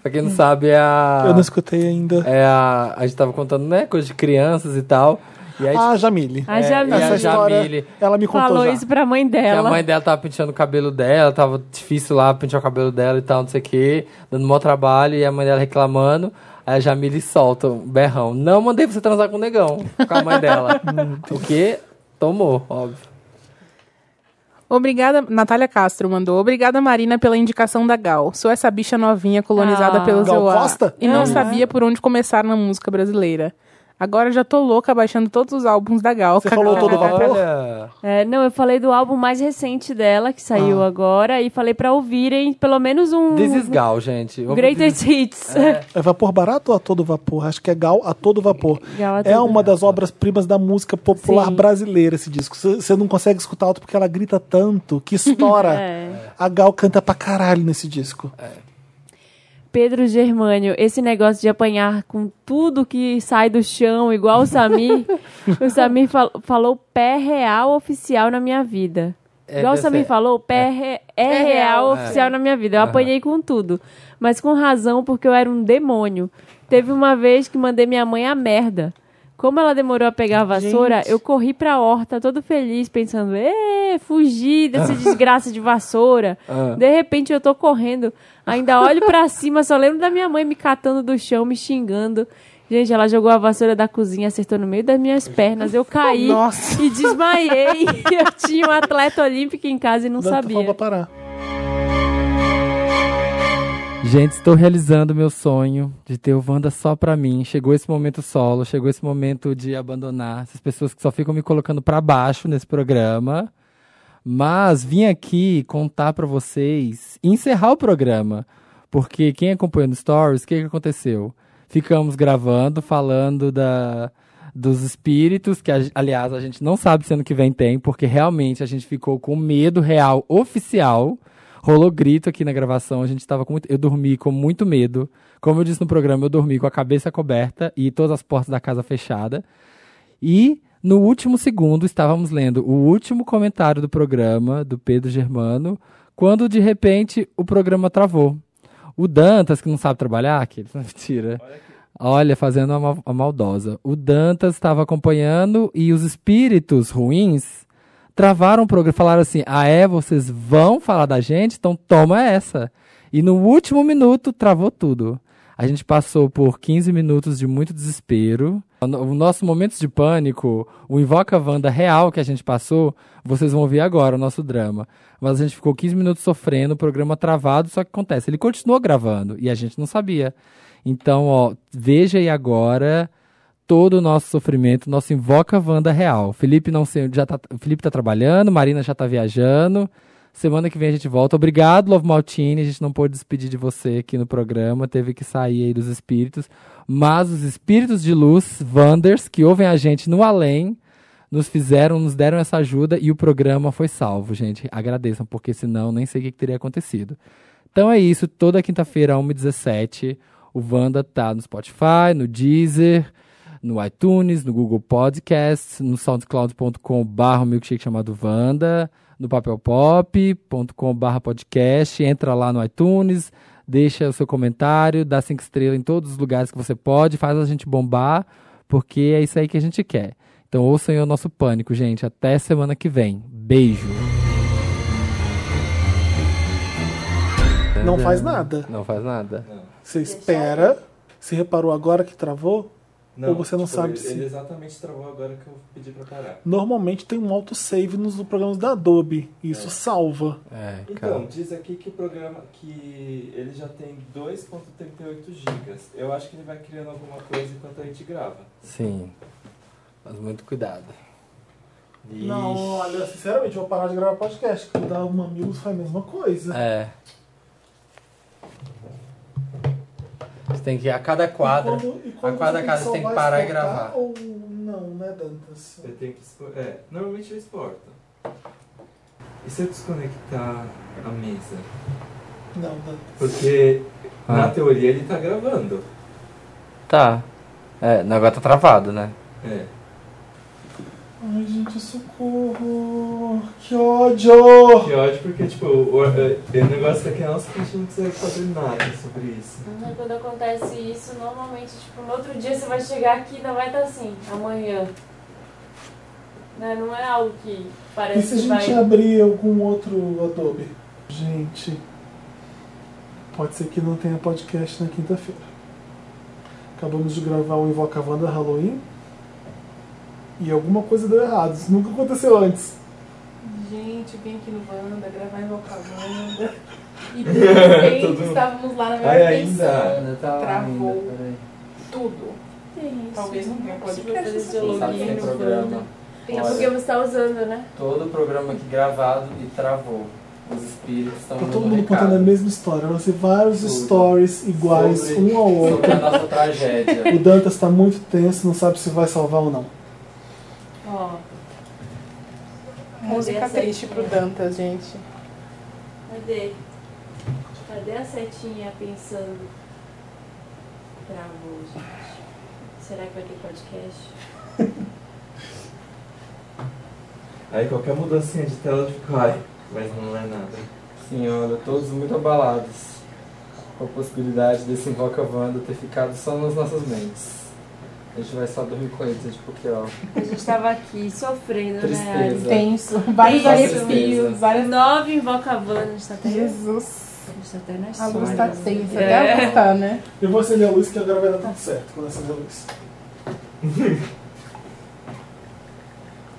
[SPEAKER 2] pra quem não sabe, é a.
[SPEAKER 1] Eu não escutei ainda.
[SPEAKER 2] É a. A gente tava contando, né? Coisa de crianças e tal. E aí tipo,
[SPEAKER 1] Ah, Jamile.
[SPEAKER 3] A
[SPEAKER 2] e É a
[SPEAKER 1] Essa
[SPEAKER 3] Jamile
[SPEAKER 1] história,
[SPEAKER 2] Jamile.
[SPEAKER 1] ela me contou
[SPEAKER 3] falou
[SPEAKER 1] já.
[SPEAKER 3] isso pra mãe
[SPEAKER 2] que a
[SPEAKER 3] dela.
[SPEAKER 2] mãe dela tava penteando o cabelo dela, tava difícil lá pentear o cabelo dela e tal, não sei o quê, dando mau trabalho, e a mãe dela reclamando. Aí a Jamile solta um berrão. Não mandei você transar com o negão, com a mãe dela. o quê? Tomou, óbvio.
[SPEAKER 4] Obrigada, Natália Castro mandou. Obrigada, Marina, pela indicação da Gal. Sou essa bicha novinha colonizada
[SPEAKER 3] Ah.
[SPEAKER 4] pelos
[SPEAKER 1] Gal
[SPEAKER 4] EUA
[SPEAKER 1] Costa? Uhum.
[SPEAKER 4] E não sabia por onde começar na música brasileira. Agora já tô louca baixando todos os álbuns da Gal.
[SPEAKER 1] Você falou todo vapor?
[SPEAKER 2] Olha,
[SPEAKER 3] É, não, eu falei do álbum mais recente dela, que
[SPEAKER 1] Ah.
[SPEAKER 3] saiu agora, e falei pra ouvirem pelo menos um
[SPEAKER 2] desesgal, gente. Vamos
[SPEAKER 3] Greatest Hits.
[SPEAKER 1] É vapor barato ou a todo vapor? Acho que é Gal a todo vapor.
[SPEAKER 3] Gal a
[SPEAKER 1] é
[SPEAKER 3] todo
[SPEAKER 1] uma das obras-primas da música popular
[SPEAKER 3] Sim.
[SPEAKER 1] brasileira, esse disco. Você não consegue escutar alto porque ela grita tanto que estoura.
[SPEAKER 3] É.
[SPEAKER 1] A Gal canta pra caralho nesse disco.
[SPEAKER 3] Pedro Germânio, esse negócio de apanhar com tudo que sai do chão, igual o Samir. o Samir fal- falou pé real oficial na minha vida.
[SPEAKER 2] É,
[SPEAKER 3] igual o
[SPEAKER 2] deve
[SPEAKER 3] Samir
[SPEAKER 2] ser.
[SPEAKER 3] falou, pé re- é, real, oficial na minha vida. Eu apanhei com tudo. Mas com razão, porque eu era um demônio. Teve uma vez que mandei minha mãe a merda. Como ela demorou a pegar a vassoura, eu corri pra horta, todo feliz, pensando, ê, fugi dessa desgraça de vassoura.
[SPEAKER 2] Ah.
[SPEAKER 3] De repente eu tô correndo, ainda olho pra cima, só lembro da minha mãe me catando do chão, me xingando. Gente, ela jogou a vassoura da cozinha, acertou no meio das minhas pernas. Eu caí
[SPEAKER 1] Nossa.
[SPEAKER 3] e desmaiei. Eu tinha um atleta olímpico em casa e não
[SPEAKER 1] Dando
[SPEAKER 3] sabia.
[SPEAKER 1] tá pra parar.
[SPEAKER 2] Gente, estou realizando meu sonho de ter o Wanda só pra mim. Chegou esse momento solo, chegou esse momento de abandonar essas pessoas que só ficam me colocando pra baixo nesse programa. Mas vim aqui contar pra vocês, e encerrar o programa, porque quem acompanha no Stories, o que, que aconteceu? Ficamos gravando, falando da dos espíritos, que a gen- aliás a gente não sabe se ano que vem tem, porque realmente a gente ficou com medo real oficial. Rolou grito aqui na gravação, a gente tava com muito, eu dormi com muito medo. Como eu disse no programa, eu dormi com a cabeça coberta e todas as portas da casa fechada. E no último segundo estávamos lendo o último comentário do programa do Pedro Germano, quando de repente o programa travou. O Dantas, que não sabe trabalhar, que ele mentira. Olha, fazendo a, mal- a maldosa. O Dantas estava acompanhando e os espíritos ruins travaram o programa. Falaram assim: ah, é? Vocês vão falar da gente? Então toma essa. E no último minuto travou tudo. A gente passou por 15 minutos de muito desespero. O nosso momento de pânico, o Invoca Wanda real que a gente passou, vocês vão ver agora o nosso drama. Mas a gente ficou 15 minutos sofrendo, o programa travado, só que acontece, ele continuou gravando e a gente não sabia. Então, ó, veja aí agora todo o nosso sofrimento, nosso Invoca Wanda real. Felipe não sei, já tá, Felipe tá trabalhando, Marina já tá viajando. Semana que vem a gente volta. Obrigado, Love Maltini. A gente não pôde despedir de você aqui no programa, teve que sair aí dos espíritos. Mas os espíritos de luz, Wanders, que ouvem a gente no além, nos fizeram, nos deram essa ajuda e o programa foi salvo, gente. Agradeçam, porque senão nem sei o que que teria acontecido. Então é isso, toda quinta-feira, 1h17, o Wanda tá no Spotify, no Deezer, no iTunes, no Google Podcasts, no soundcloud.com barra milkshake chamado Wanda, no papelpop.com barra podcast, entra lá no iTunes, deixa o seu comentário, dá cinco estrelas em todos os lugares que você pode, faz a gente bombar, porque é isso aí que a gente quer. Então ouçam aí o nosso pânico, gente. Até semana que vem. Beijo.
[SPEAKER 1] Não faz nada.
[SPEAKER 2] Não faz nada.
[SPEAKER 1] Você espera. Você reparou agora que travou? Ou você não sabe
[SPEAKER 7] tipo, ele,
[SPEAKER 1] se-
[SPEAKER 7] Ele exatamente travou agora que eu pedi pra parar.
[SPEAKER 1] Normalmente tem um autosave nos programas da Adobe. E isso salva.
[SPEAKER 2] É,
[SPEAKER 7] Então,
[SPEAKER 2] cara.
[SPEAKER 7] diz aqui que o programa que ele já tem 2.38 gigas. Eu acho que ele vai criando alguma coisa enquanto a gente grava.
[SPEAKER 2] Sim. Mas muito cuidado.
[SPEAKER 1] Não,
[SPEAKER 7] Ixi.
[SPEAKER 1] olha, sinceramente, eu vou parar de gravar podcast. Que dar uma mil faz a mesma coisa.
[SPEAKER 2] É. Você tem que ir a cada quadra.
[SPEAKER 1] E quando- e quando
[SPEAKER 2] a quadra
[SPEAKER 1] você
[SPEAKER 2] cada você
[SPEAKER 1] só
[SPEAKER 2] tem que
[SPEAKER 1] vai
[SPEAKER 2] parar e
[SPEAKER 1] exportar
[SPEAKER 2] gravar.
[SPEAKER 1] Ou não, né, Dantas?
[SPEAKER 7] Eu tenho que expor... É, normalmente eu exporto. E se eu desconectar a mesa?
[SPEAKER 1] Não, Dantas.
[SPEAKER 7] Porque
[SPEAKER 2] Ah.
[SPEAKER 7] na teoria ele tá gravando.
[SPEAKER 2] Tá. É, o negócio tá travado, né?
[SPEAKER 7] É.
[SPEAKER 1] Ai, gente, socorro. Que ódio.
[SPEAKER 7] Que ódio, porque tipo, o, o negócio daqui é nosso que a gente não consegue fazer nada sobre isso.
[SPEAKER 3] Quando acontece isso, normalmente, tipo, no outro dia você vai chegar aqui e ainda vai estar assim, amanhã. Né, Não é algo que
[SPEAKER 1] E
[SPEAKER 3] parece
[SPEAKER 1] se a
[SPEAKER 3] que vai.
[SPEAKER 1] gente abrir algum outro Adobe? Gente, pode ser que não tenha podcast na quinta-feira. Acabamos de gravar o Invocavanda Halloween e alguma coisa deu errado. Isso nunca aconteceu antes.
[SPEAKER 4] Gente, vem aqui no Wanda, gravar em Locavanda. E pensei,
[SPEAKER 7] Todo mundo-
[SPEAKER 4] estávamos lá na
[SPEAKER 7] Ai,
[SPEAKER 4] minha
[SPEAKER 7] ainda.
[SPEAKER 4] pensão.
[SPEAKER 2] tá
[SPEAKER 4] Travou. ainda, Tudo.
[SPEAKER 3] Tem isso.
[SPEAKER 4] Talvez não tenha
[SPEAKER 3] fazer
[SPEAKER 4] podcast.
[SPEAKER 3] esse login.
[SPEAKER 4] assim.
[SPEAKER 3] Sabe que tem
[SPEAKER 2] programa.
[SPEAKER 3] É porque você tá usando, né?
[SPEAKER 2] Todo o programa aqui gravado e travou. Os espíritos estão
[SPEAKER 1] Tá todo mundo contando a mesma história. Vão ser vários
[SPEAKER 2] Tudo.
[SPEAKER 1] stories iguais
[SPEAKER 2] Sobre-
[SPEAKER 1] um ao outro.
[SPEAKER 2] a nossa tragédia.
[SPEAKER 1] O Dantas tá muito tenso, não sabe se vai salvar ou não.
[SPEAKER 4] Ó. Música triste pro Dantas, gente.
[SPEAKER 3] Cadê? Cadê a setinha pensando? Travou, gente. Será que vai ter podcast?
[SPEAKER 7] Aí qualquer mudancinha de tela eu fico, ai, mas não é nada.
[SPEAKER 2] Senhora, todos muito abalados com a possibilidade desse Invoca Wanda ter ficado só nas nossas mentes. A gente vai só dormir com eles, tipo, que ó.
[SPEAKER 3] A gente tava aqui sofrendo,
[SPEAKER 2] Tristeza.
[SPEAKER 3] né?
[SPEAKER 4] Tenso. Vários
[SPEAKER 3] Tenso.
[SPEAKER 4] arrepios, várias.
[SPEAKER 3] Nove invocavandas, a gente tá até.
[SPEAKER 4] Jesus.
[SPEAKER 3] A gente tá até nas
[SPEAKER 4] A luz
[SPEAKER 3] sombras.
[SPEAKER 4] tá tensa.
[SPEAKER 3] É.
[SPEAKER 4] Até a luz tá, né?
[SPEAKER 1] Eu vou acender a luz que agora vai dar tudo certo quando acender a luz.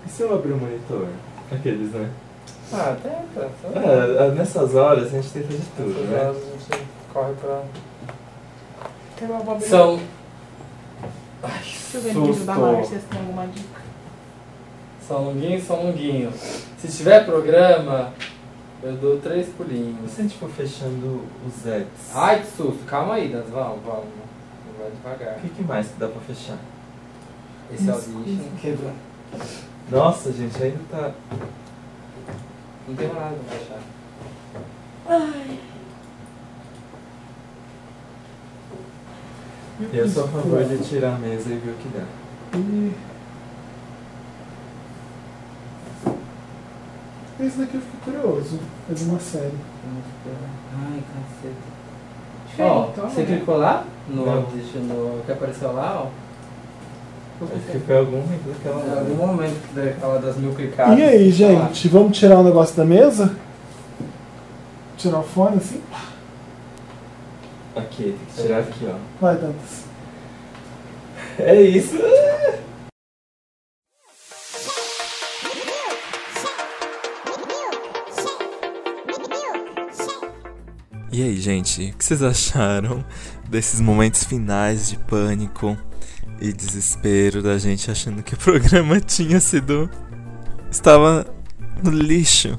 [SPEAKER 7] E se eu abrir o monitor? Aqueles, né?
[SPEAKER 2] Ah, tenta. só-
[SPEAKER 7] É, nessas horas a gente tenta de tudo,
[SPEAKER 2] Essas
[SPEAKER 7] né?
[SPEAKER 2] horas a gente corre pra.
[SPEAKER 4] Tem uma abóbora.
[SPEAKER 2] São.
[SPEAKER 4] Deixa eu ver no livro da
[SPEAKER 2] susto.
[SPEAKER 4] Márcia se tem alguma dica.
[SPEAKER 2] São longuinhos, são longuinhos. Se tiver programa, eu dou três
[SPEAKER 7] E
[SPEAKER 2] pulinhos.
[SPEAKER 7] se a gente for fechando os ads?
[SPEAKER 2] Ai, que susto. Calma aí, Dantas. Vamos, vamos. Vai devagar.
[SPEAKER 7] O que, que mais que dá pra fechar?
[SPEAKER 2] Esse é o bicho. Quebra.
[SPEAKER 7] Nossa, gente, ainda tá.
[SPEAKER 2] Não tem nada pra achar.
[SPEAKER 7] Eu sou a favor de tirar a mesa e ver o que dá.
[SPEAKER 1] Ih. Esse daqui eu fiquei curioso. É de uma série.
[SPEAKER 2] Ai, caceta. Ó,
[SPEAKER 4] Feito,
[SPEAKER 2] você
[SPEAKER 4] né?
[SPEAKER 2] clicou lá? No,
[SPEAKER 7] Não.
[SPEAKER 2] deixa no que apareceu lá, ó.
[SPEAKER 7] Acho que foi algum livro daquela
[SPEAKER 2] Então, Em algum
[SPEAKER 7] hora.
[SPEAKER 2] momento que deve falar das mil clicadas.
[SPEAKER 1] e aí,
[SPEAKER 2] sei lá.
[SPEAKER 1] gente? Vamos tirar o negócio da mesa? Tirar o fone assim?
[SPEAKER 7] Aqui, tem que tirar aqui, ó.
[SPEAKER 1] Vai, Dantas.
[SPEAKER 7] É isso! E aí, gente, o que vocês acharam desses momentos finais de pânico e desespero da gente achando que o programa tinha sido. estava no lixo?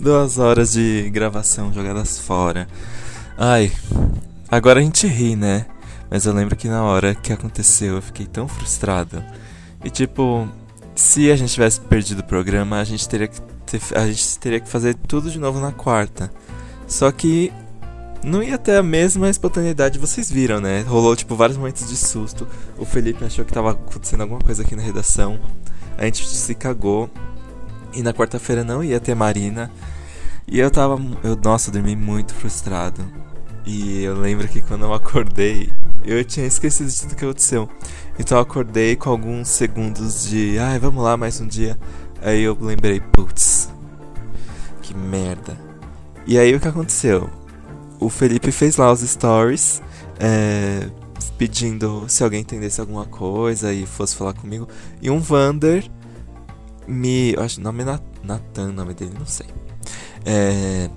[SPEAKER 7] Duas horas de gravação jogadas fora. Ai, agora a gente ri, né? Mas eu lembro que na hora que aconteceu eu fiquei tão frustrado. E tipo, Se a gente tivesse perdido o programa, a gente teria que ter- a gente teria que fazer tudo de novo na quarta. Só que não ia ter a mesma espontaneidade, vocês viram, né? Rolou tipo vários momentos de susto. O Felipe achou que tava acontecendo alguma coisa aqui na redação. A gente se cagou. E na quarta-feira não ia ter Marina. E eu tava, eu nossa, eu dormi muito frustrado. E eu lembro que quando eu acordei, eu tinha esquecido de tudo que aconteceu. Então eu acordei com alguns segundos de, ai, vamos lá mais um dia. Aí eu lembrei, putz, que merda. E aí o que aconteceu? O Felipe fez lá os stories, é, pedindo se alguém entendesse alguma coisa e fosse falar comigo. E um Vander me. Eu acho que o nome é Na- Natan, o nome dele, não sei. É,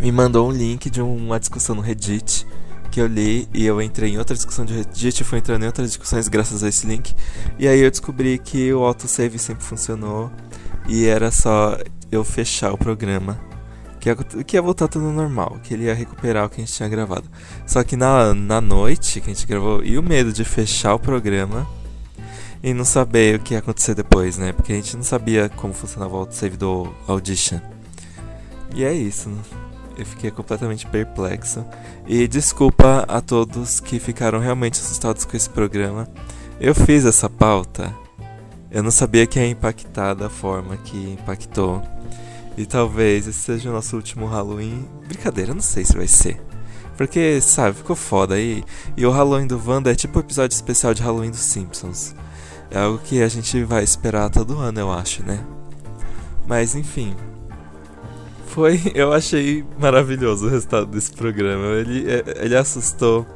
[SPEAKER 7] me mandou um link de uma discussão no Reddit que eu li e eu entrei em outra discussão de Reddit, fui entrando em outras discussões graças a esse link. E aí eu descobri que o autosave sempre funcionou e era só eu fechar o programa. Que ia, que ia voltar tudo normal, que ele ia recuperar o que a gente tinha gravado. Só que na, na noite que a gente gravou, e o medo de fechar o programa e não saber o que ia acontecer depois, né? Porque a gente não sabia como funcionava o autosave do Audition. E é isso, né? eu fiquei completamente perplexo. E desculpa a todos que ficaram realmente assustados com esse programa. Eu fiz essa pauta. Eu não sabia que ia impactar da forma que impactou. E talvez esse seja o nosso último Halloween. Brincadeira, eu não sei se vai ser. Porque, sabe, ficou foda aí. E o Halloween do Wanda é tipo o episódio especial de Halloween dos Simpsons. É algo que a gente vai esperar todo ano, eu acho, né? Mas enfim. Foi, eu achei maravilhoso o resultado desse programa. Ele, é- ele assustou.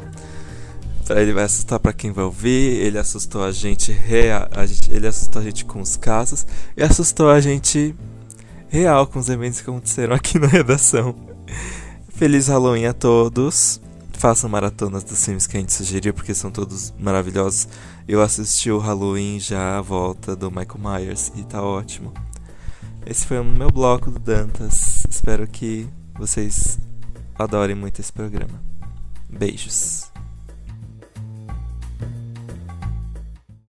[SPEAKER 7] Ele vai assustar pra quem vai ouvir, ele assustou a gente, rea, a gente- ele assustou a gente com os casos e assustou a gente real com os eventos que aconteceram aqui na redação. Feliz Halloween a todos. Façam maratonas dos filmes que a gente sugeriu porque são todos maravilhosos. Eu assisti o Halloween já a volta do Michael Myers e tá ótimo. Esse foi o meu bloco do Dantas. Espero que vocês adorem muito esse programa. Beijos.